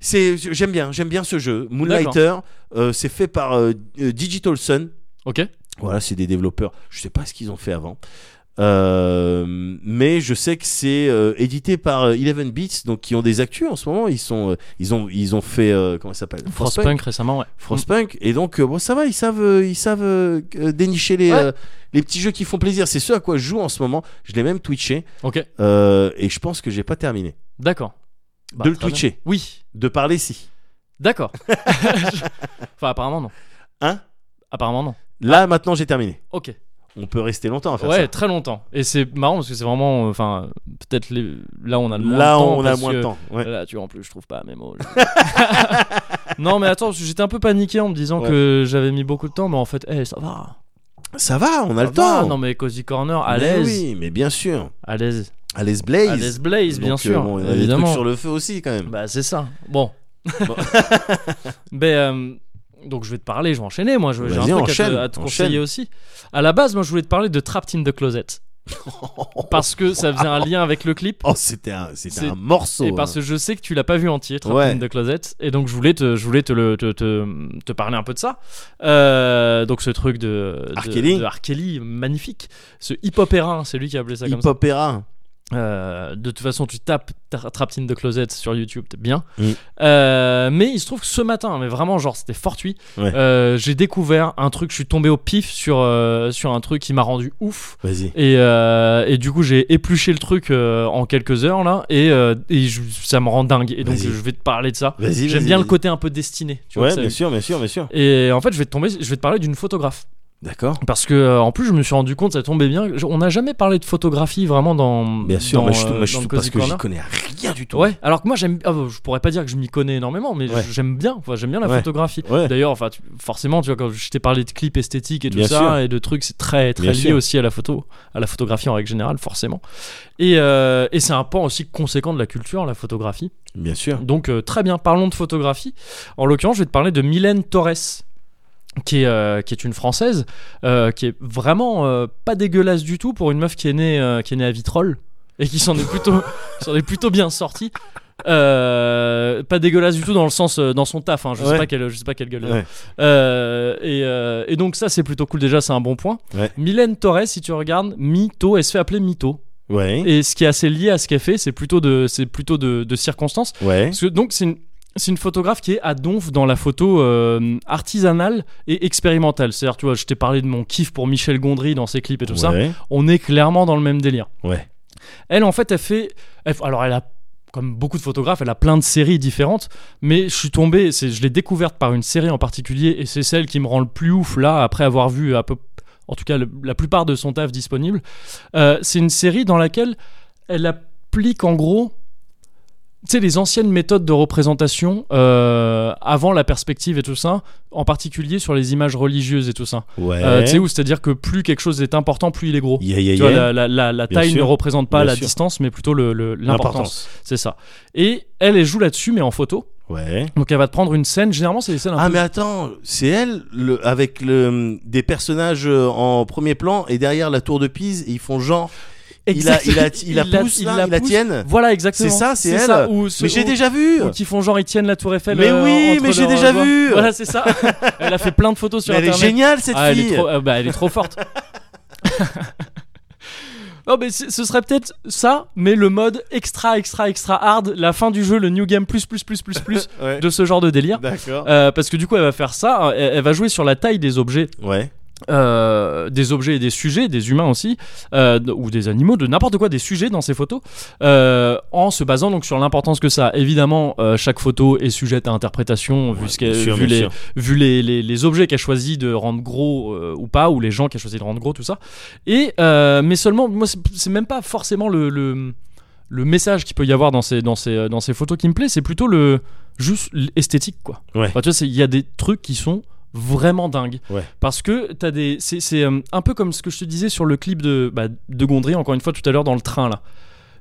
S2: C'est, j'aime bien, j'aime bien ce jeu. Moonlighter, euh, c'est fait par euh, euh, Digital Sun.
S1: Ok.
S2: Voilà, c'est des développeurs. Je sais pas ce qu'ils ont fait avant. Euh, mais je sais que c'est euh, édité par euh, 11 Bits, donc qui ont des actus en ce moment. Ils sont, euh, ils ont, ils ont fait euh, comment ça s'appelle
S1: Frostpunk récemment, ouais. Mm.
S2: Frostpunk. Et donc euh, bon, ça va, ils savent, euh, ils savent euh, euh, dénicher les,
S1: Ouais.
S2: euh, les petits jeux qui font plaisir. C'est ce à quoi je joue en ce moment. Je l'ai même twitché
S1: Ok.
S2: euh, et je pense que j'ai pas terminé
S1: D'accord. Bah,
S2: de le
S1: très bien.
S2: twitcher,
S1: Oui.
S2: de parler si. (laughs)
S1: D'accord. (laughs) enfin, apparemment non.
S2: Hein
S1: Apparemment non.
S2: Là maintenant j'ai terminé.
S1: Ok.
S2: On peut rester longtemps à faire
S1: Ah. Ouais,
S2: ça.
S1: très longtemps. Et c'est marrant parce que c'est vraiment, euh, enfin, euh, peut-être les- là on a le moins
S2: Là
S1: de temps.
S2: on a
S1: parce
S2: moins
S1: que- euh,
S2: de temps. Ouais.
S1: Là, tu vois, en plus, je trouve (laughs) pas mes mots. non, mais attends, parce que j'étais un peu paniqué en me disant
S2: Ouais.
S1: que j'avais mis beaucoup de temps, mais en fait, eh, ça va.
S2: Ça va, on a
S1: ça
S2: le temps.
S1: va. Non, mais Cozy Corner, à
S2: Mais
S1: l'aise.
S2: Oui, mais bien sûr.
S1: À l'aise.
S2: À l'aise Blaze.
S1: À l'aise, Blaze, bien
S2: Donc, euh,
S1: sûr.
S2: bon, il y a des trucs
S1: évidemment.
S2: sur le feu aussi quand même.
S1: Bah, c'est ça. Bon. (laughs) mais. euh, donc je vais te parler, je vais enchaîner moi, je- j'ai un
S2: Vas-y,
S1: truc à
S2: enchaîne,
S1: te, à te
S2: enchaîne.
S1: conseiller aussi. À la base, moi je voulais te parler de Trapped in the
S2: (laughs)
S1: Closet parce que ça faisait un lien avec le clip
S2: Oh, c'était un, c'était
S1: C'est-
S2: un morceau.
S1: et
S2: hein.
S1: parce que je sais que tu l'as pas vu entier, Trap
S2: Ouais.
S1: in the Closet, et donc je voulais te, je voulais te, le, te, te, te parler un peu de ça. Euh, donc ce truc de, de,
S2: R. Kelly.
S1: de R. Kelly, magnifique. Ce hip-hopérin, c'est lui qui a appelé ça comme ça.
S2: Hip-hopéra.
S1: Euh, de toute façon, tu tapes Tra- Trapped in the Closet sur YouTube, t'es bien.
S2: Mm.
S1: Euh, mais il se trouve que ce matin, mais vraiment, genre, c'était fortuit.
S2: Ouais.
S1: euh, J'ai découvert un truc, je suis tombé au pif sur, euh, sur un truc qui m'a rendu ouf.
S2: Vas-y.
S1: Et, euh, et du coup, j'ai épluché le truc euh, en quelques heures là, et, euh, et je- ça me rend dingue. Et donc,
S2: Vas-y.
S1: je vais te parler de ça.
S2: Vas-y,
S1: J'aime
S2: vas-y,
S1: bien le
S2: vas-y.
S1: côté un peu destiné. Tu vois,
S2: Ouais,
S1: que ça a
S2: bien
S1: eu.
S2: sûr, bien sûr, bien sûr.
S1: Et en fait, je vais te tomber, je vais te parler d'une photographe.
S2: D'accord.
S1: Parce que euh, en plus, je me suis rendu compte, ça tombait bien. je- On n'a jamais parlé de photographie vraiment dans.
S2: Bien sûr,
S1: dans,
S2: mais je,
S1: euh,
S2: mais je-
S1: dans le
S2: parce
S1: Cozy
S2: que j'y
S1: Corner.
S2: connais rien du tout.
S1: Ouais. Alors que moi, j'aime. ah, je pourrais pas dire que je m'y connais énormément, mais
S2: Ouais.
S1: j'aime bien. Enfin, j'aime bien la
S2: Ouais.
S1: photographie.
S2: Ouais.
S1: D'ailleurs, enfin, tu- forcément, tu vois, quand je t'ai parlé de clips esthétiques et tout
S2: Bien
S1: ça,
S2: sûr.
S1: et de trucs, c'est très, très
S2: Bien
S1: lié
S2: sûr.
S1: aussi à la photo, à la photographie en règle générale, forcément. Et, euh, et c'est un pan aussi conséquent de la culture, la photographie.
S2: Bien sûr.
S1: Donc, euh, très bien, parlons de photographie. En l'occurrence, je vais te parler de Mylène Torres. Qui est, euh, qui est une française, euh, qui est vraiment euh, pas dégueulasse du tout pour une meuf qui est née, euh, qui est née à Vitrolles et qui s'en est plutôt, (laughs) s'en est plutôt bien sortie. Euh, pas dégueulasse du tout dans le sens euh, dans son taf. hein. je,
S2: Ouais.
S1: sais pas quelle, je sais pas quelle gueule. elle a.
S2: Ouais.
S1: Euh, et, euh, et donc ça c'est plutôt cool déjà, c'est un bon point.
S2: Ouais.
S1: Mylène Torres, si tu regardes, Mito, elle se fait appeler Mito.
S2: Ouais.
S1: Et ce qui est assez lié à ce qu'elle fait, c'est plutôt de, c'est plutôt de, de circonstances.
S2: Ouais.
S1: Parce que, donc c'est une, c'est une photographe qui est à donf dans la photo euh, artisanale et expérimentale. C'est-à-dire, tu vois, je t'ai parlé de mon kiff pour Michel Gondry dans ses clips et tout ça.
S2: Ouais.
S1: On est clairement dans le même délire.
S2: Ouais.
S1: Elle, en fait, elle fait. elle- alors, elle a, comme beaucoup de photographes, elle a plein de séries différentes. Mais je suis tombé, c'est, je l'ai découverte par une série en particulier, et c'est celle qui me rend le plus ouf là, après avoir vu à peu, en tout cas le- la plupart de son taf disponible. Euh, c'est une série dans laquelle elle applique en gros. Tu sais, les anciennes méthodes de représentation euh, avant la perspective et tout ça, en particulier sur les images religieuses et tout ça.
S2: Ouais.
S1: Euh, tu sais où C'est-à-dire que plus quelque chose est important, plus il est gros.
S2: Yeah, yeah,
S1: Tu
S2: yeah.
S1: vois, la, la- la- la
S2: Bien
S1: taille
S2: sûr.
S1: ne représente pas
S2: Bien
S1: la
S2: sûr.
S1: distance, mais plutôt le- le- l'importance.
S2: L'importance.
S1: C'est ça. Et elle, elle joue là-dessus, mais en photo.
S2: Ouais.
S1: Donc elle va te prendre une scène. Généralement, c'est des scènes un
S2: Ah
S1: peu-
S2: mais attends, c'est elle le, avec le, des personnages euh, en premier plan et derrière la tour de Pise et ils font genre il a il a il la pousse là, il la
S1: pousse.
S2: tienne.
S1: Voilà, exactement.
S2: C'est ça, c'est elle.
S1: ça, ou ce-
S2: mais j'ai
S1: ou-
S2: déjà vu.
S1: ou qui font genre ils tiennent la tour Eiffel.
S2: Mais
S1: euh,
S2: oui,
S1: entre
S2: mais j'ai
S1: leurs
S2: déjà
S1: doigts.
S2: vu.
S1: Voilà, c'est
S2: (laughs)
S1: ça. elle a fait plein de photos sur
S2: Mais elle est
S1: internet.
S2: géniale cette
S1: Ah, elle
S2: fille.
S1: est trop, ah, bah, elle est trop
S2: (laughs)
S1: forte. Non mais c- ce serait peut-être ça, mais le mode extra extra extra hard, la fin du jeu, le new game plus plus plus plus
S2: (laughs)
S1: plus
S2: Ouais.
S1: de ce genre de délire.
S2: D'accord.
S1: Euh, parce que du coup elle va faire ça, hein, elle, elle va jouer sur la taille des objets,
S2: Ouais.
S1: euh, des objets et des sujets, des humains aussi, euh, d- ou des animaux, de n'importe quoi, des sujets dans ces photos, euh, en se basant donc sur l'importance que ça. a. Évidemment, euh, chaque photo est sujette à interprétation vu, ce qu'elle-
S2: bien sûr,
S1: vu
S2: bien
S1: les,
S2: sûr.
S1: vu les, les, les objets qu'elle choisi de rendre gros euh, ou pas, ou les gens qu'elle choisi de rendre gros, tout ça. Et euh, mais seulement, moi, c'est- c'est même pas forcément le, le le message qu'il peut y avoir dans ces dans ces dans ces photos qui me plaît, c'est plutôt le juste l'esthétique quoi.
S2: Ouais.
S1: Enfin, tu vois, c'est- il y a des trucs qui sont vraiment dingues
S2: Ouais.
S1: parce que t'as des c'est c'est, euh, un peu comme ce que je te disais sur le clip de bah, de Gondry encore une fois tout à l'heure dans le train là.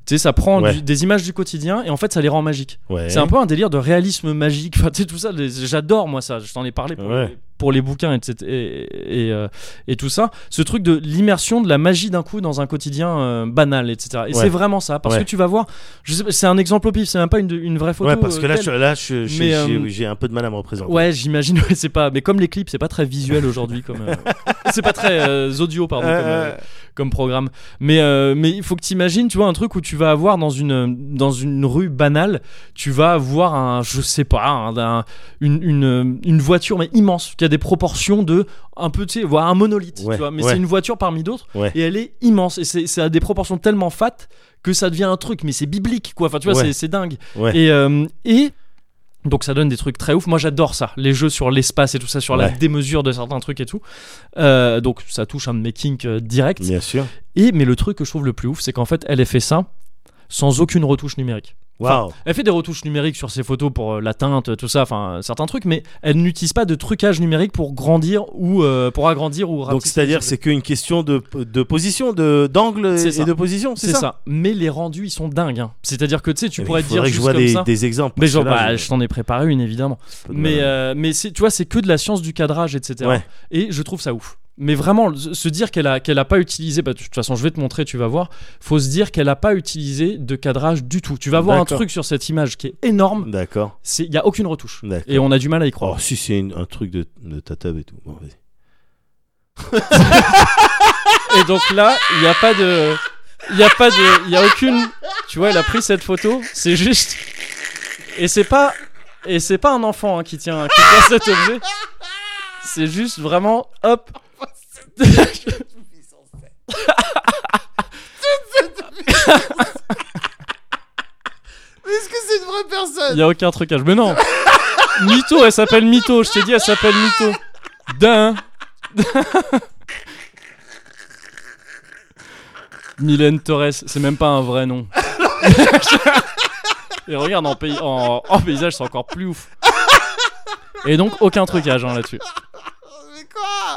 S1: Tu sais, ça prend
S2: Ouais.
S1: du- des images du quotidien et en fait ça les rend magiques.
S2: Ouais.
S1: C'est un peu un délire de réalisme magique. (laughs) Enfin, tu sais, tout ça, les- j'adore moi ça. Je t'en ai parlé pour,
S2: Ouais.
S1: pour les bouquins etc., et, et, euh, et tout ça. Ce truc de l'immersion de la magie d'un coup dans un quotidien euh, banal, etc. Et
S2: Ouais.
S1: c'est vraiment ça. Parce
S2: Ouais.
S1: que tu vas voir, je sais pas, c'est un exemple au pif, c'est même pas une, une vraie photo.
S2: ouais parce que
S1: euh,
S2: là
S1: telle.
S2: je, là je- je-
S1: Mais,
S2: j'ai
S1: euh,
S2: oui, j'ai un peu de mal à me représenter.
S1: Ouais, j'imagine, (laughs) ouais, c'est pas. Mais comme les clips, c'est pas très visuel aujourd'hui, comme.
S2: (laughs)
S1: euh, c'est pas très euh, audio, pardon, comme, euh, comme programme. Mais euh, mais il faut que tu imagines, tu vois, un truc où tu vas avoir dans une dans une rue banale, tu vas voir un, je sais pas, un- un- une, une une voiture mais immense qui a des proportions de un peu, tu sais, voire un monolithe,
S2: Ouais,
S1: tu vois. Mais
S2: ouais.
S1: c'est une voiture parmi d'autres
S2: Ouais.
S1: et elle est immense et c'est ça a des proportions tellement fat que ça devient un truc, mais c'est biblique, quoi. Enfin, tu vois,
S2: Ouais.
S1: c'est- c'est dingue.
S2: Ouais.
S1: Et euh, et donc ça donne des trucs très ouf. Moi j'adore ça, les jeux sur l'espace et tout ça, sur la
S2: Ouais.
S1: démesure de certains trucs et tout. Euh, donc ça touche un de mes kinks euh, directs.
S2: Bien sûr.
S1: Et mais le truc que je trouve le plus ouf, c'est qu'en fait elle a fait ça sans aucune retouche numérique.
S2: Waouh.
S1: Elle fait des retouches numériques sur ses photos pour euh, la teinte, tout ça, enfin euh, certains trucs, mais elle n'utilise pas de trucage numérique pour grandir ou euh, pour agrandir ou
S2: Donc
S1: rapetisser
S2: c'est-à-dire
S1: ses
S2: c'est qu'une question de, de position, de d'angle
S1: C'est
S2: et
S1: ça.
S2: de position,
S1: c'est ça. Mais les rendus ils sont dingues. hein. C'est-à-dire que tu sais, tu
S2: Eh bien,
S1: pourrais
S2: il
S1: te dire
S2: faudrait que
S1: juste
S2: je vois
S1: comme
S2: des, euh,
S1: ça.
S2: des exemples.
S1: Mais
S2: parce que
S1: genre,
S2: là,
S1: bah,
S2: je-
S1: je t'en ai préparé une évidemment. Mais, euh, mais c'est- tu vois, c'est que de la science du cadrage, etc.
S2: Ouais.
S1: Et je trouve ça ouf. Mais vraiment, se se dire qu'elle a, qu'elle a pas utilisé, bah, de toute façon, je vais te montrer, tu vas voir. Faut se dire qu'elle a pas utilisé de cadrage du tout. Tu vas voir un
S2: D'accord.
S1: truc sur cette image qui est énorme.
S2: D'accord.
S1: C'est- Il y a aucune retouche.
S2: D'accord.
S1: Et on a du mal à y croire.
S2: Oh, si c'est une- un truc de, de tatab et tout. Bon, vas-y.
S1: Et donc là, il n'y a pas de, il y a pas de, il y a aucune. Tu vois, elle a pris cette photo. C'est juste. Et c'est pas, et c'est pas un enfant hein, qui tient, qui tient cet objet. C'est juste vraiment, hop,
S2: Mais est-ce que c'est une vraie
S1: Il
S2: personne
S1: y a aucun trucage. Mais non. Mito, elle s'appelle Mito. Je t'ai dit, elle s'appelle Mito. D'un. Mylène Torres, c'est même pas un vrai nom. Et regarde, en, pays- en- en paysage, c'est encore plus ouf. Et donc, aucun trucage hein, là-dessus.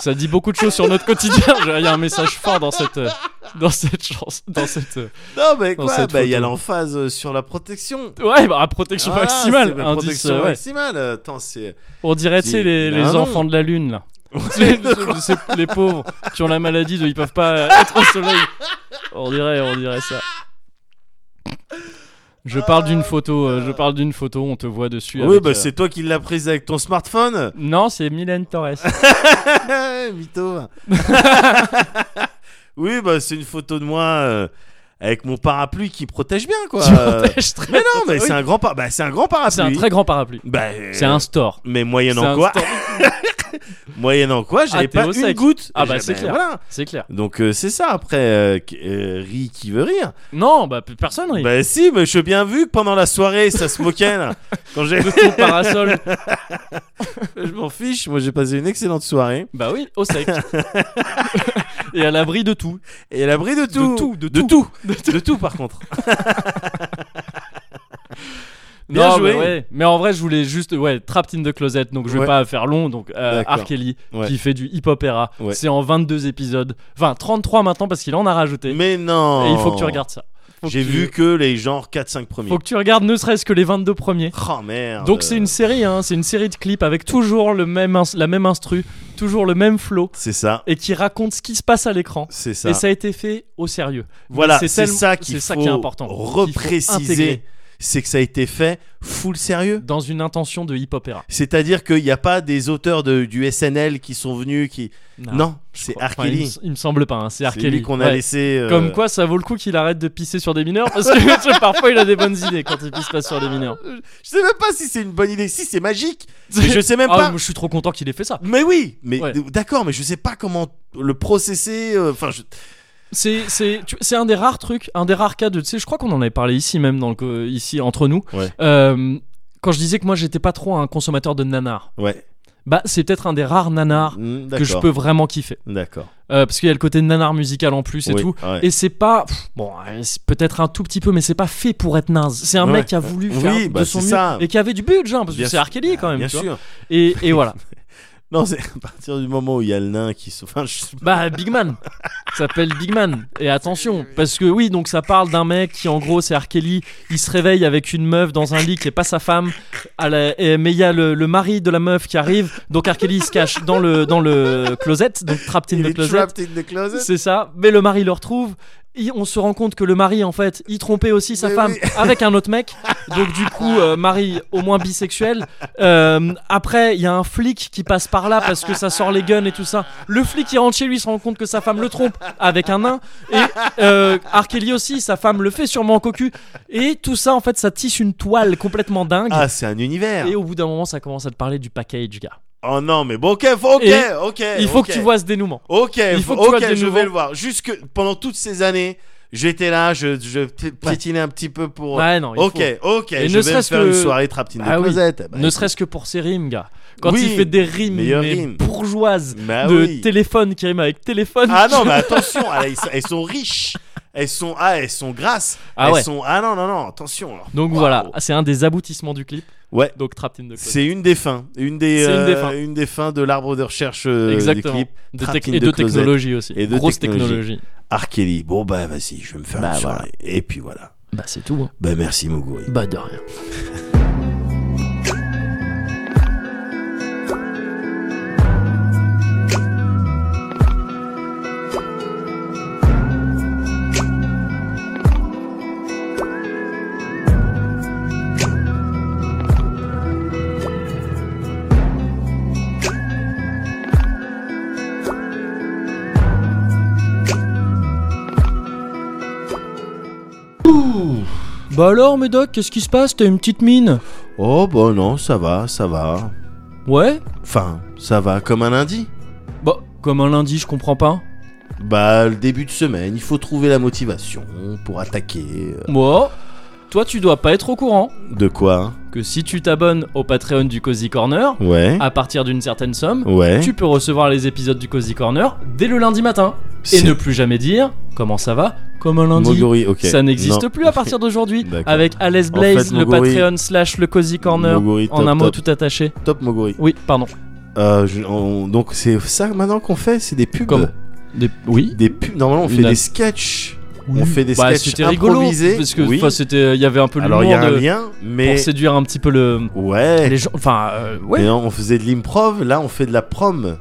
S1: Ça dit beaucoup de choses sur notre quotidien. Il y a un message fort dans cette, euh, dans cette chance. Dans cette, euh,
S2: Non, mais
S1: Dans
S2: quoi
S1: cette
S2: Bah, il y a
S1: photo.
S2: l'emphase euh, sur la protection.
S1: Ouais, bah, protection
S2: Voilà,
S1: maximale.
S2: Ah, c'est la
S1: indice,
S2: protection
S1: euh, ouais.
S2: maximale. Attends, c'est.
S1: On dirait, tu sais,
S2: Si.
S1: les,
S2: Ben
S1: les
S2: non.
S1: enfants de la Lune,
S2: (laughs)
S1: là. C'est- c'est- c'est les pauvres qui ont la maladie, de, ils peuvent pas être au soleil. On dirait, on dirait ça. Je parle d'une photo, euh, je parle d'une photo, on te voit dessus.
S2: Ah. oui,
S1: avec,
S2: bah,
S1: euh,
S2: c'est toi qui l'as prise avec
S1: (laughs)
S2: ton smartphone. (laughs)
S1: Non, c'est Mylène Torres.
S2: Ah. (laughs) Mytho. oui, bah, c'est une photo de moi euh, avec mon parapluie qui protège bien, quoi.
S1: Tu
S2: Euh,
S1: protèges très-
S2: Mais non,
S1: (laughs)
S2: mais
S1: Oui.
S2: c'est un grand, par- bah, c'est un grand parapluie.
S1: C'est un très grand parapluie.
S2: Bah,
S1: C'est un store. C'est
S2: Mais
S1: un
S2: moyennant quoi,
S1: store.
S2: (laughs) moyennant quoi, j'avais
S1: Ah, t'es
S2: pas
S1: au
S2: une
S1: sec.
S2: goutte.
S1: Ah, bah,
S2: J'ai-
S1: c'est clair.
S2: Voilà.
S1: C'est clair.
S2: Donc euh, c'est ça. Après, euh, qui- euh, rit qui veut rire.
S1: Non, bah personne rit.
S2: Bah si, mais je suis bien vu que pendant la soirée, ça se moquait. là. Quand j'ai, (laughs)
S1: Ton parasol.
S2: je m'en fiche. Moi, j'ai passé une excellente soirée.
S1: Bah oui, au
S2: (laughs)
S1: sec. Et à l'abri de tout.
S2: Et à l'abri de tout,
S1: tout, de
S2: de
S1: tout.
S2: tout, de tout, par contre. Bien
S1: Non,
S2: joué.
S1: Mais, ouais. Mais en vrai, je voulais juste. Ouais, Trapped in the Closet, donc je vais
S2: Ouais.
S1: pas faire long. Donc, euh,
S2: D'accord.
S1: R. Kelly,
S2: Ouais.
S1: qui fait du hip-opéra.
S2: Ouais.
S1: C'est en 22 épisodes. Enfin, 33 maintenant parce qu'il en a rajouté.
S2: Mais non.
S1: Et il faut que tu regardes ça. Faut que
S2: J'ai
S1: tu-
S2: vu que les genres 4-5 premiers.
S1: Faut que tu regardes ne serait-ce que les 22 premiers.
S2: Oh merde.
S1: Donc c'est une série, hein, c'est une série de clips avec toujours le même ins- la même instru, toujours le même flow,
S2: C'est ça.
S1: et qui raconte ce qui se passe à l'écran.
S2: C'est ça.
S1: Et ça a été fait au sérieux.
S2: Voilà,
S1: Mais
S2: c'est
S1: tellement-
S2: ça qu'il
S1: c'est ça
S2: faut
S1: qui est important. qu'il faut
S2: repréciser.
S1: intégrer
S2: C'est que ça a été fait full sérieux.
S1: dans une intention de hip-opéra.
S2: C'est-à-dire qu'il n'y a pas des auteurs de, du SNL qui sont venus qui. Non, c'est
S1: Enfin, il,
S2: Arkeli.
S1: me- il me semble pas, hein, c'est R.
S2: c'est
S1: Kelly.
S2: lui qu'on a
S1: Ouais.
S2: laissé. euh,
S1: Comme quoi, ça vaut le coup qu'il arrête de pisser sur des mineurs parce que (laughs) tu vois, parfois il a des bonnes idées quand il pisse pas sur des mineurs.
S2: Je sais même pas si c'est une bonne idée. Si c'est magique, mais je sais même
S1: Ah,
S2: pas.
S1: moi, je suis trop content qu'il ait fait ça.
S2: Mais oui, mais
S1: Ouais.
S2: d'accord, mais je sais pas comment le processer. euh, Enfin, je-
S1: C'est c'est tu- c'est un des rares trucs, un des rares cas de tu sais je crois qu'on en avait parlé ici même dans le co- ici entre nous.
S2: Ouais.
S1: Euh, quand je disais que moi j'étais pas trop un consommateur de nanars,
S2: ouais.
S1: bah c'est peut-être un des rares nanars
S2: Mm,
S1: que je
S2: d'accord,
S1: peux vraiment kiffer
S2: D'accord.
S1: Euh, parce qu'il y a le côté nanar musical en plus et
S2: Oui,
S1: tout.
S2: ouais.
S1: Et c'est pas pff, bon, euh, c'est peut-être un tout petit peu, mais c'est pas fait pour être naze. C'est un
S2: Ouais.
S1: mec qui a voulu
S2: Oui,
S1: faire
S2: bah,
S1: de son
S2: c'est
S1: mieux
S2: ça.
S1: et qui avait du budget, hein, parce que
S2: Bien
S1: c'est
S2: sûr.
S1: Arkeli quand même.
S2: Bien
S1: tu vois.
S2: sûr.
S1: Et, et voilà. (laughs)
S2: Non, c'est à partir du moment où il y a le nain qui se. Enfin, je-
S1: Bah, Big Man. Ça s'appelle Big Man. Et attention, parce que oui, donc ça parle d'un mec qui, en gros, c'est R. Kelly. Il se réveille avec une meuf dans un lit qui est pas sa femme. À la- et- mais il y a le, le mari de la meuf qui arrive. Donc R. Kelly il se cache dans le, dans le closet, donc trapped
S2: il
S1: in the
S2: est
S1: closet.
S2: trapped in the closet.
S1: C'est ça. Mais le mari le retrouve. Il- on se rend compte que le mari, en fait, il trompait aussi sa
S2: Mais
S1: femme
S2: oui.
S1: (laughs) avec un autre mec. Donc, du coup, euh, mari au moins bisexuel. Euh, après, il y a un flic qui passe par là parce que ça sort les guns et tout ça. Le flic, il rentre chez lui, il se rend compte que sa femme le trompe avec un nain. Et euh, Arkeli aussi, sa femme le fait sûrement en cocu. Et tout ça, en fait, ça tisse une toile complètement dingue.
S2: Ah, c'est un univers.
S1: et au bout d'un moment, ça commence à te parler du package, gars.
S2: Oh non, mais bon, ok, faut- ok,
S1: Et
S2: ok.
S1: Il faut
S2: Eh, ok.
S1: que tu vois ce dénouement.
S2: Ok,
S1: il faut que tu
S2: ok,
S1: vois des
S2: je
S1: nouveaux.
S2: vais le voir. Jusque pendant toutes ces années, j'étais là, je, je p- piétinais un petit peu pour.
S1: Ouais, non, il
S2: ok,
S1: faut-
S2: ok.
S1: Et
S2: je
S1: ne
S2: vais me
S1: serait-ce
S2: faire
S1: que-
S2: une soirée trapped in
S1: Bah
S2: the
S1: oui.
S2: closet. Bah,
S1: ne serait-ce que pour ses rimes, gars. Quand
S2: Oui,
S1: il fait des rimes,
S2: meilleures
S1: mais
S2: rimes.
S1: bourgeoises
S2: Bah
S1: de
S2: oui.
S1: téléphone qui rime avec téléphone.
S2: Ah non, mais attention, elles, sont- elles sont riches. Elles sont ah, elles sont grasses.
S1: (laughs) Ah
S2: elles
S1: ouais.
S2: sont ah non non non, attention. alors.
S1: Donc
S2: Waouh.
S1: voilà, c'est un des aboutissements du clip.
S2: Ouais.
S1: Donc Trapped in the Closet.
S2: C'est une des fins, une des,
S1: C'est une des
S2: euh,
S1: fins.
S2: une des fins de l'arbre de recherche euh,
S1: Exactement.
S2: du clip.
S1: De
S2: Trapped
S1: tec-
S2: in
S1: et
S2: the
S1: de
S2: Closet.
S1: technologie aussi.
S2: Et de
S1: Grosse
S2: technologie.
S1: technologie.
S2: Arkeli. Bon bah vas-y, je vais me faire
S1: Bah,
S2: une soirée. Et puis voilà.
S1: Bah c'est tout. hein.
S2: Bah merci Muguri.
S1: Bah de rien. Bah alors, Médoc, qu'est-ce qui se passe T'as une petite mine
S2: Oh bah non, ça va, ça va.
S1: Ouais
S2: Enfin, ça va comme un lundi.
S1: Bah, comme un lundi, je comprends pas.
S2: Bah, le début de semaine, il faut trouver la motivation pour attaquer. euh,
S1: Moi Toi, tu dois pas être au courant
S2: De quoi hein.
S1: que si tu t'abonnes au Patreon du Cozy Corner,
S2: Ouais.
S1: à partir d'une certaine somme,
S2: Ouais.
S1: tu peux recevoir les épisodes du Cozy Corner dès le lundi matin. Et
S2: C'est-
S1: ne plus jamais dire comment ça va, comme un lundi.
S2: Moguri, ok.
S1: Ça n'existe
S2: Non.
S1: plus à
S2: (laughs)
S1: partir d'aujourd'hui.
S2: D'accord.
S1: Avec Alice
S2: En
S1: Blaze,
S2: fait,
S1: le
S2: Moguri-
S1: Patreon slash le Cozy Corner.
S2: Moguri,
S1: en
S2: top,
S1: un mot
S2: top.
S1: tout attaché.
S2: Top Moguri.
S1: Oui, pardon.
S2: Euh, je- on- donc c'est ça maintenant qu'on fait, c'est des pubs.
S1: Comme- Des- Oui.
S2: Des pubs. Normalement, on fait
S1: Une-
S2: des sketchs. On fait des
S1: Bah,
S2: sketchs
S1: c'était rigolo.
S2: improvisés.
S1: Parce que
S2: Oui.
S1: enfin, c'était, il y avait un peu l'humour
S2: Alors il y a un
S1: de-
S2: lien, mais
S1: pour séduire un petit peu le
S2: ouais.
S1: les gens. Enfin, euh, ouais.
S2: Mais non, on faisait de l'improv, là on fait de la prom.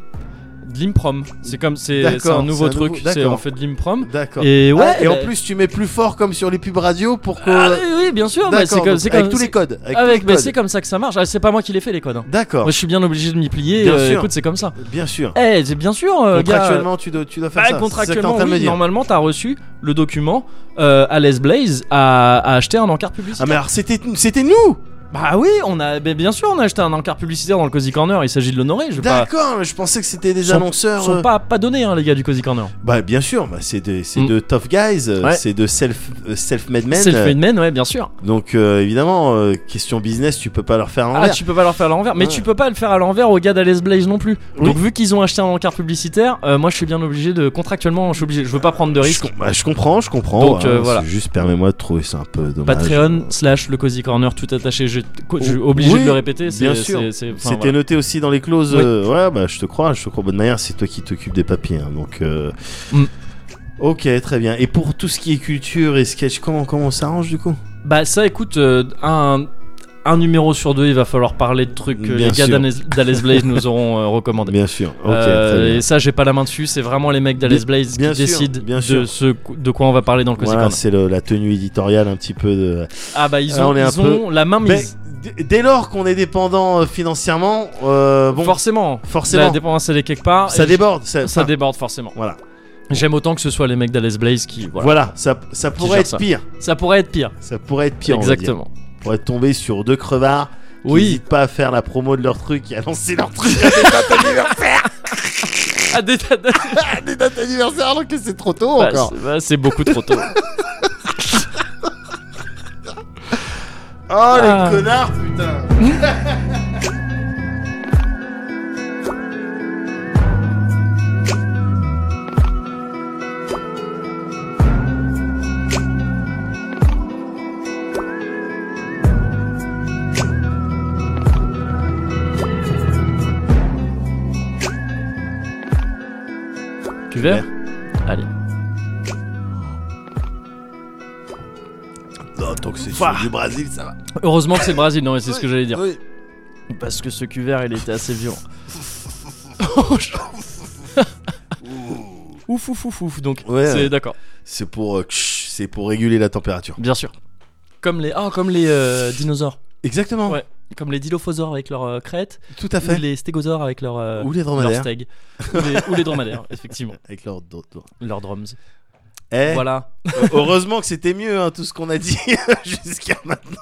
S1: de l'improm. C'est comme c'est
S2: D'accord,
S1: c'est un nouveau
S2: c'est un nouveau-
S1: truc. C'est
S2: d'accord.
S1: on fait de l'improm.
S2: D'accord.
S1: Et ouais.
S2: Ah, et en
S1: bah-
S2: plus, tu mets plus fort comme sur les pubs radio pour que.
S1: Ah, oui, oui, bien sûr. bah,
S2: D'accord,
S1: c'est comme,
S2: donc
S1: c'est
S2: avec
S1: comme-
S2: tous les
S1: c'est-
S2: codes.
S1: avec-
S2: Avec, tous les
S1: bah,
S2: codes.
S1: c'est comme ça que ça marche. Ah, c'est pas moi qui l'ai fait les codes. hein.
S2: D'accord.
S1: Moi, je suis bien obligé de m'y plier.
S2: Bien
S1: euh,
S2: sûr.
S1: écoute, c'est comme ça.
S2: Bien sûr.
S1: Eh, c'est bien sûr, euh, gars.
S2: Contractuellement, tu, dois, tu dois faire
S1: Bah,
S2: ça. C'est ça que t'es en
S1: contractuellement,
S2: train de me
S1: oui,
S2: dire.
S1: normalement, t'as reçu le document. Euh, Alice Blaze a, a acheté un encart publicitaire.
S2: Ah, mais alors, c'était c'était nous
S1: Bah oui, on a, ben, bien sûr, on a acheté un encart publicitaire dans le Cozy Corner. Il s'agit de l'honorer. Je vais pas.
S2: D'accord, mais je pensais que c'était des
S1: Bah, Sont-
S2: annonceurs.
S1: sont
S2: euh,
S1: pas pas donnés, hein, les gars du Cozy Corner.
S2: Bah, bien sûr, bah, c'est de, c'est
S1: Mm.
S2: de tough guys, euh,
S1: Ouais.
S2: c'est de self, euh, self-made men.
S1: C'est le fait de men, ouais, bien sûr.
S2: Donc, euh, évidemment, euh, question business, tu peux pas leur faire
S1: Ah,
S2: l'envers.
S1: tu peux pas leur faire à l'envers, mais
S2: Ouais.
S1: tu peux pas le faire à l'envers aux gars d'Alice Blaze non plus.
S2: Oui.
S1: Donc vu qu'ils ont acheté un encart publicitaire, euh, moi je suis bien obligé de contractuellement, je suis obligé, je veux pas prendre de
S2: je,
S1: risque.
S2: com- bah, je comprends, je comprends.
S1: Donc,
S2: hein,
S1: euh,
S2: c'est
S1: voilà.
S2: Juste, permets-moi de trouver ça un peu dommage.
S1: Bah, Patreon slash le Cozy Corner tout attaché, je, co- je suis obligé
S2: Oui,
S1: de le répéter. c'est-
S2: bien sûr.
S1: c'est- c'est- enfin,
S2: C'était
S1: voilà.
S2: noté aussi dans les clauses.
S1: Oui.
S2: euh, ouais, bah je te crois, je te crois. Bonne manière, c'est toi qui t'occupes des papiers. hein, donc. euh,
S1: Mm.
S2: Ok, très bien. Et pour tout ce qui est culture et sketch, comment, comment on s'arrange du coup
S1: Bah ça écoute, euh, un, un numéro sur deux, il va falloir parler de trucs que
S2: Bien
S1: les gars
S2: sûr.
S1: d'Alice d'Alice Blaze
S2: (laughs)
S1: nous auront euh, recommandé.
S2: Bien sûr. Ok,
S1: Euh,
S2: très bien.
S1: et ça j'ai pas la main dessus, c'est vraiment les mecs d'Alice
S2: Bien-
S1: Blaze
S2: bien
S1: qui
S2: sûr,
S1: décident
S2: bien
S1: de,
S2: sûr.
S1: ce, de quoi on va parler dans le Cozy
S2: Voilà,
S1: Corner.
S2: c'est le- la tenue éditoriale un petit peu de.
S1: Ah bah ils
S2: Là,
S1: ont,
S2: on est un
S1: ils ont la main
S2: Mais
S1: mise.
S2: d- dès lors qu'on est dépendant euh, financièrement, euh, bon,
S1: Forcément.
S2: forcément,
S1: La dépendance elle est quelque part.
S2: ça
S1: Et
S2: déborde. Ça,
S1: je- Ça
S2: enfin,
S1: déborde forcément.
S2: Voilà.
S1: J'aime autant que ce soit les mecs d'Alice Blaze qui.
S2: Voilà.
S1: Voilà.
S2: ça, ça pourrait
S1: gère
S2: être
S1: ça.
S2: pire.
S1: Ça pourrait être pire.
S2: Ça pourrait être pire. on va dire.
S1: Exactement.
S2: On pourrait tomber sur deux crevards qui
S1: Oui.
S2: n'hésitent pas à faire la promo de leur truc et à lancer leur truc
S1: Ah, des- des-
S2: à des (laughs) dates anniversaires alors que c'est trop tôt
S1: bah,
S2: encore.
S1: c'est- bah, c'est beaucoup trop
S2: (laughs)
S1: tôt.
S2: Oh les
S1: Ah.
S2: connards, putain.
S1: tu verras Allez.
S2: Non, tant que c'est
S1: Ouah.
S2: sur du Brésil, ça va.
S1: Heureusement que c'est le Brésil, non, mais c'est ce que j'allais dire.
S2: Oui.
S1: Parce que ce cuvert, il était assez
S2: (laughs)
S1: violent. (laughs) ouf, ouf, ouf, ouf. Donc,
S2: Ouais,
S1: c'est
S2: ouais.
S1: d'accord.
S2: C'est pour, euh, ksh, c'est pour réguler la température.
S1: Bien sûr. Comme les, ah, comme les euh, dinosaures.
S2: Exactement.
S1: Ouais. Comme les dilophosaures avec leur euh, crête.
S2: Tout à
S1: Ou
S2: Ah, fait.
S1: les stégosaures avec leur, euh,
S2: Ou les
S1: leur
S2: dromadaires.
S1: steg. ou, les, ou les
S2: (laughs)
S1: dromadaires, effectivement.
S2: Avec leur dos. dos.
S1: Leurs drums.
S2: Eh,
S1: Voilà.
S2: heureusement que c'était mieux hein, tout ce qu'on a dit (laughs) jusqu'à maintenant.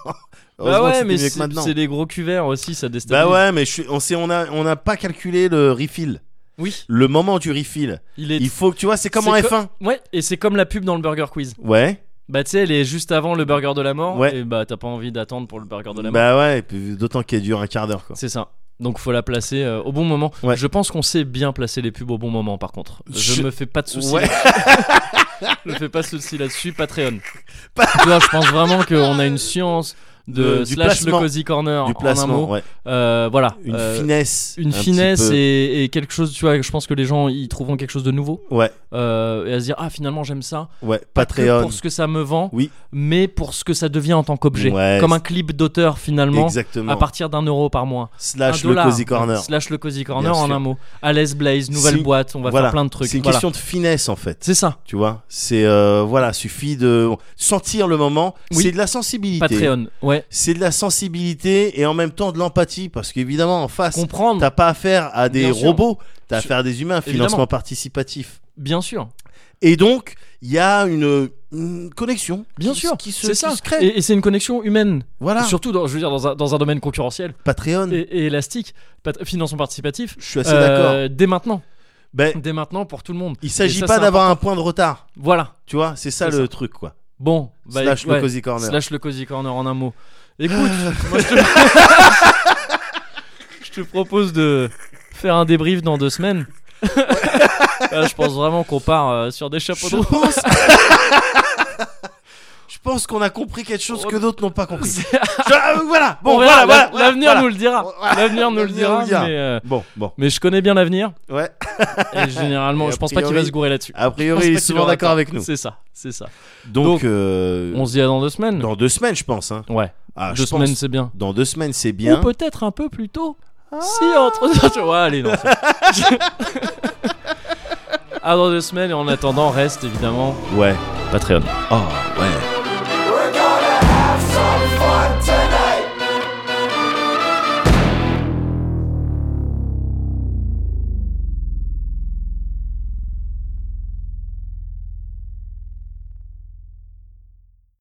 S2: Heureusement que c'était mieux que
S1: Bah c'est
S2: maintenant.
S1: c'est des gros cuverts aussi, ça déstabilise.
S2: Bah ouais, mais je suis- on sait, on a, on n'a pas calculé le refill,
S1: Oui,
S2: le moment du refill.
S1: il est.
S2: Il faut que tu vois, c'est comme
S1: C'est
S2: en
S1: co-
S2: F1.
S1: Ouais, et c'est comme la pub dans le Burger Quiz.
S2: Ouais.
S1: Bah tu sais, elle est juste avant le burger de la mort.
S2: Ouais.
S1: Et bah t'as pas envie d'attendre pour le burger de la mort.
S2: Bah ouais, et puis d'autant qu'elle dure un quart d'heure quoi.
S1: C'est ça. Donc faut la placer euh, au bon moment.
S2: Ouais.
S1: Je pense qu'on sait bien placer les pubs au bon moment par contre. Je,
S2: Je-
S1: me fais pas de soucis.
S2: Ouais.
S1: là- (laughs) je me fais pas de soucis là-dessus. Patreon. Tu vois, je pense vraiment qu'on a une science de
S2: De- du
S1: slash
S2: placement.
S1: le cozy corner
S2: Du
S1: en un
S2: placement,
S1: mot.
S2: ouais.
S1: Euh, voilà.
S2: Une
S1: Euh,
S2: finesse. un
S1: une
S2: petit
S1: finesse
S2: peu.
S1: et, et quelque chose, tu vois, je pense que les gens ils trouveront quelque chose de nouveau
S2: Ouais,
S1: euh, et à se dire ah finalement j'aime ça.
S2: ouais.
S1: Pas que
S2: Patreon.
S1: pour ce que ça me vend,
S2: Oui.
S1: mais pour ce que ça devient en tant qu'objet,
S2: Ouais.
S1: comme un clip d'auteur finalement.
S2: Exactement.
S1: À partir d'un euro par mois.
S2: Slash
S1: Un
S2: le
S1: dollar.
S2: cozy corner.
S1: Slash le cozy corner
S2: Bien
S1: en
S2: sûr.
S1: un mot. Alice Blaze, nouvelle
S2: C'est-
S1: boîte, on va
S2: voilà.
S1: faire plein de trucs.
S2: C'est une
S1: Voilà.
S2: question de finesse en fait.
S1: C'est ça,
S2: Tu vois, c'est euh, voilà, suffit de sentir le moment.
S1: Oui.
S2: C'est de la sensibilité.
S1: Patreon. Ouais.
S2: C'est de la sensibilité et en même temps de l'empathie parce qu'évidemment en face,
S1: Comprendre,
S2: t'as pas affaire à des
S1: Bien sûr.
S2: robots, t'as
S1: Su-
S2: affaire à des humains.
S1: Évidemment.
S2: Financement participatif.
S1: bien sûr.
S2: Et donc, il y a une, une connexion.
S1: Bien
S2: qui-
S1: sûr.
S2: qui se,
S1: C'est
S2: qui
S1: ça.
S2: se crée.
S1: Et, et c'est une connexion humaine.
S2: Voilà,
S1: Surtout, dans, je veux dire, dans un, dans un domaine concurrentiel
S2: Patreon.
S1: et, et élastique. Pat- Financement participatif.
S2: Je suis assez
S1: Euh,
S2: Mm. d'accord.
S1: Dès maintenant.
S2: Ben,
S1: Dès maintenant pour tout le monde.
S2: il
S1: et
S2: s'agit
S1: ça,
S2: pas
S1: c'est
S2: d'avoir un point de retard.
S1: Voilà.
S2: Tu vois, c'est ça
S1: C'est
S2: le truc quoi.
S1: Bon. bah,
S2: slash
S1: ouais.
S2: le cozy corner.
S1: Slash le cozy corner en un mot.
S2: (laughs)
S1: Écoute, moi, je, te... (laughs) je te propose de faire un débrief dans deux
S2: (laughs)
S1: semaines. Là, je pense vraiment qu'on part euh, sur des chapeaux de
S2: Je
S1: roue. (laughs)
S2: pense. (laughs) Je pense qu'on a compris quelque chose que d'autres n'ont pas compris. Je- euh, voilà.
S1: (laughs)
S2: Bon,
S1: On verra,
S2: voilà, voilà.
S1: l'a- L'avenir
S2: voilà.
S1: nous le dira.
S2: Voilà.
S1: L'avenir nous le
S2: L'avenir nous
S1: dira.
S2: le dira.
S1: Mais, euh,
S2: Bon, bon.
S1: mais je connais bien l'avenir.
S2: Ouais. (laughs)
S1: Et généralement,
S2: Et
S1: je
S2: a
S1: pense pas qu'il va
S2: priori-
S1: se gourer là-dessus.
S2: A
S1: Je pense
S2: priori,
S1: pas
S2: il
S1: qu'il
S2: est souvent
S1: aura
S2: d'accord
S1: tort.
S2: avec nous.
S1: C'est ça, c'est ça.
S2: Donc, euh,
S1: On se dit à dans deux semaines.
S2: dans deux semaines, je pense. hein.
S1: Ouais,
S2: Ah, je
S1: deux
S2: pense.
S1: semaines c'est bien.
S2: Dans deux semaines, c'est bien.
S1: Ou peut-être un peu plus tôt. Si entre deux, (laughs) tu vois, allez, non. c'est- (laughs) à dans deux semaines et en attendant, reste évidemment
S2: Ouais.
S1: Patreon.
S2: Oh, ouais.